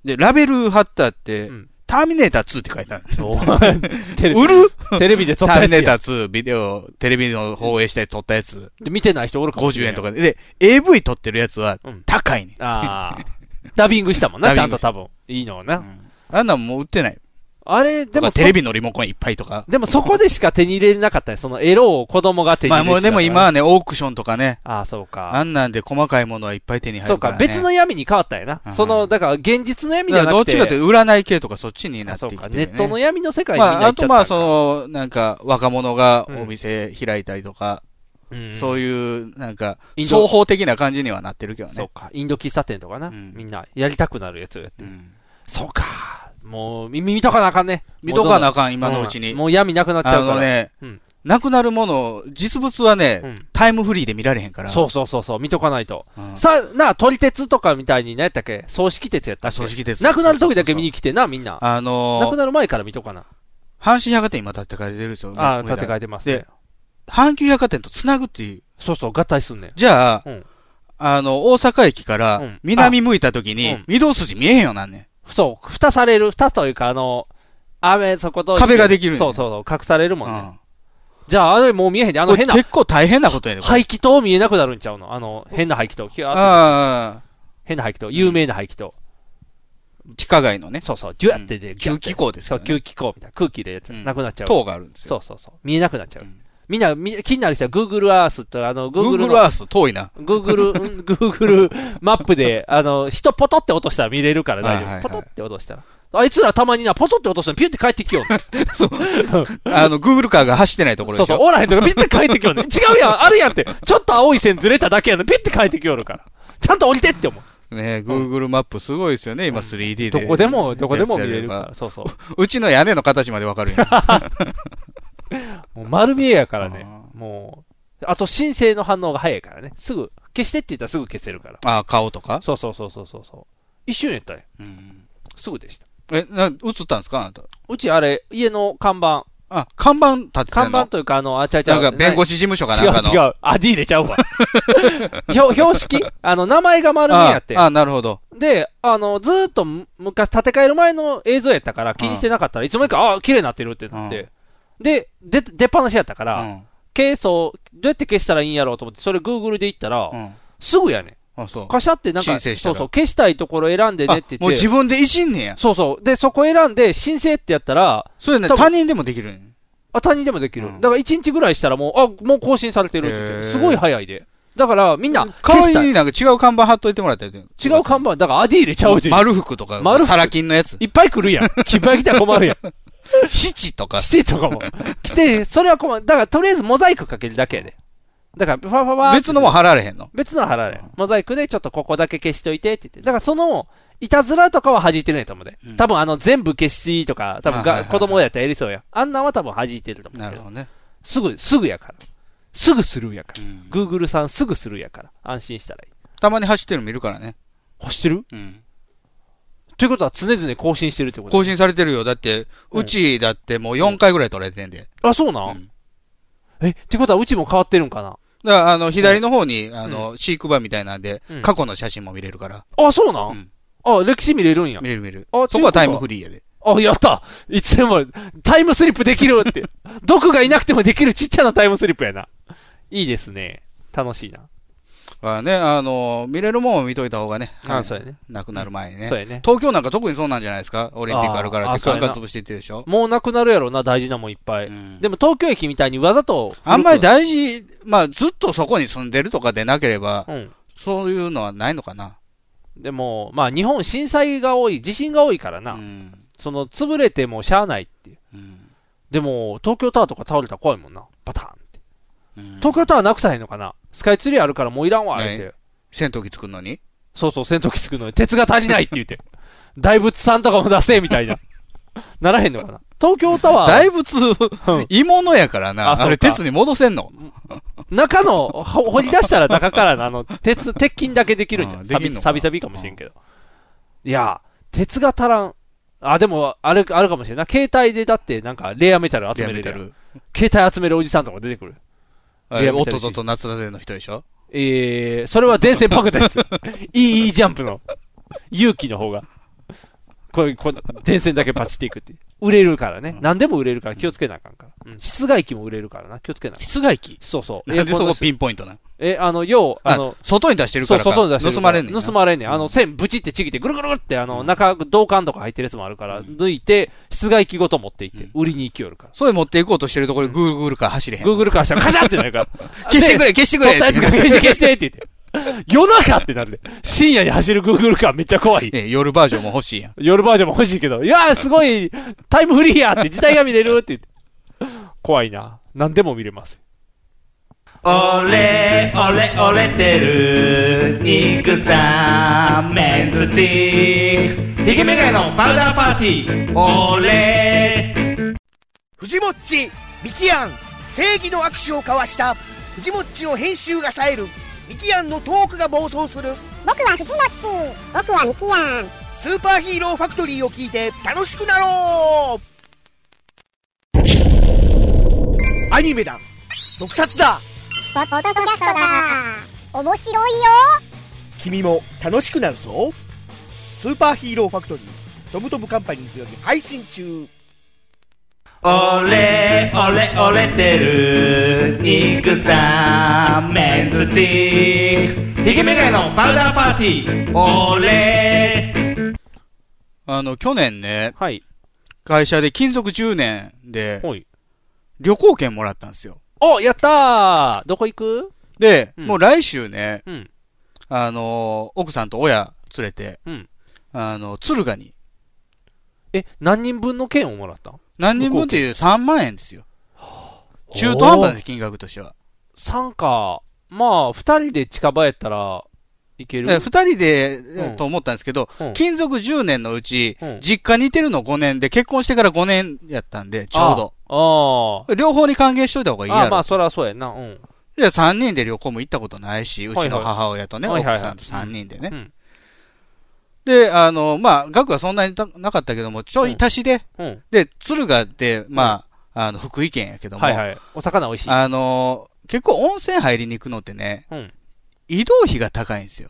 [SPEAKER 3] で、ラベル貼ったって、
[SPEAKER 2] うん
[SPEAKER 3] ターミネーター2って書いてあ る。
[SPEAKER 2] お前テレビ
[SPEAKER 3] 売る
[SPEAKER 2] テレビで
[SPEAKER 3] タ
[SPEAKER 2] 撮った
[SPEAKER 3] ー
[SPEAKER 2] や
[SPEAKER 3] ミ
[SPEAKER 2] つ
[SPEAKER 3] ネ
[SPEAKER 2] や
[SPEAKER 3] ーター2、ビデオ、テレビの放映して撮ったやつ、
[SPEAKER 2] で見てない人おるかもし
[SPEAKER 3] 50
[SPEAKER 2] れん
[SPEAKER 3] 円
[SPEAKER 2] よ
[SPEAKER 3] とかで。で、AV 撮ってるやつは
[SPEAKER 2] うん、
[SPEAKER 3] 高いね。
[SPEAKER 2] ああ。ダビングしたもんな、ち ゃ
[SPEAKER 3] ダビン
[SPEAKER 2] ん
[SPEAKER 3] グ
[SPEAKER 2] と
[SPEAKER 3] した
[SPEAKER 2] 多分。いいのをな。
[SPEAKER 3] うんあんなんもう売ってない。
[SPEAKER 2] あれ、で
[SPEAKER 3] と
[SPEAKER 2] も
[SPEAKER 3] か
[SPEAKER 2] そ、
[SPEAKER 3] テレビのリモコンいっぱいとか。
[SPEAKER 2] でもそこでしか手に入れなかったね。そのエロを子供が手に
[SPEAKER 3] ま
[SPEAKER 2] 入
[SPEAKER 3] あ
[SPEAKER 2] れ
[SPEAKER 3] もう
[SPEAKER 2] して
[SPEAKER 3] で
[SPEAKER 2] たか
[SPEAKER 3] も
[SPEAKER 2] ら
[SPEAKER 3] 今はね、オークションとかね、
[SPEAKER 2] ああ、そうか。
[SPEAKER 3] あんなんで細かいものはいっぱい手に入
[SPEAKER 2] そう
[SPEAKER 3] るか
[SPEAKER 2] か、
[SPEAKER 3] らね。
[SPEAKER 2] 別の闇に変わったよ
[SPEAKER 3] う
[SPEAKER 2] な。
[SPEAKER 3] ん
[SPEAKER 2] その、だから現実の闇じ
[SPEAKER 3] だ
[SPEAKER 2] ゃ
[SPEAKER 3] か
[SPEAKER 2] な
[SPEAKER 3] らどっ
[SPEAKER 2] く
[SPEAKER 3] ち
[SPEAKER 2] て。
[SPEAKER 3] かというと占い系とかそっちにな
[SPEAKER 2] あ
[SPEAKER 3] って
[SPEAKER 2] そ
[SPEAKER 3] きて
[SPEAKER 2] う
[SPEAKER 3] るよ
[SPEAKER 2] か、ネ
[SPEAKER 3] ね。
[SPEAKER 2] ットの闇の世界にみん
[SPEAKER 3] ま
[SPEAKER 2] な
[SPEAKER 3] あ、
[SPEAKER 2] 行
[SPEAKER 3] あ
[SPEAKER 2] っちゃ
[SPEAKER 3] と
[SPEAKER 2] ったんか
[SPEAKER 3] まあ、その、なんか、若者がお店開いたりとか、
[SPEAKER 2] うん
[SPEAKER 3] そういう、なんか、
[SPEAKER 2] インド
[SPEAKER 3] 双方的な感じにはなってるけど
[SPEAKER 2] そう
[SPEAKER 3] ね。
[SPEAKER 2] か、インド喫茶店とかな、
[SPEAKER 3] うん
[SPEAKER 2] みんなやりたくなるやつをやって、
[SPEAKER 3] うん
[SPEAKER 2] そうか、もう耳見とかなあかんね。
[SPEAKER 3] 見とかなあかん、
[SPEAKER 2] も
[SPEAKER 3] 今
[SPEAKER 2] うどんどん
[SPEAKER 3] のうちに。
[SPEAKER 2] んもう闇なくなっちゃ
[SPEAKER 3] あ
[SPEAKER 2] うから。
[SPEAKER 3] のね
[SPEAKER 2] うん、
[SPEAKER 3] なくなるもの、実物は
[SPEAKER 2] う
[SPEAKER 3] ね、
[SPEAKER 2] ん
[SPEAKER 3] タイムフリーで見られへんから。
[SPEAKER 2] そうそうそうそう、見とかないと。
[SPEAKER 3] うん。
[SPEAKER 2] さあ、なあ、撮り鉄とかみたいに、何やったっけ葬式鉄やった
[SPEAKER 3] あ、
[SPEAKER 2] っけ
[SPEAKER 3] 正直です。
[SPEAKER 2] なくなる時だ
[SPEAKER 3] そうそう
[SPEAKER 2] け見
[SPEAKER 3] そう
[SPEAKER 2] に来てな、みんな。
[SPEAKER 3] あのー
[SPEAKER 2] なくなる前から見とかな。
[SPEAKER 3] 阪神百貨店今建て替えてるんですよ。
[SPEAKER 2] ああ、
[SPEAKER 3] 梅
[SPEAKER 2] 建
[SPEAKER 3] 田
[SPEAKER 2] て替えてますね
[SPEAKER 3] で。阪急百貨店と繋ぐっていう。
[SPEAKER 2] そうそう、合体すんねん。
[SPEAKER 3] じゃあ、
[SPEAKER 2] うん
[SPEAKER 3] あの、大阪駅か
[SPEAKER 2] う
[SPEAKER 3] ら
[SPEAKER 2] ん、
[SPEAKER 3] 南向いた時に、
[SPEAKER 2] あうん
[SPEAKER 3] 御堂筋見えへんようになんねん。
[SPEAKER 2] そう、蓋される、蓋というか、あの、雨、そこと。
[SPEAKER 3] 壁ができるんや
[SPEAKER 2] そうそうそう、隠されるもん
[SPEAKER 3] う
[SPEAKER 2] ね。
[SPEAKER 3] ん
[SPEAKER 2] じゃあ、あれもう見えへんで、あの
[SPEAKER 3] これ
[SPEAKER 2] 変な、
[SPEAKER 3] 結構大変なことやねこれ
[SPEAKER 2] 排気筒見えなくなるんちゃうのあの、変な排気筒。キュアーって
[SPEAKER 3] あ
[SPEAKER 2] 変な排気筒、有名な排気筒。
[SPEAKER 3] あ、地下街のね、
[SPEAKER 2] そうそう、ギュアってで、
[SPEAKER 3] 吸気口です
[SPEAKER 2] そ
[SPEAKER 3] よ
[SPEAKER 2] う、
[SPEAKER 3] ね。
[SPEAKER 2] 吸気口みたいな。空気入れるやつ、
[SPEAKER 3] うん
[SPEAKER 2] なくなっちゃう。
[SPEAKER 3] 塔があるんですよ。
[SPEAKER 2] そうそうそう。見えなくなっちゃう。
[SPEAKER 3] うん
[SPEAKER 2] みんな、み気になる人は Google Earth と、あの、Google
[SPEAKER 3] Google Earth 遠いな。
[SPEAKER 2] Google、うん Google マップで、あの、人ポトって落としたら見れるから大丈夫。ポトって落としたら。あいつらたまにな、ポトって落としたらピュって帰ってきよう。
[SPEAKER 3] そう。あの、Google カーが走ってないところ
[SPEAKER 2] そ
[SPEAKER 3] でし
[SPEAKER 2] うそ
[SPEAKER 3] ょ
[SPEAKER 2] う、おらへんとかピュって帰ってきようね。違うやん、あるやんって。ちょっと青い線ずれただけやの、ピュって帰ってきよるから。ちゃんと降りてって思う。
[SPEAKER 3] ね Google マップすごいですよね、今 3D で。
[SPEAKER 2] どこでも、どこでも見れるから。そうそう。
[SPEAKER 3] うちの屋根の形までわかる やん。
[SPEAKER 2] もう丸見えやからね。もう、あと申請の反応が早いからね。すぐ、消してって言ったらすぐ消せるから。
[SPEAKER 3] あ、顔とか
[SPEAKER 2] そうそうそうそうそうそう。一瞬やったよ。すぐでした。
[SPEAKER 3] え、な、映ったんですかあなた。
[SPEAKER 2] うちあれ、家の看板。
[SPEAKER 3] あ、看板立てた
[SPEAKER 2] 看
[SPEAKER 3] の
[SPEAKER 2] 板というか、あの、あ、ちゃうちゃう。
[SPEAKER 3] なんか弁護士事務所かなんかの
[SPEAKER 2] 違う違う。あ、D でちゃ うわ。標標識あの、名前が丸見えやって。
[SPEAKER 3] ああ、なるほど。
[SPEAKER 2] で、あの、ずーっとむ昔建て替える前の映像やったから気にしてなかったらいつの間にか、ああ、綺麗になってるってなって。で、で、出っ放しやったから、ケースをどうやって消したらいいんやろうと思って、それ Google で行ったら、すぐやね
[SPEAKER 3] ん。あ、そう。
[SPEAKER 2] カシャってなん
[SPEAKER 3] 申
[SPEAKER 2] か、
[SPEAKER 3] 請した
[SPEAKER 2] そ
[SPEAKER 3] ら
[SPEAKER 2] うそう、消したいところ選んでねって言って。
[SPEAKER 3] もう自分でいじんねや。
[SPEAKER 2] そうそう。で、そこ選んで申請ってやったら、
[SPEAKER 3] そうやね、
[SPEAKER 2] 多分
[SPEAKER 3] 他人でもできるん
[SPEAKER 2] あ、他人でもできる。だから1日ぐらいしたらもう、あ、もう更新されてるって言ってすごい早いで。だから、みんな、
[SPEAKER 3] 代
[SPEAKER 2] 消
[SPEAKER 3] わ
[SPEAKER 2] し
[SPEAKER 3] り
[SPEAKER 2] たい。
[SPEAKER 3] になんか違う看板貼っといてもらったらいい
[SPEAKER 2] 違う看板、だからアディ入れちゃうし。
[SPEAKER 3] 丸服とか、
[SPEAKER 2] 丸服
[SPEAKER 3] サラ金のやつ。
[SPEAKER 2] いっぱい来るや ん。いっぱい来たら困るやん。
[SPEAKER 3] 七とか。
[SPEAKER 2] 七とかも。来て、それは困る。だから、とりあえずモザイクかけるだけやで。だから、ファファファって
[SPEAKER 3] 別のも貼られへんの。
[SPEAKER 2] 別の腹で、モザイクでちょっとここだけ消しといてって言って。だからその、いたずらとかは弾いてないと思うで。多分あの、全部消しとか、多
[SPEAKER 3] あはい
[SPEAKER 2] 分
[SPEAKER 3] はい
[SPEAKER 2] が
[SPEAKER 3] はい
[SPEAKER 2] 子供やったらやりそうや。あんなんは多分弾いてると思う。
[SPEAKER 3] なるほどね。
[SPEAKER 2] すぐ、すぐやから。すぐするやから。Google さんすぐするやから。安心したらいい。
[SPEAKER 3] たまに走ってるの見るからね。
[SPEAKER 2] 走ってる
[SPEAKER 3] うん。
[SPEAKER 2] ということは常々更新してるってこと
[SPEAKER 3] 更新されてるよ。だって、うちだってもう4回ぐらい取られてんで。
[SPEAKER 2] あ、そうなん、え、ってことはうちも変わってるんか
[SPEAKER 3] だ
[SPEAKER 2] な
[SPEAKER 3] から、あの、左の方に、あの、飼育場みたいなんで
[SPEAKER 2] うん、
[SPEAKER 3] 過去の写真も見れるから。
[SPEAKER 2] あ、そうなん、あ、歴史見れるんや。
[SPEAKER 3] 見れる見れる。
[SPEAKER 2] あ
[SPEAKER 3] そこはタイムフリーやで。
[SPEAKER 2] あ、やったいつでも、タイムスリップできるって。 毒がいなくてもできるちっちゃなタイムスリップやな。いいですね。楽しいな。
[SPEAKER 3] まあね、あの、見れるもんを見といた方がね。
[SPEAKER 2] あそうやね。
[SPEAKER 3] なくなる前にね。
[SPEAKER 2] そうやね
[SPEAKER 3] 東京なんか特にそうなんじゃないですかオリンピックあるからって、
[SPEAKER 2] あー
[SPEAKER 3] 感
[SPEAKER 2] あそうやな
[SPEAKER 3] 覚潰していってるでしょ
[SPEAKER 2] もうなくなるやろな、大事なもんいっぱい。でも東京駅みたいにわざと。
[SPEAKER 3] あんまり大事、まあ、ずっとそこに住んでるとかでなければ、
[SPEAKER 2] うん
[SPEAKER 3] そういうのはないのかな。
[SPEAKER 2] でも、まあ日本震災が多い、地震が多いからな。その、潰れてもしゃあないっていう。でも、東京タワーとか倒れたら怖いもんな。バターンって。東京タワーなくさへんのかなスカイツリーあるからもういらんわ、言うて。
[SPEAKER 3] 戦闘機作るのに
[SPEAKER 2] そうそう、戦闘機作るのに鉄が足りないって言って。 大仏さんとかも出せ、みたいな。 ならへんのかな東京タワー。
[SPEAKER 3] 大仏、鋳物やからな。
[SPEAKER 2] あそうか
[SPEAKER 3] あれ、鉄に戻せんの
[SPEAKER 2] 中の、ほ掘り出したら中からのあの、 鉄、鉄筋だけできるんじゃん。
[SPEAKER 3] でき
[SPEAKER 2] サ
[SPEAKER 3] んの
[SPEAKER 2] ビ、
[SPEAKER 3] か
[SPEAKER 2] サビサビかもしれんけど。いや、鉄が足らん。あ、でも、あれ、あるかもしれんな。携帯でだって、なんか、レアメタル集めれるやん
[SPEAKER 3] レアメ
[SPEAKER 2] 携帯集めるおじさんとか出てくる。
[SPEAKER 3] あ
[SPEAKER 2] レ
[SPEAKER 3] れ
[SPEAKER 2] アメタル
[SPEAKER 3] 弟と夏だぜの人でしょ
[SPEAKER 2] えー、それは電線爆弾です。 いい、いいジャンプの。勇気の方が。これ、これ電線だけパチっていくっていう。売れるからね。何でも売れるから気をつけなあかんから。うん。室外機も売れるからな。気をつけなあかん。
[SPEAKER 3] 室外機
[SPEAKER 2] そうそう。
[SPEAKER 3] なんでそ
[SPEAKER 2] エアコンの
[SPEAKER 3] こ
[SPEAKER 2] 室
[SPEAKER 3] ピンポイントな
[SPEAKER 2] え、あの、要、あの
[SPEAKER 3] あ、外に出してるからか
[SPEAKER 2] そう、外に出してるか
[SPEAKER 3] 盗
[SPEAKER 2] ら。
[SPEAKER 3] まれんねんな
[SPEAKER 2] 盗まれんねんあの、線ブチってちぎって、ぐるぐるぐるって、あの、中、銅管とか入ってるやつもあるから、抜いて、室外機ごと持っていって、売りに行きよるから。
[SPEAKER 3] それ持っていこうとしてるところで Google から走れへん。
[SPEAKER 2] Google からしたらカシャンってなる から。
[SPEAKER 3] 消してくれ消してくれ
[SPEAKER 2] 取ったやつが消して消してって言って。夜中ってなるで。深夜に走る Google カーめっちゃ怖い。
[SPEAKER 3] 夜バージョンも欲しいやん。
[SPEAKER 2] 夜バージョンも欲しいけど、いやーすごい、タイムフリーやって、時代が見れるって言って。怖いな。何でも見れます。
[SPEAKER 12] 俺、俺、俺てる、肉さん、メンズティック。ヒゲメガネのパウダーパーティー。俺、
[SPEAKER 13] 藤もっちミキアン正義の握手を交わした藤もっちの編集が冴えるミキアンのトークが暴走する僕は藤もっち僕はミキアンスーパーヒーローファクトリーを聞いて楽しくなろうアニメだ特撮だ
[SPEAKER 14] ポッドキャストだ面白いよ
[SPEAKER 13] 君も楽しくなるぞスーパーヒーローファクトリートムトムカンパニーズより配信中
[SPEAKER 12] 俺、俺、俺てる、肉さん、メンズティック。ヒゲメガネのパウダーパーティー。俺、
[SPEAKER 3] あの、去年ね、
[SPEAKER 2] はい。
[SPEAKER 3] 会社で勤続10年で
[SPEAKER 2] はい、
[SPEAKER 3] 旅行券もらったんですよ。
[SPEAKER 2] おやったーどこ行く
[SPEAKER 3] で、
[SPEAKER 2] うん
[SPEAKER 3] もう来週ね、
[SPEAKER 2] うん
[SPEAKER 3] あのー奥さんと親連れて、
[SPEAKER 2] うん
[SPEAKER 3] あの、敦賀に。
[SPEAKER 2] え、何人分の券をもらった
[SPEAKER 3] 何人分っていう3万円ですよ。中途半端です、金額としては。
[SPEAKER 2] 参加、まあ、二人で近場やったら、いける
[SPEAKER 3] え二人で、
[SPEAKER 2] うん
[SPEAKER 3] と思ったんですけど、
[SPEAKER 2] ん
[SPEAKER 3] 勤続10年のうち、
[SPEAKER 2] ん
[SPEAKER 3] 実家にいてるの5年で、結婚してから5年やったんで、ちょうど。
[SPEAKER 2] ど。あ
[SPEAKER 3] 両方に還元しといた方がいい
[SPEAKER 2] あ。
[SPEAKER 3] や
[SPEAKER 2] ああ、ま
[SPEAKER 3] ろ
[SPEAKER 2] あ、。そらそうやな。うん。
[SPEAKER 3] で、3人で旅行も行ったことないし、う
[SPEAKER 2] は
[SPEAKER 3] ち
[SPEAKER 2] いは
[SPEAKER 3] の
[SPEAKER 2] い
[SPEAKER 3] 母親とね、
[SPEAKER 2] はいはいはい
[SPEAKER 3] 奥さんと3人でね。
[SPEAKER 2] うん
[SPEAKER 3] で、あの、まあ、額はそんなにたなかったけども、ちょい足しで、
[SPEAKER 2] うん。
[SPEAKER 3] で、敦賀って、まあ、あの、福井県やけども、
[SPEAKER 2] はいはい。お魚美味しい。
[SPEAKER 3] あの、結構温泉入りに行くのってね、
[SPEAKER 2] うん。
[SPEAKER 3] 移動費が高いんですよ。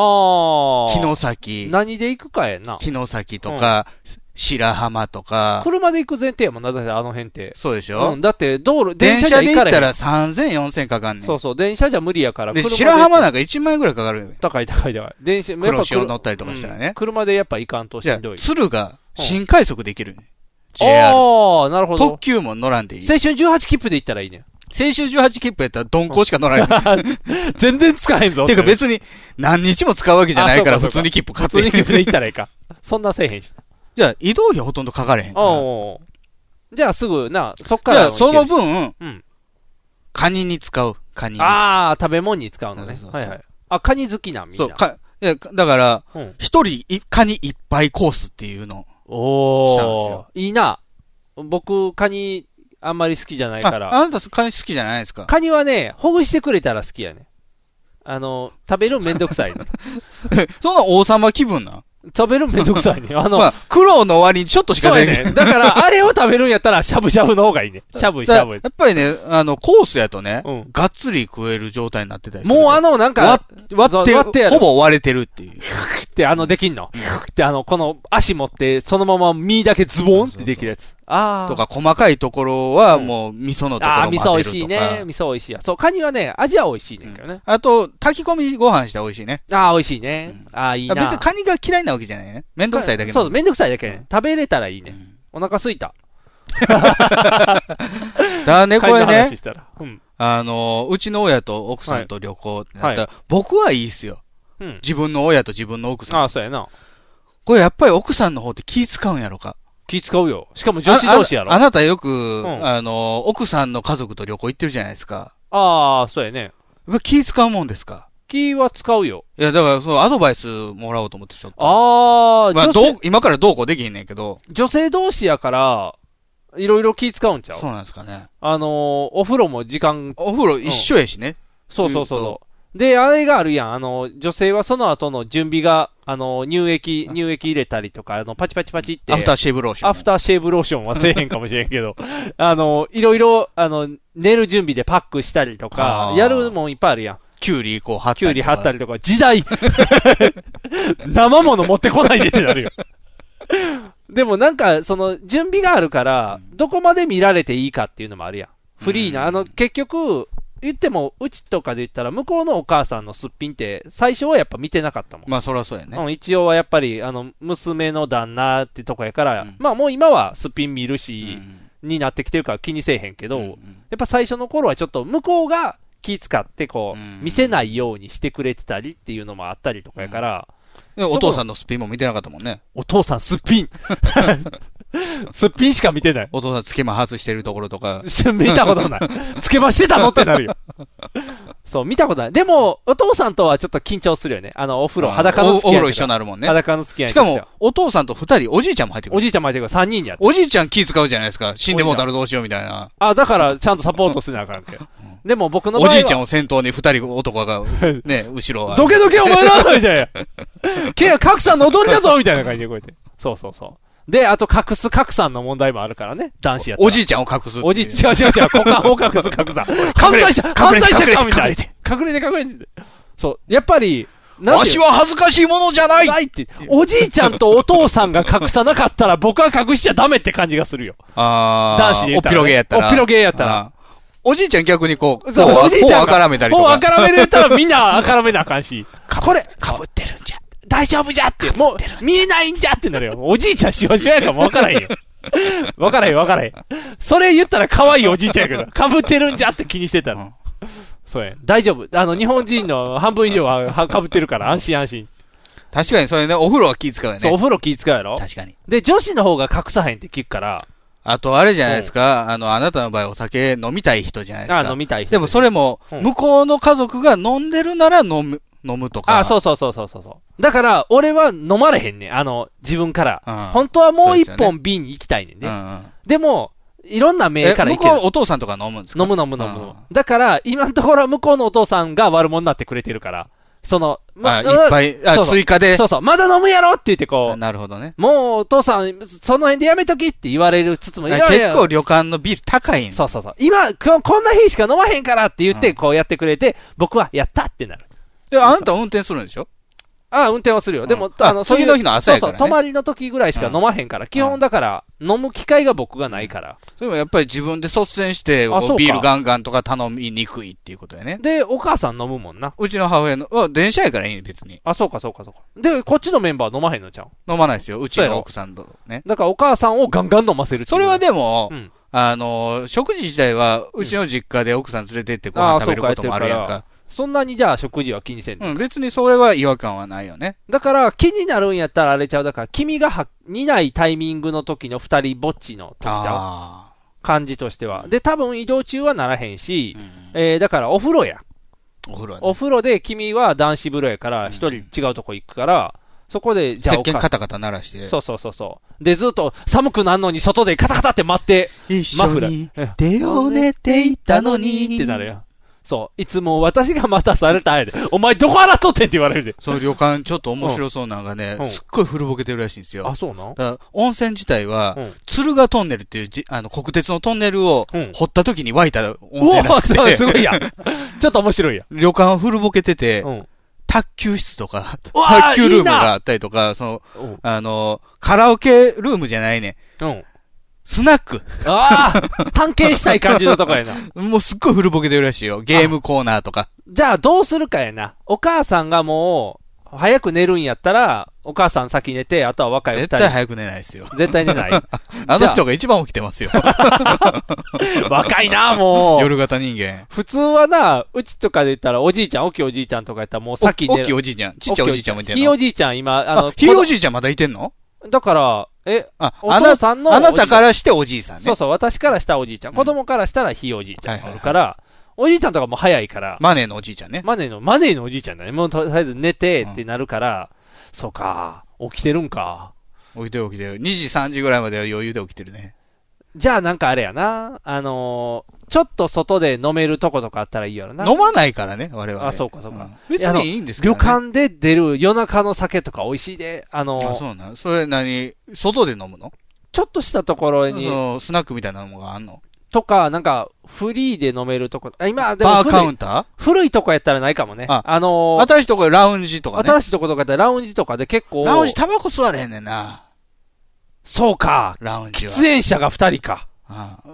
[SPEAKER 2] ああ。
[SPEAKER 3] 城崎。
[SPEAKER 2] 何で行くかやな。
[SPEAKER 3] 城崎とか、白浜とか、
[SPEAKER 2] 車で行く前提やもんな、だってあの辺って。
[SPEAKER 3] そうでしょ
[SPEAKER 2] うん、だって道路、電
[SPEAKER 3] 電
[SPEAKER 2] 車
[SPEAKER 3] 車
[SPEAKER 2] じ
[SPEAKER 3] で
[SPEAKER 2] ゃ行
[SPEAKER 3] 行
[SPEAKER 2] か
[SPEAKER 3] っ
[SPEAKER 2] れへん
[SPEAKER 3] たら3000、4000かかんねん。
[SPEAKER 2] そうそう、電車じゃ無理やから。
[SPEAKER 3] で、
[SPEAKER 2] 車
[SPEAKER 3] 白浜なんか1万円ぐらいかかるよね。
[SPEAKER 2] 高い高い高い。電車、やっぱ
[SPEAKER 3] 黒潮
[SPEAKER 2] 車
[SPEAKER 3] 乗ったりとかしたらね
[SPEAKER 2] うん車でやっぱ行かんとしんどい。
[SPEAKER 3] 鶴が新快速で行けるよね。JR。
[SPEAKER 2] ああ、なるほど。
[SPEAKER 3] 特急も乗らんでいい。
[SPEAKER 2] 青春18切符で行ったら いいね。
[SPEAKER 3] 青春18切符やったら鈍行しか乗らない。
[SPEAKER 2] 全然使えんぞ
[SPEAKER 3] ていうか別に何日も使うわけじゃないから
[SPEAKER 2] あ
[SPEAKER 3] 普
[SPEAKER 2] そうか
[SPEAKER 3] 通
[SPEAKER 2] そうか
[SPEAKER 3] に切符買って
[SPEAKER 2] 普通に切符で行ったら いいか。そんなせえへんし。
[SPEAKER 3] じゃあ移動費はほとんどかかれへん。じ
[SPEAKER 2] おうじゃあすぐ、な、そっから。
[SPEAKER 3] ゃあその。分、
[SPEAKER 2] うん
[SPEAKER 3] カニに使う。カニに。
[SPEAKER 2] ああ、食べ物に使うのね。はいはい。あ、カニ好きなん、みんな。
[SPEAKER 3] そう、か、いや、だから
[SPEAKER 2] うん、
[SPEAKER 3] 一人いカニいっぱいコースっていうの。し
[SPEAKER 2] お
[SPEAKER 3] たんです
[SPEAKER 2] おいいな。僕、カニ、あんまり好きじゃないから。
[SPEAKER 3] ああなたカニ好きじゃないですか。
[SPEAKER 2] カニはね、ほぐしてくれたら好きやね。あの、食べるのめんどくさいね。
[SPEAKER 3] そんな王様気分な
[SPEAKER 2] 食べるのめんどくさいね。あの、
[SPEAKER 3] まあ、苦労の終わりにちょっとしか
[SPEAKER 2] そう
[SPEAKER 3] 出
[SPEAKER 2] や
[SPEAKER 3] て
[SPEAKER 2] ね。だから、あれを食べるんやったら、しゃぶしゃぶの方が いいね。しゃぶし
[SPEAKER 3] だ
[SPEAKER 2] ゃ
[SPEAKER 3] や
[SPEAKER 2] ぶ
[SPEAKER 3] っ。ぱりね、あの、コースやとね、がっつり食える状態になってたりする
[SPEAKER 2] もうあの、なんか、
[SPEAKER 3] 割
[SPEAKER 2] 割
[SPEAKER 3] って
[SPEAKER 2] 割ってやる
[SPEAKER 3] ほぼ割れてるっていう。
[SPEAKER 2] って、あの、できんの。って、あの、この足持って、そのまま身だけズボンってできるやつ。ああ。
[SPEAKER 3] とか、細かいところはもう、味噌のとこ
[SPEAKER 2] ああ、
[SPEAKER 3] ろ
[SPEAKER 2] 味
[SPEAKER 3] も
[SPEAKER 2] 噌美
[SPEAKER 3] 混
[SPEAKER 2] 味
[SPEAKER 3] ぜ
[SPEAKER 2] しい
[SPEAKER 3] ると
[SPEAKER 2] ね
[SPEAKER 3] か。。
[SPEAKER 2] 味噌美味しいや。そう、カニはね、味は美味しいねんけどね。
[SPEAKER 3] あと、炊き込みご飯して美味しいね。
[SPEAKER 2] ああ、美味しいね。ああ、いいな。
[SPEAKER 3] 別にカニが嫌いなわけじゃないね。めんどくさいだけ
[SPEAKER 2] そ
[SPEAKER 3] の
[SPEAKER 2] う、めんどくさいだけね。食べれたらいいね。お腹すいた。
[SPEAKER 3] だね、これ
[SPEAKER 2] カニの
[SPEAKER 3] ね
[SPEAKER 2] 話したらうん。
[SPEAKER 3] あの、うちの親と奥さんと旅行ってなった
[SPEAKER 2] はい
[SPEAKER 3] ら、僕はいいっすよ
[SPEAKER 2] うん。
[SPEAKER 3] 自分の親と自分の奥さん。
[SPEAKER 2] ああ、そうやな。
[SPEAKER 3] これやっぱり奥さんの方って気使うんやろか。
[SPEAKER 2] 気使うよ。しかも女子同士やろ。
[SPEAKER 3] あああ
[SPEAKER 2] あ
[SPEAKER 3] なたよく、
[SPEAKER 2] ん
[SPEAKER 3] あの、奥さんの家族と旅行行ってるじゃないですか。
[SPEAKER 2] あー、そうやね。
[SPEAKER 3] やっぱ気使うもんですか
[SPEAKER 2] 気は使うよ。
[SPEAKER 3] いや、だから、そのアドバイスもらおうと思ってちょっと。
[SPEAKER 2] ああ、
[SPEAKER 3] まあ、
[SPEAKER 2] 女
[SPEAKER 3] どう
[SPEAKER 2] 性、
[SPEAKER 3] 今からどうこうできへんねんけど。
[SPEAKER 2] 女性同士やから、いろいろ気使うんちゃう
[SPEAKER 3] そうなんですかね。
[SPEAKER 2] あのー、お風呂も時間。
[SPEAKER 3] お風呂一緒やしね。
[SPEAKER 2] そうそう
[SPEAKER 3] 言う
[SPEAKER 2] そ
[SPEAKER 3] と
[SPEAKER 2] う。で、あれがあるやん。あの、女性はその後の準備が、あの、乳液、乳液入れたりとか、あの、パチパチパチって。
[SPEAKER 3] アフターシェーブローション
[SPEAKER 2] アフターシェーブローションはせえへんかもしれんけど、 あの、いろいろ、あの、寝る準備でパックしたりとか
[SPEAKER 3] あ、ー
[SPEAKER 2] やるもんいっぱいあるやん。
[SPEAKER 3] キュウリこう貼ったり。
[SPEAKER 2] キュウリ貼ったりとか、時代生もの持ってこないでってな るよ。でもなんか、その、準備があるから、どこまで見られていいかっていうのもあるやん。フリーな、あの、結局、言っても、うちとかで言ったら、向こうのお母さんのすっぴんって、最初はやっぱ見てなかったもん。
[SPEAKER 3] まあ、そらそうやね。
[SPEAKER 2] うん、一応はやっぱり、あの、娘の旦那ってとこやから、まあもう今はすっぴん見るし、になってきてるから気にせえへんけど、やっぱ最初の頃はちょっと向こうが気使ってこう、見せないようにしてくれてたりっていうのもあったりとかやから、
[SPEAKER 3] でお父さん
[SPEAKER 2] の、
[SPEAKER 3] のスピンも見てなかったもんね。
[SPEAKER 2] お父さんすっ ぴんすっぴんしか見てない。。
[SPEAKER 3] お父さんつけま外してるところとか
[SPEAKER 2] 見たことない。つけましてたのってなるよ。そう、見たことない。でも、お父さんとはちょっと緊張するよね。あの、お風呂、裸の付き合
[SPEAKER 3] お
[SPEAKER 2] い
[SPEAKER 3] お風
[SPEAKER 2] とか。
[SPEAKER 3] 呂一緒になるもんね。
[SPEAKER 2] 裸の付き合い
[SPEAKER 3] し
[SPEAKER 2] と
[SPEAKER 3] かも、お父さんと二人、おじいちゃんも入ってくる。
[SPEAKER 2] おじいちゃんも入ってくる。三人やって
[SPEAKER 3] おじいちゃん気使うじゃないですか。死んでもうたらどうしようみたいな。
[SPEAKER 2] あ、だから、ちゃんとサポートせなあかんって。でも僕の場合
[SPEAKER 3] お
[SPEAKER 2] は
[SPEAKER 3] じいちゃんを先頭に二人男が、ね、後ろは。
[SPEAKER 2] どけどけお前らみたい な。ケア、格差の踊りだぞみたいな感じでこうやって。そうそうそう。で、あと、隠す格差の問題もあるからね。男子やったら
[SPEAKER 3] おじいちゃんを隠すっていう
[SPEAKER 2] おじいちゃん、違う違う違う。 股間を隠す格差。犯罪者、犯罪者かみたいな。隠れて隠れて。そう。やっぱり、
[SPEAKER 3] わしは恥ずかしいものじゃない
[SPEAKER 2] ないって。おじいちゃんとお父さんが隠さなかったら僕は隠しちゃダメって感じがするよ。
[SPEAKER 3] あー
[SPEAKER 2] 男子で言
[SPEAKER 3] お
[SPEAKER 2] った
[SPEAKER 3] っぴ
[SPEAKER 2] らね
[SPEAKER 3] ろげやったら。
[SPEAKER 2] おっぴろげやったら
[SPEAKER 3] あー。おじいちゃん逆にこう、
[SPEAKER 2] そう、
[SPEAKER 3] こう
[SPEAKER 2] おじいちゃん
[SPEAKER 3] こうあからめたりとか。
[SPEAKER 2] こうあからめれたらみんなあからめなあかんし。これ、かぶってるん じゃ。大丈夫じゃって。もう、見えないんじゃってなるよ。おじいちゃんしわしわやからもうわからへんよ。わからへんわからへん。それ言ったら可愛いおじいちゃんやけど、かぶってるんじゃって気にしてたの。そうや。大丈夫。あの、日本人の半分以上ははかぶってるから、安心安心。
[SPEAKER 3] 確かにそれね、お風呂は気使うよね。
[SPEAKER 2] そう、お風呂気使うやろ
[SPEAKER 3] 確かに。
[SPEAKER 2] で、女子の方が隠さへんって聞くから、
[SPEAKER 3] あと、あれじゃないですか、あの、あなたの場合お酒飲みたい人じゃないですか。
[SPEAKER 2] あ飲みたい人
[SPEAKER 3] でもそれも、向こうの家族が飲んでるなら飲む、飲むとか。
[SPEAKER 2] あ、そうそうそうそうそうそう。だから、俺は飲まれへんねん。あの、自分から。本当はもう一本瓶に行きたいねんね。でも、いろんな名から
[SPEAKER 3] え
[SPEAKER 2] 行
[SPEAKER 3] 向
[SPEAKER 2] け
[SPEAKER 3] こ
[SPEAKER 2] る
[SPEAKER 3] う。お父さんとか飲むんですか
[SPEAKER 2] 飲む飲む飲む。だから、今のところは向こうのお父さんが悪者になってくれてるから。その、
[SPEAKER 3] あいっぱいあ
[SPEAKER 2] そうそう
[SPEAKER 3] 追加で
[SPEAKER 2] そうそう。まだ飲むやろって言ってこう。
[SPEAKER 3] なるほどね。
[SPEAKER 2] もうお父さん、その辺でやめときって言われるつつも、いやいや
[SPEAKER 3] 結構旅館のビール高いん
[SPEAKER 2] そうそうそう。今、ここんな日しか飲まへんからって言って、こうやってくれて、僕はやったってなる。
[SPEAKER 3] で、あなた運転するんでしょ
[SPEAKER 2] ああ、運転はするよ。でも、
[SPEAKER 3] あ
[SPEAKER 2] あの、そういう
[SPEAKER 3] 次の日の朝やからね
[SPEAKER 2] そうそう、泊まりの時ぐらいしか飲まへんから、基本だから、飲む機会が僕がないから。
[SPEAKER 3] でもやっぱり自分で率先して、
[SPEAKER 2] あそうか
[SPEAKER 3] ビールガンガンとか頼みにくいっていうことやね。
[SPEAKER 2] で、お母さん飲むもんな。
[SPEAKER 3] うちの母親の、あ電車やからいいね、別に。
[SPEAKER 2] あ、そうかそうかそうか。で、こっちのメンバー飲まへんのちゃう
[SPEAKER 3] 飲まないですよ、うち
[SPEAKER 2] そうや
[SPEAKER 3] の
[SPEAKER 2] ろ
[SPEAKER 3] 奥さんとね。
[SPEAKER 2] だからお母さんをガンガン飲ませる
[SPEAKER 3] それはでも、
[SPEAKER 2] うん
[SPEAKER 3] あの、食事自体は、うちの実家で奥さん連れてってご
[SPEAKER 2] あ
[SPEAKER 3] 飯食
[SPEAKER 2] あ、そ
[SPEAKER 3] べ
[SPEAKER 2] う
[SPEAKER 3] るこ
[SPEAKER 2] かやっ
[SPEAKER 3] と
[SPEAKER 2] てる
[SPEAKER 3] も
[SPEAKER 2] か
[SPEAKER 3] あるやん
[SPEAKER 2] ら
[SPEAKER 3] か。。
[SPEAKER 2] そんなにじゃあ食事は気にせんね
[SPEAKER 3] うん、別にそれは違和感はないよね。
[SPEAKER 2] だから、気になるんやったらあれちゃう。だから、君がは、にないタイミングの時の二人ぼっちの時ちゃう。感じとしては。で、多分移動中はならへんし、えー、だからお風呂や。
[SPEAKER 3] お風呂はね
[SPEAKER 2] お風呂で君は男子風呂やから、一人違うとこ行くから、そこで、じゃあ
[SPEAKER 3] 石
[SPEAKER 2] お母
[SPEAKER 3] 鹸カタカタ鳴らして。
[SPEAKER 2] そうそうそうそう。で、ずっと寒くなんのに外でカタカタって待って、
[SPEAKER 3] 一緒に手をねていたのに
[SPEAKER 2] ってなるやん。そう。いつも私が待たされたんやで。お前どこ洗っとってんって言われるで。
[SPEAKER 3] その旅館ちょっと面白そうなのがね、
[SPEAKER 2] うん
[SPEAKER 3] すっごい古ぼけてるらしいんですよ。
[SPEAKER 2] あ、そうな
[SPEAKER 3] だ
[SPEAKER 2] ん
[SPEAKER 3] から温泉自体は、鶴ヶトンネルっていうじ、あの、国鉄のトンネルを掘った時に湧いた温泉らしく
[SPEAKER 2] うおー
[SPEAKER 3] て。
[SPEAKER 2] すごいやんちょっと面白いやん。
[SPEAKER 3] 旅館古ぼけてて、卓球室とか、卓球ルームがあったりとか、その、あの、カラオケルームじゃないね。
[SPEAKER 2] うん。
[SPEAKER 3] スナック。
[SPEAKER 2] ああ探検したい感じのとこやな。
[SPEAKER 3] もうすっごい古ぼけてるらしいよ。ゲームコーナーとか。
[SPEAKER 2] じゃあどうするかやな。お母さんがもう、早く寝るんやったら、お母さん先寝て、あとは若い二人。
[SPEAKER 3] 絶対早く寝ないですよ。
[SPEAKER 2] 絶対寝ない
[SPEAKER 3] あの人が一番起きて ますよ。
[SPEAKER 2] 若いなもう
[SPEAKER 3] 夜型人間。
[SPEAKER 2] 普通はな、うちとかで言ったら、おじいちゃん、おきおじいちゃんとかやったら、もうさっき
[SPEAKER 3] おおきおじいちゃんちっちゃいおじいちゃんもいてんの
[SPEAKER 2] ひいおじいちゃん、今、あの
[SPEAKER 3] あ、、ひいおじいちゃんまだいてんの
[SPEAKER 2] だから、え、
[SPEAKER 3] あ、
[SPEAKER 2] お父さんの
[SPEAKER 3] あなあなたかららしておじいさんね。
[SPEAKER 2] そうそう、私からしたおじいちゃん。子供からしたらひいおじいちゃんがおるから、おじいちゃんとかも早いから。
[SPEAKER 3] マネーのおじいちゃんね。
[SPEAKER 2] マネーの、マネーのおじいちゃんだね。もうとりあえず寝てってなるから、そうか、起きてるんか。
[SPEAKER 3] 起きてる起きてる。2時3時ぐらいまでは余裕で起きてるね。
[SPEAKER 2] じゃあなんかあれやな、あのーちょっと外で飲めるとことかあったらいいやろな。
[SPEAKER 3] 飲まないからね、我々。
[SPEAKER 2] あ、そうかそうか。
[SPEAKER 3] 別にいいんですけどね
[SPEAKER 2] あの旅館で出る夜中の酒とか美味しいで、あのー
[SPEAKER 3] あ、そうなん。それ何外で飲むの
[SPEAKER 2] ちょっとしたところ
[SPEAKER 3] そ
[SPEAKER 2] に、
[SPEAKER 3] の、スナックみたいなのがあんの
[SPEAKER 2] とか、なんか、フリーで飲めるとこ、あ今、でも
[SPEAKER 3] バー
[SPEAKER 2] 古い
[SPEAKER 3] カウンタ
[SPEAKER 2] 古いとこやったらないかもね。
[SPEAKER 3] あ
[SPEAKER 2] あ、の
[SPEAKER 3] ー
[SPEAKER 2] ー
[SPEAKER 3] 新しいとこラウンジとかね。
[SPEAKER 2] 新しいとことかやったらラウンジとかで結構、
[SPEAKER 3] ラウンジタバコ吸われへんねんな。
[SPEAKER 2] そうか、
[SPEAKER 3] ラウンジは。
[SPEAKER 2] 出演者が二人か。
[SPEAKER 3] ああ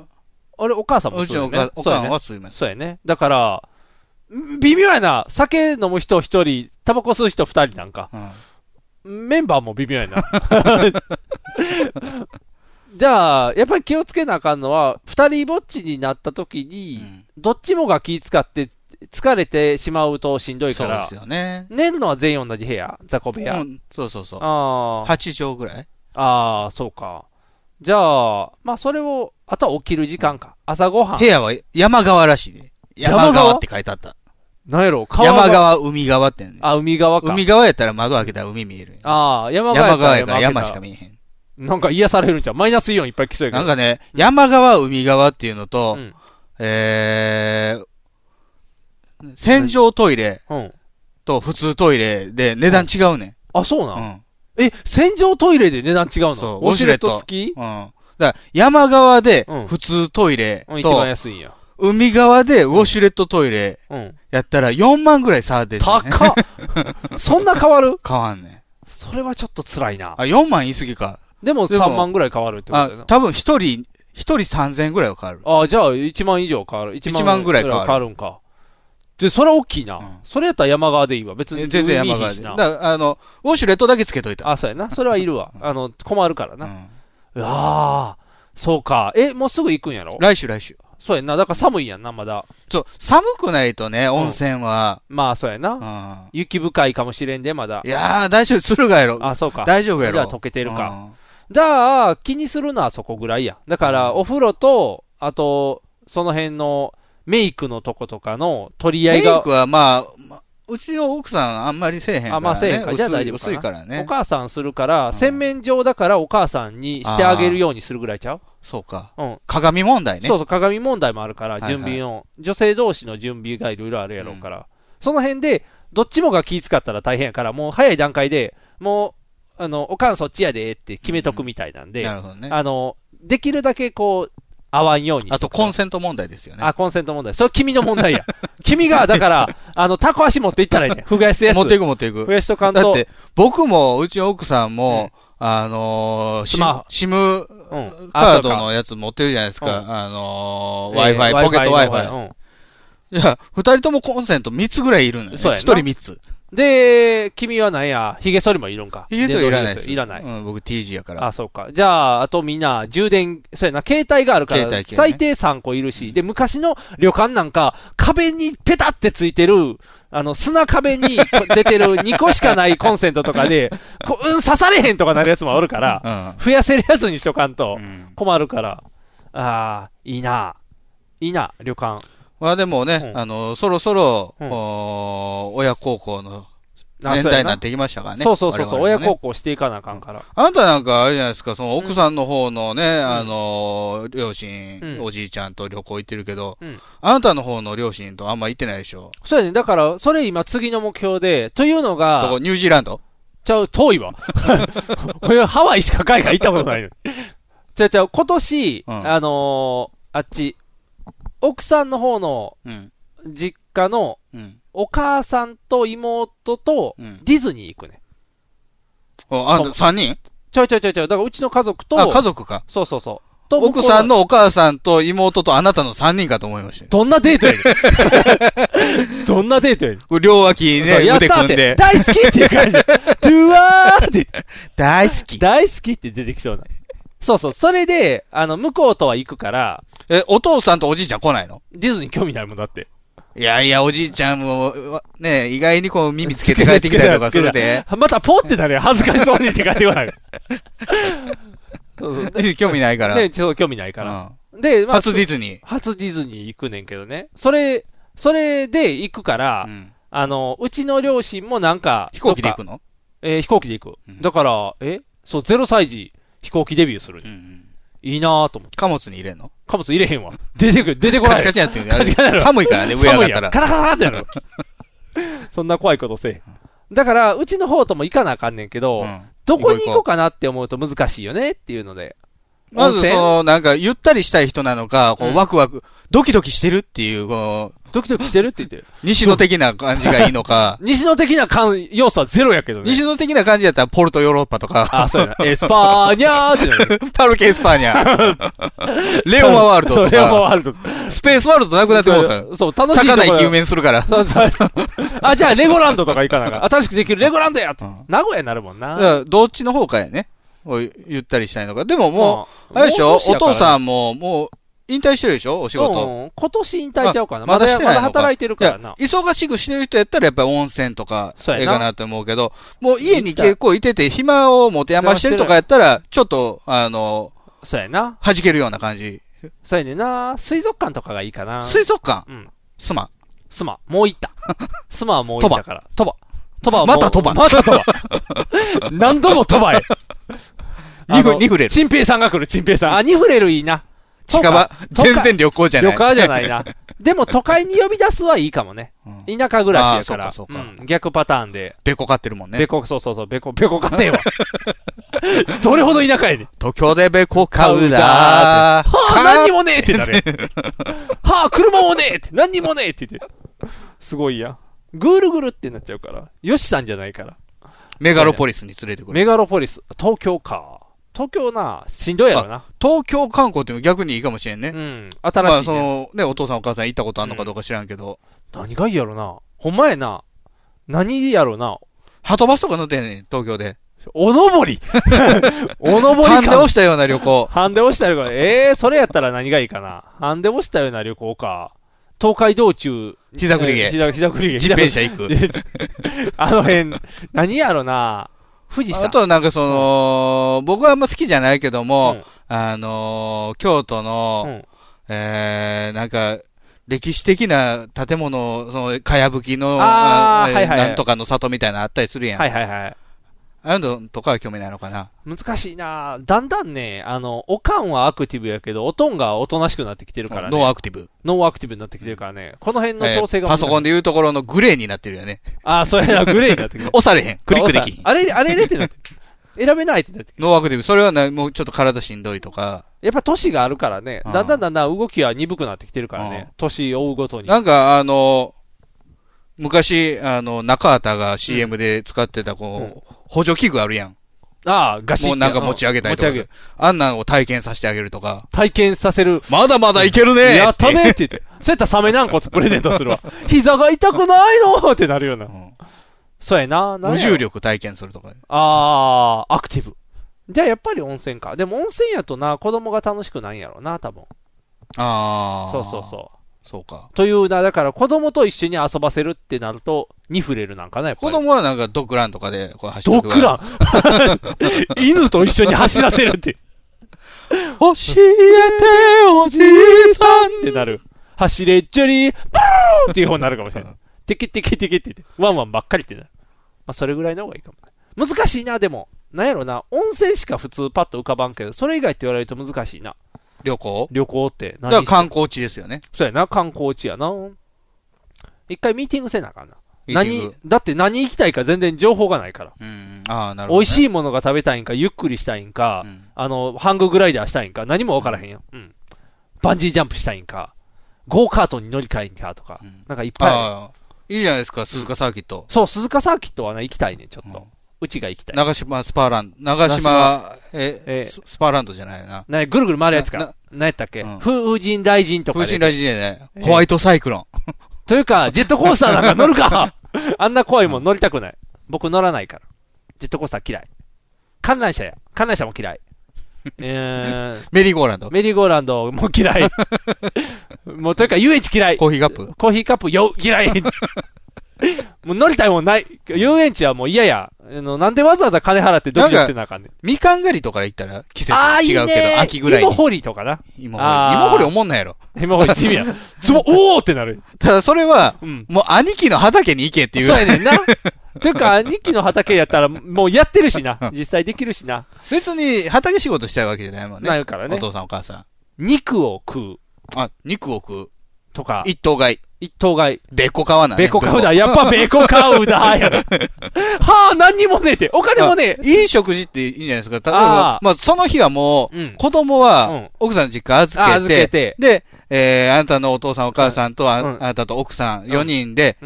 [SPEAKER 2] あれ、お母さんもそうよね
[SPEAKER 3] うちのお母お母さんは吸います
[SPEAKER 2] そうやね。だから、ん微妙やな。酒飲む人一人、タバコ吸う人二人なんか。メンバーも微妙 やな。 じゃあ、やっぱり気をつけなあかんのは、二人ぼっちになった時に、どっちもが気使って、疲れてしまうとしんどいから。
[SPEAKER 3] そうですよね。
[SPEAKER 2] 寝るのは全員同じ部屋、雑魚部屋。
[SPEAKER 3] うんそうそうそう。
[SPEAKER 2] ああ。
[SPEAKER 3] 8畳ぐらい
[SPEAKER 2] ああ、そうか。じゃあ、まあそれを、あとは起きる時間か。朝ごはん。
[SPEAKER 3] 部屋は山側らしいで。山
[SPEAKER 2] 山
[SPEAKER 3] 側
[SPEAKER 2] 側
[SPEAKER 3] って書いてあった。
[SPEAKER 2] なんやろ川が
[SPEAKER 3] 山側、海側ってね。
[SPEAKER 2] あ、海側か。
[SPEAKER 3] 海側やったら窓開けたら海見える。
[SPEAKER 2] ああ、山側
[SPEAKER 3] 山側やから山し
[SPEAKER 2] 開け
[SPEAKER 3] か
[SPEAKER 2] た
[SPEAKER 3] 見えへん。
[SPEAKER 2] なんか癒されるんちゃうマイナスイオンいっぱい来そうやけ
[SPEAKER 3] なん
[SPEAKER 2] ど。
[SPEAKER 3] かね、山側、海側っていうのと、えー、戦場トイレと普通トイレで値段違うねん。
[SPEAKER 2] あ、そうなん、え、洗浄トイレで値段違うの
[SPEAKER 3] そう
[SPEAKER 2] ウォシュレッ
[SPEAKER 3] ウォ
[SPEAKER 2] ト
[SPEAKER 3] シュレットう
[SPEAKER 2] 付き
[SPEAKER 3] ん。だから山側で普通トイレ
[SPEAKER 2] うん一
[SPEAKER 3] と
[SPEAKER 2] 番、安いんや。
[SPEAKER 3] 海側でウォシュレットトイレ
[SPEAKER 2] うん
[SPEAKER 3] やったら4万ぐらい差出てる、ね。
[SPEAKER 2] 高っそんな変わる
[SPEAKER 3] 変わんねん。
[SPEAKER 2] それはちょっと辛いな
[SPEAKER 3] あ、。4万言い過ぎか。
[SPEAKER 2] でも3万ぐらい変わるってことだよ
[SPEAKER 3] あ
[SPEAKER 2] な、。
[SPEAKER 3] 多分一人、一人3000円ぐらいは変わる。
[SPEAKER 2] ああ、じゃあ1万以上変わる。1
[SPEAKER 3] 1万ぐらい変わる
[SPEAKER 2] 変わるんか。で、それ大きいな。それやったら山側でいいわ。別に。
[SPEAKER 3] 全然山側で。
[SPEAKER 2] 海
[SPEAKER 3] だ
[SPEAKER 2] な
[SPEAKER 3] から、あの、ウォシュレットだけつけといた。
[SPEAKER 2] あ、そうやな。それはいるわ。あの、困るからな。うわあ、そうか。え、もうすぐ行くんやろ
[SPEAKER 3] 来週来週。
[SPEAKER 2] そうやんな。だから寒いやんな、まだ。
[SPEAKER 3] そう、寒くないとね、温泉は。
[SPEAKER 2] まあ、そうやな。雪深いかもしれんで、まだ。
[SPEAKER 3] いやー、大丈夫、駿河やろ。
[SPEAKER 2] あ、そうか。
[SPEAKER 3] 大丈夫やろ
[SPEAKER 2] じゃあ溶けてるか。じゃあ、気にするのはそこぐらいや。だから、お風呂と、あと、その辺のメイクのとことかの取り合
[SPEAKER 3] メイ
[SPEAKER 2] いが。
[SPEAKER 3] クはまあ、まうちの奥さんあんまりせえへんから、ね。
[SPEAKER 2] あ、まあせえへんか。じゃあ
[SPEAKER 3] 薄い
[SPEAKER 2] 大丈夫かな。
[SPEAKER 3] 薄いからね
[SPEAKER 2] お。母さんするから、洗面所だからお母さんにしてあげるようにするぐらいちゃう
[SPEAKER 3] そうか。
[SPEAKER 2] うん。
[SPEAKER 3] 鏡問題ね。
[SPEAKER 2] そうそう、鏡問題もあるから、
[SPEAKER 3] いはい
[SPEAKER 2] 準備の、女性同士の準備がいろいろあるやろうから、その辺で、どっちもが気使ったら大変やから、もう早い段階で、もう、あの、おかんそっちやでって決めとくみたいなんで、
[SPEAKER 3] うんなるほどね
[SPEAKER 2] あの、できるだけこう、合わんように
[SPEAKER 3] あと、コンセント問題ですよね。
[SPEAKER 2] あ、コンセント問題。それ君の問題や。 君が、だから、あの、タコ足持っていったらいいね。ふがやすやつ。
[SPEAKER 3] 持っていく持っていく。
[SPEAKER 2] ふがやしとかんと
[SPEAKER 3] だって、僕も、うちの奥さんも、あのー、シ
[SPEAKER 2] スマホ
[SPEAKER 3] シム
[SPEAKER 2] うん
[SPEAKER 3] カー
[SPEAKER 2] あそう
[SPEAKER 3] ド
[SPEAKER 2] か
[SPEAKER 3] のやつ持ってるじゃないですか。
[SPEAKER 2] うん
[SPEAKER 3] あの
[SPEAKER 2] えー
[SPEAKER 3] ー、Wi-Fi、ポケット
[SPEAKER 2] Wi-Fi の
[SPEAKER 3] Wi-Fi。いや、二人ともコンセント三つぐらいいるのよ、ね。
[SPEAKER 2] そうやな
[SPEAKER 3] 一人三つ。
[SPEAKER 2] で、君はなんや、髭剃りもいるんか。
[SPEAKER 3] 髭剃りいらないです
[SPEAKER 2] いらない。
[SPEAKER 3] うん、僕 T 字やから。
[SPEAKER 2] あ、そうか。じゃあ、あとみんな、充電、そうやな、携帯があるか
[SPEAKER 3] 携
[SPEAKER 2] ら、
[SPEAKER 3] 帯系ね
[SPEAKER 2] 最低3個いるし、で、昔の旅館なんか、壁にペタってついてる、あの、砂壁に出 てる2個しかないコンセントとかで、こうん、刺されへんとかなるやつもおるから、増やせるやつにしとかんと、困るから。ああ、いいな。いいな、旅館。
[SPEAKER 3] まあでもね、あの、そろそろ、おー親孝行の
[SPEAKER 2] あ
[SPEAKER 3] 年
[SPEAKER 2] そうや
[SPEAKER 3] 代になってきましたからね。
[SPEAKER 2] そうそうそうそう、
[SPEAKER 3] 我
[SPEAKER 2] 親
[SPEAKER 3] 々もね
[SPEAKER 2] 孝行していかなあかんから。
[SPEAKER 3] あなたなんかあれじゃないですか、その奥さんの方のね、あの、両親、
[SPEAKER 2] うん
[SPEAKER 3] おじいちゃんと旅行行ってるけど、
[SPEAKER 2] うん
[SPEAKER 3] あなたの方の両親とあんま行ってないでしょ。
[SPEAKER 2] そうやね。だから、それ今次の目標で、というの
[SPEAKER 3] ど
[SPEAKER 2] が
[SPEAKER 3] こ、ニュージーランド
[SPEAKER 2] ちゃう、遠いわ。 俺はハワイしか海外行ったことないのに。ちゃうちゃう、今年、あのーあっち、奥さんの方の
[SPEAKER 3] うん。
[SPEAKER 2] 実家の
[SPEAKER 3] うん。
[SPEAKER 2] お母さんと妹と
[SPEAKER 3] うん
[SPEAKER 2] ディズニー行くね。
[SPEAKER 3] おあんた三人
[SPEAKER 2] ちょいちょいちょいちょい。だからうちの家族と、
[SPEAKER 3] あ、家族か。
[SPEAKER 2] そうそうそう。と
[SPEAKER 3] 奥さんのお母さんと妹とあなたの三人かと思いましたよ。
[SPEAKER 2] どんなデートやねん どんなデートやねん
[SPEAKER 3] これ両脇ね、
[SPEAKER 2] そうやっ
[SPEAKER 3] 腕
[SPEAKER 2] たー
[SPEAKER 3] 組
[SPEAKER 2] っ
[SPEAKER 3] ん
[SPEAKER 2] て
[SPEAKER 3] で。
[SPEAKER 2] 大好きっていう感じ。ドゥワーって。
[SPEAKER 3] 大好き。
[SPEAKER 2] 大好きって出てきそうな。そうそう。それで、あの、向こうとは行くから、
[SPEAKER 3] え、お父さんとおじいちゃん来ないの
[SPEAKER 2] ディズニー興味ないもんだって。
[SPEAKER 3] いやいや、おじいちゃんも、わね、意外にこう耳つけて帰ってきたりとか するで。
[SPEAKER 2] またポってなるよ。恥ずかしそうにして帰ってこない。そうそうで
[SPEAKER 3] 興味ないから。
[SPEAKER 2] ね、ちょっと興味ないから。で、
[SPEAKER 3] 初ディズニー
[SPEAKER 2] ー。初ディズニー行くねんけどね。それ、それで行くから、あの、うちの両親もなんか、飛
[SPEAKER 3] 行機で行くの
[SPEAKER 2] えー飛行機で行く。だから、えそう、0歳児、飛行機デビューするね、いいなぁと思って。
[SPEAKER 3] 貨物に入れん の
[SPEAKER 2] 貨物入れへんわ。出てくる、出てこない。
[SPEAKER 3] カチカチになってる
[SPEAKER 2] カチカチになる
[SPEAKER 3] 寒いからね上上がったら
[SPEAKER 2] 寒いやカラカラカラってやる。 そんな怖いことせえへん。だから、うちの方とも行かなあかんねんけど、どこに行こうかなって思うと難しいよねっていうので。
[SPEAKER 3] まず
[SPEAKER 2] 温泉
[SPEAKER 3] その、なんか、ゆったりしたい人なのか、こ
[SPEAKER 2] うん
[SPEAKER 3] う、ワクワク、ドキドキしてるっていう、こう、
[SPEAKER 2] ドキドキしてるって言ってる。、
[SPEAKER 3] 西野的な感じがいいのか
[SPEAKER 2] 西野的な感、要素はゼロやけどね。
[SPEAKER 3] 西野的な感じだったら、ポルトヨーロッパとか。
[SPEAKER 2] あ、そうやな。エスパーニャーってなる。
[SPEAKER 3] パルケエスパーニ ャ。レオマワールドと
[SPEAKER 2] そう
[SPEAKER 3] か。
[SPEAKER 2] レオマワールド。
[SPEAKER 3] スペースワールドなくなってもうたの
[SPEAKER 2] そう、楽しいとこ
[SPEAKER 3] 魚生
[SPEAKER 2] ろ。
[SPEAKER 3] き埋めにするから。
[SPEAKER 2] そうそう。あ、じゃあレゴランドとか行かなあかん。新しくできるレゴランドやって名古屋になるもん
[SPEAKER 3] だか
[SPEAKER 2] な。
[SPEAKER 3] らどっちの方かやね。おいゆったりしたいのか。でももう、
[SPEAKER 2] まあ
[SPEAKER 3] あれでし
[SPEAKER 2] もう
[SPEAKER 3] ょ
[SPEAKER 2] 少し
[SPEAKER 3] お
[SPEAKER 2] やからね
[SPEAKER 3] 父さんも、もう、引退してるでしょお仕
[SPEAKER 2] う
[SPEAKER 3] 事。
[SPEAKER 2] ん今年引退ちゃうかな。
[SPEAKER 3] ま
[SPEAKER 2] ま
[SPEAKER 3] だ
[SPEAKER 2] だ、
[SPEAKER 3] して
[SPEAKER 2] ま
[SPEAKER 3] ないのか
[SPEAKER 2] だ働いてるからな。
[SPEAKER 3] いや忙しくしてる人やったらやっぱり温泉とか、
[SPEAKER 2] そう
[SPEAKER 3] え
[SPEAKER 2] や
[SPEAKER 3] え
[SPEAKER 2] な
[SPEAKER 3] かなと思うけど、もう家に結構いてて、暇を持て余してるとかやったら、ちょっと、あの、
[SPEAKER 2] そうやな。
[SPEAKER 3] 弾けるような感じ。
[SPEAKER 2] そうやねんな。水族館とかがいいかな。
[SPEAKER 3] 水族館
[SPEAKER 2] うん。
[SPEAKER 3] すまん。
[SPEAKER 2] スマ、もう行 った。スマはもう行ったから。鳥羽。鳥羽はもう
[SPEAKER 3] また鳥羽
[SPEAKER 2] また鳥羽。 何度も鳥羽へ。
[SPEAKER 3] ニフ
[SPEAKER 2] あの
[SPEAKER 3] ニフレル
[SPEAKER 2] チンペイさんが来る、チンペイさん。あ、ニフレルいいな。
[SPEAKER 3] 近場
[SPEAKER 2] 都会
[SPEAKER 3] 全然旅行じゃない
[SPEAKER 2] 旅行じゃ ないな。でも都会に呼び出すはいいかも ね。田舎暮らしやから。
[SPEAKER 3] あーそうかそうか
[SPEAKER 2] ん逆パターンで。
[SPEAKER 3] べこ買ってるもんね。
[SPEAKER 2] べこ、そうそうそう、べこ、べこ家 庭は。どれほど田舎やねん。
[SPEAKER 3] 東京でべこ買う
[SPEAKER 2] は
[SPEAKER 3] だー。
[SPEAKER 2] あ、何にもねえって なるやん。はあ、車もねえって、何にもねえって言って。すごいやん。ぐるぐるってなっちゃうから。よしさんじゃないから。
[SPEAKER 3] メガロポリスに連れてくる。
[SPEAKER 2] メガロポリス、東京か。東京な、しんどいやろな。
[SPEAKER 3] 東京観光っていうのは逆にいいかもしれんね。
[SPEAKER 2] うん。新しいね
[SPEAKER 3] まあ、その、ね、お父さんお母さん行ったことあるのかどうか知らんけど。
[SPEAKER 2] 何がいいやろな。ほんまやな。何やろな。
[SPEAKER 3] ハトバスとか乗ってんねん、東京で。
[SPEAKER 2] おの ぼりおのぼり
[SPEAKER 3] ハンデ押したような旅行。
[SPEAKER 2] ハンデ押したような、ええー、それやったら何がいいかな。ハンデ押したような旅行か。東海道中。
[SPEAKER 3] 膝栗毛
[SPEAKER 2] えー膝膝栗毛。
[SPEAKER 3] 自転車行く
[SPEAKER 2] であの辺、何やろな。富士山
[SPEAKER 3] あとはなんかその、僕はあんま好きじゃないけども、あのー京都の、えー、なんか、歴史的な建物、その、かやぶきの、
[SPEAKER 2] あー
[SPEAKER 3] えー
[SPEAKER 2] はいはいは
[SPEAKER 3] な
[SPEAKER 2] い
[SPEAKER 3] んとかの里みたいなのあったりするやん。
[SPEAKER 2] はいはいはい。
[SPEAKER 3] ああいうのとかは興味ないのかな。
[SPEAKER 2] 難しいなだんだんね、あの、おかんはアクティブやけど、おとんがおとなしくなってきてるからね。
[SPEAKER 3] ノーアクティブ。
[SPEAKER 2] ノーアクティブになってきてるからね。この辺の調整が
[SPEAKER 3] えーパソコンで言うところのグレーになってるよね。。
[SPEAKER 2] ああ、そうやな、グレーになってくる
[SPEAKER 3] 押されへん。 クリックできひん。
[SPEAKER 2] あれ、あれれってなってくる。選べないってなってくる。
[SPEAKER 3] ノーアクティブ。それはな、もうちょっと体しんどいとか。
[SPEAKER 2] やっぱ年があるからね、だんだんだんだん動きは鈍くなってきてるからね。年を追うごとに。
[SPEAKER 3] なんか、あの、昔、あの、中畑が CM で使ってた、こう、補助器具あるやん。
[SPEAKER 2] ああ、ガシッて
[SPEAKER 3] もうなんか持ち上げたりとか
[SPEAKER 2] 持ち上げ。
[SPEAKER 3] あんなんを体験させてあげるとか。
[SPEAKER 2] 体験させる。
[SPEAKER 3] まだまだいけるね
[SPEAKER 2] やったねって言 って。そうやったらサメ軟骨プレゼントするわ。 膝が痛くないのってなるような。そうやな。なん
[SPEAKER 3] 無
[SPEAKER 2] やろ
[SPEAKER 3] 重力体験するとかね。
[SPEAKER 2] あー、アクティブ。じゃあやっぱり温泉か。でも温泉やとな、子供が楽しくないんやろな、多分。
[SPEAKER 3] ああ。
[SPEAKER 2] そうそうそう。
[SPEAKER 3] そうか。
[SPEAKER 2] というな、だから子供と一緒に遊ばせるってなると、ニフレルなんかな、やっぱ
[SPEAKER 3] 子
[SPEAKER 2] り。
[SPEAKER 3] 供はなんかドッグランとかでこう走って
[SPEAKER 2] ドッグラン 犬と一緒に走らせるって。 教えておじいさんってなる。走れっちょり、パーンっていう方になるかもしれない。テキテキテキって言って、ワンワンばっかりってなる。まあ、それぐらいの方がいいかもね。難しいな、でも。なんやろな、温泉しか普通パッと浮かばんけど、それ以外って言われると難しいな。
[SPEAKER 3] 旅行
[SPEAKER 2] 旅行って
[SPEAKER 3] だ
[SPEAKER 2] 何
[SPEAKER 3] か
[SPEAKER 2] して
[SPEAKER 3] ら観光地ですよね。
[SPEAKER 2] そうやな、観光地やな。一回ミーティングせなあかんな。
[SPEAKER 3] ミーティン
[SPEAKER 2] 何
[SPEAKER 3] グ、
[SPEAKER 2] だって何行きたいか全然情報がないから。
[SPEAKER 3] うん。ああ、なる
[SPEAKER 2] 美
[SPEAKER 3] ほど、
[SPEAKER 2] 味
[SPEAKER 3] ね。
[SPEAKER 2] しいものが食べたいんか、ゆっくりしたいんか、あの、ハンググライダーしたいんか、何もわからへんよ。うん。バンジージャンプしたいんか、ゴーカートに乗り換えんかとか、なんかいっぱいある。
[SPEAKER 3] ああ。いいじゃないですか、鈴鹿サーキット。
[SPEAKER 2] そう、鈴鹿サーキットはな、行きたいね、ちょっと。うちが行きたい。
[SPEAKER 3] 長島スパーランド。長
[SPEAKER 2] 長島
[SPEAKER 3] 島、え、ススパーランドじゃないよな。
[SPEAKER 2] なぐるぐる回るやつか。何やったっけ、風神雷神とか。
[SPEAKER 3] 風神雷神じゃない
[SPEAKER 2] えー
[SPEAKER 3] ホワイトサイクロン。
[SPEAKER 2] というか、ジェットコースターなんか乗るかあんな怖いもん乗りたくない。僕乗らないから。ジェットコースター嫌い。観覧車や。観覧車も嫌い。えー、
[SPEAKER 3] メリーゴーランド。
[SPEAKER 2] メリーゴーランドも嫌 い。もうというか遊園地嫌い。
[SPEAKER 3] コーヒーカップ
[SPEAKER 2] コーヒーカップよ、嫌い。 もう乗りたいもんない。遊園地はもう嫌や。あの、なんでわざわざ金払ってドキドキしてなあかんねん。
[SPEAKER 3] みかん狩りとか行ったら季節
[SPEAKER 2] ああ、いい
[SPEAKER 3] 違
[SPEAKER 2] ね
[SPEAKER 3] うけど、秋ぐらいに。
[SPEAKER 2] 芋掘りとかな。
[SPEAKER 3] 芋
[SPEAKER 2] あー
[SPEAKER 3] 掘り。芋掘りおもんないやろ。
[SPEAKER 2] 芋掘り地味や。つぼ、おーってなる。
[SPEAKER 3] ただそれは、もう兄貴の畑に行けっていう。
[SPEAKER 2] そうやねんな。 ていうか、日記の畑やったら、もうやってるしな。実際できるしな。
[SPEAKER 3] 別に畑仕事したいわけじゃないもんね。
[SPEAKER 2] ないからね
[SPEAKER 3] お父さんお母さん。
[SPEAKER 2] 肉を食う。
[SPEAKER 3] あ、肉を食う。
[SPEAKER 2] とか。
[SPEAKER 3] 一頭買い。
[SPEAKER 2] 一頭買い。
[SPEAKER 3] べっこ買わない。
[SPEAKER 2] ベコ買うだ。やっぱベコ買うだ。 やろはあ、何にもねえって。お金もねえ。
[SPEAKER 3] いい食事っていいんじゃないですか。例え
[SPEAKER 2] あ
[SPEAKER 3] ば
[SPEAKER 2] ー、
[SPEAKER 3] まあ、その日はもう、子供は、奥さんの実家預けて、
[SPEAKER 2] あ預けて
[SPEAKER 3] で、えー、あなたのお父さんお母さんと、ああなたと奥さん4人で、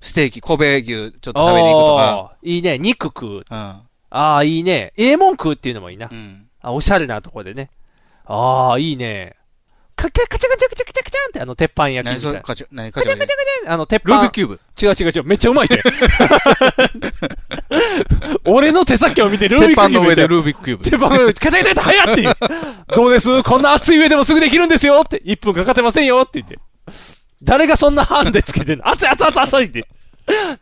[SPEAKER 3] ステーキ、神戸牛ちょっと食べに行くとか。
[SPEAKER 2] おー。いいね。肉食う。
[SPEAKER 3] あ
[SPEAKER 2] あ、いいね。ええもん食うっていうのもいいな。あ、おしゃれなとこでね。ああ、いいね。カチャカチャカチャカチャカチャカチャンってあの鉄板焼き
[SPEAKER 3] 何
[SPEAKER 2] みた
[SPEAKER 3] そ
[SPEAKER 2] い
[SPEAKER 3] れ
[SPEAKER 2] な。
[SPEAKER 3] カチャ、何
[SPEAKER 2] カ
[SPEAKER 3] カ
[SPEAKER 2] チ
[SPEAKER 3] チ
[SPEAKER 2] ャ
[SPEAKER 3] ャ
[SPEAKER 2] カチャカチャあの、鉄板。
[SPEAKER 3] ルービックキューブ。
[SPEAKER 2] 違う違う違う。めっちゃうま いって。俺の手先を見てルービックキ
[SPEAKER 3] 鉄板
[SPEAKER 2] ューブ。
[SPEAKER 3] の上でルービックキューブ
[SPEAKER 2] 鉄板の上で、カチャカチャカチャ早っていう。 どうですこんな熱い上でもすぐできるんですよって。1分かかってませんよって言って。誰がそんなハンデつけてんの熱い熱い熱い熱いって。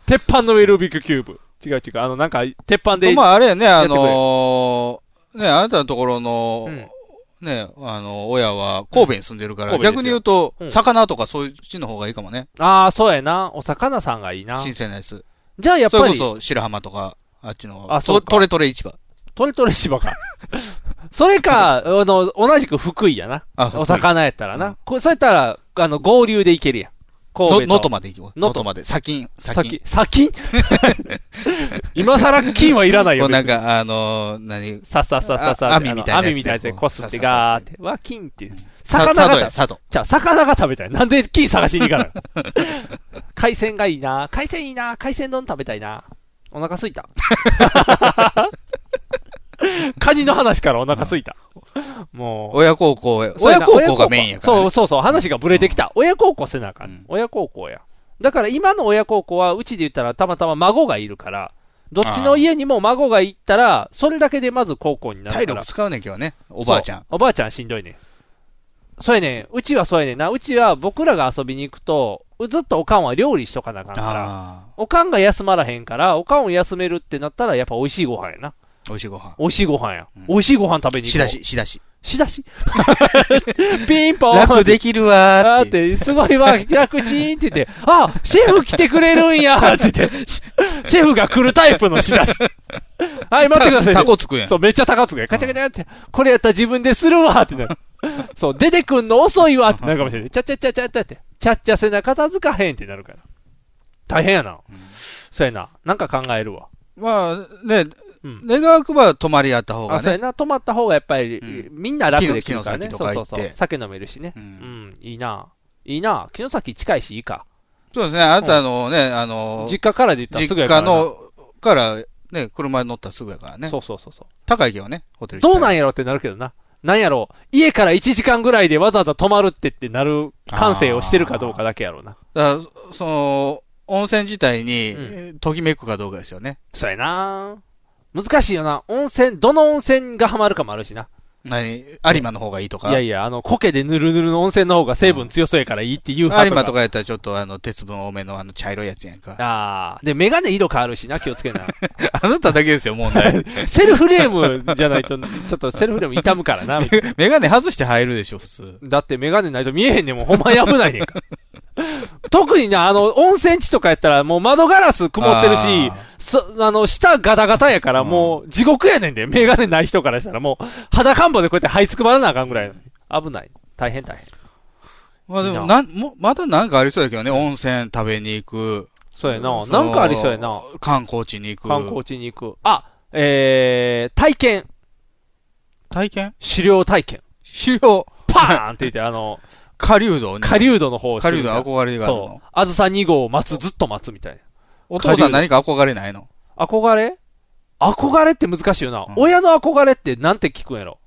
[SPEAKER 2] 鉄板の上ルービックキューブ。違う違う。あの、なんか、鉄板で。
[SPEAKER 3] まあ、あれやね、
[SPEAKER 2] やっ
[SPEAKER 3] あ
[SPEAKER 2] てくれ
[SPEAKER 3] のー、ね、あなたのところの、ね、あの、親は神戸に住んでるから、
[SPEAKER 2] うん神戸で
[SPEAKER 3] 逆
[SPEAKER 2] すよ
[SPEAKER 3] に言うと、
[SPEAKER 2] うん
[SPEAKER 3] 魚とかそういうちの方がいいかもね。
[SPEAKER 2] ああ、そうやな。お魚さんがいいな。
[SPEAKER 3] 新鮮なやつ。
[SPEAKER 2] じゃあやっぱり
[SPEAKER 3] それこそ白浜とか、あっちの、
[SPEAKER 2] あ
[SPEAKER 3] あ、
[SPEAKER 2] そう
[SPEAKER 3] そ
[SPEAKER 2] か
[SPEAKER 3] トレトレ市場。
[SPEAKER 2] トレトレ芝か。 それか、あの、同じく福井やな。
[SPEAKER 3] あ福井
[SPEAKER 2] お魚やったらな。こそうやったら、あの、合流で行けるやん。神戸
[SPEAKER 3] の
[SPEAKER 2] と。
[SPEAKER 3] 能登まで行こう。能
[SPEAKER 2] 能登
[SPEAKER 3] 登まで。砂金、砂金
[SPEAKER 2] 先。。先 今さら金はいらない
[SPEAKER 3] こ
[SPEAKER 2] よ。
[SPEAKER 3] うなんか、あのー、何
[SPEAKER 2] さささささ。
[SPEAKER 3] あ網みたいなやつで
[SPEAKER 2] 網みたいなやつで
[SPEAKER 3] こう
[SPEAKER 2] こすってガーって。わ、金っていう。
[SPEAKER 3] さ
[SPEAKER 2] 魚
[SPEAKER 3] 佐渡
[SPEAKER 2] が
[SPEAKER 3] や、佐渡。
[SPEAKER 2] じゃあ、魚が食べたい。なんで金探しに行かない海鮮がいいな。海鮮いいな。海鮮丼食べたいな。お腹すい た。カニの話からお腹すいた。もう。
[SPEAKER 3] 親孝行へ。
[SPEAKER 2] そう
[SPEAKER 3] 親
[SPEAKER 2] やな
[SPEAKER 3] 孝行がメインやからね。
[SPEAKER 2] そうそうそう、話がブレてきた。親孝行せなあかん。親孝行や。だから今の親孝行は、うちで言ったらたまたま孫がいるから、どっちの家にも孫が行ったら、それだけでまず高校になるから。
[SPEAKER 3] 体力使うねん、今日はね。おばあちゃん
[SPEAKER 2] そう。おばあちゃんしんどいねん。そうやねん。うちはそうやねんな。うちは僕らが遊びに行くと、ずっとおかんは料理しとかなあかんから。おかんが休まらへんから、おかんを休めるってなったら、やっぱ美味しいご飯やな。
[SPEAKER 3] 美味しいご飯。
[SPEAKER 2] 美味しいご飯や。美味しいご飯食べに行こう。
[SPEAKER 3] しだし、しだし。
[SPEAKER 2] しだし ピンポン
[SPEAKER 3] 楽できるわー
[SPEAKER 2] あーって、すごいわ、楽ちんって言って、あ、シェフ来てくれるんやーって言って、シシェフが来るタイプの仕出し。はい、待ってください。
[SPEAKER 3] タコつくやん
[SPEAKER 2] そう、めっちゃ高つくやん。カチャカチャって、これやったら自分でするわーってなる。そう、出てくんの遅いわーってなるかもしれない。ちゃっちゃっちゃっちゃっちゃって、ちゃっちゃ背中片付かへんってなるから。大変やな。そうやな。なんか考えるわ。
[SPEAKER 3] まあ、ね、願わくば泊まりやった方
[SPEAKER 2] あ、
[SPEAKER 3] が
[SPEAKER 2] そうや
[SPEAKER 3] ね。
[SPEAKER 2] な。泊まった方がやっぱり、みんな楽できるからね。
[SPEAKER 3] 木の木
[SPEAKER 2] そ
[SPEAKER 3] の
[SPEAKER 2] う
[SPEAKER 3] 先
[SPEAKER 2] そ
[SPEAKER 3] とか
[SPEAKER 2] うそ
[SPEAKER 3] 行っ
[SPEAKER 2] う。
[SPEAKER 3] て
[SPEAKER 2] 酒飲めるしね。うん、いいな。いいな。木の先近いし、いいか。
[SPEAKER 3] そうですね、あなたのね、あの、
[SPEAKER 2] 実家からで言ったらすぐやから
[SPEAKER 3] 実家
[SPEAKER 2] な
[SPEAKER 3] の、から、ね、車に乗ったらすぐやからね。
[SPEAKER 2] そうそうそうそう。
[SPEAKER 3] 高いけどね、ホテル
[SPEAKER 2] どうなんやろってなるけどな。なんやろ家から1時間ぐらいでわざわざ泊まるってってなる感性をしてるかどうかだけやろうな。
[SPEAKER 3] だからその、温泉自体に、ときめくかどうかですよね。
[SPEAKER 2] そうやな難しいよな。温泉、どの温泉がハマるかもあるしな。
[SPEAKER 3] 何有馬の方がいいとか。
[SPEAKER 2] いやいや、あの、苔でぬるぬるの温泉の方が成分強そうやからいいっていう派
[SPEAKER 3] 有馬とかやったらちょっとあの、鉄分多めのあの、茶色いやつやんか。
[SPEAKER 2] ああ。で、メガネ色変わるしな、気をつけな。
[SPEAKER 3] あなただけですよ、問題。
[SPEAKER 2] セルフレームじゃないと、ちょっとセルフレーム傷むからな。
[SPEAKER 3] メガネ外して入るでしょ、普通。
[SPEAKER 2] だってメガネないと見えへんねんもん。ほんまに危ないねんから。 特にな、あの、温泉地とかやったらもう窓ガラス曇ってる
[SPEAKER 3] あ
[SPEAKER 2] し、そ、あの、下ガタガタやからもう地獄やねんで。メガネない人からしたらもう、裸んぼでこうやって這いつくばらなあかんぐらい。危ない。大変大変。
[SPEAKER 3] まあでも、なん、も、まだなんかありそうやけどね、温泉食べに行く。
[SPEAKER 2] そうやな
[SPEAKER 3] その
[SPEAKER 2] なんかありそうやな。
[SPEAKER 3] 観光地に行く。
[SPEAKER 2] 観光地に行く。あ、えー、体験。
[SPEAKER 3] 体験
[SPEAKER 2] 狩猟体験。
[SPEAKER 3] 狩猟。
[SPEAKER 2] パーンって言って、あ の、
[SPEAKER 3] 下流道に
[SPEAKER 2] 下流道の方を
[SPEAKER 3] 狩人の憧れがあるの
[SPEAKER 2] そう。あずさ2号を待つ、ずっと待つみたいな。
[SPEAKER 3] お父さん何
[SPEAKER 2] か
[SPEAKER 3] か憧れないの
[SPEAKER 2] 憧れ憧れって難しいよな。親の憧れってなんて聞くんやろ。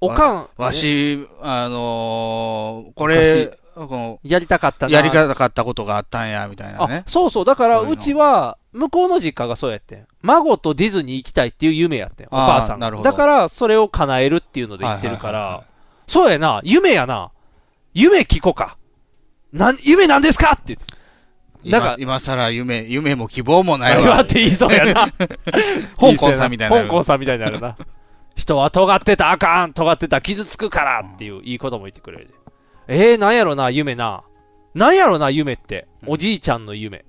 [SPEAKER 2] おかん
[SPEAKER 3] わ。わし、あのー、これ、この、
[SPEAKER 2] やりたかったな。
[SPEAKER 3] やりたかったことがあったんや、みたいなね。
[SPEAKER 2] あ、そうそう。だから、うちは、向こうの実家がそうやってん。孫とディズニー行きたいっていう夢やってん。お
[SPEAKER 3] あー
[SPEAKER 2] 母さんが。
[SPEAKER 3] なるほど
[SPEAKER 2] だから、それを叶えるっていうので言ってるから。そうやな。夢やな。夢聞こか。なん、夢なんですかって言って。
[SPEAKER 3] 今
[SPEAKER 2] なんか
[SPEAKER 3] 今さら夢、夢も希望もない
[SPEAKER 2] 言わ
[SPEAKER 3] わ。。
[SPEAKER 2] って言いそうやな
[SPEAKER 3] 香港さんみたいな。
[SPEAKER 2] 香港さんみたいになるな。人は尖ってたらあかん、尖ってたら傷つくからっていう、いいことも言ってくれる。えー、なんやろな、夢な。なんやろな、夢って。おじいちゃんの夢。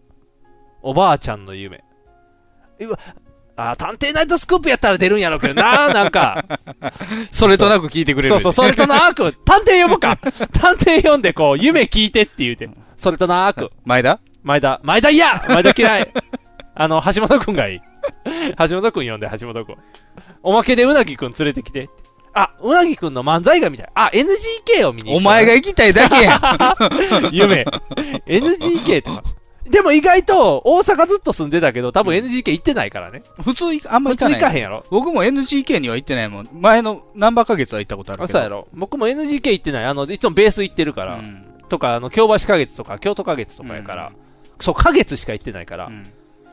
[SPEAKER 2] おばあちゃんの夢。うわ、あー、探偵ナイトスクープやったら出るんやろうけ どな、なんか。
[SPEAKER 3] それとなく聞いてくれる。
[SPEAKER 2] そうそう、それとなく、探偵呼ぼうか。探偵読んで、こう、夢聞いてって言うて。それとなく。
[SPEAKER 3] 前田
[SPEAKER 2] 前田。前田嫌前田嫌いあの、橋本くんがいい。橋本くん呼んで、橋本くん。おまけでうなぎくん連れてきて。あ、うなぎくんの漫才が見たい。あ、NGK を見に行く
[SPEAKER 3] お前が行きたいだけやん。
[SPEAKER 2] 夢。NGK とか。でも意外と、大阪ずっと住んでたけど、多分 NGK 行ってないからね。
[SPEAKER 3] 普通い、あんま行かない。
[SPEAKER 2] 普通行かへんやろ。
[SPEAKER 3] 僕も NGK には行ってないもん。前の何番か月は行ったことある
[SPEAKER 2] あ
[SPEAKER 3] けど。
[SPEAKER 2] そうやろ。僕も NGK 行ってない。あの、いつもベース行ってるから。とか、あの、京橋花月とか、京都花月とかやから。そう、花月しか行ってないから。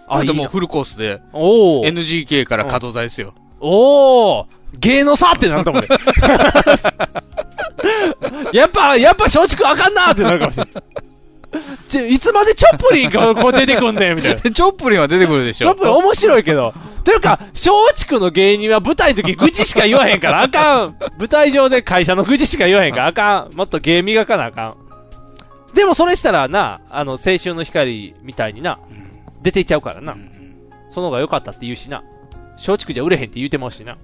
[SPEAKER 3] あ、で
[SPEAKER 2] いい
[SPEAKER 3] もう
[SPEAKER 2] な
[SPEAKER 3] フルコースで、
[SPEAKER 2] おー
[SPEAKER 3] NGK から角材ですよ。
[SPEAKER 2] おー芸の差ってなると思うよやっぱ、やっぱ松竹あかんなーってなるかもしれない。ちょいつまでチョップリンがこう出てくんねんみたいな。
[SPEAKER 3] チョップリンは出てくるでし
[SPEAKER 2] ちょ
[SPEAKER 3] ょ。
[SPEAKER 2] っと面白いけど。というか、松竹の芸人は舞台の時愚痴しか言わへんからあかん。舞台上で会社の愚痴しか言わへんからあかん。もっと芸磨かなあかん。でもそれしたらな、あの、青春の光みたいにな、出ていっちゃうからな。その方が良かったって言うしな。松竹じゃ売れへんって言うてまうしな。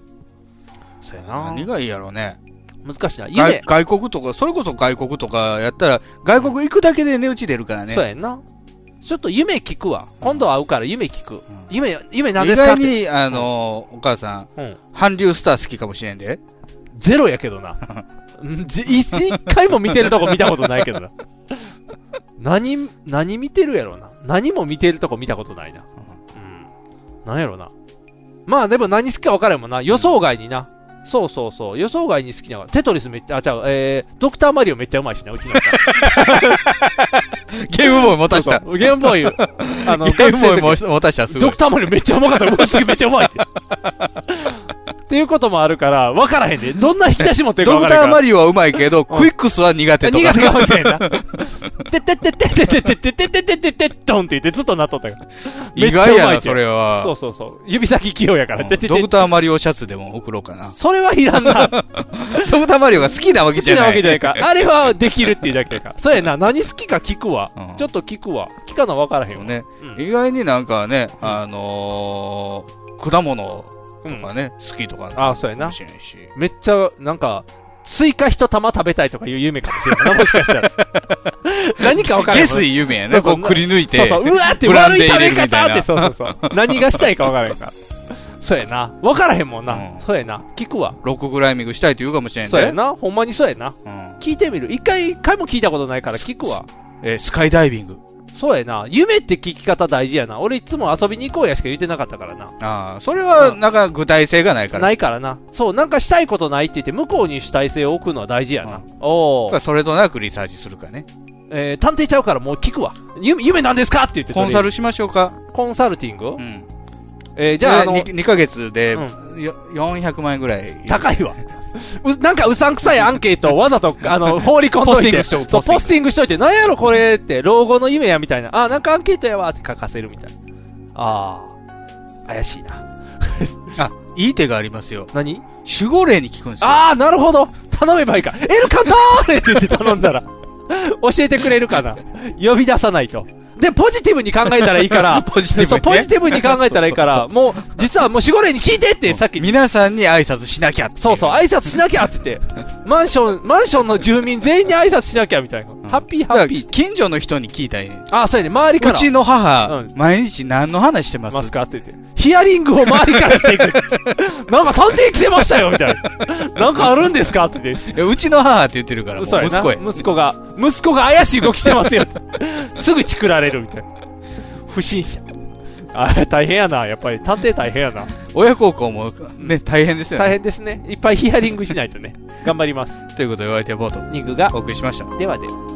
[SPEAKER 2] そうやな。
[SPEAKER 3] 何がいいやろうね。
[SPEAKER 2] 難しいな。夢
[SPEAKER 3] 外。外国とか、それこそ外国とかやったら、外国行くだけで値打ち出るからね。
[SPEAKER 2] そうやんな。ちょっと夢聞くわ。今度会うから夢聞く。夢、夢何
[SPEAKER 3] 意
[SPEAKER 2] ですか
[SPEAKER 3] 外
[SPEAKER 2] って
[SPEAKER 3] に、あの、お母さん、韓流スター好きかもしれんで。
[SPEAKER 2] ゼロやけど な。うんじ一一回も見てるとこ見たことないけどな。何、何見てるやろな。何も見てるとこ見たことないな。うん。なんやろな。まあでも何好きか分からんもんな。予想外にな。そうそうそう。予想外に好きなのがテトリスめっちゃ、あ、ちゃう、えー、ドクターマリオめっちゃうまいしな、うちの。
[SPEAKER 3] ゲームボーイ持たした。
[SPEAKER 2] ゲームボーイ、あの、
[SPEAKER 3] ゲームボーイ
[SPEAKER 2] 学生の時
[SPEAKER 3] 持たしたすごい
[SPEAKER 2] ドクターマリオめっちゃうまかった。もうすぐめっちゃうまいって。っていうこともあるから、わからへんで。どんな引き出し持ってるか
[SPEAKER 3] ド
[SPEAKER 2] わ
[SPEAKER 3] ク
[SPEAKER 2] からへん
[SPEAKER 3] タ
[SPEAKER 2] か
[SPEAKER 3] ー
[SPEAKER 2] ら。
[SPEAKER 3] マリオはうまいけど、クイックスは苦手とか。
[SPEAKER 2] 苦手かもしれんな。てってってってってってってってってってってってんって言ってずっとなっとったから。めっちゃうま
[SPEAKER 3] 意外
[SPEAKER 2] い
[SPEAKER 3] やな
[SPEAKER 2] って
[SPEAKER 3] それは
[SPEAKER 2] そうそうそう。指先器用やから。てって
[SPEAKER 3] ド
[SPEAKER 2] て
[SPEAKER 3] クターマリオシャツでも送ろうかな。
[SPEAKER 2] それはいらんな。ド
[SPEAKER 3] クターマリオが好きなわけじゃない。
[SPEAKER 2] 好きなわけじゃないか。あれはできるっていうだけだから。そうやな。何好きか聞くわ。ちょっと聞くわ。聞かなわからへんわ。
[SPEAKER 3] ね、意外になんかね、あのー、果物とかね、好きとか
[SPEAKER 2] ああ、そうやな
[SPEAKER 3] もしれんし。。
[SPEAKER 2] めっちゃ、なんか、スイカ一玉食べたいとかいう夢かもしれないな、もしかしたら。 何か分からん。
[SPEAKER 3] 下水夢やね
[SPEAKER 2] そうそう
[SPEAKER 3] こうくり抜いて
[SPEAKER 2] そうそう、うわーって
[SPEAKER 3] ブラン
[SPEAKER 2] 悪
[SPEAKER 3] デー
[SPEAKER 2] い食
[SPEAKER 3] 入れ
[SPEAKER 2] べ
[SPEAKER 3] るみた
[SPEAKER 2] 方
[SPEAKER 3] い
[SPEAKER 2] っ
[SPEAKER 3] な
[SPEAKER 2] て、そうそうそう。 何がしたいか分からへんから。そうやな。分からへんもんな。そうやな。聞くわ。
[SPEAKER 3] ロッククライミングしたいって言うかもしれんね。
[SPEAKER 2] そうやな。ほんまにそうやな。聞いてみる。一回、一回も聞いたことないから聞くわ。
[SPEAKER 3] えースカイダイビング。
[SPEAKER 2] そうやな。夢って聞き方大事やな。俺いつも遊びに行こうやしか言ってなかったからな。
[SPEAKER 3] ああ、それは、なんか具体性がないから。
[SPEAKER 2] ないからな。そう、なんかしたいことないって言って、向こうに主体性を置くのは大事やな。おお。
[SPEAKER 3] それとなくリサーチするかね。
[SPEAKER 2] えー、探偵ちゃうからもう聞くわ。夢、夢なんですかって言って
[SPEAKER 3] コンサルしましょうか。
[SPEAKER 2] コンサルティングうん。えー、
[SPEAKER 3] じ
[SPEAKER 2] じゃあ、
[SPEAKER 3] ゃ
[SPEAKER 2] あ
[SPEAKER 3] あ、
[SPEAKER 2] の、
[SPEAKER 3] 2ヶ月で、
[SPEAKER 2] うん
[SPEAKER 3] よ400万円ぐらい。
[SPEAKER 2] 高いわ。うなんかうさんくさいアンケートをわざと、あ の、放り込んどいて。
[SPEAKER 3] ポスティングしと
[SPEAKER 2] そうポスティングしといて、なんやろこれって、老後の夢やみたいな。あ、なんかアンケートやわって書かせるみたいな。ああ、怪しいな。
[SPEAKER 3] あ、いい手がありますよ。
[SPEAKER 2] 何
[SPEAKER 3] 守護霊に聞くんですよ。
[SPEAKER 2] ああ、なるほど。頼めばいいか。エルカンターレって言って頼ん だら、教えてくれるかな。呼び出さないと。で、ポジティブに考えたらいいから、ポジティブ、そうポジティブに考えたらいい から、もう、実はもう守護霊に聞いてって、さっき。
[SPEAKER 3] 皆さんに挨拶しなきゃって。
[SPEAKER 2] そうそう、挨拶しなきゃって言って、マンション、マンションの住民全員に挨拶しなきゃみたいな。ハッピーハッピー。
[SPEAKER 3] 近所の人に聞いたらいいねん
[SPEAKER 2] あ、そうやね、周りから。
[SPEAKER 3] うちの母、毎日何の話してます
[SPEAKER 2] ますかって言って。ヒアリングを周りからしてい く。なんか探偵来てましたよみたい な。なんかあるんですかって言って。
[SPEAKER 3] いやうちの母って言ってるから、もう
[SPEAKER 2] そうや
[SPEAKER 3] 息
[SPEAKER 2] な
[SPEAKER 3] 子や。
[SPEAKER 2] 息子が、息子が怪しい動きしてますよって。すぐチクられるみたいな。不審者。あ、大変やな。やっぱり探偵大変やな。
[SPEAKER 3] 親孝行もね、大変ですよね。
[SPEAKER 2] 大変ですね。いっぱいヒアリングしないとね。頑張ります。
[SPEAKER 3] ということで、お相手はボート。
[SPEAKER 2] ニングが
[SPEAKER 3] お送りしました。
[SPEAKER 2] ではでは。